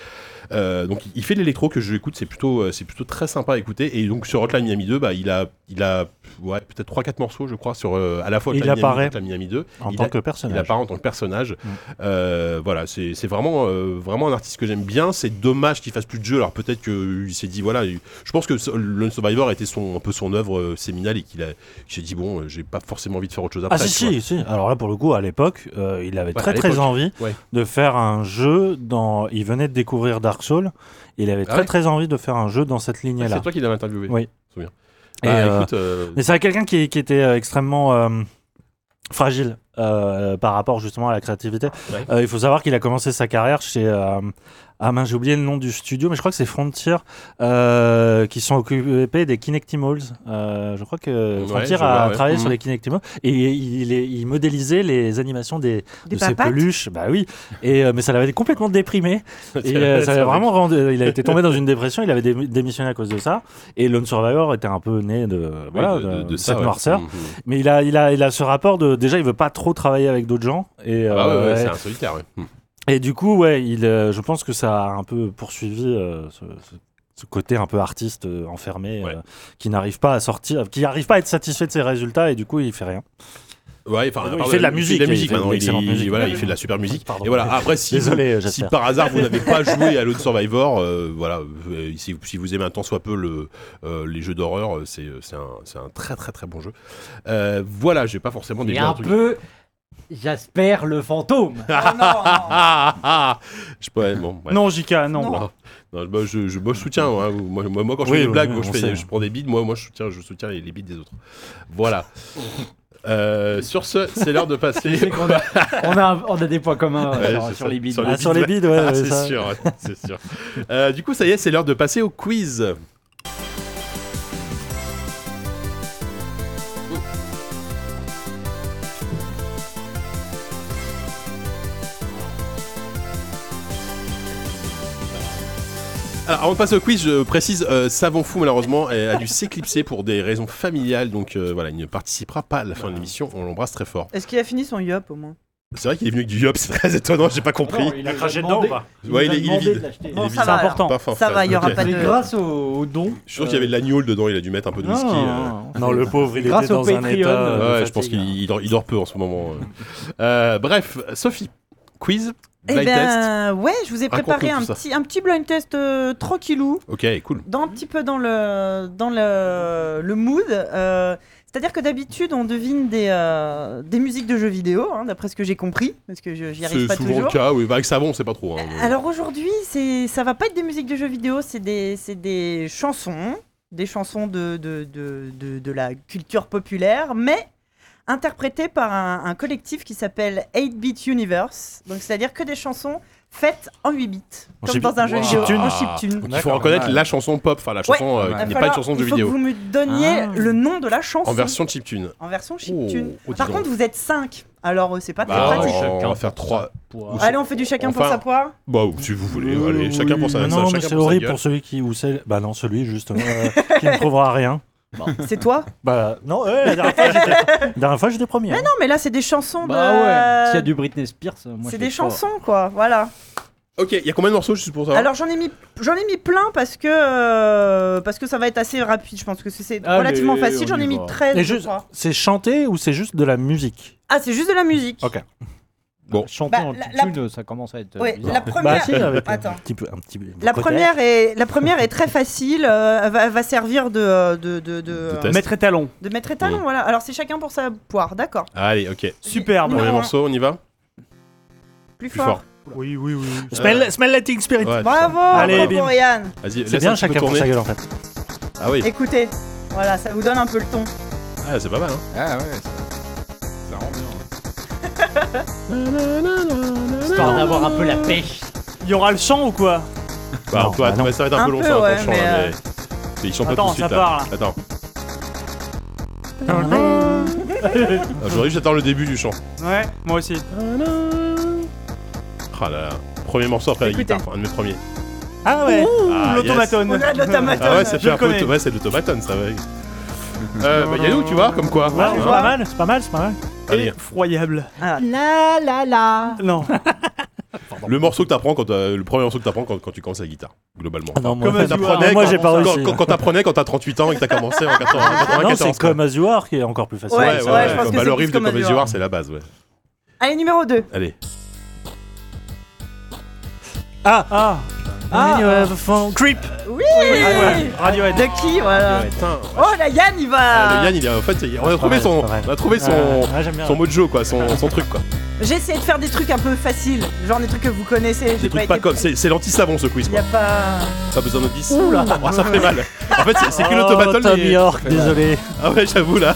Euh, donc il fait de l'électro que je écoute, c'est plutôt, euh, c'est plutôt très sympa à écouter. Et donc sur Hotline Miami 2, bah, il a, il a ouais, peut-être 3-4 morceaux, je crois, sur euh, à la fois
Il
Hotline Miami,
apparaît
Hotline Miami 2.
en
Il
tant
a-
que personnage. Mm.
Il apparaît en tant que personnage. Euh, voilà, c'est c'est vraiment, euh, vraiment un artiste que j'aime bien. C'est dommage qu'il fasse plus de jeux. Alors peut-être qu'il s'est dit, voilà, il- je pense que so- Lone Survivor était son, un peu son œuvre euh, séminale et qu'il a- il s'est dit, bon, euh, j'ai pas forcément envie de faire autre chose après.
Ah si,
tu vois.
si, si. Alors là, pour le coup, à l'époque, euh, il avait
Ouais, à
très très
l'époque.
envie
Ouais.
de faire un jeu dans... Il venait de découvrir Dark Souls. Il avait
Ah
très
ouais
très envie de faire un jeu dans cette
Ah,
lignée-là.
C'est toi qui l'avais interviewé.
Oui.
Je me souviens.
Et,
Bah,
euh,
écoute, euh,
Mais c'est quelqu'un qui, qui était euh, extrêmement euh, fragile euh, par rapport justement à la créativité.
Ah, Ouais.
Euh, il faut savoir qu'il a commencé sa carrière chez... euh, ah mince, j'ai oublié le nom du studio, mais je crois que c'est Frontier euh, qui sont occupés des Kinectimals. Euh, je crois que
Ouais,
Frontier
je vois,
a
ouais.
travaillé sur
Mhm.
les Kinectimals et il, il- il modélisait les animations des,
Des
de ses
papates
peluches. Bah oui. Et, euh, mais ça l'avait complètement déprimé. et, euh,
C'est
ça l'avait
vrai.
vraiment rendu- Il a été tombé dans une dépression. Il avait dé- démissionné à cause de ça. Et Lone Survivor était un peu né de, voilà,
de- de- de
de- de
ça,
cette
ouais.
noirceur.
Mhm.
Mais il a, il a, il a ce rapport de déjà, il veut pas trop travailler avec d'autres gens. Et,
Ah ouais, ouais,
euh,
c'est un solitaire. ouais. Hmm.
et du coup, ouais, il, euh, je pense que ça a un peu poursuivi euh, ce, ce- ce côté un peu artiste euh, enfermé, euh, qui n'arrive pas à sortir, qui n'arrive pas à être satisfait de ses résultats et du coup, il fait rien.
Ouais, enfin, à
Il
part
fait de la
Il
musique,
fait de la musique
il fait
maintenant.
de
Il,
l'excellente
il-
musique.
voilà, il fait de la super musique.
Pardon.
Et voilà. Après, si,
Désolé,
vous-
Jasper.
si par hasard vous n'avez pas joué à Lone Survivor, euh, voilà, euh, si, si vous aimez un tant soit peu le, euh, les jeux d'horreur, euh, c'est c'est un, c'est un très très très bon jeu. Euh, voilà, j'ai pas forcément des
Et un
truc.
peu Jasper le fantôme.
Ah, je peux, bon, bref.
Non, JK, non.
Non, non, bah, je, je, moi je soutiens. hein, vous- moi, moi- moi, quand je
Oui,
fais des
oui,
blagues,
oui,
moi, je,
on
fais-
sait.
je prends des bides, moi, moi je soutiens, je soutiens les, les bides des autres. Voilà. Euh, sur ce, c'est l'heure de passer.
On a, on a un- on a des points communs euh,
Ouais,
sur-
c'est
sur
ça,
les bides.
Ah, sur les bides, ouais,
Ah,
ouais,
c'est
ça.
sûr, ouais, c'est sûr. Euh, du coup, ça y est, c'est l'heure de passer au quiz. Alors, avant de passer au quiz, je précise, euh, Savon Fou, malheureusement, a a dû s'éclipser pour des raisons familiales, donc euh, voilà, il ne participera pas à la fin de l'émission, on l'embrasse très fort.
Est-ce qu'il a fini son yop au moins
C'est vrai qu'il est venu avec du yop, c'est très étonnant, j'ai pas
Ah
compris.
il a
craché dedans, ou pas
Ouais, il est, il est vide. Il est
Bon,
vide.
ça va alors.
Pas fin,
Ça
fin.
va, il y aura
Ok.
pas
Mais
Euh,
de.
grâce au, au don.
Je suis sûr qu'il y avait de l'agneau dedans, il a dû mettre un peu de whisky. euh.
Non, le pauvre, il
Grâce
était
au
dans un
Patreon,
état.
euh,
euh, de
Ouais, je pense
fatigue.
qu'il il dort, il dort peu en ce moment. euh. Euh, bref, Sophie, quiz,
Eh
blind test.
ben, ouais, je vous ai
Raconte-nous
préparé
tout
un
ça.
petit, un petit blind test euh, tranquillou.
Ok, cool.
dans un petit peu dans le dans le, le mood. euh, c'est-à-dire que d'habitude, on devine des, euh, des musiques de jeux vidéo, hein, d'après ce que j'ai compris, parce que je- j'y arrive
C'est
pas
souvent le
toujours. Ah,
cas, oui. bah, Avec savon, c'est pas trop. hein, mais-
Alors aujourd'hui, c'est ça va pas être des musiques de jeux vidéo, c'est des c'est des chansons, des chansons de de, de, de- de la culture populaire, mais interprétées par un, un collectif qui s'appelle 8 Bit Universe. Donc c'est-à-dire que des chansons faites en 8 bits,
En
comme
chip-
dans un jeu
en
vidéo
Oh, chiptune.
en oh, chiptune.
Donc, il faut
D'accord,
reconnaître
ouais.
la chanson pop, enfin la chanson euh,
Il
qui
va
n'est pas
falloir-
une chanson de jeu
Il faut que
vidéo.
vous Ah, me donniez
Ah.
le nom de la chanson.
En version chiptune.
En version
Oh,
chiptune.
oh, dis
Par
donc.
contre, vous êtes 5. Alors, euh, c'est pas très
Bah,
pratique.
on va faire trois. ou
Allez, on fait du chacun pour
Enfin,
sa poire.
Bah, ou si vous voulez, allez, chacun pour sa
Non,
ça-
non, mais
chacun pour
c'est
sa
horrible
gueule.
pour celui qui ou celle. Bah non, celui justement euh, qui ne trouvera rien.
C'est toi
Bah non, ouais, la dernière fois, j'étais- la dernière fois j'étais premier. hein.
Mais non, mais là, c'est des chansons
Bah
de.
ouais, s'il y a du Britney Spears, moi
C'est
je
des
fais pas.
chansons, quoi. Voilà.
Ok, il y a combien de morceaux juste pour ça
Alors j'en ai mis j'en ai mis plein parce que euh, parce que ça va être assez rapide. Je pense que c'est
Allez,
relativement facile.
on
J'en
y
ai mis
va.
13
Et
je
juste-
crois.
C'est chanté ou c'est juste de la musique
Ah, c'est juste de la musique.
Ok.
Bon,
chanter
Bah,
en
la-
tune, ça commence à être. euh,
Ouais,
bizarre.
la première-
Bah si, avec un
Attends.
petit peu, un petit peu.
La
côté.
première est la première est très facile. euh, elle va, elle va servir de euh, de de, de,
test. Maître
étalon.
De maître étalon. Voilà. Alors c'est chacun pour sa poire. D'accord.
Allez, ok.
Superbe.
Premier
Numéro un.
morceau, on y va
Plus,
Plus fort.
Oui, oui, oui.
Smell-
smell Lighting Spirit.
Euh, Ouais,
Bravo.
Allez,
encore
bim.
pour Yann.
Vas-y,
C'est
laisse
bien
un petit peu
chacun pour
tourner.
sa gueule en fait.
Ah oui.
Écoutez. Voilà, ça vous donne un peu le ton.
Ah, c'est pas mal, hein
Ah ouais, ça, ça rend bien.
Histoire d'avoir un peu la pêche.
Il y aura le chant ou quoi
Bah, on peut- ouais, ça va être un,
Un
peu long,
peu,
ça, pour
ouais,
le chant,
mais,
là,
euh,
mais... mais ils chantent pas
Attends,
tout de
ça
suite, là.
part, là.
Attends. Ah, Aujourd'hui, j'attends le début du chant.
Ouais, moi aussi.
Ah là là. Premier morceau après
Écoutez.
la guitare, un de mes premiers.
Ah ouais,
Ah, yes.
l'automatone.
Ah ouais, ça
je
fait
le
un peu...
connais.
auto- Ouais, c'est l'automatone, ça va. Euh, bah, Yannou, tu vois, comme quoi.
Ouais,
hein.
c'est pas mal, c'est pas mal, c'est pas mal.
Allez.
Effroyable.
La la la.
Non.
Le morceau que t'apprends quand t'as- le premier morceau que t'apprends quand, quand tu commences la guitare,
Ah,
globalement.
Ah, non, moi,
Quand
Comme
t'apprenais
Azure. Moi,
quand-
j'ai pas
quand-
réussi.
Quand, quand t'apprenais quand t'as 38 ans et que t'as commencé en 80
Non,
94.
c'est comme Azuar qui est encore plus facile.
Ouais, ouais,
Ça,
ouais,
je pense que
bah,
c'est
le
plus
riff de
comme
Comme
Azure.
Azure, c'est la base, ouais.
Allez numéro 2.
Allez.
Ah
Ah
Ah, euh,
Creep
Oui.
Radiohead. Radiohead.
De qui voilà.
Putain.
Oh la Yann il va.
Ah, le Yann, il a, en fait, il- on a trouvé
mal,
son,
pas mal.
on a trouvé son,
Ouais, ouais, Ah, j'aime bien.
son mojo, quoi, son, son truc, quoi.
J'ai essayé de faire des trucs un peu faciles, genre des trucs que vous connaissez.
Des trucs pas comme, c'est c'est l'anti-savon ce quiz,
Il y
quoi.
a pas.
Pas besoin d'audice.
Oula.
Oh, ça fait mal. En fait, c'est- c'est que
Oh,
l'automatone.
Tom
mais-
York, désolé.
Ah ouais, j'avoue là.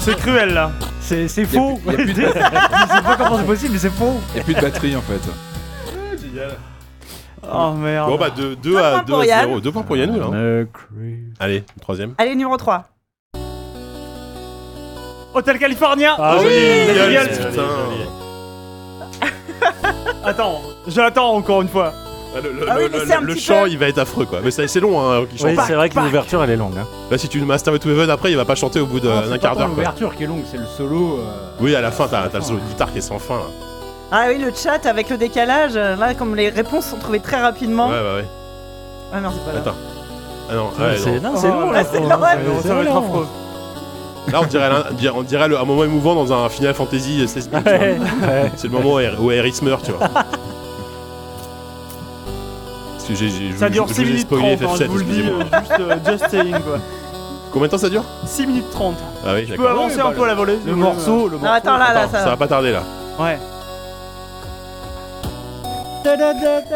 C'est cruel là.
C'est c'est faux.
y a plus de-
Je sais pas comment c'est possible, mais c'est faux.
Il n'y a plus de batterie en fait.
Oh merde.
Bon bah 2 à
points
2
pour
à
Yann.
0. 2 points pour
Ah,
Yannou là. hein. Allez, troisième.
Allez numéro 3.
Hôtel Californien.
Ah oui,
les
Yann,
Eagles.
Ah
putain.
Attends, j'attends encore une fois.
Ah, Le, le-
Ah oui,
le-
mais
le-
c'est un
le
petit
chant
peu-
il va être affreux quoi. Mais c'est c'est long hein qui chante.
Oui, c'est vrai que l'ouverture elle est longue. hein.
Là si tu le master to heaven après il va pas chanter au bout
Non,
Oh,
d'un
c'est
d'un
pas
quart
tant
d'heure quoi.
L'ouverture qui est longue, c'est le solo. euh,
Oui à la fin t'as t'as le solo de guitare qui est sans fin. là.
Ah oui, le chat avec le décalage, euh, là, comme les réponses sont trouvées très rapidement.
Ouais ouais ouais.
Ah non, c'est pas là.
Attends. Ah non, ouais,
c'est
non.
non, c'est
Oh,
long
là,
là.
c'est
faut-
long, ouais.
c'est-
Ça va
c'est
être
long.
affreux.
Là on dirait, l'un- on dirait- on dirait le- un moment émouvant dans un Final Fantasy 16 bits, tu vois.
Ouais, ouais.
C'est le moment où, Aer- où Aerys meurt tu vois. Parce que j'ai- j'ai- je
Ça
vous-
dure
je
6
vous ai
minutes
spoilé
30, hein, je
FF7,
vous le dis,
excusez-moi.
euh, juste, euh, just saying quoi.
Combien de temps ça dure
6 minutes 30.
Ah oui
Tu peux
d'accord.
avancer un peu à la volée
Le morceau,
euh.
le
Non,
morceau.
attends, là, là,
Attends,
ça
ça va
va.
pas tarder là.
Ouais.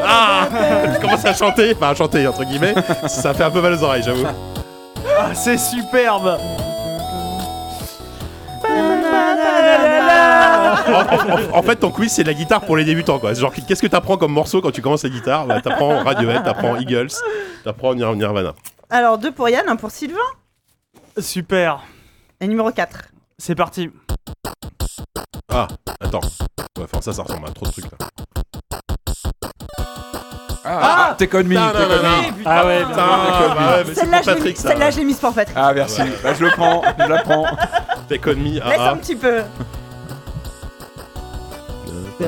Ah Je commence à chanter, enfin à chanter entre guillemets, ça fait un peu mal aux oreilles, j'avoue.
Ah, c'est superbe.
En, en- en fait, ton quiz c'est de la guitare pour les débutants quoi. C'est Genre, qu'est-ce que t'apprends comme morceau quand tu commences la guitare bah, T'apprends Radiohead, t'apprends Eagles, t'apprends Nir- Nirvana.
Alors, deux pour Yann, un pour Sylvain.
Super.
Et numéro 4.
C'est parti.
Ah, attends. Ouais, enfin, ça, ça ressemble à trop de trucs là.
Ah, t'es connu,
Putain,
t'es
non, non, non.
connu.
Ah ouais,
Putain, bah ouais, mais c'est
Eh, Celle-là,
pour
je l'ai
Patrick ça.
celle-là, je l'ai mise pour Patrick.
Ah merci, Bah, je le prends, je la prends.
T'es connu,
Laisse
ah
un petit peu.
ah.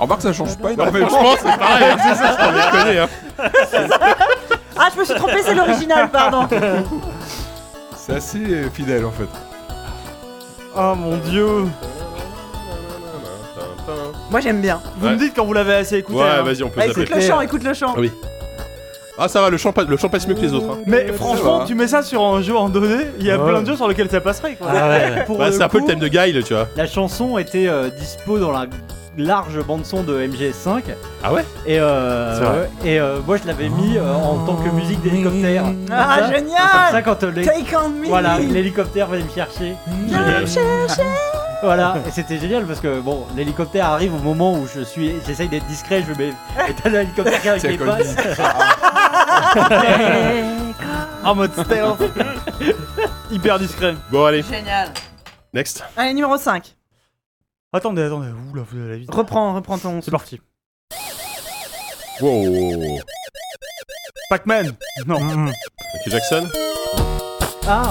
Embarque, ça change pas
Non, mais je
énormément.
pense c'est pareil, hein, c'est ça, sans déconner, hein.
Ah, je me suis trompé, c'est l'original, pardon.
C'est assez euh, fidèle en fait.
Oh mon dieu.
Moi, j'aime bien.
Vous
Ouais.
me dites quand vous l'avez assez écouté.
Ouais,
hein.
vas-y, on peut
Ah,
zapper.
Écoute le
euh,
chant, écoute le chant.
Ah oui. Ah, ça va, le chant, passe- le chant passe mieux que les autres. hein.
Mais franchement,
va.
tu mets ça sur un jeu en donné, il y a
Ouais.
plein de jeux sur lesquels ça passerait quoi.
Ah ouais.
Pour
Bah, c'est un peu le
coup,
thème de Guile, tu vois.
La chanson était euh, dispo dans la large bande-son de MGS5.
Ah ouais
Et, euh,
C'est vrai.
et euh, moi, je l'avais mis euh, en tant que musique d'hélicoptère.
Ah,
Ça- Comme ça,
génial
quand euh, les-
Take on me
voilà, l'hélicoptère venait me chercher.
Viens me chercher.
Voilà, et c'était génial parce que bon, l'hélicoptère arrive au moment où je suis, j'essaye d'être discret, je mets et t'as l'hélicoptère qui arrive
C'est
avec les
connu.
passes.
En mode stealth. Hyper discret.
Bon, allez,
Génial.
next.
Allez, numéro 5.
Attendez, attendez. Oula, vous allez vite.
Reprends, reprends ton.
C'est parti.
Wow.
Pac-Man Non.
Michael Jackson
Ah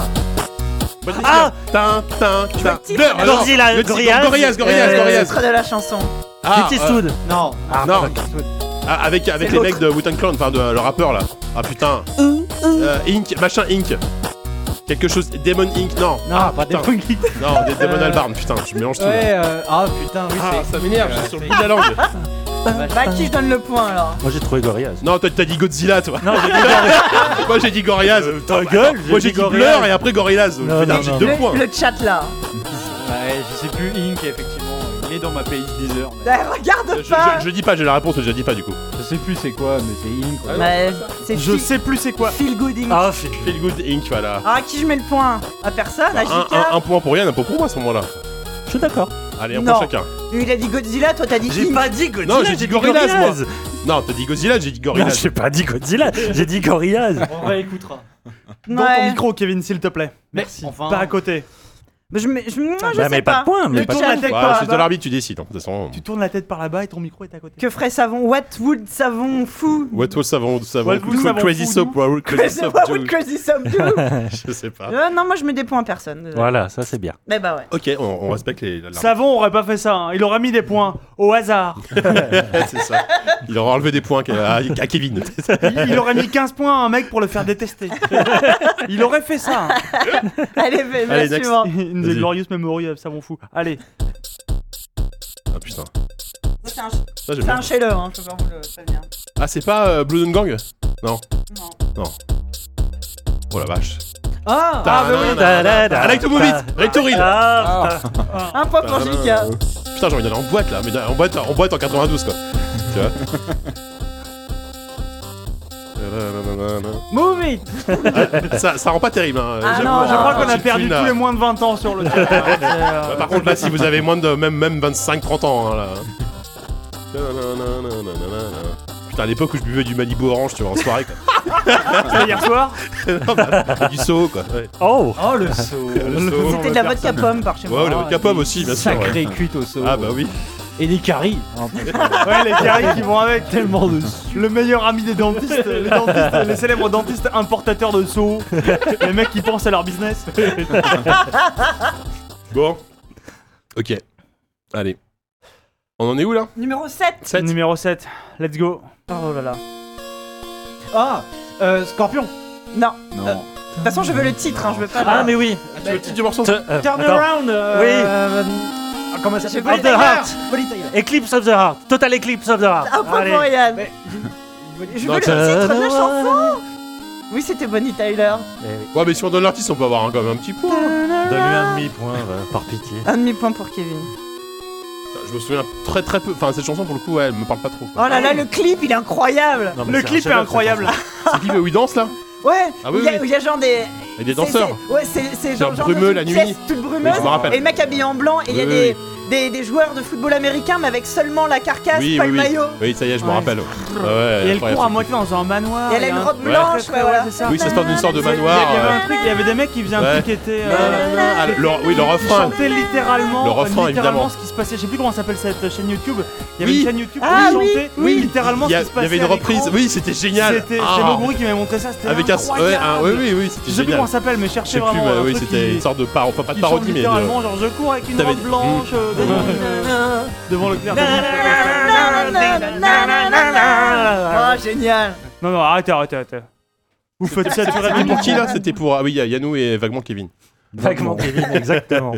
Ah Tin, tin, tin. Beurre, alors, le titre, Gorillaz, Gorillaz,
Euh,
Gorillaz.
titre de la chanson.
Ah, euh,
Non.
non. Ah, avec avec les
C'est l'autre.
mecs de Wu-Tang Clan, enfin de le rappeur là. Ah putain. Euh, Inc, machin Inc. Quelque chose, Demon Inc, non.
Non,
ah,
pas
putain.
Demon Inc.
Non, des Demon
Euh,
Albarn, putain, je mélange tout. là.
Ouais, euh, ah putain, oui,
Ah,
c'est-
ça m'énerve, j'ai sur le bout de la langue.
Bah, qui je donne le point alors
Moi j'ai trouvé Gorillaz. Non, toi t'as dit Godzilla toi.
Non, j'ai dit
Gorillaz. Moi j'ai dit Gorillaz.
Euh, Ah,
ta gueule, Moi j'ai dit Blur et après Gorillaz.
Non,
Putain,
non,
j'ai
non.
deux
Le-
points.
Le chat là.
Ouais, je sais plus, Ink, effectivement, il est dans ma pays de Deezer. mais-
Bah, regarde
Je,
pas
je- je dis pas, j'ai la réponse, mais je la dis pas du coup.
Je sais plus c'est quoi, mais c'est Ink. quoi.
Bah, c'est
Je
Phil-
sais plus c'est quoi.
Feel Good Inc.
Ah, Feel, Good Inc, voilà.
Ah, à qui je mets le point À personne À
un,
JK
Bah, un- un point pour rien, un point pour moi à ce moment-là.
Je suis d'accord.
Allez, un
Non.
point chacun.
Euh, Il a dit Godzilla, toi t'as dit J'ai pas dit
non, j'ai dit Gorillaz, moi. Non, t'as dit Godzilla, j'ai dit Gorillaz.
Non, j'ai pas dit Godzilla, j'ai dit Gorillaz.
On réécoutera. Dans ton
Ouais.
micro, Kevin, s'il te plaît. Merci.
enfin.
Pas à côté.
Mais je, mets- je, moi,
Ah,
je
Bah,
sais pas.
Tu tournes la tête
Ouais,
par
C'est de
là-bas.
l'arbitre, tu décides. hein, De toute façon.
Tu tournes la tête par là-bas et ton micro est à côté.
Que ferait Savon What would Savon fou
What was savon, savon,
What was savon
crazy
food,
soap, what would crazy soap,
What
do?
would Crazy Sam do
Je sais pas.
Euh, Non, moi je mets des points à personne. Euh,
Voilà, ça c'est bien.
Mais bah ouais.
Ok, on, on respecte les. la- la-
Savon aurait pas fait ça. hein. Il aurait mis des points au hasard.
c'est ça. Il aura enlevé des points à, à- à Kevin.
Il, il aurait mis 15 points à un mec pour le faire détester. Il aurait fait ça. hein.
Allez, fais
Allez,
la
next.
suivante.
In the
Vas-y.
Glorious Memory of Savon Fou. Allez.
Ah putain.
C'est un,
Ça, j'aime
c'est
bien.
un chef-d'œuvre, hein, je peux pas vous le prévenir.
Ah, c'est pas euh, Blood and Gang Non. Non. Oh la vache.
Ah, ah bah oui.
Ah,
I like to move it Like to read
Ah.
Un point
Euh,
pour Jika.
Bah, Putain, j'ai envie d'aller en boîte là, mais en boîte, en boîte en 92 quoi. tu vois
Move it
Ah, ça, ça rend pas terrible. Hein.
Ah
J'avoue,
non, je
j'ai
crois
un
qu'on a
petit
perdu
clean,
tous
là.
les moins de 20 ans sur le chat. hein. C'est, euh,
Bah, par contre, là, si vous avez moins de même, même 25-30 ans, hein, là. Putain, à l'époque où je buvais du Malibu Orange, tu vois, en soirée, quoi.
C'était hier soir
Non, bah, du saut, quoi. Ouais.
Oh
Oh le saut
Le saut.
C'était de la vodka pomme par chez moi.
Oh,
Ouais, le vodka pomme aussi, bien sûr.
Sacré
ouais.
cuite au saut.
Ah, bah oui.
Et les caries.
Ouais, les caries qui vont avec.
Tellement de.
Le meilleur ami des dentistes, les, dentistes, les célèbres dentistes importateurs de seaux, les mecs qui pensent à leur business.
Bon. Ok. Allez. On en est où, là
Numéro 7
7
Numéro 7, let's go.
Oh là là.
Ah, euh, Scorpion.
Oh, Non.
Non.
Euh, De toute façon, je veux le titre, hein, je veux pas.
Ah,
la-
mais oui.
Tu veux le titre du morceau
euh,
Turn
attends.
around. euh, euh, Comment ça
J'ai
s'appelle
volé
Of the
Tiger.
Heart.
Volé Tiger.
Eclipse of the Heart, Total Eclipse of the Heart.
Un point
Allez.
pour Yann. Je veux
Non,
le titre
t'as-
de la chanson Oui, c'était Bonnie Tyler.
Ouais, mais si on donne l'artiste, on peut avoir hein, quand même un petit point. hein.
Donne-lui un demi-point, va, par pitié.
Un demi-point pour Kevin.
Putain, Je me souviens très très peu. Enfin, cette chanson, pour le coup, ouais, elle me parle pas trop. quoi.
Oh là là, le clip, il est incroyable
Non, mais
Le
c'est un
clip est
chef-d'œuvre,
incroyable.
C'est qui où il danse, là
Ouais
Ah oui,
il, y a,
oui.
il y a genre des...
Il y a des
c'est-
danseurs.
c'est- Ouais, c'est- c'est genre,
Genre
genre dans
brumeux
une
la nuit.
pièce toute
Oui,
brumeuse,
je me rappelle.
et le mec habillé en blanc, et il y a
Oui,
des, des, des joueurs de football américain, mais avec seulement la carcasse,
Oui,
pas
oui,
le
oui.
maillot.
Oui, ça y est, je me
Ouais.
rappelle. Ah ouais,
Et elle
incroyable.
court à moitié dans un manoir.
Et elle a
il y
une
un-
robe
Ouais.
blanche,
Très,
ouais,
très,
voilà.
ouais, c'est ça.
Oui, ça se passe d'une histoire de
Il y avait-
manoir.
Il y avait
euh,
un truc, il y avait des mecs qui faisaient un
Ouais.
truc qui était. euh,
Ah, le- oui, le refrain.
chantait littéralement,
Le refrain,
littéralement
évidemment.
ce qui se passait. Je sais plus comment s'appelle cette chaîne YouTube. Il y avait
Oui.
une chaîne YouTube
Ah,
où
oui,
ils chantaient
oui.
littéralement
Il y, a-
ce qui se
il y
passait.
avait une
à
reprise.
l'écran.
Oui, c'était génial.
C'était
Ah.
c'est Moguri qui m'avait montré ça. C'était
Avec un.
incroyable.
Ouais, un- oui, oui, oui, c'était
Je sais plus
génial.
comment ça s'appelle, mais
Je
cherchez
sais plus,
vraiment.
mais
un
oui,
truc
c'était
qui-
une sorte de par... enfin, pas de
qui chante
parodie, mais. de-
littéralement genre je cours avec une
T'avais
robe
dit-
blanche euh, devant, une- devant le clair de lune.
Oh, génial
Non non arrêtez arrêtez arrêtez. Vous faites ça sur
C'était Ah, pour qui là C'était pour. Ah oui, il y a Yannou et vaguement Kevin.
Vaguement Kevin, exactement.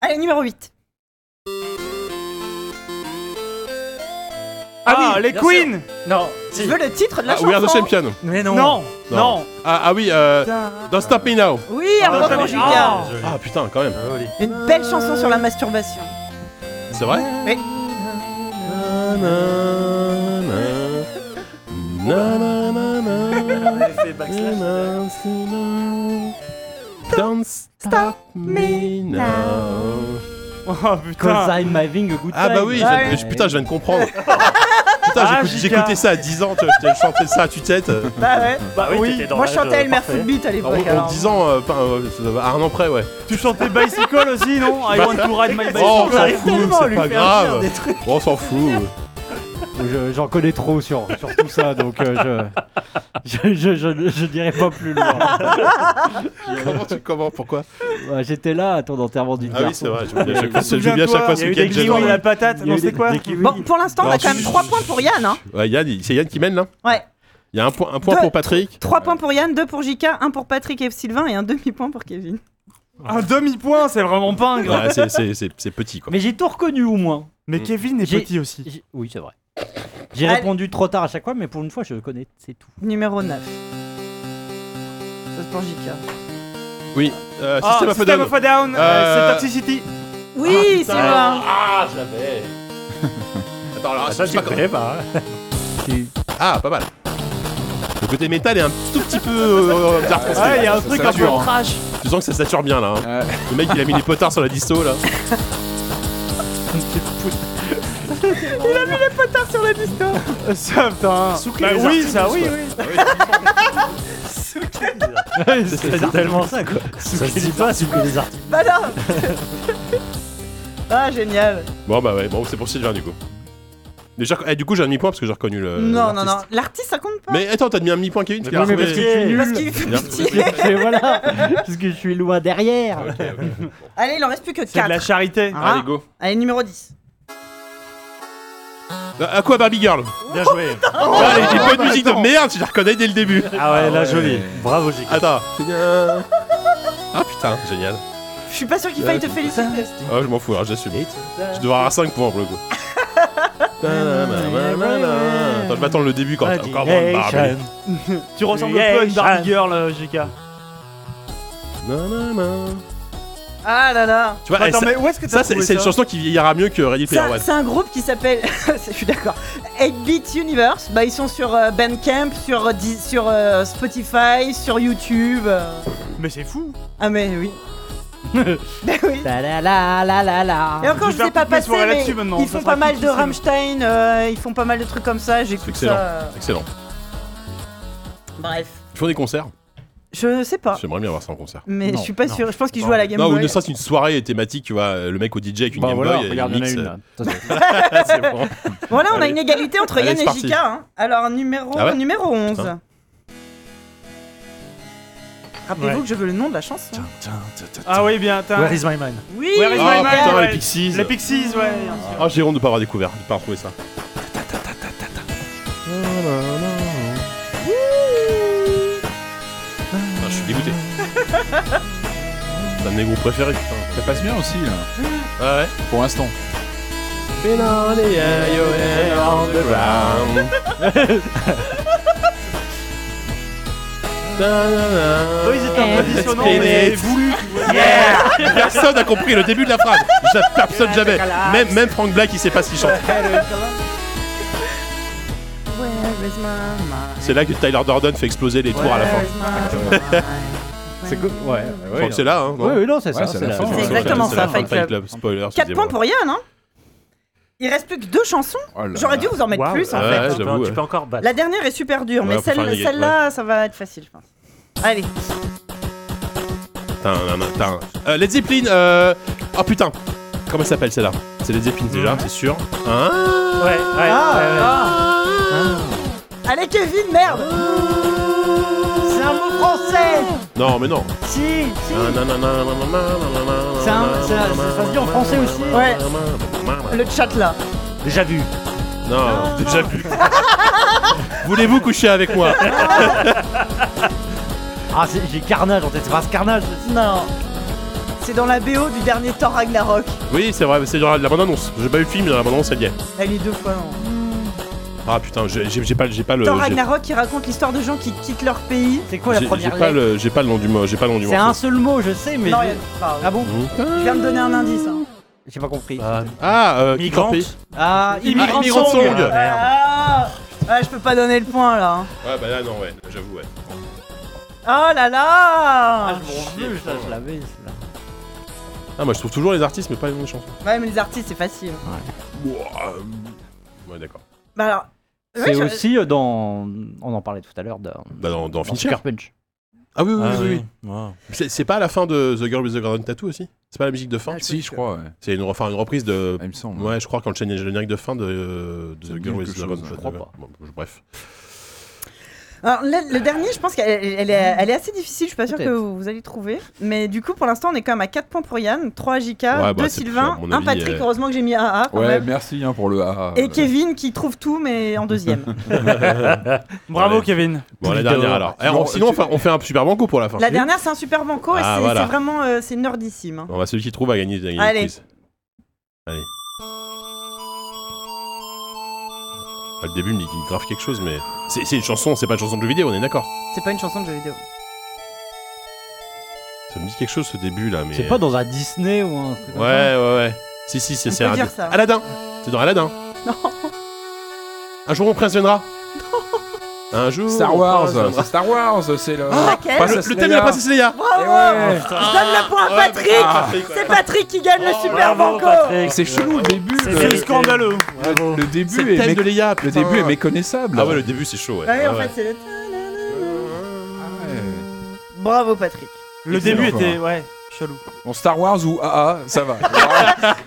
Allez, numéro 8.
Ah oui, les
bien
Queen.
Non,
Je
si.
veux le titre de la
Ah, We are the
chanson.
champion.
Mais non.
Non non.
Ah, ah oui, euh.
Putain.
Don't stop me now.
Oui, un
Ah,
point
non,
pour
mais-
Jika.
Oh.
Ah putain, quand même.
Joli.
Une belle chanson sur la masturbation.
C'est vrai
Oui.
Na, na, na. Na, na, na, na. Na, na, na. Don't stop me now.
Oh putain.
I'm having a good
Ah bah oui,
Ouais.
je- je- putain, je viens de comprendre. putain,
Ah,
j'écoute-
Giga.
j'écoutais ça à 10 ans, tu vois, je chantais ça à tue-tête.
Bah ouais.
Bah oui, t'étais dans
Moi,
la
je chantais
règle,
Elmer
parfait.
Footbeat à
En,
l'époque.
en
alors.
10 ans, euh, par- euh, ça va, à un an près, ouais.
Tu chantais Bicycle aussi, non I want to ride my bicycle.
Oh, on s'en
J'arrive
fout,
tellement à
c'est
lui
pas
faire dire
grave.
des trucs.
On s'en fout.
Je- J'en connais trop sur, sur tout ça, donc euh, je, je, je, je- je dirai pas plus loin.
Comment tu- comment, pourquoi
Bah, J'étais là à ton enterrement du
Ah oui, c'est vrai, je me dis à chaque fois- je me dis à chaque fois ce week-end, j'ai-
Il y a eu des- des kiwis.
Bon, pour l'instant, on a
Non,
quand même
tu-
3 points pour Yann. Hein.
Ouais, Yann, il- c'est Yann qui mène là
Ouais.
Il y a un point, un point
Deux.
pour Patrick.
3 points pour Yann, 2 pour Jika, 1 pour Patrick et Sylvain et un demi-point pour Kevin.
Un demi-point, c'est vraiment pingre.
Ouais, c'est- c'est c'est- c'est petit quoi.
Mais j'ai tout reconnu au moins.
Mais
Mm.
Kevin est
J'ai-
petit aussi.
j'ai- Oui, c'est vrai. J'ai
Allez.
répondu trop tard à chaque fois, mais pour une fois, je connais, c'est tout.
Numéro 9. C'est pour Jika.
Ah, Oui, euh,
Ah,
System of a
System
Down.
of a Down, euh,
Euh,
c'est Toxicity.
Oui,
putain.
Sylvain.
Ah, je l'avais. Attends, alors,
Ah, ça,
je
tu
sais
le connais pas. hein.
Ah, pas mal. Le côté métal est un tout petit peu euh, bizarre français.
Ouais, il y a un
Ça
truc un peu
sature, hein.
trash.
Tu sens que ça sature bien là. hein. Le mec, il a mis les potards sur la disto là.
Il a mis les potards sur la disco.
Ça, putain.
Bah
Bah oui, ça, oui, oui.
C'est tellement ça, quoi. Ça se dit pas, c'est que les articles.
Bah non. ah, génial.
Bon, bah ouais, bon, c'est pour Sylvain du coup. Déjà, eh, du coup, j'ai un demi-point parce que j'ai reconnu le.
non, non, non.
Euh, l'artiste.
L'artiste, ça compte pas.
Mais attends, t'as mis un demi-point, Kevin tu l'as
non, mais parce
retrouvé.
que tu es nul.
Parce qu'il fait
Bien.
pitié.
Mais voilà, parce que je suis loin derrière.
Allez, il en reste plus que
C'est de la
4.
charité.
Allez, go.
Allez, numéro 10.
Euh, À quoi Barbie Girl
Bien joué.
Oh,
Ah, J'ai pas de musique de merde, je la reconnais dès le début.
Ah ouais, la jolie. Bravo, J.K.
Attends. Ah putain, génial.
Je suis pas sûr qu'il faille te féliciter.
Ah, je m'en fous, alors j'assume. Je devrais avoir 5 points pour le coup. Attends, je vais attendre le début quand t'as encore moins de Barbie.
Tu ressembles un peu à une Barbie Girl, euh, JK.
Ah là là.
Tu vois, eh,
Attends,
ça-
mais où est-ce que
ça,
t'as
c'est
trouvé
c'est une chanson qui vieillira mieux que Ready Player
Ça,
One.
C'est un groupe qui s'appelle, je suis d'accord, 8-Bit Universe. Bah, ils sont sur euh, Bandcamp, sur, euh, Di- sur euh, Spotify, sur YouTube. euh.
Mais c'est fou.
Ah, mais oui. bah oui.
Ta la la la la la.
Et encore,
vais
je
faire
sais pas
toutes mes
passer,
soirées
mais
là-dessus maintenant,
ils
ça
font
sera
pas mal de
difficile.
Rammstein, euh, ils font pas mal de trucs comme ça, j'écoute
Excellent.
ça. euh,
Excellent.
Bref.
Ils font des concerts
Je sais pas,
J'aimerais bien voir ça en concert.
mais
Non,
je suis pas
non.
sûr. Je pense qu'ils jouent à la Ah. Game
non, ou
Boy.
ne serait-ce qu'une soirée thématique, tu vois, le mec au DJ avec une
Bah
Game
voilà,
Boy.
regarde, il y en a
mixe.
une, là.
hein. C'est bon.
Voilà, on a
Allez.
une égalité entre
Allez,
Yann
c'est
et
parti.
Jika. hein. Alors, numéro,
Ah ouais
numéro 11.
Putain.
Rappelez-vous que je veux le nom de la chanson.
Ah oui, bien, t'as.
Where is my man
Oui,
Where is
Oh
my man,
putain,
ouais.
les Pixies.
Les Pixies, ouais. bien sûr.
Ah, j'ai honte de pas avoir découvert, de pas retrouver ça. Ah, Putain, je suis dégoûté. C'est un de mes groupes préférés, putain.
Ça passe bien aussi, là,
Ah ouais
pour l'instant.
Eux, ils étaient un peu dissonants,
Spin
mais
it.
voulu.
Personne n'a compris le début de la phrase. Ja- Personne jamais. Même, même Frank Black, il sait pas ce qu'il chante.
Where is my mind?
C'est là que Tyler Durden fait exploser les tours à la fin.
Where is my mind?
C'est cool, ouais.
Je crois que c'est là, hein. non
Oui, oui, non, c'est
Ouais,
ça.
c'est
c'est
la
la-
fin,
C'est
ouais.
exactement
C'est
ça,
la fin hein. de
Fight Club.
Spoiler,
4 points
excusez-moi.
pour Yann, hein Il reste plus que deux chansons.
Oh là
J'aurais
là.
dû vous en mettre
Waouh.
plus, en
Ouais,
fait.
ouais,
tu,
j'avoue,
peux, tu
ouais.
peux encore battre.
La dernière est super dure,
Ouais,
mais
faut faire
celle-
les-
celle-là, ça va être facile, je pense. Allez.
Putain, nan, nan, putain. Euh, Led Zeppelin, euh... Oh putain Comment elle s'appelle celle-là C'est Led Zeppelin déjà, c'est sûr. Ah. Hein
Ouais, ouais, ouais, ouais.
Ah. Allez, Kevin, merde
C'est un mot français.
Non, mais non.
Si, si.
C'est
C'est un- c'est un- hein, ça se dit en français aussi
Ouais. Le chat, là.
Déjà vu.
Non, déjà vu. Voulez-vous coucher avec moi
Ah, c'est- j'ai carnage en tête. C'est pas ce carnage.
Non. C'est dans la BO du dernier Thor Ragnarok.
Oui, c'est vrai, c'est genre la bande-annonce. J'ai pas eu le film, mais dans la bande-annonce, elle y est.
Elle est deux fois,
Bah
non
Ah putain, j'ai j'ai- j'ai pas, j'ai pas le...
Thor
j'ai-
Ragnarok qui raconte l'histoire de gens qui quittent leur pays.
C'est quoi la
j'ai- J'ai
première
pas
lettre
le, j'ai pas le nom du mot, j'ai pas le nom du
C'est
morceau.
un seul mot, je sais, mais.
non,
j'ai-
il y a- enfin,
Ah bon
je viens de donner un indice. hein.
Oh,
J'ai pas compris.
Ah, euh,
Migrante.
Camper.
Ah,
Ah,
immigrant
Immigrant Song.
song.
Ouais,
Ah, Ah, je peux pas donner le point, là. hein.
bah là, non, ouais, j'avoue, ouais.
Oh là
Ah,
là
Je ça, je l'avais. celle-là.
Ah, moi, je trouve toujours les artistes, mais pas les noms des chansons.
Ouais, mais les artistes, c'est facile.
Ouah, euh, Ouais, d'accord.
Bah alors,
C'est
je-
aussi euh, dans. On en parlait tout à l'heure dans,
Bah, dans- dans Fincher.
Sucker Punch.
Ah oui, oui,
Ah
oui.
oui.
oui. C'est- C'est pas à la fin de The Girl with the Garden Tattoo aussi C'est pas la musique de fin
Si, je crois. ouais. Ah,
C'est une, enfin, une reprise de.
il me semble.
Ouais, je crois quand le chaîne- le générique de fin de, euh, de
Ça me
The
dit
Girl with the
quelque
Garden
chose,
Tattoo.
je crois pas.
Bon, je- bref.
Alors, le, le dernier, je pense qu'elle elle est, elle est assez difficile. Je suis pas sûre que
Peut-être.
vous, vous allez trouver. Mais du coup, pour l'instant, on est quand même à 4 points pour Yann, 3 à JK, 2
Ouais, bah, c'est-
Sylvain,
à mon
1
avis,
Patrick.
euh,
Heureusement que j'ai mis AA quand
Ouais,
même.
merci hein, pour le A.
Ah, Et Kevin qui trouve tout, mais en deuxième.
Bravo, Kevin.
Bon, la
Plutôt.
dernière alors. Eh, on-
Sinon,
sinon, on fait- on fait un super banco pour la fin.
La dernière, c'est un super banco et
Ah,
c'est
voilà.
c'est vraiment euh, c'est nerdissime. hein.
On va celui qui trouve à gagner, à gagner le
Allez.
quiz. Allez. Ah, le début me dit qu'il grave quelque chose, mais. C'est c'est une chanson, c'est pas une chanson de jeu vidéo, on est d'accord
C'est pas une chanson de jeu vidéo.
Ça me dit quelque chose ce début là, mais.
C'est pas dans un Disney ou un truc
Ouais,
comme ça
hein.
ouais, ouais. Si, si, c'est
On
c'est
peut
un-
dire ça.
Aladdin C'est dans Aladdin
Non
Un jour, mon prince viendra Un jour.
Star
mon
Wars,
prince viendra.
c'est Star Wars, c'est le.
Ah, le,
Laquelle
le thème de la princesse Leia
Bravo
ouais.
Je donne le point à
ouais, ah.
Patrick
Patrick,
C'est Patrick qui gagne le super banco
C'est chelou le début.
C'est
le-
scandaleux.
Le, le
C'est
début
le
est,
thème
mé-
de Leia,
le
putain.
début est méconnaissable.
Ah ouais, le début c'est chaud, ouais.
Ouais, en
Ouais,
fait,
ouais.
c'est le- Bravo Patrick
Le
Excellent,
début
quoi.
était, ouais, chelou.
Bon, Star Wars ou AA, ça va.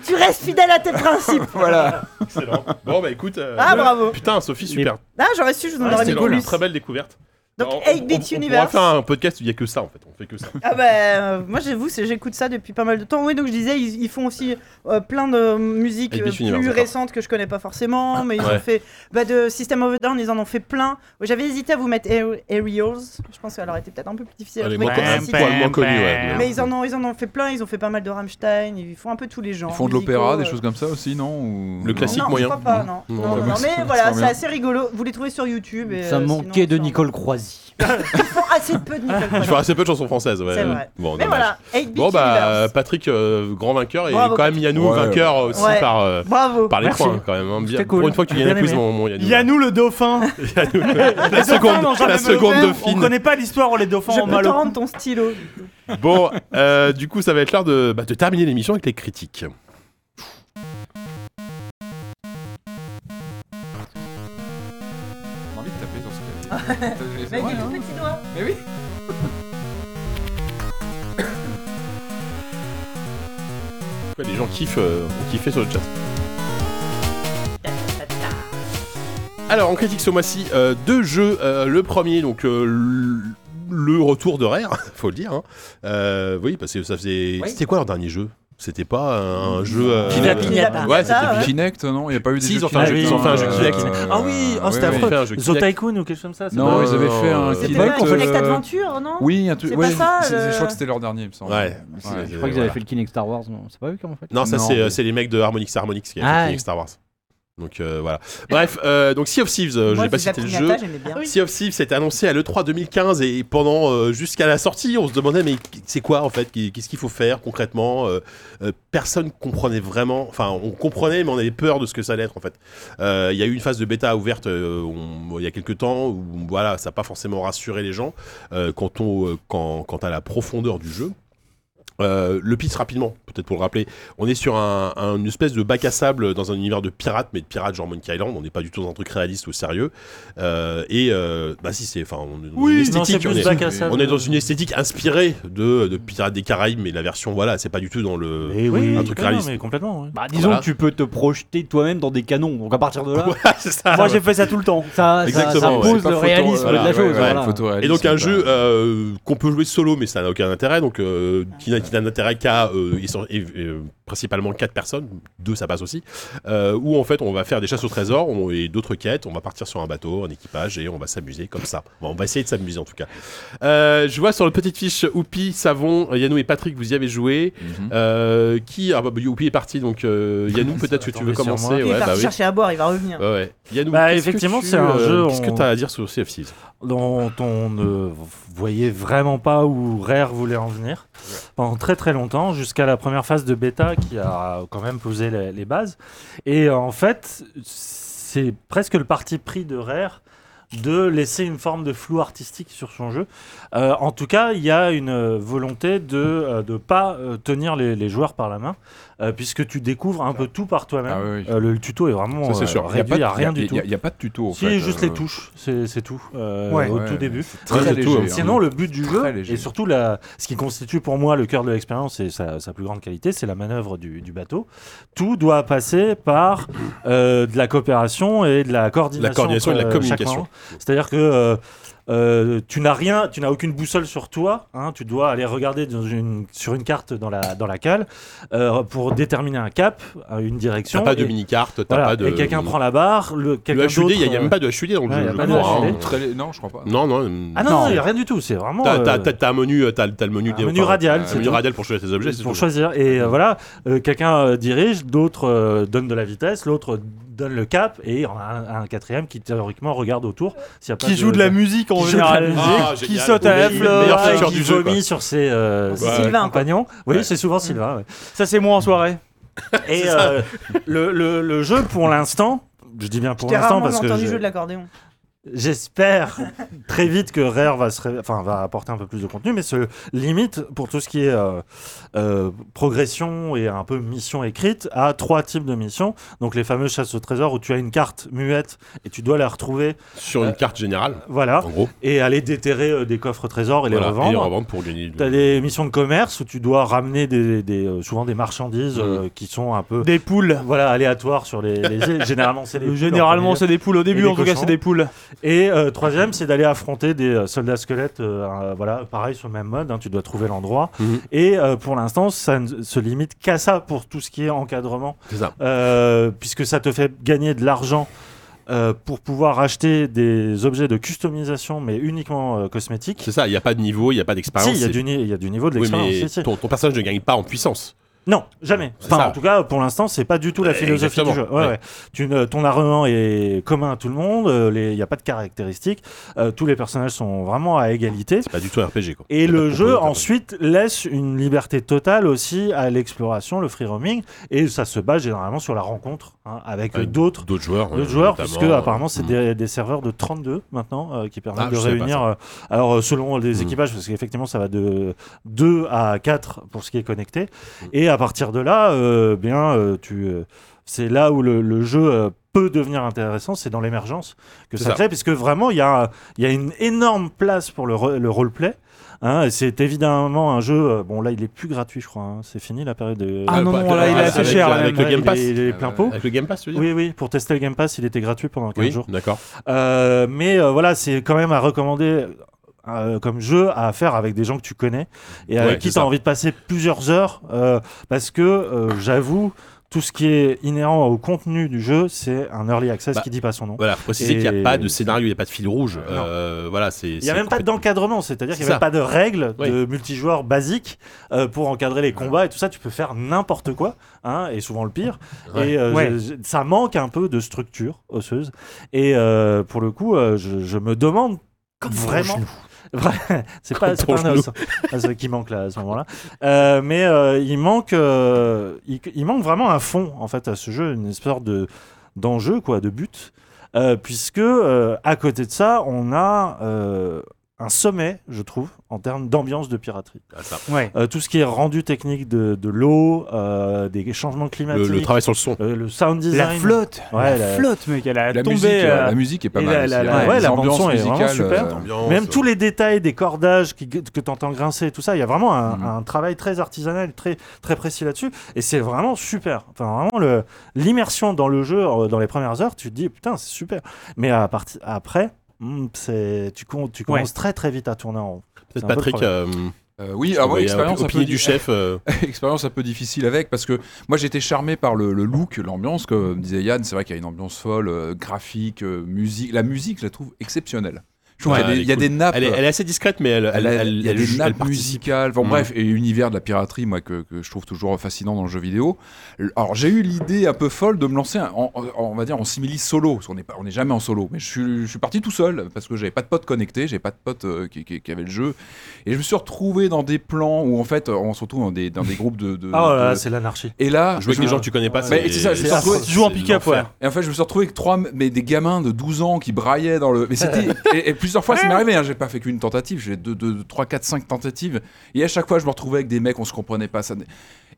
Tu restes fidèle à tes principes
voilà.
Excellent. Bon, bah écoute. euh,
Ah, bravo.
Putain, Sophie, super.
Ah, j'aurais su, je vous en
Ah,
aurais
c'est
mis
drôle,
plus.
Très belle découverte.
Donc,
On- on-
8 Bit
On pourra
Universe.
faire un podcast où il n'y a que ça en fait, on fait que ça.
Ah bah, euh, moi j'avoue, c'est- j'écoute ça depuis pas mal de temps. Oui, donc je disais, ils, ils font aussi euh, plein de musiques
8
euh,
Bit Universe,
plus
d'accord. Ah,
récentes que je connais pas forcément, mais ils
Ouais.
ont fait bah, de System of a Down, ils en ont fait plein. J'avais hésité à vous mettre Aer- Aerials, je pense qu'elle aurait été peut-être un peu plus difficile. à
Elle est
trouver
moins con-
comme
un
site.
poil moins connue, ouais.
Mais ils en ont, ils en ont fait plein. Ils ont fait pas mal de Rammstein. Ils font un peu tous les genres.
Ils font de
musicaux,
l'opéra, des
euh.
choses comme ça aussi, non Ou-
Le classique
Non, je
moyen.
crois pas, non.
Non,
Non,
bah,
non,
moi,
non,
ça
mais
me
voilà,
sert
c'est
bien.
assez rigolo. Vous les trouvez sur YouTube. Et,
Ça
euh,
manquait de
sinon,
Nicole Croisy.
Ils font assez Ah, peu de Nicole.
Il faut assez peu de chansons françaises, ouais.
C'est vrai.
Bon,
Mais
dommage.
voilà, 8
Bon bah Patrick euh, grand vainqueur et
Bravo,
quand même
Patrick.
Yannou
Ouais.
vainqueur aussi
Ouais.
par, euh,
Bravo.
par les
Merci.
points quand même. hein. Bien-
C'était cool.
Pour une fois que tu gagnes
Bien
un quiz
aimé.
mon, mon Yannou.
Yannou le dauphin.
La seconde, la seconde de
On
fin.
connaît pas l'histoire où les dauphins
Je
ont
peux
mal
te
au
rendre ton stylo.
Bon, euh, du coup ça va être l'heure de, bah, de terminer l'émission avec les critiques.
J'ai envie de taper sur ce clavier. C'est
Avec
vrai,
des tout
hein.
petits doigts.
Mais oui.
Ouais, les gens kiffent, euh, ont kiffé sur le chat. Alors, on critique ce mois-ci euh, deux jeux. Euh, le premier, donc euh, l- le retour de Rare, faut le dire. hein. Euh, oui, parce que ça faisait.
Oui.
C'était quoi leur dernier jeu C'était pas un jeu. euh,
Villa
Pignata.
Ouais, c'était
Ah, ouais.
Kinect, non Il n'y a pas eu des
Si,
jeux
ils ont fait un
Kinect,
jeu- ils ont fait un jeu
euh,
Kinect.
Ah oui, oh, c'était
ouais,
affreux.
ouais.
fait un jeu
Zo
Kinect.
Tycoon ou quelque chose comme ça. c'est
Non,
pas-
ils avaient fait un
C'était
C'était
Kinect,
pas
Kinect.
Kinect
euh,
Adventure, non
Oui, un truc.
C'est
ouais,
pas ça,
c'est-
le-
Je crois que c'était leur dernier, il me semble.
Ouais.
Ouais.
C'est-
Je crois qu'ils
voilà.
avaient fait le Kinect Star Wars, non C'est pas eux qui en ont fait
Non, ça
Non,
c'est euh,
mais-
c'est les mecs de Harmonix Harmonix qui a
Ah,
fait Kinect Star Wars. Donc euh, voilà. Bref, euh, donc Sea of Thieves, euh, je
Moi,
n'ai pas
Villa
cité le
Pignata,
jeu.
j'aimais bien.
Sea of Thieves s'est annoncé à l'E3 2015 et pendant euh, jusqu'à la sortie, on se demandait mais c'est quoi en fait Qu'est- Qu'est-ce qu'il faut faire concrètement Euh, euh, Personne comprenait vraiment. Enfin, on comprenait, mais on avait peur de ce que ça allait être en fait. Euh, Il y a eu une phase de bêta ouverte euh, on- il y a quelques temps où voilà, ça n'a pas forcément rassuré les gens euh, quant, au- euh, quand- quant à la profondeur du jeu. Euh, le pitch rapidement, peut-être pour le rappeler, on est sur un, un- une espèce de bac à sable dans un univers de pirates, mais de pirates genre Monkey Island, on n'est pas du tout dans un truc réaliste ou sérieux. Euh, et euh, bah si c'est, enfin, on est dans une
non, c'est
esthétique, on
plus
est-
bac à sable.
on est dans une esthétique inspirée de, de Pirates des Caraïbes, mais la version, voilà, c'est pas du tout dans le.
Eh oui,
un truc
non, non,
réaliste.
mais complètement. ouais.
ah, Bah, disons
Voilà.
que tu peux te projeter toi-même dans des canons. Donc à partir de là,
Ouais, c'est ça,
Moi
ouais.
j'ai fait ça tout le temps.
ça, ça- ça,
Exactement, ouais.
pose le réalisme
voilà,
de la
ouais,
chose.
ouais,
voilà.
Et donc un jeu euh, qu'on peut jouer solo, mais ça n'a aucun intérêt, donc euh, qui n'a qui n'a d'intérêt qu'à euh, essen- et- et, euh, principalement quatre personnes, deux ça passe aussi, euh, où en fait on va faire des chasses au trésor on- et d'autres quêtes, on va partir sur un bateau, un équipage et on va s'amuser comme ça. Bon, on va essayer de s'amuser en tout cas. Euh, je vois sur le petite fiche Oupi, Savon, Yannou et Patrick, vous y avez joué.
Mhm.
Euh, qui ah bah, Youpi est parti, donc euh, Yannou peut-être que tu veux
tomber sur
commencer.
moi.
Il
ouais,
est
bah
parti
oui.
chercher à boire, il va revenir.
Ouais, ouais. Yannou,
Bah,
qu'est-ce que
effectivement,
tu,
c'est un
euh,
jeu,
Qu'est-ce que
on-
tu as à dire sur CF6
dont on ne voyait vraiment pas où Rare voulait en venir pendant très très longtemps, jusqu'à la première phase de bêta qui a quand même posé les, les bases. Et en fait, c'est presque le parti pris de Rare de laisser une forme de flou artistique sur son jeu. Euh, en tout cas, il y a une euh, volonté de ne pas euh, tenir les, les joueurs par la main, euh, puisque tu découvres un peu tout par toi-même.
Ah oui, oui.
Euh, le, le tuto est vraiment
Ça, c'est
euh,
sûr. Il y a
réduit
pas de-
à rien
il y a-
du tout.
il y a- il y a pas de tuto, en
Si,
fait,
juste
euh,
les touches, c'est c'est tout. euh,
Ouais.
Au
Ouais,
tout
ouais.
début.
C'est très Très léger,
Sinon,
hein.
Sinon, le but du
Très
jeu,
léger.
et surtout la, ce qui constitue pour moi le cœur de l'expérience et sa, sa plus grande qualité, c'est la manœuvre du, du bateau. Tout doit passer par euh, de la coopération et de la coordination.
La coordination et de la
entre, euh, chaque
communication.
membre. C'est-à-dire que euh, euh, tu n'as rien, tu n'as aucune boussole sur toi. hein, tu dois aller regarder dans une- sur une carte dans la, dans la cale euh, pour déterminer un cap, euh, une direction.
T'as pas de
et-
mini-carte, t'as
voilà,
pas de-
Et quelqu'un prend la barre, le quelqu'un
HUD,
d'autre,
il y a- il y a
euh,
même pas de HUD dans le
ouais,
jeu,
il y a
je
pas de
crois,
HUD.
hein. Très-
non, je crois pas.
Non, non.
Ah non, non, il y a rien du tout, c'est vraiment,
T'as t'as-
euh,
t'as- t'as un menu, t'as t'as le menu,
Un menu radial,
Un
c'est
menu
tout.
radial pour choisir tes objets, c'est
Pour
tout.
choisir. Et euh, voilà, euh, quelqu'un euh, dirige, d'autres euh, donnent de la vitesse, l'autre donne le cap, et on a un, un quatrième qui théoriquement regarde autour. s'il y a pas
Qui joue de la musique, en
Qui joue de la
général.
musique,
Ah,
qui
génial.
saute à la
Oui, meilleur
fleur,
feature
qui
du jeu,
vomit
quoi.
sur ses euh,
C'est Sylvain,
compagnons.
quoi.
Oui,
Ouais.
c'est souvent Sylvain. ouais.
Ça, c'est moi en soirée.
Et euh, le, le- le jeu, pour l'instant, je dis bien pour
J'ai
l'instant
rarement
parce que
entendu
j'ai-
jeu de l'accordéon.
J'espère très vite que Rare va, se ré- enfin, va apporter un peu plus de contenu, mais se limite pour tout ce qui est euh, euh, progression et un peu mission écrite à trois types de missions. Donc les fameuses chasses au trésor où tu as une carte muette et tu dois la retrouver.
Sur une carte générale.
Voilà.
En gros.
Et aller déterrer euh, des coffres trésors et les
Voilà,
revendre.
et les revendre pour gagner du-
T'as des missions de commerce où tu dois ramener des, des, euh, souvent des
Mmh.
marchandises euh, qui sont un peu.
Des poules.
Voilà, aléatoires sur les. les îles. généralement, c'est des poules.
Généralement,
en premier
c'est des poules. Au
lieu.
début,
Et
en tout cas,
cochons.
c'est des poules.
Et euh, troisième, c'est d'aller affronter des euh, soldats squelettes. euh, euh, voilà, pareil sur le même mode. hein, tu dois trouver l'endroit.
Mhm.
Et euh, pour l'instant, ça ne se limite qu'à ça pour tout ce qui est encadrement.
C'est ça.
Euh, puisque ça te fait gagner de l'argent. euh, pour pouvoir acheter des objets de customisation, mais uniquement euh, cosmétiques.
C'est ça, il n'y a pas de niveau, il n'y a pas d'expérience.
Si, il y a
c'est-
du ni- il y a du niveau de
Oui,
l'expérience,
mais
si, si.
Ton, ton personnage ne gagne pas en puissance.
Non, jamais.
C'est
Enfin,
ça.
en tout cas, pour l'instant, c'est pas du tout la
Ouais,
philosophie du jeu.
exactement.
Ouais,
Ouais.
ouais. Tu ne- ton armement est commun à tout le monde. Il n'y a pas de caractéristiques. euh, tous les personnages sont vraiment à égalité.
C'est pas du tout un RPG. Quoi.
Et le jeu ensuite laisse une liberté totale aussi à l'exploration, le free roaming, et ça se bat généralement sur la rencontre hein, avec,
Avec
d'autres
d'autres joueurs,
d'autres
euh,
joueurs,
notamment,
puisque
euh,
apparemment c'est des, des serveurs de 32 maintenant euh, qui permettent
Ah,
de
je savais pas
réunir.
ça.
euh, alors euh, selon les
Mm.
équipages, parce qu'effectivement ça va de 2 à 4 pour ce qui est connecté,
Hmm.
et à partir de là, euh, bien euh, tu euh, c'est là où le, le jeu euh, peut devenir intéressant, c'est dans l'émergence que
C'est
ça
ça.
crée, puisque vraiment, il y a, il y a une énorme place pour le, ro- le roleplay. hein, et c'est évidemment un jeu. euh, Bon, là, il est plus gratuit, je crois. hein, C'est fini la période. de-
Euh,
Ah
bah,
non, non, là, il est assez
Avec-
cher, là,
Avec
même,
le
ouais.
Game Pass.
Il est-
Il est plein pot.
Avec le Game Pass, tu veux dire
Oui, oui. Pour tester le Game Pass, il était gratuit pendant 15
Oui,
jours.
d'accord.
Euh, mais euh, voilà, c'est quand même à recommander euh, comme jeu à faire avec des gens que tu connais et avec
Ouais,
qui
c'est
tu as
ça.
envie de passer plusieurs heures euh, parce que euh, j'avoue. Tout ce qui est inhérent au contenu du jeu, c'est un early access
Bah,
qui dit pas son nom.
Voilà, faut préciser qu'il n'y
Et-
a pas de scénario, il n'y a pas de fil rouge. Euh, voilà, c'est.
il n'y a même pas d'encadrement, c'est-à-dire qu'il n'y a
C'est
même pas de
ça.
règles
Oui.
de multijoueur basiques euh, pour encadrer les combats et tout ça. Tu peux faire n'importe quoi, hein, et souvent le pire.
Ouais.
Et euh,
Ouais.
je- je- ça manque un peu de structure osseuse. Et euh, pour le coup, euh, je, je me demande vraiment. Vra- c'est pas,
Comme
c'est
ton
pas un os hein, ce qui manque là à ce moment-là. Euh, mais euh, il manque, euh, il, il manque vraiment un fond en fait à ce jeu, une espèce de d'enjeu quoi, de but, Euh, puisque euh, à côté de ça, on a euh, un sommet, je trouve, en termes d'ambiance de piraterie.
Ouais.
Euh, tout ce qui est rendu technique de, de l'eau, euh, des changements climatiques,
Le- le travail sur le son.
euh, le sound design,
La flotte.
Ouais,
La flotte, mec, elle a
La
tombé.
musique,
euh,
la musique est pas
et
mal
la-
aussi,
la-
hein.
ouais,
Les
la
ambiances
bande-son est vraiment
musicales,
super.
euh,
Ambiance,
Même tous les détails des cordages qui- que tu entends grincer et tout ça, il y a vraiment un, un travail très artisanal, très, très précis là-dessus. Et c'est vraiment super. Enfin, vraiment, le- l'immersion dans le jeu, euh, dans les premières heures, tu te dis, putain, c'est super. Mais à parti- après, hmm, c'est- tu, com- tu commences
Ouais.
très très vite à tourner en rond. C'est
Peut-être
un peu le
Patrick.
problème.
Euh, oui,
Parce
alors
qu'on
ouais,
voyait
expérience
opi-
un peu
opinion
di-
du chef, euh.
expérience un peu difficile avec parce que moi j'étais charmé par le, le look, l'ambiance que disait Yann. C'est vrai qu'il y a une ambiance folle, euh, graphique, euh, musique. La musique, je la trouve exceptionnelle. Je trouve
Ouais,
qu'il y a des-
elle est
il y a
cool.
des nappes.
Elle est- elle est assez discrète, mais elle- elle-
a-
elle-
il y a
elle
des
joue- elle
nappes
participe.
musicales. Enfin
Mm.
bref, et univers de la piraterie, moi, que, que je trouve toujours fascinant dans le jeu vidéo. Alors j'ai eu l'idée un peu folle de me lancer, en, en- on va dire, en simili solo, parce qu'on n'est pas- on n'est jamais en solo. Mais je suis, je suis parti tout seul, parce que j'avais pas de potes connectés, j'avais pas de potes euh, qui, qui, qui avaient le jeu. Et je me suis retrouvé dans des plans où, en fait, on se retrouve dans des, dans des groupes de. de-
Ah, là,
euh,
de-
c'est l'anarchie.
Et là,
Jouer avec
je-
des gens que tu connais pas,
Mais
c'est-
c'est ça,
c'est- tu joues en pick-up,
l'enfer.
ouais.
Et en fait, je me suis retrouvé avec trois, mais des gamins de 12 ans qui braillaient dans le. Mais c'était. et, et plusieurs fois, ça m'est arrivé. Hein, j'ai pas fait qu'une tentative. J'ai deux, deux, trois, quatre, cinq tentatives. Et à chaque fois, je me retrouvais avec des mecs, on se comprenait pas. Ça...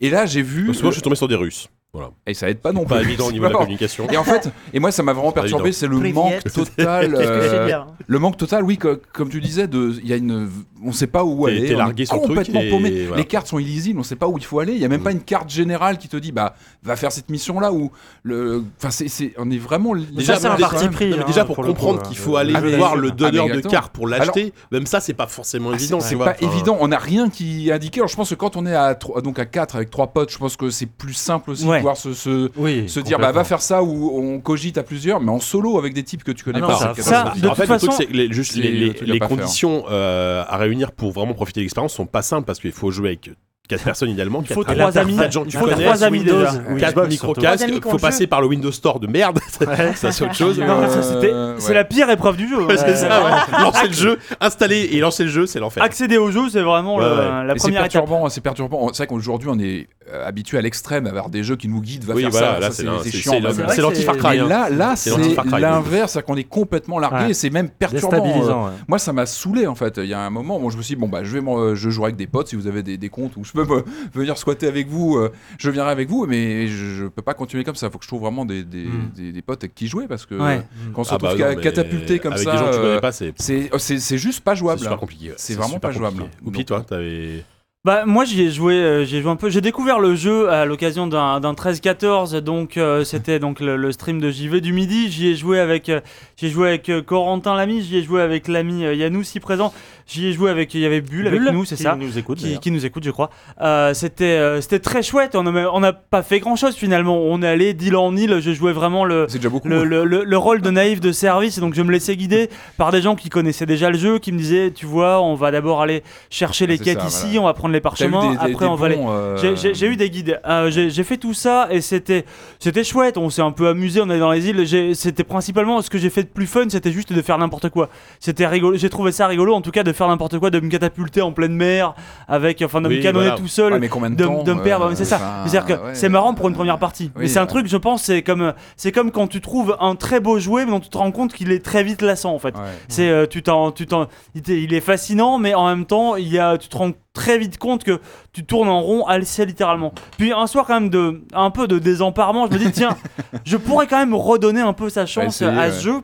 Et là, j'ai vu.
Donc, souvent, je suis tombé sur des Russes. Voilà.
Et ça aide pas non plus.
Pas évident au niveau de la
Non.
communication.
Et en fait, et moi, ça m'a vraiment
Pas
perturbé.
évident.
C'est le
Priviège.
manque total.
Qu'est-ce que c'est
euh,
bien.
le manque total, oui, co- comme tu disais, de, il y a une, on sait pas où
T'es-
aller.
t'es
on est
largué sur le truc
complètement
et
paumé.
voilà. Mm.
Les cartes sont illisibles, on sait pas où il faut aller. Il y a même pas une carte générale qui te dit, bah, va faire cette mission là ou le, enfin, c'est, c'est- on est vraiment.
Déjà,
c'est
pour- déjà- non, mais déjà pour, comprendre qu'il faut aller voir le donneur de cartes pour l'acheter, même ça, c'est pas forcément
ah, c'est-
évident.
C'est
tu vois.
pas
Enfin,
évident. On n'a rien qui est indiqué. Alors je pense que quand on est à trois- donc à 4 avec trois potes, je pense que c'est plus simple aussi de
Ouais.
pouvoir se, se,
euh,
Oui,
se dire bah va
complètement.
faire ça ou on cogite à plusieurs, mais en solo avec des types que tu connais
Ah non,
pas.
ça,
c'est
ça,
catastrophique.
en fait, le truc, c'est que les, juste
C'est
les,
le
les-
truc à
les
pas faire.
conditions euh, à réunir pour vraiment profiter de l'expérience sont pas simples parce qu'il faut jouer avec quatre personnes idéalement.
faut
quatre-
trois
quatre
amis.
gens que
Il
tu
faut
connais,
trois amis
Windows,
déjà.
quatre
Ou Xbox,
micro-casques,
surtout.
faut passer par le Windows Store de merde. ça, c'est autre chose.
Non, mais ça, c'était- C'est la pire épreuve du jeu. hein.
Ouais, c'est ça,
vraiment.
ouais. Lancer le jeu, installer et lancer le jeu, c'est l'enfer.
Euh, Accéder au jeu, c'est vraiment
Ouais,
le-
ouais.
la
Mais c'est
première étape.
perturbant, c'est perturbant. C'est vrai qu'aujourd'hui on est euh, habitué à l'extrême, à avoir des jeux qui nous guident, va
Oui,
faire
voilà,
ça.
là,
ça,
c'est l'un- c'est-
chiant. hein,
c'est l'anti- c'est l'anti-Far Cry,
Mais
hein.
Là, là,
C'est
c'est
l'anti-Far Cry,
l'inverse, c'est qu'on est complètement largué
Ouais.
et c'est même perturbant.
Déstabilisant,
Euh,
ouais.
Moi, ça m'a saoulé en fait. Il y a un moment, où je me suis dit, bon bah, je vais, m'en- euh, je jouerai avec des potes si vous avez des, des comptes où je peux me- venir squatter avec vous, euh, je viendrai avec vous, mais je, je peux pas continuer comme ça. Faut que je trouve vraiment des, des,
Hmm.
des- des potes avec qui jouer parce que
Ouais.
euh, quand on se
Ah bah
retrouve
non,
ca-
mais
catapulté comme
avec
ça,
des gens que tu
euh,
connais pas, c'est-
c'est c'est- c'est juste pas jouable.
C'est super
hein.
compliqué.
C'est vraiment
super
pas jouable. hein.
compliqué. Oupi, toi, t'avais.
Bah moi j'y ai joué, euh, j'y ai joué un peu. J'ai découvert le jeu à l'occasion d'un d'un 13-14, donc euh, c'était donc le, le stream de JV du midi. J'y ai joué avec, euh, j'y ai joué avec euh, Corentin l'ami, j'y ai joué avec l'ami euh, Yannou si présent. J'y ai joué avec, il y avait Bulle,
Bulle,
avec nous, c'est
qui
ça,
nous écoute,
qui,
d'ailleurs.
qui nous écoute je crois. Euh, c'était euh, c'était très chouette. On a- on n'a pas fait grand chose finalement. On est allé d'île en île. Je jouais vraiment le le, le- le- le rôle de naïf de service. Et donc je me laissais guider par des gens qui connaissaient déjà le jeu, qui me disaient tu vois on va d'abord aller chercher les
Ah, C'est
quêtes
ça,
ici,
voilà.
on va prendre les
T'as eu des-
parchemins,
des-
après
des
on va les.
bons, euh,
J'ai- J'ai j'ai eu des guides. Euh, J'ai j'ai fait tout ça et c'était c'était chouette. On s'est un peu amusé, on est dans les îles. J'ai- C'était principalement ce que j'ai fait de plus fun, c'était juste de faire n'importe quoi. C'était rigolo. J'ai trouvé ça rigolo, en tout cas, de faire n'importe quoi, de me catapulter en pleine mer avec, enfin, de
Oui,
me canonner
voilà.
tout seul,
Ouais, mais combien de temps,
me perdre.
euh,
c'est ça.
enfin,
C'est-à-dire que
ouais.
c'est marrant pour une première partie, mais
Oui,
c'est un
ouais.
truc, je pense, c'est comme c'est comme quand tu trouves un très beau jouet, mais dont tu te rends compte qu'il est très vite lassant, en fait. C'est euh, tu t'en tu t'en il, t'est- il est fascinant, mais en même temps, il y a tu te rends très vite compte que tu tournes en rond assez littéralement. Puis un soir quand même de un peu de désemparement, je me dis tiens, je pourrais quand même redonner un peu sa chance
Bah, Essayer,
à
ouais.
ce jeu.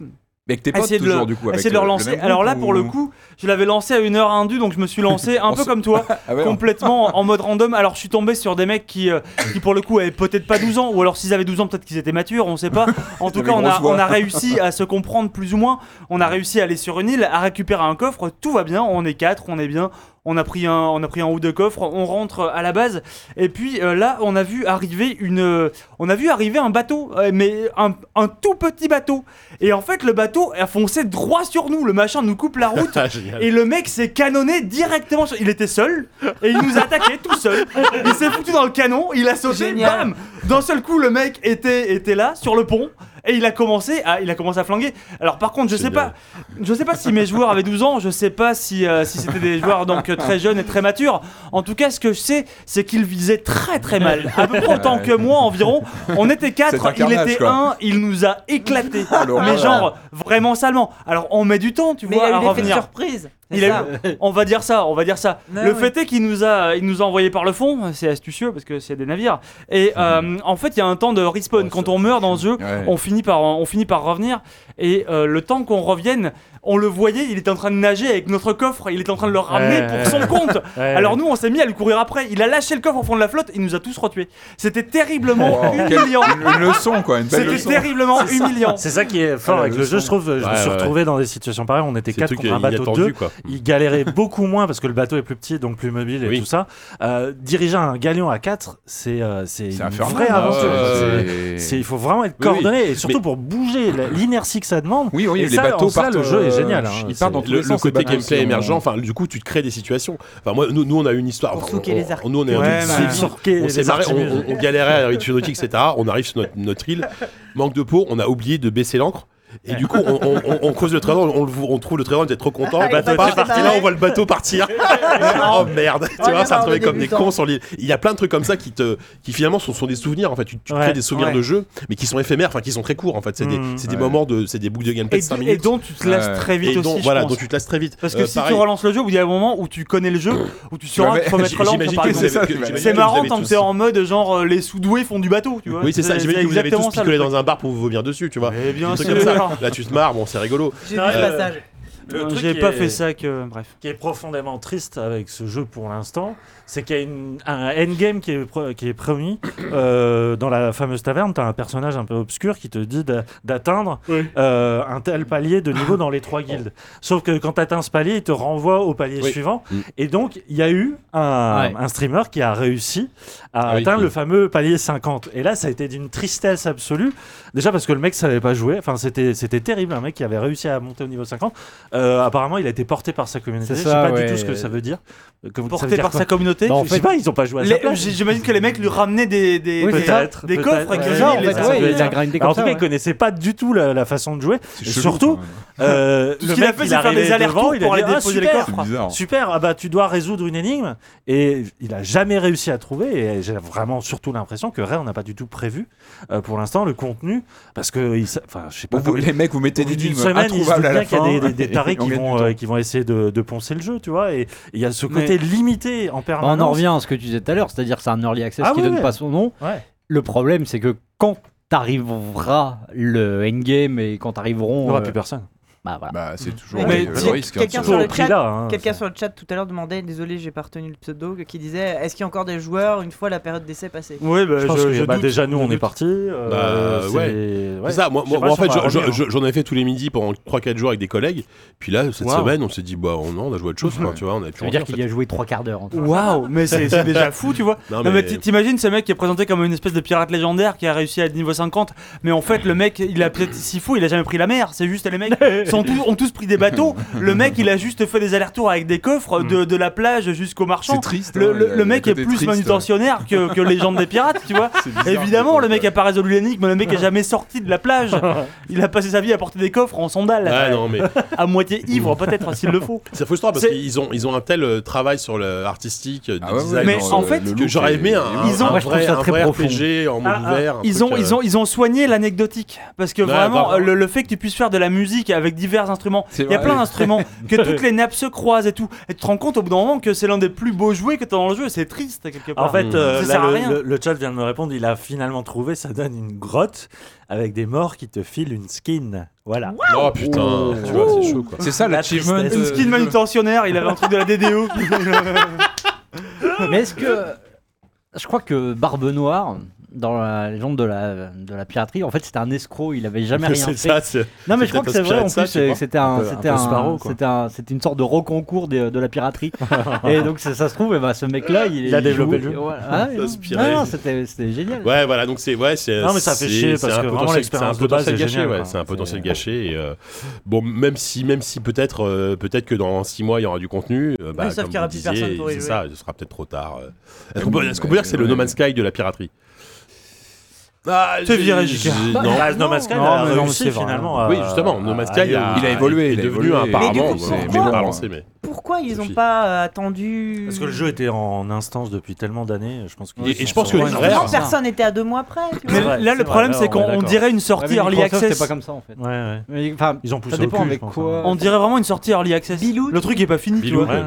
Mais avec tes potes
Essayer de
toujours,
le-
du coup, avec
essayer de le
le- le
relancer.
même
Alors là,
groupe
pour le
ou-
coup, je l'avais lancé à une heure indue, donc je me suis lancé un
On
peu
se-
comme toi,
Ah ouais, on-
complètement en mode random. Alors je suis tombé sur des mecs qui, euh, qui pour le coup, avaient peut-être pas 12 ans, ou alors s'ils avaient 12 ans, peut-être qu'ils étaient matures, on sait pas. En tout
Avec
cas, on a,
grosse voix.
on a réussi à se comprendre plus ou moins. On a réussi à aller sur une île, à récupérer un coffre, tout va bien, on est quatre, on est bien. On a, pris un, on a pris un ou deux coffres, on rentre à la base, et puis euh, là, on a vu arriver une, euh, on a vu arriver un bateau, euh, mais un, un tout petit bateau. Et en fait, le bateau a foncé droit sur nous. Le machin nous coupe la route,
Ah, Génial.
et le mec s'est canonné directement. Sur... Il était seul et il nous attaquait tout seul. Il s'est foutu dans le canon, il a sauté, bam D'un seul coup, le mec était, était là sur le pont et il a commencé à il a commencé à flanguer. Alors par contre, je sais pas, je sais pas si mes joueurs avaient 12 ans, je sais pas si euh, si c'était des joueurs donc euh, très jeunes et très matures. En tout cas, ce que je sais, c'est qu'il visait très très mal. À peu près autant que moi environ. On était
C'est un
quatre, il
carnage,
était
quoi. Ah,
un, il nous a éclaté. Mais
l'horreur.
genre vraiment salement. Alors on met du temps, tu
Mais il
vois,
y a
à
eu l'effet de
revenir.
surprise. c'est
Il a
ça.
eu- on va dire ça, on va dire ça.
Ah
le
oui.
fait est qu'il nous a, il nous a envoyé par le fond. C'est astucieux parce que c'est des navires. Et euh, en fait, il y a un temps de respawn. Quand on meurt dans ce jeu, on finit par, on finit par revenir. Et euh, le temps qu'on revienne, on le voyait, il était en train de nager avec notre coffre. Il était en train de le ramener
Ouais.
pour son compte.
Ouais.
Alors nous, on s'est mis à le courir après. Il a lâché le coffre au fond de la flotte. Il nous a tous retués. C'était terriblement
Wow, quelle-
humiliant.
une- une leçon, quoi, une belle
C'était
leçon.
terriblement
C'est ça.
humiliant.
Euh, C'est ça qui est fort
Ah, la
avec le
leçon.
jeu, je trouve. Je me
Ouais,
suis
ouais,
retrouvé dans des situations pareilles. On était
C'est
quatre
le truc
contre un bateau
inattendu,
de deux.
quoi.
Ils galéraient beaucoup moins parce que le bateau est plus petit, donc plus mobile et tout ça. Euh, diriger un galion à quatre, c'est euh, c'est une
infernal,
vraie
hein.
aventure.
Ouais, ouais,
C'est-
ouais.
c'est- Il faut vraiment être
Oui, oui.
coordonné et surtout
Mais-
pour bouger. la- L'inertie que que ça demande.
Oui, oui,
Et
les
ça,
bateaux
en ça,
partent,
le jeu
euh,
est génial. hein.
ils
C'est-
partent dans tous
le-
les
le
sens, hein.
côté
les
côté
bananes,
gameplay
c'est-
émergent, enfin, du coup, tu te crées des situations. Enfin, moi, nous, nous, on a une histoire. Enfin,
souquer
on-
les arc-
on- nous, on est un
Ouais,
truc-
mais-
bah,
c'est-
souquer
on
les
s'est marré, on,
artimuses.
on- on galérait à la nourriture, etc. On arrive sur notre, notre île, manque de peau, on a oublié de baisser l'ancre. Et du coup, on, on- on- on creuse le trésor, on, le voit- on trouve le trésor, on est trop content.
Ah,
Le bateau
on part,
était parti.
et là, on voit le bateau partir. oh merde, tu
On est
vois, ça
marre
retrouvait
des
comme des
débutants.
cons sur l'île. Il y a plein de trucs comme ça qui te, qui finalement sont, sont des souvenirs. En fait, tu, tu te crées des souvenirs
ouais.
de jeu, mais qui sont éphémères, enfin, qui sont très courts. En fait, c'est des,
Mhm.
c'est des
Ouais.
moments de, c'est des boucles de gameplay
Hmm, Et
de 5
d- et
minutes.
dont tu te lasses très vite
Et dont-
aussi, je
Voilà,
pense.
dont tu te lasses très vite.
Parce que
Euh,
si
pareil.
tu relances le jeu, il y a un moment où tu connais le jeu, où tu sauras
Ouais,
te remettre à
j'imagine
l'encre,
que
par
c'est
exemple.
ça, tu vois.
C'est marrant
J'imagine que vous
tant
avez
que t'es en mode genre euh, les sous-doués font du bateau, tu vois.
Oui, c'est ça, j'imagine que vous avez tous
exactement ça, le
picolé
truc.
dans un bar pour vous vomir dessus, tu vois.
Mais bien
Des trucs
sûr.
comme ça. Là, tu te marres, bon, c'est rigolo.
J'ai
Euh,
vu le passage.
Le
Non,
truc
Euh, J'ai
qui
pas
est-
fait ça que. Bref.
qui est profondément triste avec ce jeu pour l'instant, c'est qu'il y a une- un endgame qui est, pro- qui est promis. Euh, dans la fameuse taverne, tu as un personnage un peu obscur qui te dit d'a- d'atteindre euh, un tel palier de niveau dans les trois guildes. Sauf que quand tu atteins ce palier, il te renvoie au palier
Oui.
suivant. Et donc, il y a eu un,
Ouais.
un streamer qui a réussi à
Ah oui,
atteindre
oui.
le fameux palier 50. Et là, ça a été d'une tristesse absolue. Déjà parce que le mec savait pas jouer. Enfin, c'était c'était terrible. Un mec qui avait réussi à monter au niveau 50. Euh, apparemment, il a été porté par sa communauté.
C'est
Je sais
ça,
pas
ouais.
du tout ce que ça veut dire. Euh, que- ça veut
Porté
dire
par
quoi
sa communauté.
Je sais pas, ils ont pas
bah,
joué à sa
Les-
place.
J'imagine que les mecs lui ramenaient des, des,
Oui,
des-
peut-être,
des
peut-être.
coffres avec
Ouais,
le
ouais,
genre.
bah,
ouais,
les-
ça
les-
doit être ça.
grindé
Alors,
comme
en tout
ça,
cas,
ouais.
il connaissait pas du tout la, la façon de jouer. Et
chelou,
surtout,
quand même.
euh,
Tout ce
le
qu'il a
mec,
fait,
il
c'est faire
arrivait
des allers-retours
devant, il a
pour aller
dit, ah,
déposer les
super,
coffres. C'est bizarre.
Super, ah bah tu dois résoudre une énigme. Et il a jamais réussi à trouver. Et j'ai vraiment surtout l'impression que Rare n'a pas du tout prévu euh, pour l'instant le contenu. Parce que, il sa- enfin, je sais pas.
Vous-
comment-
les mecs, vous mettez
au bout
des
d'une
énigmes
semaine, il se doute
introuvables à la
bien qu'il y a
fin.
des, des- des tarés
Et on
qui
gagne
vont,
du
euh, qui vont essayer de, de poncer le jeu, tu vois. Et et il y a ce
Mais-
côté limité en
Bah,
permanence.
on en revient à ce que tu disais tout à l'heure, c'est-à-dire c'est un early access
Ah
qui
oui,
donne
oui.
pas son nom.
Ouais.
Le problème, c'est que quand t'arriveras le endgame et quand
Il
arriveront.
n'y aura
euh,
plus personne.
Bah voilà.
Bah, c'est toujours
Mais
le-
tu-
le risque. hein,
quelqu'un
de se-
sur
Sur le
Au prix
chat,
là, hein,
Quelqu'un
ça.
sur le chat tout à l'heure demandait, désolé, j'ai pas retenu le pseudo, qui disait est-ce qu'il y a encore des joueurs une fois la période d'essai passée
Ouais, bah,
Je pense
je-
que
je
bah,
doute.
déjà, nous,
Je
on est
doute.
partis. euh,
Bah,
c'est-
ouais.
ouais.
C'est ça, moi,
Je sais
moi,
pas
moi, en
si on
fait,
va
je- je-
revenir.
je- j'en avais fait tous les midis pendant 3-4 jours avec des collègues. Puis là, cette
Waouh.
semaine, on s'est dit, bah, on, on a joué à autre chose, quoi, tu vois, on a pu
Ça veut dire qu'il y a joué trois quarts d'heure. en tout cas.
Wawaouh, mais c'est c'est déjà fou, tu vois.
Non,
Non,
mais-
mais, t- t'imagines ce mec qui est présenté comme une espèce de pirate légendaire qui a réussi à être niveau 50, mais en fait, le mec, il a peut-être si fou, il a jamais pris la mer. C'est juste les mecs sont tous, ont tous pris des bateaux. Le mec, il a juste fait des allers-retours avec des coffres de, de la plage jusqu'au marchand.
Mm. C'est triste,
Le,
hein,
le-
il y a
le
un
mec est
côté
plus
triste.
manutentionnaire que, que légende des pirates, tu vois.
C'est bizarre,
Évidemment,
c'est
le mec a pas résolu l'énigme, le mec est jamais sorti de la plage. Il a passé sa vie à porter des coffres en sandales.
Ah non, mais
À moitié ivre, peut-être, s'il le faut.
c'est frustrant parce
C'est-
qu'ils ont, ils ont un tel euh, travail sur le artistique, euh, de
Ah ouais, ouais,
design,
Mais
sur
en
le-
fait,
le
look
que j'aurais aimé
est-
un,
est
ils
ouf.
ont,
Moi, je trouve
vrai,
ça
un
très
vrai
profond.
RPG en mode
Ah, ah,
ouvert. un
ils,
truc,
ont,
euh,
ils, ont, ils ont soigné l'anecdotique. Parce que
Ouais,
vraiment,
grave.
euh, le, le fait que tu puisses faire de la musique avec divers instruments,
C'est
il y a
vrai,
plein
oui.
d'instruments, que toutes les nappes se croisent et tout. Et tu te rends compte au bout d'un moment que c'est l'un des plus beaux jouets que tu as dans le jeu. C'est triste, quelque part.
En fait, euh,
ça
là,
sert à
le,
rien.
le- le chat vient de me répondre, il a finalement trouvé, ça donne une grotte avec des morts qui te filent une skin. Voilà.
Oh putain, tu vois, c'est chaud quoi.
hein, C'est ça
La
l'achievement.
tristesse.
Une
euh,
skin manutentionnaire, il avait un truc de la DDO.
Mais est-ce que. Je crois que Barbe Noire, dans la légende de la, de la piraterie, en fait c'était un escroc, il avait jamais rien
C'est
fait.
ça, c'est.
Non
c'est
mais je crois
peut-être
que c'est vrai
inspiré
en
de ça,
plus
je sais
c'est-
pas.
c'était un
Un peu- un
c'était
peu
un-
Sparrow, quoi.
c'était un- c'était une sorte de reconcours de, de la piraterie et donc ça, ça se trouve eh ben, ce mec là il,
Il a développé
joue-
le jeu.
ouais, ah, ouais, non.
Inspiré.
Non, non, c'était c'était génial.
Ouais, voilà, donc c'est. Ouais, c'est
Non, mais ça fait
c'est-
chier,
c'est
parce
un
que vraiment,
potentiel-
l'expérience
c'est un
de base
potentiel
est
gâché,
géniale,
ouais,
quoi.
c'est un potentiel
C'est-
gâché. et, euh, bon, même si, même si peut-être euh, peut-être que dans 6 mois il y aura du contenu, euh, bah,
Oui,
comme
sauf qu'il y aura
vous
plus
disiez,
personne pour y
C'est
jouer.
ça, ce sera peut-être trop tard. euh. Est-ce
Mais
Mmh,
qu'on peut,
oui,
est-ce qu'on peut dire
mais
que c'est le
ouais.
No Man's Sky de la piraterie ah,
C'est
j'ai-
viré, J.K.
j'ai-
Bah,
Non.
Bah, No Man's Sky
non,
a
mais non,
réussi
c'est
hein.
vrai.
finalement. à-
Oui, justement, No Man's
à
Sky
aller
a,
au-
Il a évolué,
est
il a
devenu
évolué.
un- apparemment,
Mais du coup,
c'est-
pourquoi
hein.
pas lancé, mais.
Pourquoi ils ont
Sophie.
pas euh, attendu
Parce que le jeu était en instance depuis tellement d'années, je pense que.
Et- et je pense que
Ouais,
les
non,
vrais-
ouais,
Personne n'était à deux mois près. tu vois.
Mais
C'est vrai,
là,
c'est
le problème,
vrai,
c'est
on est
qu'on
d'accord.
dirait une sortie
Ouais, mais
early
Microsoft,
access.
c'est pas comme ça en fait.
ouais.
Mais, enfin,
Ils ont poussé
ça dépend
au cul,
avec
je pense,
quoi.
hein.
On dirait vraiment une sortie early access.
Bilou,
le truc est pas fini,
Bilou,
tu vois.
ouais.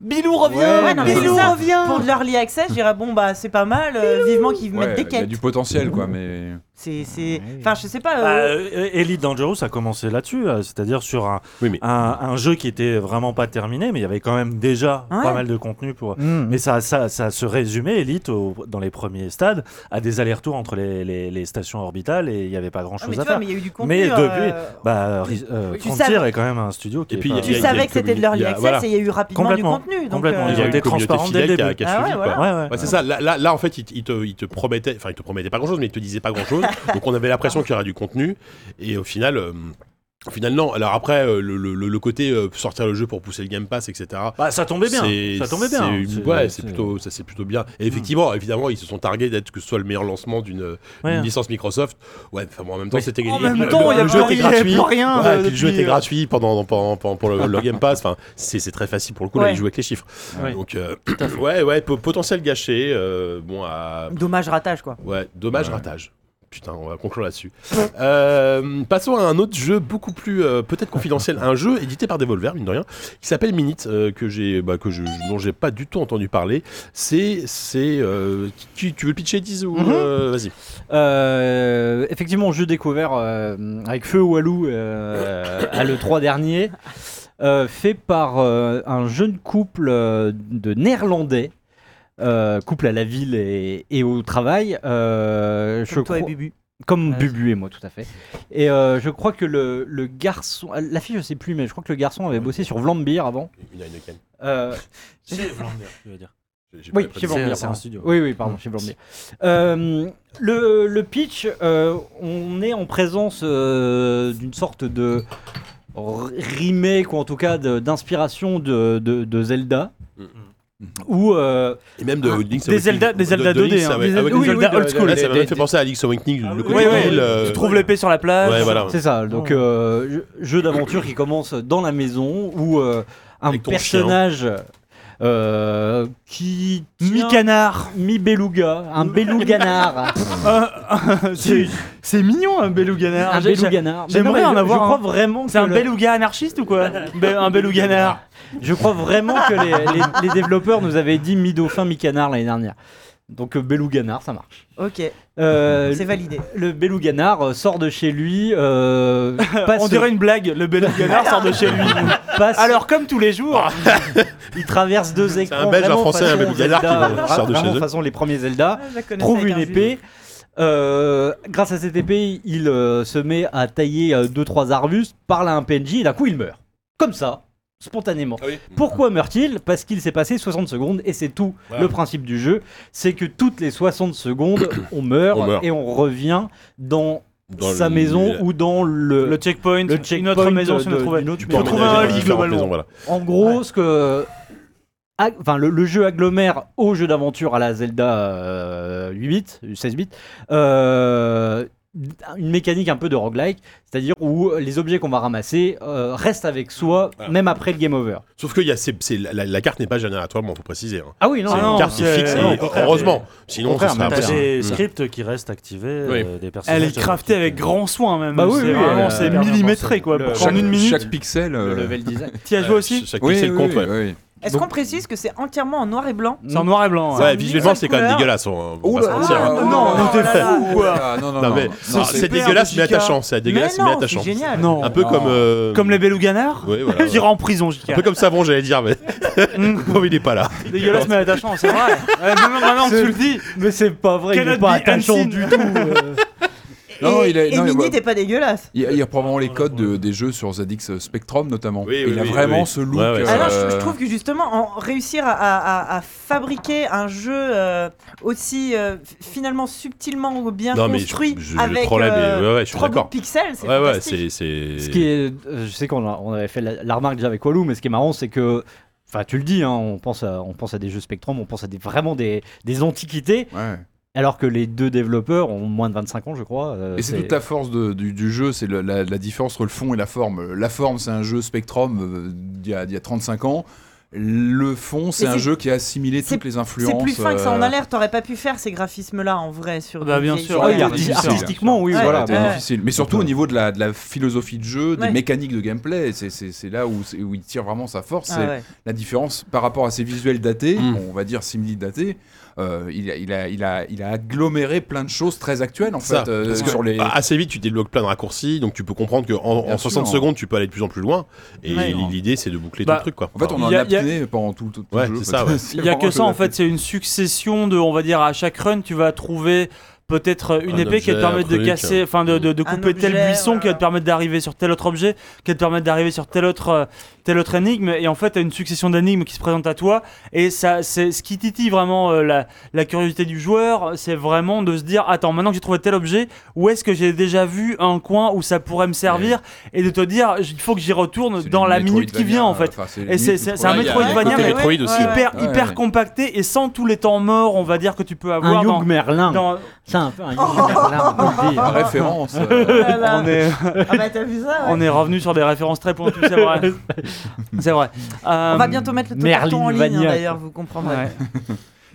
Bilou revient
Ouais, non, mais
Bilou
c'est ça.
revient
Pour de l'early access, je dirais bon bah c'est pas mal, euh, vivement qu'ils
ouais,
mettent des
Il y a
quêtes.
du potentiel, quoi, mais.
C'est c'est enfin je sais pas
Bah,
euh,
euh, Elite Dangerous a commencé là-dessus, euh, c'est-à-dire sur un,
Oui, mais-
un, un jeu qui était vraiment pas terminé, mais il y avait quand même déjà
Ouais.
pas mal de contenu pour. Mais ça, ça, ça se résumait Elite au- dans les premiers stades à des allers-retours entre les, les- les stations orbitales et il n'y avait pas
ah, mais
grand-chose
tu
à
vois,
faire.
mais il y a eu du contenu.
Mais depuis,
euh,
bah, Ri- euh,
Oui, tu
Frontier
savais-
est quand même un studio qui.
Et puis,
est
il y a-
pas-
il
tu
y a-
savais que c'était de l'early
il y a-
access
voilà.
et il y a eu rapidement du
Complètement,
contenu. Donc,
complètement.
euh,
Ils ont été
communauté
transparents dès le
fidèle qui a-
début.
qui a suivi,
Ah ouais,
quoi.
voilà.
Ouais, ouais.
Ouais, c'est ça. Là, là, là, en fait, il te, il te- il te promettait, enfin, il te promettait pas grand chose, mais il te disait pas grand chose. Donc on avait l'impression qu'il y aurait du contenu. Et au final. euh, au final, non. Alors après, euh, le, le- le- le côté euh, sortir le jeu pour pousser le Game Pass, etc.
Bah, ça tombait bien.
c'est-
Ça tombait bien.
c'est-
C'est- c'est-
Ouais, c'est plutôt, ça c'est plutôt bien. Et effectivement, évidemment, ils se sont targués d'être que ce soit le meilleur lancement d'une d'une
Ouais.
licence Microsoft. Ouais, enfin bon, en même temps, c'était
Oh, En
gagné.
même
Le-
temps,
le,
il y a
jeu
plus-
était
il y a
gratuit.
plus rien,
Ouais,
euh,
puis le jeu
depuis,
était
euh,
gratuit pendant, pendant- pendant- pour le, le Game Pass. Enfin, c'est c'est très facile pour le coup là,
Ouais.
ils jouent avec les chiffres.
Ouais.
Donc euh, ouais, ouais, po- potentiel gâché. euh, bon, à
Dommage ratage, quoi.
Ouais, dommage ratage. Putain, on va conclure là-dessus. Euh, passons à un autre jeu beaucoup plus euh, peut-être confidentiel, un jeu édité par Devolver, mine de rien, qui s'appelle Minute, euh, que j'ai, bah, que je, dont j'ai pas du tout entendu parler. C'est, c'est, euh, qui- tu veux le pitcher, Diz ou euh, vas-y.
Euh, effectivement, jeu découvert euh, avec Feu Walou euh, à l'E3 dernier, euh, fait par euh, un jeune couple euh, de néerlandais. euh, couple à la ville et, et au travail. euh, je
toi et
crois-
Bubu.
Comme
Ouais.
Bubu et moi, tout à fait. Et euh, je crois que le, le garçon. La fille, je sais plus, mais je crois que le garçon avait bossé sur Vlambeer avant.
Une Heineken.
Euh,
C'est Vlambeer, tu veux dire.
J'ai pas
oui,
la
chez
précision.
Blanc-Bière,
c'est un
pardon.
studio.
Oui, oui, pardon, chez Blanc-Bière. Euh, le, le pitch, euh, on est en présence euh, d'une sorte de r- remake ou en tout cas de- d'inspiration de, de- de Zelda.
Mm-hmm.
Où, euh,
Et même de
ah,
Link's
des
Awakening.
Zelda, des
De-
Zelda
de
2D,
Link's
hein.
Awa-
Des-
Awakening.
oui, oui,
Zelda
old school.
Là, ça m'a
Des-
même fait penser à Link's Awakening, le côté
oui, oui.
île, euh,
Tu
trouves l'épée sur la plage.
Ouais, voilà.
C'est ça, donc euh, jeu- jeu d'aventure qui commence dans la maison où euh, un
ton chien.
personnage euh, qui. tient-
Mi-canard.
Mi-beluga, un beluganard.
c'est c'est mignon un beluganard.
Un
J'ai-
beluganard. Mais non, mais
J'aimerais en
je-
avoir.
je crois
un.
vraiment
C'est
que
un
le-
beluga anarchiste ou quoi Be- Un beluganard.
Je crois vraiment que les, les- les développeurs nous avaient dit mi-dauphin, mi-canard l'année dernière. Donc euh, beluganard, ça marche.
Ok,
Euh,
c'est validé.
le beluganard euh, sort de chez lui, euh, passe,
On dirait une blague. Le beluganard sort de chez lui.
passe-
Alors comme tous les
Ah,
jours.
il traverse deux écrans.
un Belge, un
vraiment
Français, un
façon
Beluganard qui
Zelda,
va- qui sort de
vraiment
chez eux.
façon les premiers
Ah,
Zelda.
je la connaissais
trouve
avec
une
un
épée. Euh, grâce à cette épée, il euh, se met à tailler 2-3 arbustes, parle à un PNJ et d'un coup il meurt. Comme ça, spontanément.
Ah oui.
Pourquoi meurt-il Parce qu'il s'est passé 60 secondes et c'est tout
Voilà.
le principe du jeu. C'est que toutes les 60 secondes, on meurt,
On meurt.
et on revient dans,
Dans
sa
le-
maison
la-
ou dans le.
Le checkpoint.
le
Une autre
checkpoint
maison si on
de-
a trouvé.
d'une autre
tu
maison.
trouver
emmener
un
des
lit,
différentes
globalement.
maisons, voilà.
En gros, ce que. ag- Enfin, le, le jeu agglomère au jeu d'aventure à la Zelda euh, 8 bits, 16 bits, euh, une mécanique un peu de roguelike, c'est-à-dire où les objets qu'on va ramasser euh, restent avec soi
Voilà.
même après le game over.
Sauf que il y a ces- ces- la, la- la carte n'est pas génératoire, il faut préciser. hein.
Ah oui, non,
c'est
non,
une carte qui est
c'est-
fixe, et
non, au contraire,
heureusement. Sinon, ce
contraire,
serait
mais
T'as
Après,
des
impossible.
scripts qui restent activés,
Oui.
euh, des personnages.
Elle est craftée avec grand soin même.
Bah oui,
C'est
oui,
vraiment
euh,
c'est
clairement,
millimétré quoi.
le-
Pour
Chaque-
en une minute.
Chaque pixel.
le
euh,
level design.
T'y as joué aussi
Chaque
oui,
pixel
oui,
compte,
oui,
ouais.
oui.
Est-ce qu'on précise que c'est entièrement en noir et blanc
C'est en noir et blanc. hein.
Ouais,
une
visuellement,
seule
c'est quand même
couleur.
dégueulasse. on- on va pas se
là,
mentir, hein.
non, non,
non,
t'es
là,
fou
là.
ou quoi
Ah, non, non,
Non, mais
non.
non, c'est
super
dégueulasse mais
Jika.
attachant, c'est dégueulasse
mais
mais
non, c'est
attachant.
génial.
Non.
Un peu
Non.
comme euh,
Comme les beluganards
Oui, voilà,
J'irai en prison, JK.
un peu comme savon, j'allais dire mais bon, il est pas là.
Mm. Dégueulasse mais attachant, c'est vrai. Ouais, non, non, maintenant que tu le dis.
Mais c'est pas vrai, il
Cannot
est pas
be
attachant
unseen.
du tout. euh.
Et,
Non, il est-
et
non, il-
Mini, t'es pas dégueulasse.
Il, il reprend vraiment les codes de- des jeux sur ZX Spectrum notamment.
Oui,
Et
oui,
il a
oui,
vraiment
oui.
ce look.
Ouais, ouais, c'est
Ah
vrai.
non, je, je
euh,
trouve que justement, en réussir à, à- à- à fabriquer un jeu euh, aussi euh, f- finalement subtilement ou bien
Non, mais je-
construit
je- le
avec euh,
troll, mais ouais, ouais, je suis
trois bouts de
d'accord.
pixels, c'est
Ouais ouais,
fantastique.
c'est c'est
Ce qui est, euh, je sais qu'on a- on avait fait la, la remarque déjà avec Walou, mais ce qui est marrant, c'est que, enfin, tu le dis, hein, on pense à, on pense à des jeux Spectrum, on pense à des vraiment des, des antiquités,
ouais.
alors que les deux développeurs ont moins de 25 ans, je crois. euh,
Et c'est toute la force de- du, du jeu, c'est le- la, la différence entre le fond et la forme. La forme, c'est un jeu Spectrum euh, d'il y, a- d'il y a 35 ans. Le fond, c'est
Mais
un
c'est-
jeu qui a assimilé
c'est-
toutes les influences.
C'est plus fin que ça en
euh,
a l'air, t'aurais pas pu faire ces graphismes-là en vrai sur
Bah,
des
bien
vieilles
sûr.
Ah oui,
cartes.
arti- artistiquement, oui,
Ouais.
voilà.
C'était
Ouais.
difficile. Mais surtout au niveau de la, de la philosophie de jeu, des
Ouais.
mécaniques de gameplay, c'est- c'est c'est là où, c'est- où il tire vraiment sa force.
Ah
c'est
ouais.
la différence par rapport à ses visuels datés,
Mm.
on va dire simili datés. euh, il, a, il, a, il, a, il a aggloméré plein de choses très actuelles en
ça.
fait euh,
Parce que
sur les.
bah, assez vite, tu débloques plein de raccourcis, donc tu peux comprendre que en,
Bien
en 60
sûr.
secondes, tu peux aller de plus en plus loin. Et
Ouais.
l'idée, c'est de boucler
Bah,
tout le truc quoi.
en fait, on en
Il y
a
a- il y a-
apné pendant tout, tout, tout
Ouais,
le jeu.
c'est ça, ouais.
Il y a que ça en fait, c'est une succession de, on va dire, à chaque run, tu vas trouver peut-être euh, une
Un
épée qui
objet,
va te
un
permettre de
truc.
casser, enfin de, de- de
Un
couper tel
objet,
buisson qui va te permettre d'arriver sur tel autre objet, qui va te permettre d'arriver sur tel autre, euh, tel autre énigme. Et en fait, t'as une succession d'énigmes qui se présentent à toi. Et ça, c'est ce qui titille vraiment euh, la, la curiosité du joueur, c'est vraiment de se dire attends, maintenant que j'ai trouvé tel objet, où est-ce que j'ai déjà vu un coin où ça pourrait me servir Et de te dire il faut que j'y retourne dans
du
la minute qui vient en fait.
Metroidvania, enfin, c'est
et c'est
limite
c'est- c'est un
Metroidvania.
Metroidvania
Ouais,
mais
il y a un côté Metroid aussi, ouais.
hyper
Ouais,
hyper
ouais.
compacté et sans tous les temps morts, on va dire que tu peux avoir.
Hugh
dans-
Merlin.
dans-
C'est un peu un Hugh Merlin, on peut le dire.
Référence,
euh.
Voilà.
on est-
Ah bah, t'as vu ça, ouais.
On est revenu sur des références très pointues, c'est vrai. c'est vrai. Euh,
On va bientôt mettre le top carton en ligne, hein, d'ailleurs, vous comprendrez.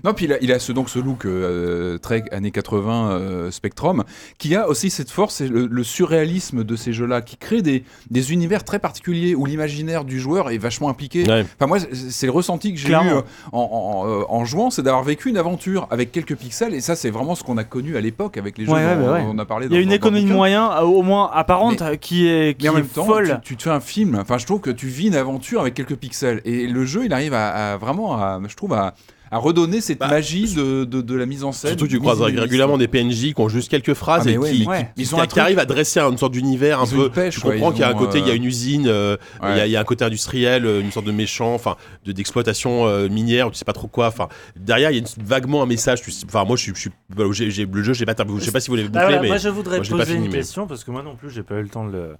Non, puis il a, il a ce, donc ce look euh, très années 80 euh, Spectrum, qui a aussi cette force, c'est le, le surréalisme de ces jeux-là, qui crée des, des univers très particuliers où l'imaginaire du joueur est vachement impliqué.
Ouais.
Enfin, moi, c'est- c'est le ressenti que j'ai eu
Clairement.
euh, en, en- euh, en jouant, c'est d'avoir vécu une aventure avec quelques pixels, et ça, c'est vraiment ce qu'on a connu à l'époque avec les jeux
Ouais, ouais,
dont
bah ouais.
on a parlé.
Il y a
dans- dans-
une
dans
économie
le
de
bouquin.
moyens euh, au moins apparente qui est, qui
Mais en
est
même temps,
folle.
Tu, tu te fais un film. Enfin, je trouve que tu vis une aventure avec quelques pixels. Et le jeu, il arrive à, à vraiment, à, je trouve, à, à redonner cette magie de, de, de la mise en scène.
Bah, Surtout que tu
Mise
croises
en
rég-
scène.
régulièrement des PNJ qui ont juste quelques phrases
Ah, mais
et
ouais,
qui,
mais ouais.
qui-
Ils
qui-
ont
qui
un truc-
arrivent à dresser une sorte d'univers un
Ils ont
peu.
une pêche,
tu
quoi,
comprends
ils
qu'il y a un
ont,
côté, il y a
euh,
une usine, euh, il y a- il y, a un côté industriel, euh, une sorte de méchant, enfin, de- d'exploitation euh, minière, ou tu sais pas trop quoi. Enfin, derrière, il y a une- vaguement un message. tu sais- Enfin, moi, je suis, je suis- bah, j'ai- j'ai- le jeu, j'ai pas, terminé, je sais pas si vous l'avez
Ah,
bouclé,
voilà,
mais
moi, je voudrais
moi, j'ai
poser
pas fini,
une
mais-
question parce que moi non plus, j'ai pas eu le temps de le,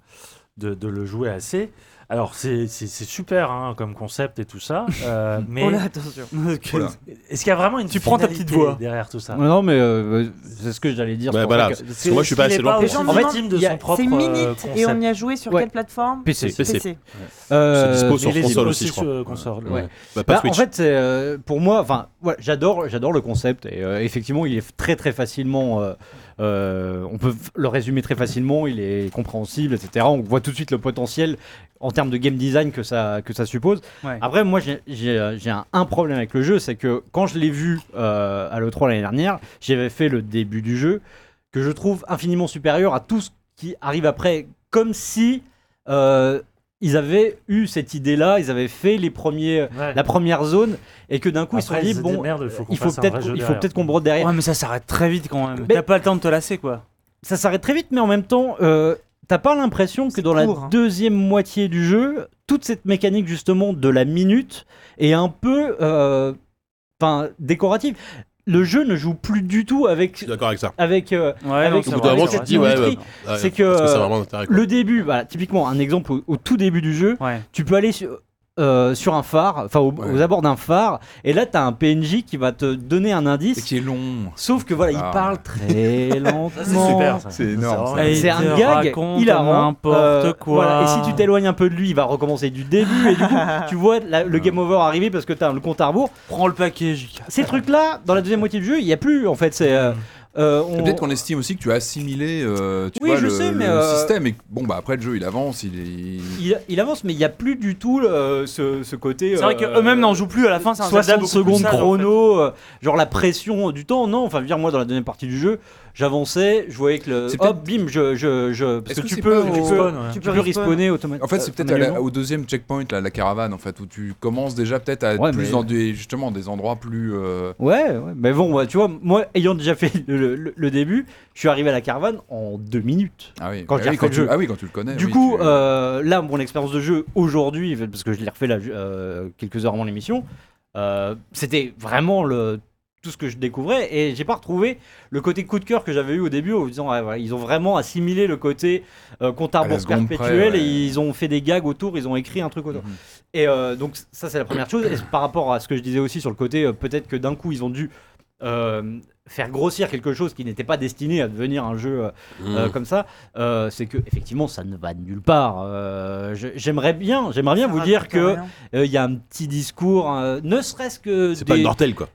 de, de le jouer assez. Alors, c'est c'est- c'est super hein, comme concept et tout ça, euh, mais.
Oh là, attention.
Ok.
Oula.
Est-ce qu'il y a vraiment une.
Tu prends ta
finalité
petite voix.
derrière tout ça.
Non, mais euh, c'est ce que j'allais dire.
Bah,
c'est pour
voilà,
ça que-
parce que moi, je suis pas
qu'il
assez
est
loin pour
Les
aussi-
gens me demandent,
il y a-
c'est Minit et on y a
concept.
joué sur
Ouais.
quelle plateforme
PC.
PC.
Euh,
C'est dispo sur
mais les-
console aussi, je crois.
sur console,
Ouais.
ouais. Bah, pas
Bah,
Switch.
En fait, c'est, euh, pour moi, enfin, ouais, j'adore, j'adore le concept et euh, effectivement, il est très très facilement, euh, euh, on peut f- le résumer très facilement, il est compréhensible, etc. On voit tout de suite le potentiel en termes de game design que ça que ça suppose.
Ouais.
Après, moi, j'ai- j'ai euh, j'ai un, un problème avec le jeu, c'est que quand je l'ai vu euh, à l'E3 l'année dernière, j'avais fait le début du jeu que je trouve infiniment supérieur à tout ce qui arrive après, comme si euh, ils avaient eu cette idée-là, ils avaient fait les premiers,
Ouais.
la première zone, et que d'un coup
Après,
ils
ils
se
se
sont dit bon,
démerdent, il faut qu'on
il faut
fasse un
peut-être,
vrai jeu
il faut
derrière.
peut-être qu'on brode derrière.
Ouais, mais ça s'arrête très vite quand même.
Mais-
T'as pas le temps de te lasser quoi.
Ça s'arrête très vite, mais en même temps, euh, t'as pas l'impression que dans
court,
la
hein.
deuxième moitié du jeu, toute cette mécanique justement de la minute est un peu, euh, enfin, décorative. Le jeu ne joue plus du tout avec
d'accord avec ça.
avec euh,
Ouais, non,
avec
c'est
Au bout d'un
vrai,
moment,
c'est
tu te
vrai.
dis, ouais,
symétrie.
ouais, ouais,
c'est que,
parce ça a vraiment d'intérêt, quoi.
le début, voilà, typiquement un exemple au, au tout début du jeu, tu peux aller sur, euh, sur un phare, enfin au- aux abords d'un phare, et là t'as un PNJ qui va te donner un indice.
qui est long.
Sauf que voilà,
Ah.
il parle très lentement.
Ça, c'est super, ça. C'est énorme, ça.
Bah, C'est
Et
un
il te
gag,
raconte
il a
n'importe quoi.
et si tu t'éloignes un peu de lui, il va recommencer du début, et du coup tu vois la-
Ah.
le game over arriver parce que t'as le compte à rebours.
Prends le paquet, J.K.
Ces trucs-là, dans la deuxième moitié du jeu, il n'y a plus en fait. C'est euh,
Hmm.
euh, on-
Peut-être qu'on estime aussi que tu as assimilé euh, tu
Oui,
vois,
je
le,
sais,
le
mais, euh,
système. Et que, bon, bah après, le jeu, il avance. Il est...
il, il avance, mais il n'y a plus du tout euh, ce, ce côté.
C'est vrai
euh,
qu'eux-mêmes n'en jouent plus à la fin. c'est un
60
Zelda beaucoup plus
secondes
sale, en fait.
chrono, euh, genre la pression du temps. Non, enfin, dire moi dans la deuxième partie du jeu, j'avançais, je voyais que le
C'est
hop, bim, je, je, je parce
Est-ce
que,
que
tu
c'est
peux,
pas au-
tu peux, tu peux respawner euh, automatiquement.
En fait, c'est peut-être à la- au deuxième checkpoint, là, la caravane, en fait, où tu commences déjà peut-être à être
Ouais,
plus
mais-
dans des, justement des endroits plus. euh,
Ouais, ouais, mais bon, bah, tu vois, moi, ayant déjà fait le, le- le début, je suis arrivé à la caravane en deux minutes.
Ah oui,
quand
bah
j'ai
oui, quand
refait le
tu-
jeu.
ah oui, quand tu le connais,
Du
oui,
coup,
tu-
euh, là, mon expérience de jeu aujourd'hui, parce que je l'ai refait là, euh, quelques heures avant l'émission, euh, c'était vraiment le tout ce que je découvrais et j'ai pas retrouvé le côté coup de cœur que j'avais eu au début en disant ah, voilà, ils ont vraiment assimilé le côté euh, compte à
la
rebours
seconde
perpétuel
près,
et
ouais. Mhm.
ils ont fait des gags autour ils ont écrit un truc autour et euh, donc ça c'est la première chose et par rapport à ce que je disais aussi sur le côté euh, peut-être que d'un coup ils ont dû euh, faire grossir quelque chose qui n'était pas destiné à devenir un jeu euh,
Mmh.
euh, comme ça euh, c'est que effectivement ça ne va nulle part Euh, je- j'aimerais bien j'aimerais bien vous dire que euh,
rien.
il y a un petit discours euh, ne serait-ce que
C'est pas
des-
une Nortel, quoi.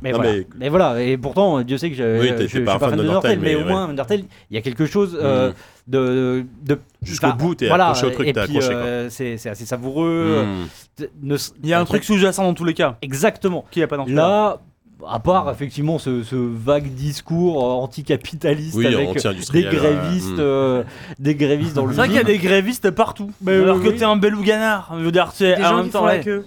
mais,
Non,
voilà.
mais-
Mais... voilà, et pourtant, Dieu sait que je,
Oui, t'es-
je-
t'es
je suis
pas un
pas
fan
fan de
d'Undertale,
Undertale, mais,
mais
au
ouais.
moins, Undertale, il y a quelque chose euh,
Mm.
de. de
Jusqu'au
enfin,
bout, t'es
voilà,
accroché au truc,
et
t'es
puis,
accroché,
euh, c'est c'est assez savoureux.
Mm.
euh, ne s-
Il y a un truc sous-jacent dans tous les cas.
Exactement.
Qu'il n'y a pas dans celui-là.
Là. À part effectivement ce, ce vague discours euh, anticapitaliste
Oui,
avec des
anti-industriel,
grévistes,
ouais.
hmm.
euh, des grévistes dans le
C'est vrai qu'il y a des grévistes partout.
Mais
alors
oui.
que t'es un belou ganard. Je veux dire, c'est
Des
en
gens
même
qui
temps.
font la
ouais.
queue.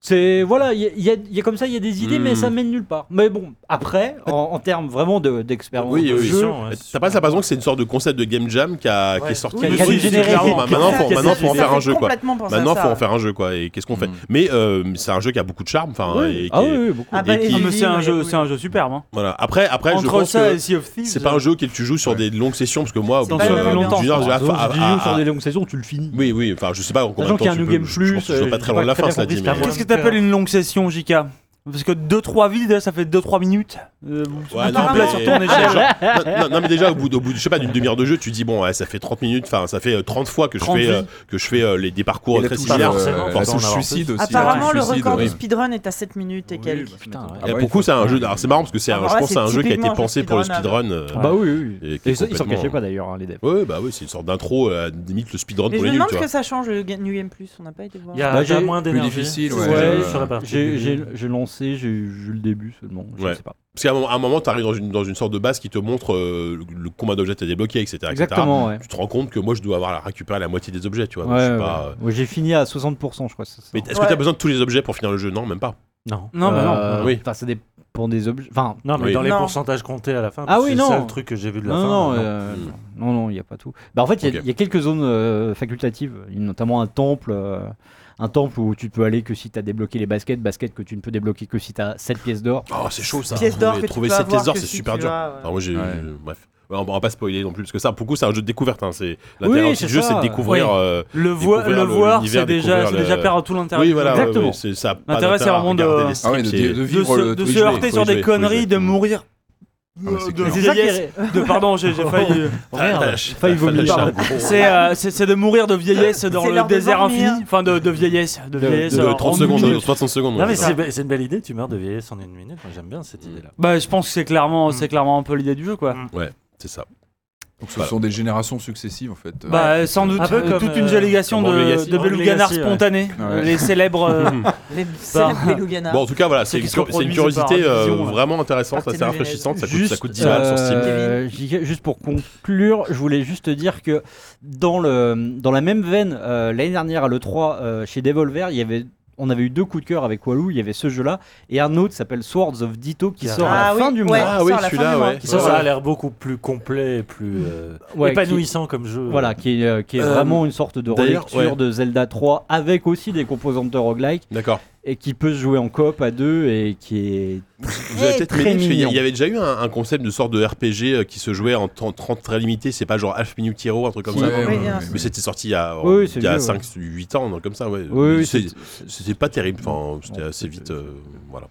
C'est voilà, il y, a- il y a- il y a comme ça, il y a des
Hmm.
idées, mais ça mène nulle part. Mais bon, après, en, en termes vraiment de- d'expérience,
Oui,
de
oui,
jeu,
oui. T'as pas l'impression que c'est une sorte de concept de game jam qui, a- qui est sorti
Oui, qui a
Oui,
dégénéré.
clairement.
Qui a-
Maintenant, faut,
qui a
maintenant, faut en
dégénéré.
faire un jeu, quoi.
Complètement pensé à
Maintenant,
ça.
faut en faire un jeu, quoi. Et qu'est-ce qu'on fait Mais euh, c'est un jeu qui a beaucoup de charme, enfin.
Oui.
et qui
Ah
est-
oui, oui, beaucoup.
et
Ah bah,
qui-
Ah, mais c'est un jeu, c'est un jeu superbe. hein.
Voilà. Après, après, je
Entre
pense
ça
que
et Sea of Thieves,
c'est pas un jeu auquel tu joues sur des longues sessions parce que moi, au
C'est
bout
pas
de-
le même
d'une
ambiance.
heure, j'ai
Ah,
à-
sauf si tu
à-
joues sur
à-
des longues saisons, tu le finis.
Oui, oui, enfin, je sais pas en combien
Sachant
de temps
qu'il y a
tu
un New
peux-
Game
je
Plus,
pense que je dois
euh,
pas
j'ai
très
pas
loin de la
très bien
fin, ça dit.
compris ce qu'il y
mais-
avait.
Qu'est-ce que t'appelles une longue session, JK Parce que 2-3 vides, ça fait 2-3 minutes. Euh,
Ouais,
tu te plais sur ton
mais-
échelle.
genre- non, non, non, mais déjà au bout, de- au bout de- je sais pas d'une demi-heure de jeu, tu dis bon, ouais, ça fait 30 minutes, enfin ça fait euh, 30 fois que je
30
fais euh,
vies.
que je fais euh, les des parcours
Et la
très
touche,
similaires.
euh, la
Forcément,
touche
on en aura
suicide
plus.
aussi.
Apparemment,
Ouais,
le
suicide,
record
ouais.
du speedrun est à 7 minutes et quelques.
Ah,
bah
pour coup, c'est un jeu. Alors c'est marrant parce que c'est,
Ah,
un-
bah
je
ouais,
pense, que c'est
c'est
un jeu qui a été
typiquement un
pensé
jeu
pour le
speedrun.
speedrun. euh,
Bah oui, oui, oui.
et qui
Et
est
ça, ils s'en
complètement-
cachaient pas d'ailleurs, hein, les devs.
Ouais, bah oui, c'est une sorte d'intro, euh, limite le speedrun
Mais
pour
je
les nuls,
me demande
tu
ce
vois.
que ça change le Ga- New Game Plus. On n'a pas été voir.
Il y a
Bah,
t'as
j'ai-
moins
plus
d'énergie.
difficile,
Ouais,
ouais.
sur la partie. du
J'ai
début.
j'ai- j'ai lancé, j'ai eu le début seulement, je
Ouais.
sais pas.
Parce qu'à un moment, à un moment, t'arrives dans une, dans une sorte de base qui te montre euh, le, le combat d'objets à débloquer, etc. etc.
Exactement, ouais.
Tu te rends compte que moi, je dois avoir la- récupéré la moitié des objets, tu vois. donc
Ouais,
je suis
ouais.
pas, euh,
Ouais, J'ai fini à 60%, je crois. c'est ça.
Mais est-ce que t'as besoin de tous les objets pour finir le jeu Non, même pas.
Non.
Non, bah non.
Euh, oui.
Enfin, ça dépend des objets. Enfin,
Non, mais
Oui.
dans les
Non.
pourcentages comptés à la fin.
Ah oui, non.
C'est ça le truc que j'ai vu de la
non,
fin.
Non,
euh,
euh, non, non, il n'y a pas tout. Bah, en fait, il y a-
Ok.
il y, a quelques zones euh, facultatives, Il y a notamment un temple. euh, un temple où tu peux aller que si tu as débloqué les baskets, baskets que tu ne peux débloquer que si tu as 7 pièces d'or.
Oh, c'est chaud ça.
Pièces d'or
Trouver-
que tu
Trouver
peux
7
avoir
pièces d'or,
que
c'est
si
super
tu
dur.
vas, ouais.
Enfin, moi, j'ai.
Ouais.
euh, bref. Ouais, On va on va pas spoiler non plus, parce que ça, pour le coup, c'est un jeu de découverte. hein, c'est- L'intérêt
Oui,
aussi
c'est
du jeu, c'est de
ça.
découvrir.
Oui.
euh,
Le voi-
découvrir
le voir,
l'univers,
c'est déjà-
découvrir
c'est déjà
le-
perdre tout l'intérêt.
Oui, voilà. euh,
Exactement.
ouais, ouais, c'est- ça a pas
L'intérêt, c'est
d'intérêt à
vraiment de-
regarder les
Ah ouais,
strips,
de-
c'est-
de
De
vivre
se,
le
de
faut y
se
jouer,
heurter
faut
sur
y
des
jouer,
conneries, de mourir.
Ah, mais c'est
euh, de
clair.
C'est ça qui est-
vieillesse. De pardon, j'ai j'ai failli. euh,
Ah, t'as-
failli
t'as- t'as
vomir.
lâché un gros-
C'est euh, c'est- c'est de mourir de vieillesse dans
C'est
le
l'heure de
désert
dormir.
infini. Enfin, de, de vieillesse. De, vieillesse
de
euh,
30
en
secondes,
une
euh,
minute.
60 secondes.
Non,
ouais,
mais
ça.
c'est c'est une belle idée, tu meurs de vieillesse en une minute. Moi, j'aime bien cette idée-là.
Bah, je pense que c'est clairement, c'est clairement un peu l'idée du jeu, quoi.
Mm. Ouais, c'est ça.
Donc ce
Voilà.
sont des générations successives en fait. Ah,
Bah, euh, sans doute,
Un peu
euh,
comme,
toute une
euh,
délégation
comme Rogue
de,
Legacy.
de
Rogue
beluganards
Legacy, ouais.
spontanés, euh,
Ouais.
les célèbres. euh,
Les célèbres Beluganas.
Bon, en tout cas, voilà, c'est
qui
une,
se
cu- c'est une
reproduisent
curiosité
par
euh,
vision, ouais.
vraiment intéressante,
Partie
assez
de la
rafraîchissante. Ça coûte, ça
Juste,
coûte 10 balles sur Steam.
euh, j'y- juste pour conclure, je voulais juste dire que dans, le, dans la même veine, euh, l'année dernière à l'E3, euh, chez Devolver, il y avait. On avait eu deux coups de cœur avec Walou, il y avait ce jeu-là, et un autre s'appelle Swords of Ditto qui
Ah
sort à la
oui,
fin du mois.
ouais,
Ah
ça
oui,
sort à la fin
celui-là,
du mois.
ouais.
Qui ça, ça a l'air beaucoup plus complet et plus euh,
Ouais,
épanouissant comme jeu.
Voilà, qui est, euh, qui est
Euh,
vraiment une sorte de
d'ailleurs,
relecture
ouais.
de Zelda 3 avec aussi des composantes de roguelike
D'accord.
et qui peut se jouer en coop à deux et qui est.
Vous avez peut-être
très
m'aider, parce qu'il y a-
mignon.
il y avait déjà eu un, un concept de sorte de RPG euh, qui se jouait en 30, 30 très limité, c'est pas genre Half Minute Hero, un truc comme
Si,
ça.
Ouais,
non
ouais,
Oui,
ouais,
hein.
Mais c'était sorti il y a,
Oui, oui, c'est
il y a
vieux,
5, 8 ans, non, comme ça, ouais.
Oui, oui,
Euh, C'est- c'était pas terrible, enfin, c'était assez vite. euh, voilà.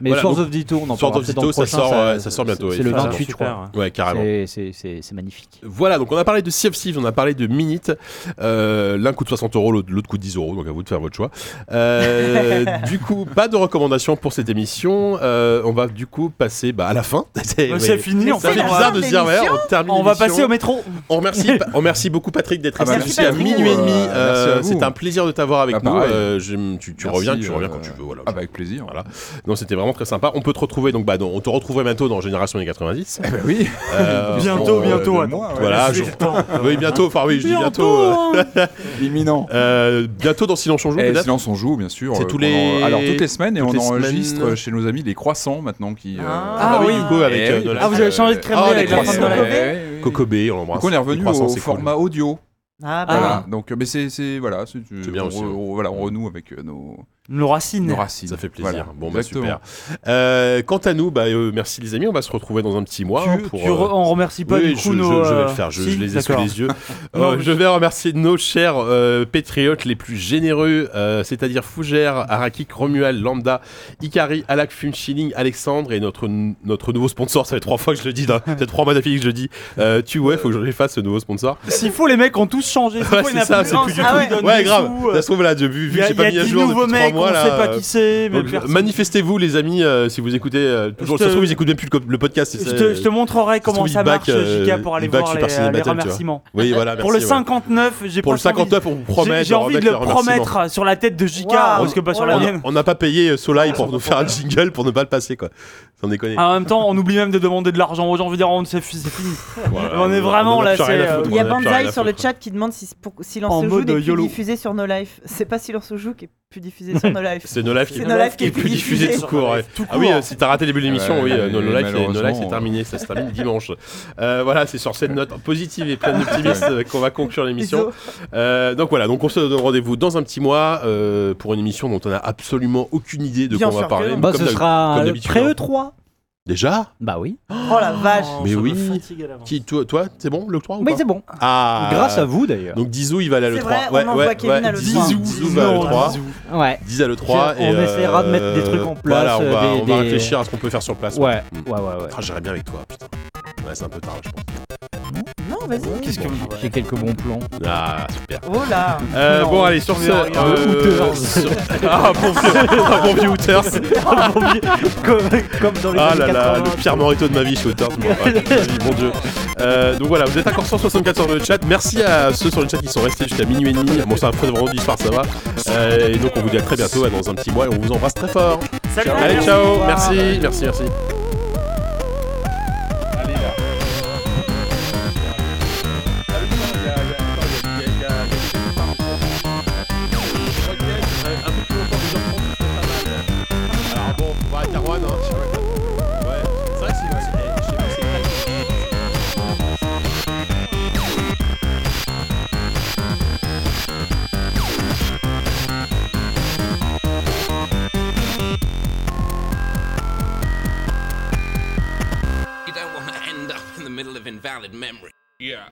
Mais
Voilà,
Swords
donc,
of Ditto, on
Swords
en parlera
of
peut-être
Ditto,
dans le
ça
prochain,
sort, ouais, ça sort bientôt, oui.
C'est le
Bah,
Ça
sort
28, je
super,
crois.
ouais.
Ouais, carrément. Euh,
C'est- c'est- C'est c'est magnifique.
Voilà, donc on a parlé de Sea of Thieves, on a parlé de Minute. Euh, L'un coûte 60 euros, l'autre l'autre coûte 10 euros, donc à vous de faire votre choix. Euh, du coup, pas de recommandations pour cette émission. Euh, on va du coup passer bah, à la fin. C'est
Bah, C'est fini, on
Ça
fait-
fait
on va-
bizarre de se dire, ouais, on termine
On va
l'émission.
passer au métro.
On remercie, on remercie beaucoup Patrick d'être
Ah bah,
resté
merci
jusqu'à
Patrick.
minuit et demi.
Euh,
Euh,
merci à vous.
c'est un plaisir de t'avoir avec
Ah,
nous.
pareil.
Euh, j'aime- tu tu
Merci,
reviens, tu
euh,
reviens quand tu veux. Voilà.
Ah bah avec plaisir.
Voilà. Non, c'était vraiment très sympa. On peut te retrouver donc bah, dans- on te retrouverait bientôt dans Génération des 90.
Eh ben oui.
Euh,
Bientôt,
on-
bientôt.
le
attends.
mois, ouais.
Voilà, je- oui, bientôt, enfin oui, je dis bientôt. euh,
Imminent.
Euh, bientôt dans Silence on joue
Et
peut-être
Eh, silence on joue bien sûr.
C'est
euh,
tous les-
pendant- Alors toutes les semaines et
toutes
on
les
enregistre
semaines.
euh, chez nos amis les croissants maintenant qui. euh,
Ah,
bah oui,
oui.
du coup avec
eh
euh,
oui,
Nolan.
Ah, vous avez changé de crème
Ah,
brûlée
les
avec la fin de
croissants,
Nolan.
ouais.
oui.
Cocobé, on l'embrasse.
Donc on est revenu
Les croissants,
au
c'est cool.
format audio.
Ah, bah.
Voilà. Donc euh, mais c'est c'est- voilà, c'est
C'est bien
on,
aussi,
re-
ouais.
on- voilà, on renoue avec euh, nos,
Nos racines.
nos racines.
Ça fait plaisir.
Voilà.
Bon, bah,
Exactement.
super. Euh, quant à nous, bah, euh, merci les amis. On va se retrouver dans un petit mois. hein,
Tu-
pour,
tu
euh,
re- on remercie pas
oui,
du
je,
coup
je-
nos.
je vais le
euh,
faire. Je,
si,
je les ai sous
d'accord.
les yeux.
Non,
Euh,
mais-
je vais remercier nos chers euh, patriotes les plus généreux, euh, c'est-à-dire Fougère, Arakik, Romuald, Lambda, Ikari, Alak, Funchilling, Alexandre et notre, notre nouveau sponsor. Ça fait trois fois que je le dis. dans- Ça fait trois mois d'affilée que je le dis. Euh, tu ouais, faut que je le fasse ce nouveau sponsor.
S'il faut, les mecs ont tous changé. S'il
Ouais,
faut, il
c'est
y en a
ça,
plus
c'est
un,
plus
s'il
du
faut,
tout.
ils donnent
Ouais,
des
grave.
sous, euh,
Ça se trouve là, de- vu, vu
Il y
que
a,
j'ai
il y
pas
a
mis à
dix
jour
nouveaux
depuis trois
mecs,
mois
on
là.
sait pas qui c'est, mais
Donc,
personne-
manifestez-vous les amis euh, si vous écoutez euh, toujours
Je
ça
te-
se trouve ils écoutent même plus le, co- le podcast et
Je
ça,
te, je te
euh,
montrerai comment
trouve,
ça
il back,
marche,
euh,
Giga, pour
il
aller
back
voir
Super
les,
Ciné
les
Battle, tu vois.
remerciements.
oui voilà merci,
pour le
ouais.
59, j'ai
pour
pas
le 59 on vous promet
J'ai j'ai envie de le promettre euh, sur la tête de Giga,
Waouh.
parce que pas sur la
on a-
mienne.
on n'a pas payé euh, Soleil pour nous faire un jingle pour ne pas le passer quoi sans déconner
Ah, En même temps, on oublie même de demander de l'argent aux gens. Je veux dire, on c'est c'est fini.
Voilà,
on est
en
vraiment
a
là,
plus rien
c'est,
à foutre,
euh,
Il y a
on en plus rien à
Banzai sur le
foutre.
chat qui demande si, pour, si
En
Lance
mode
Joue n'est plus
YOLO.
diffusé sur No Life. C'est pas si Lance Joue qui est plus diffusé sur No Life.
C'est No Life qui,
C'est No Life qui est
plus diffusé tout court. ouais.
Tout
Ah oui,
court.
euh, si t'as raté début de l'émission,
Ouais,
oui, euh, no,
mais
No Life, c'est- No
malheureusement,
Life, c'est terminé, ça se termine dimanche. Euh, voilà, c'est sur cette note positive et pleine d'optimisme euh, qu'on va conclure l'émission.
Bisous.
Euh, donc voilà, donc on se donne rendez-vous dans un petit mois euh, pour une émission dont on a absolument aucune idée de
Bien
quoi on va
sûr que
parler.
non.
mais
Bah,
comme
ce
d'hab-
sera E
comme
le
d'habitude, hein.
pré-E3.
Déjà
Bah oui.
Oh la vache
Mais
ça me
oui.
fatigue à l'avance.
Qui, toi, toi, c'est bon le 3 ou
Oui,
pas
c'est bon.
Ah
Grâce à vous, d'ailleurs.
Donc Dizou, il va aller à
C'est
le 3.
vrai, on envoie Kevin à l'E3.
Dizou,
Dizou,
va à
on
le 3.
Oh,
Dizou. Ouais.
Dizou à le 3.
On essaiera de mettre des trucs en place,
Voilà, on va,
euh, des-
on va
des-
réfléchir à ce qu'on peut faire sur place.
Ouais,
Mm.
ouais, ouais. ouais.
Ah, J'irai bien avec toi, putain. Ouais, c'est un peu tard, je pense.
Non, vas-y.
Qu'est-ce que J'ai quelques bons plans.
Ah, super.
Oh là
Euh,
Non.
bon, allez, sur ce.
Non, regarde.
euh,
Hooters.
sur- Ah, bon vieux- ah, bon vieux Hooters.
Ah, bon vieux- comme, comme dans les
Ah
années
là là,
80.
le pire morito de ma vie, je suis auteur. Bon, ouais, de ma vie, mon dieu. Euh, donc voilà, vous êtes encore 164 sur le chat. Merci à ceux sur le chat qui sont restés jusqu'à minuit et demi. Bon, c'est après vendredi soir, ça va. Euh, et donc on vous dit à très bientôt, à dans un petit mois, et on vous embrasse très fort.
Salut.
Allez,
Merci.
ciao.
Au revoir.
Merci, merci, merci. hein. Alors bon, on va à Tarouane, hein. Ouais, c'est vrai que c'est- c'est- je sais pas, c'est pas-
You don't want to end up in the middle of invalid memory. Yeah.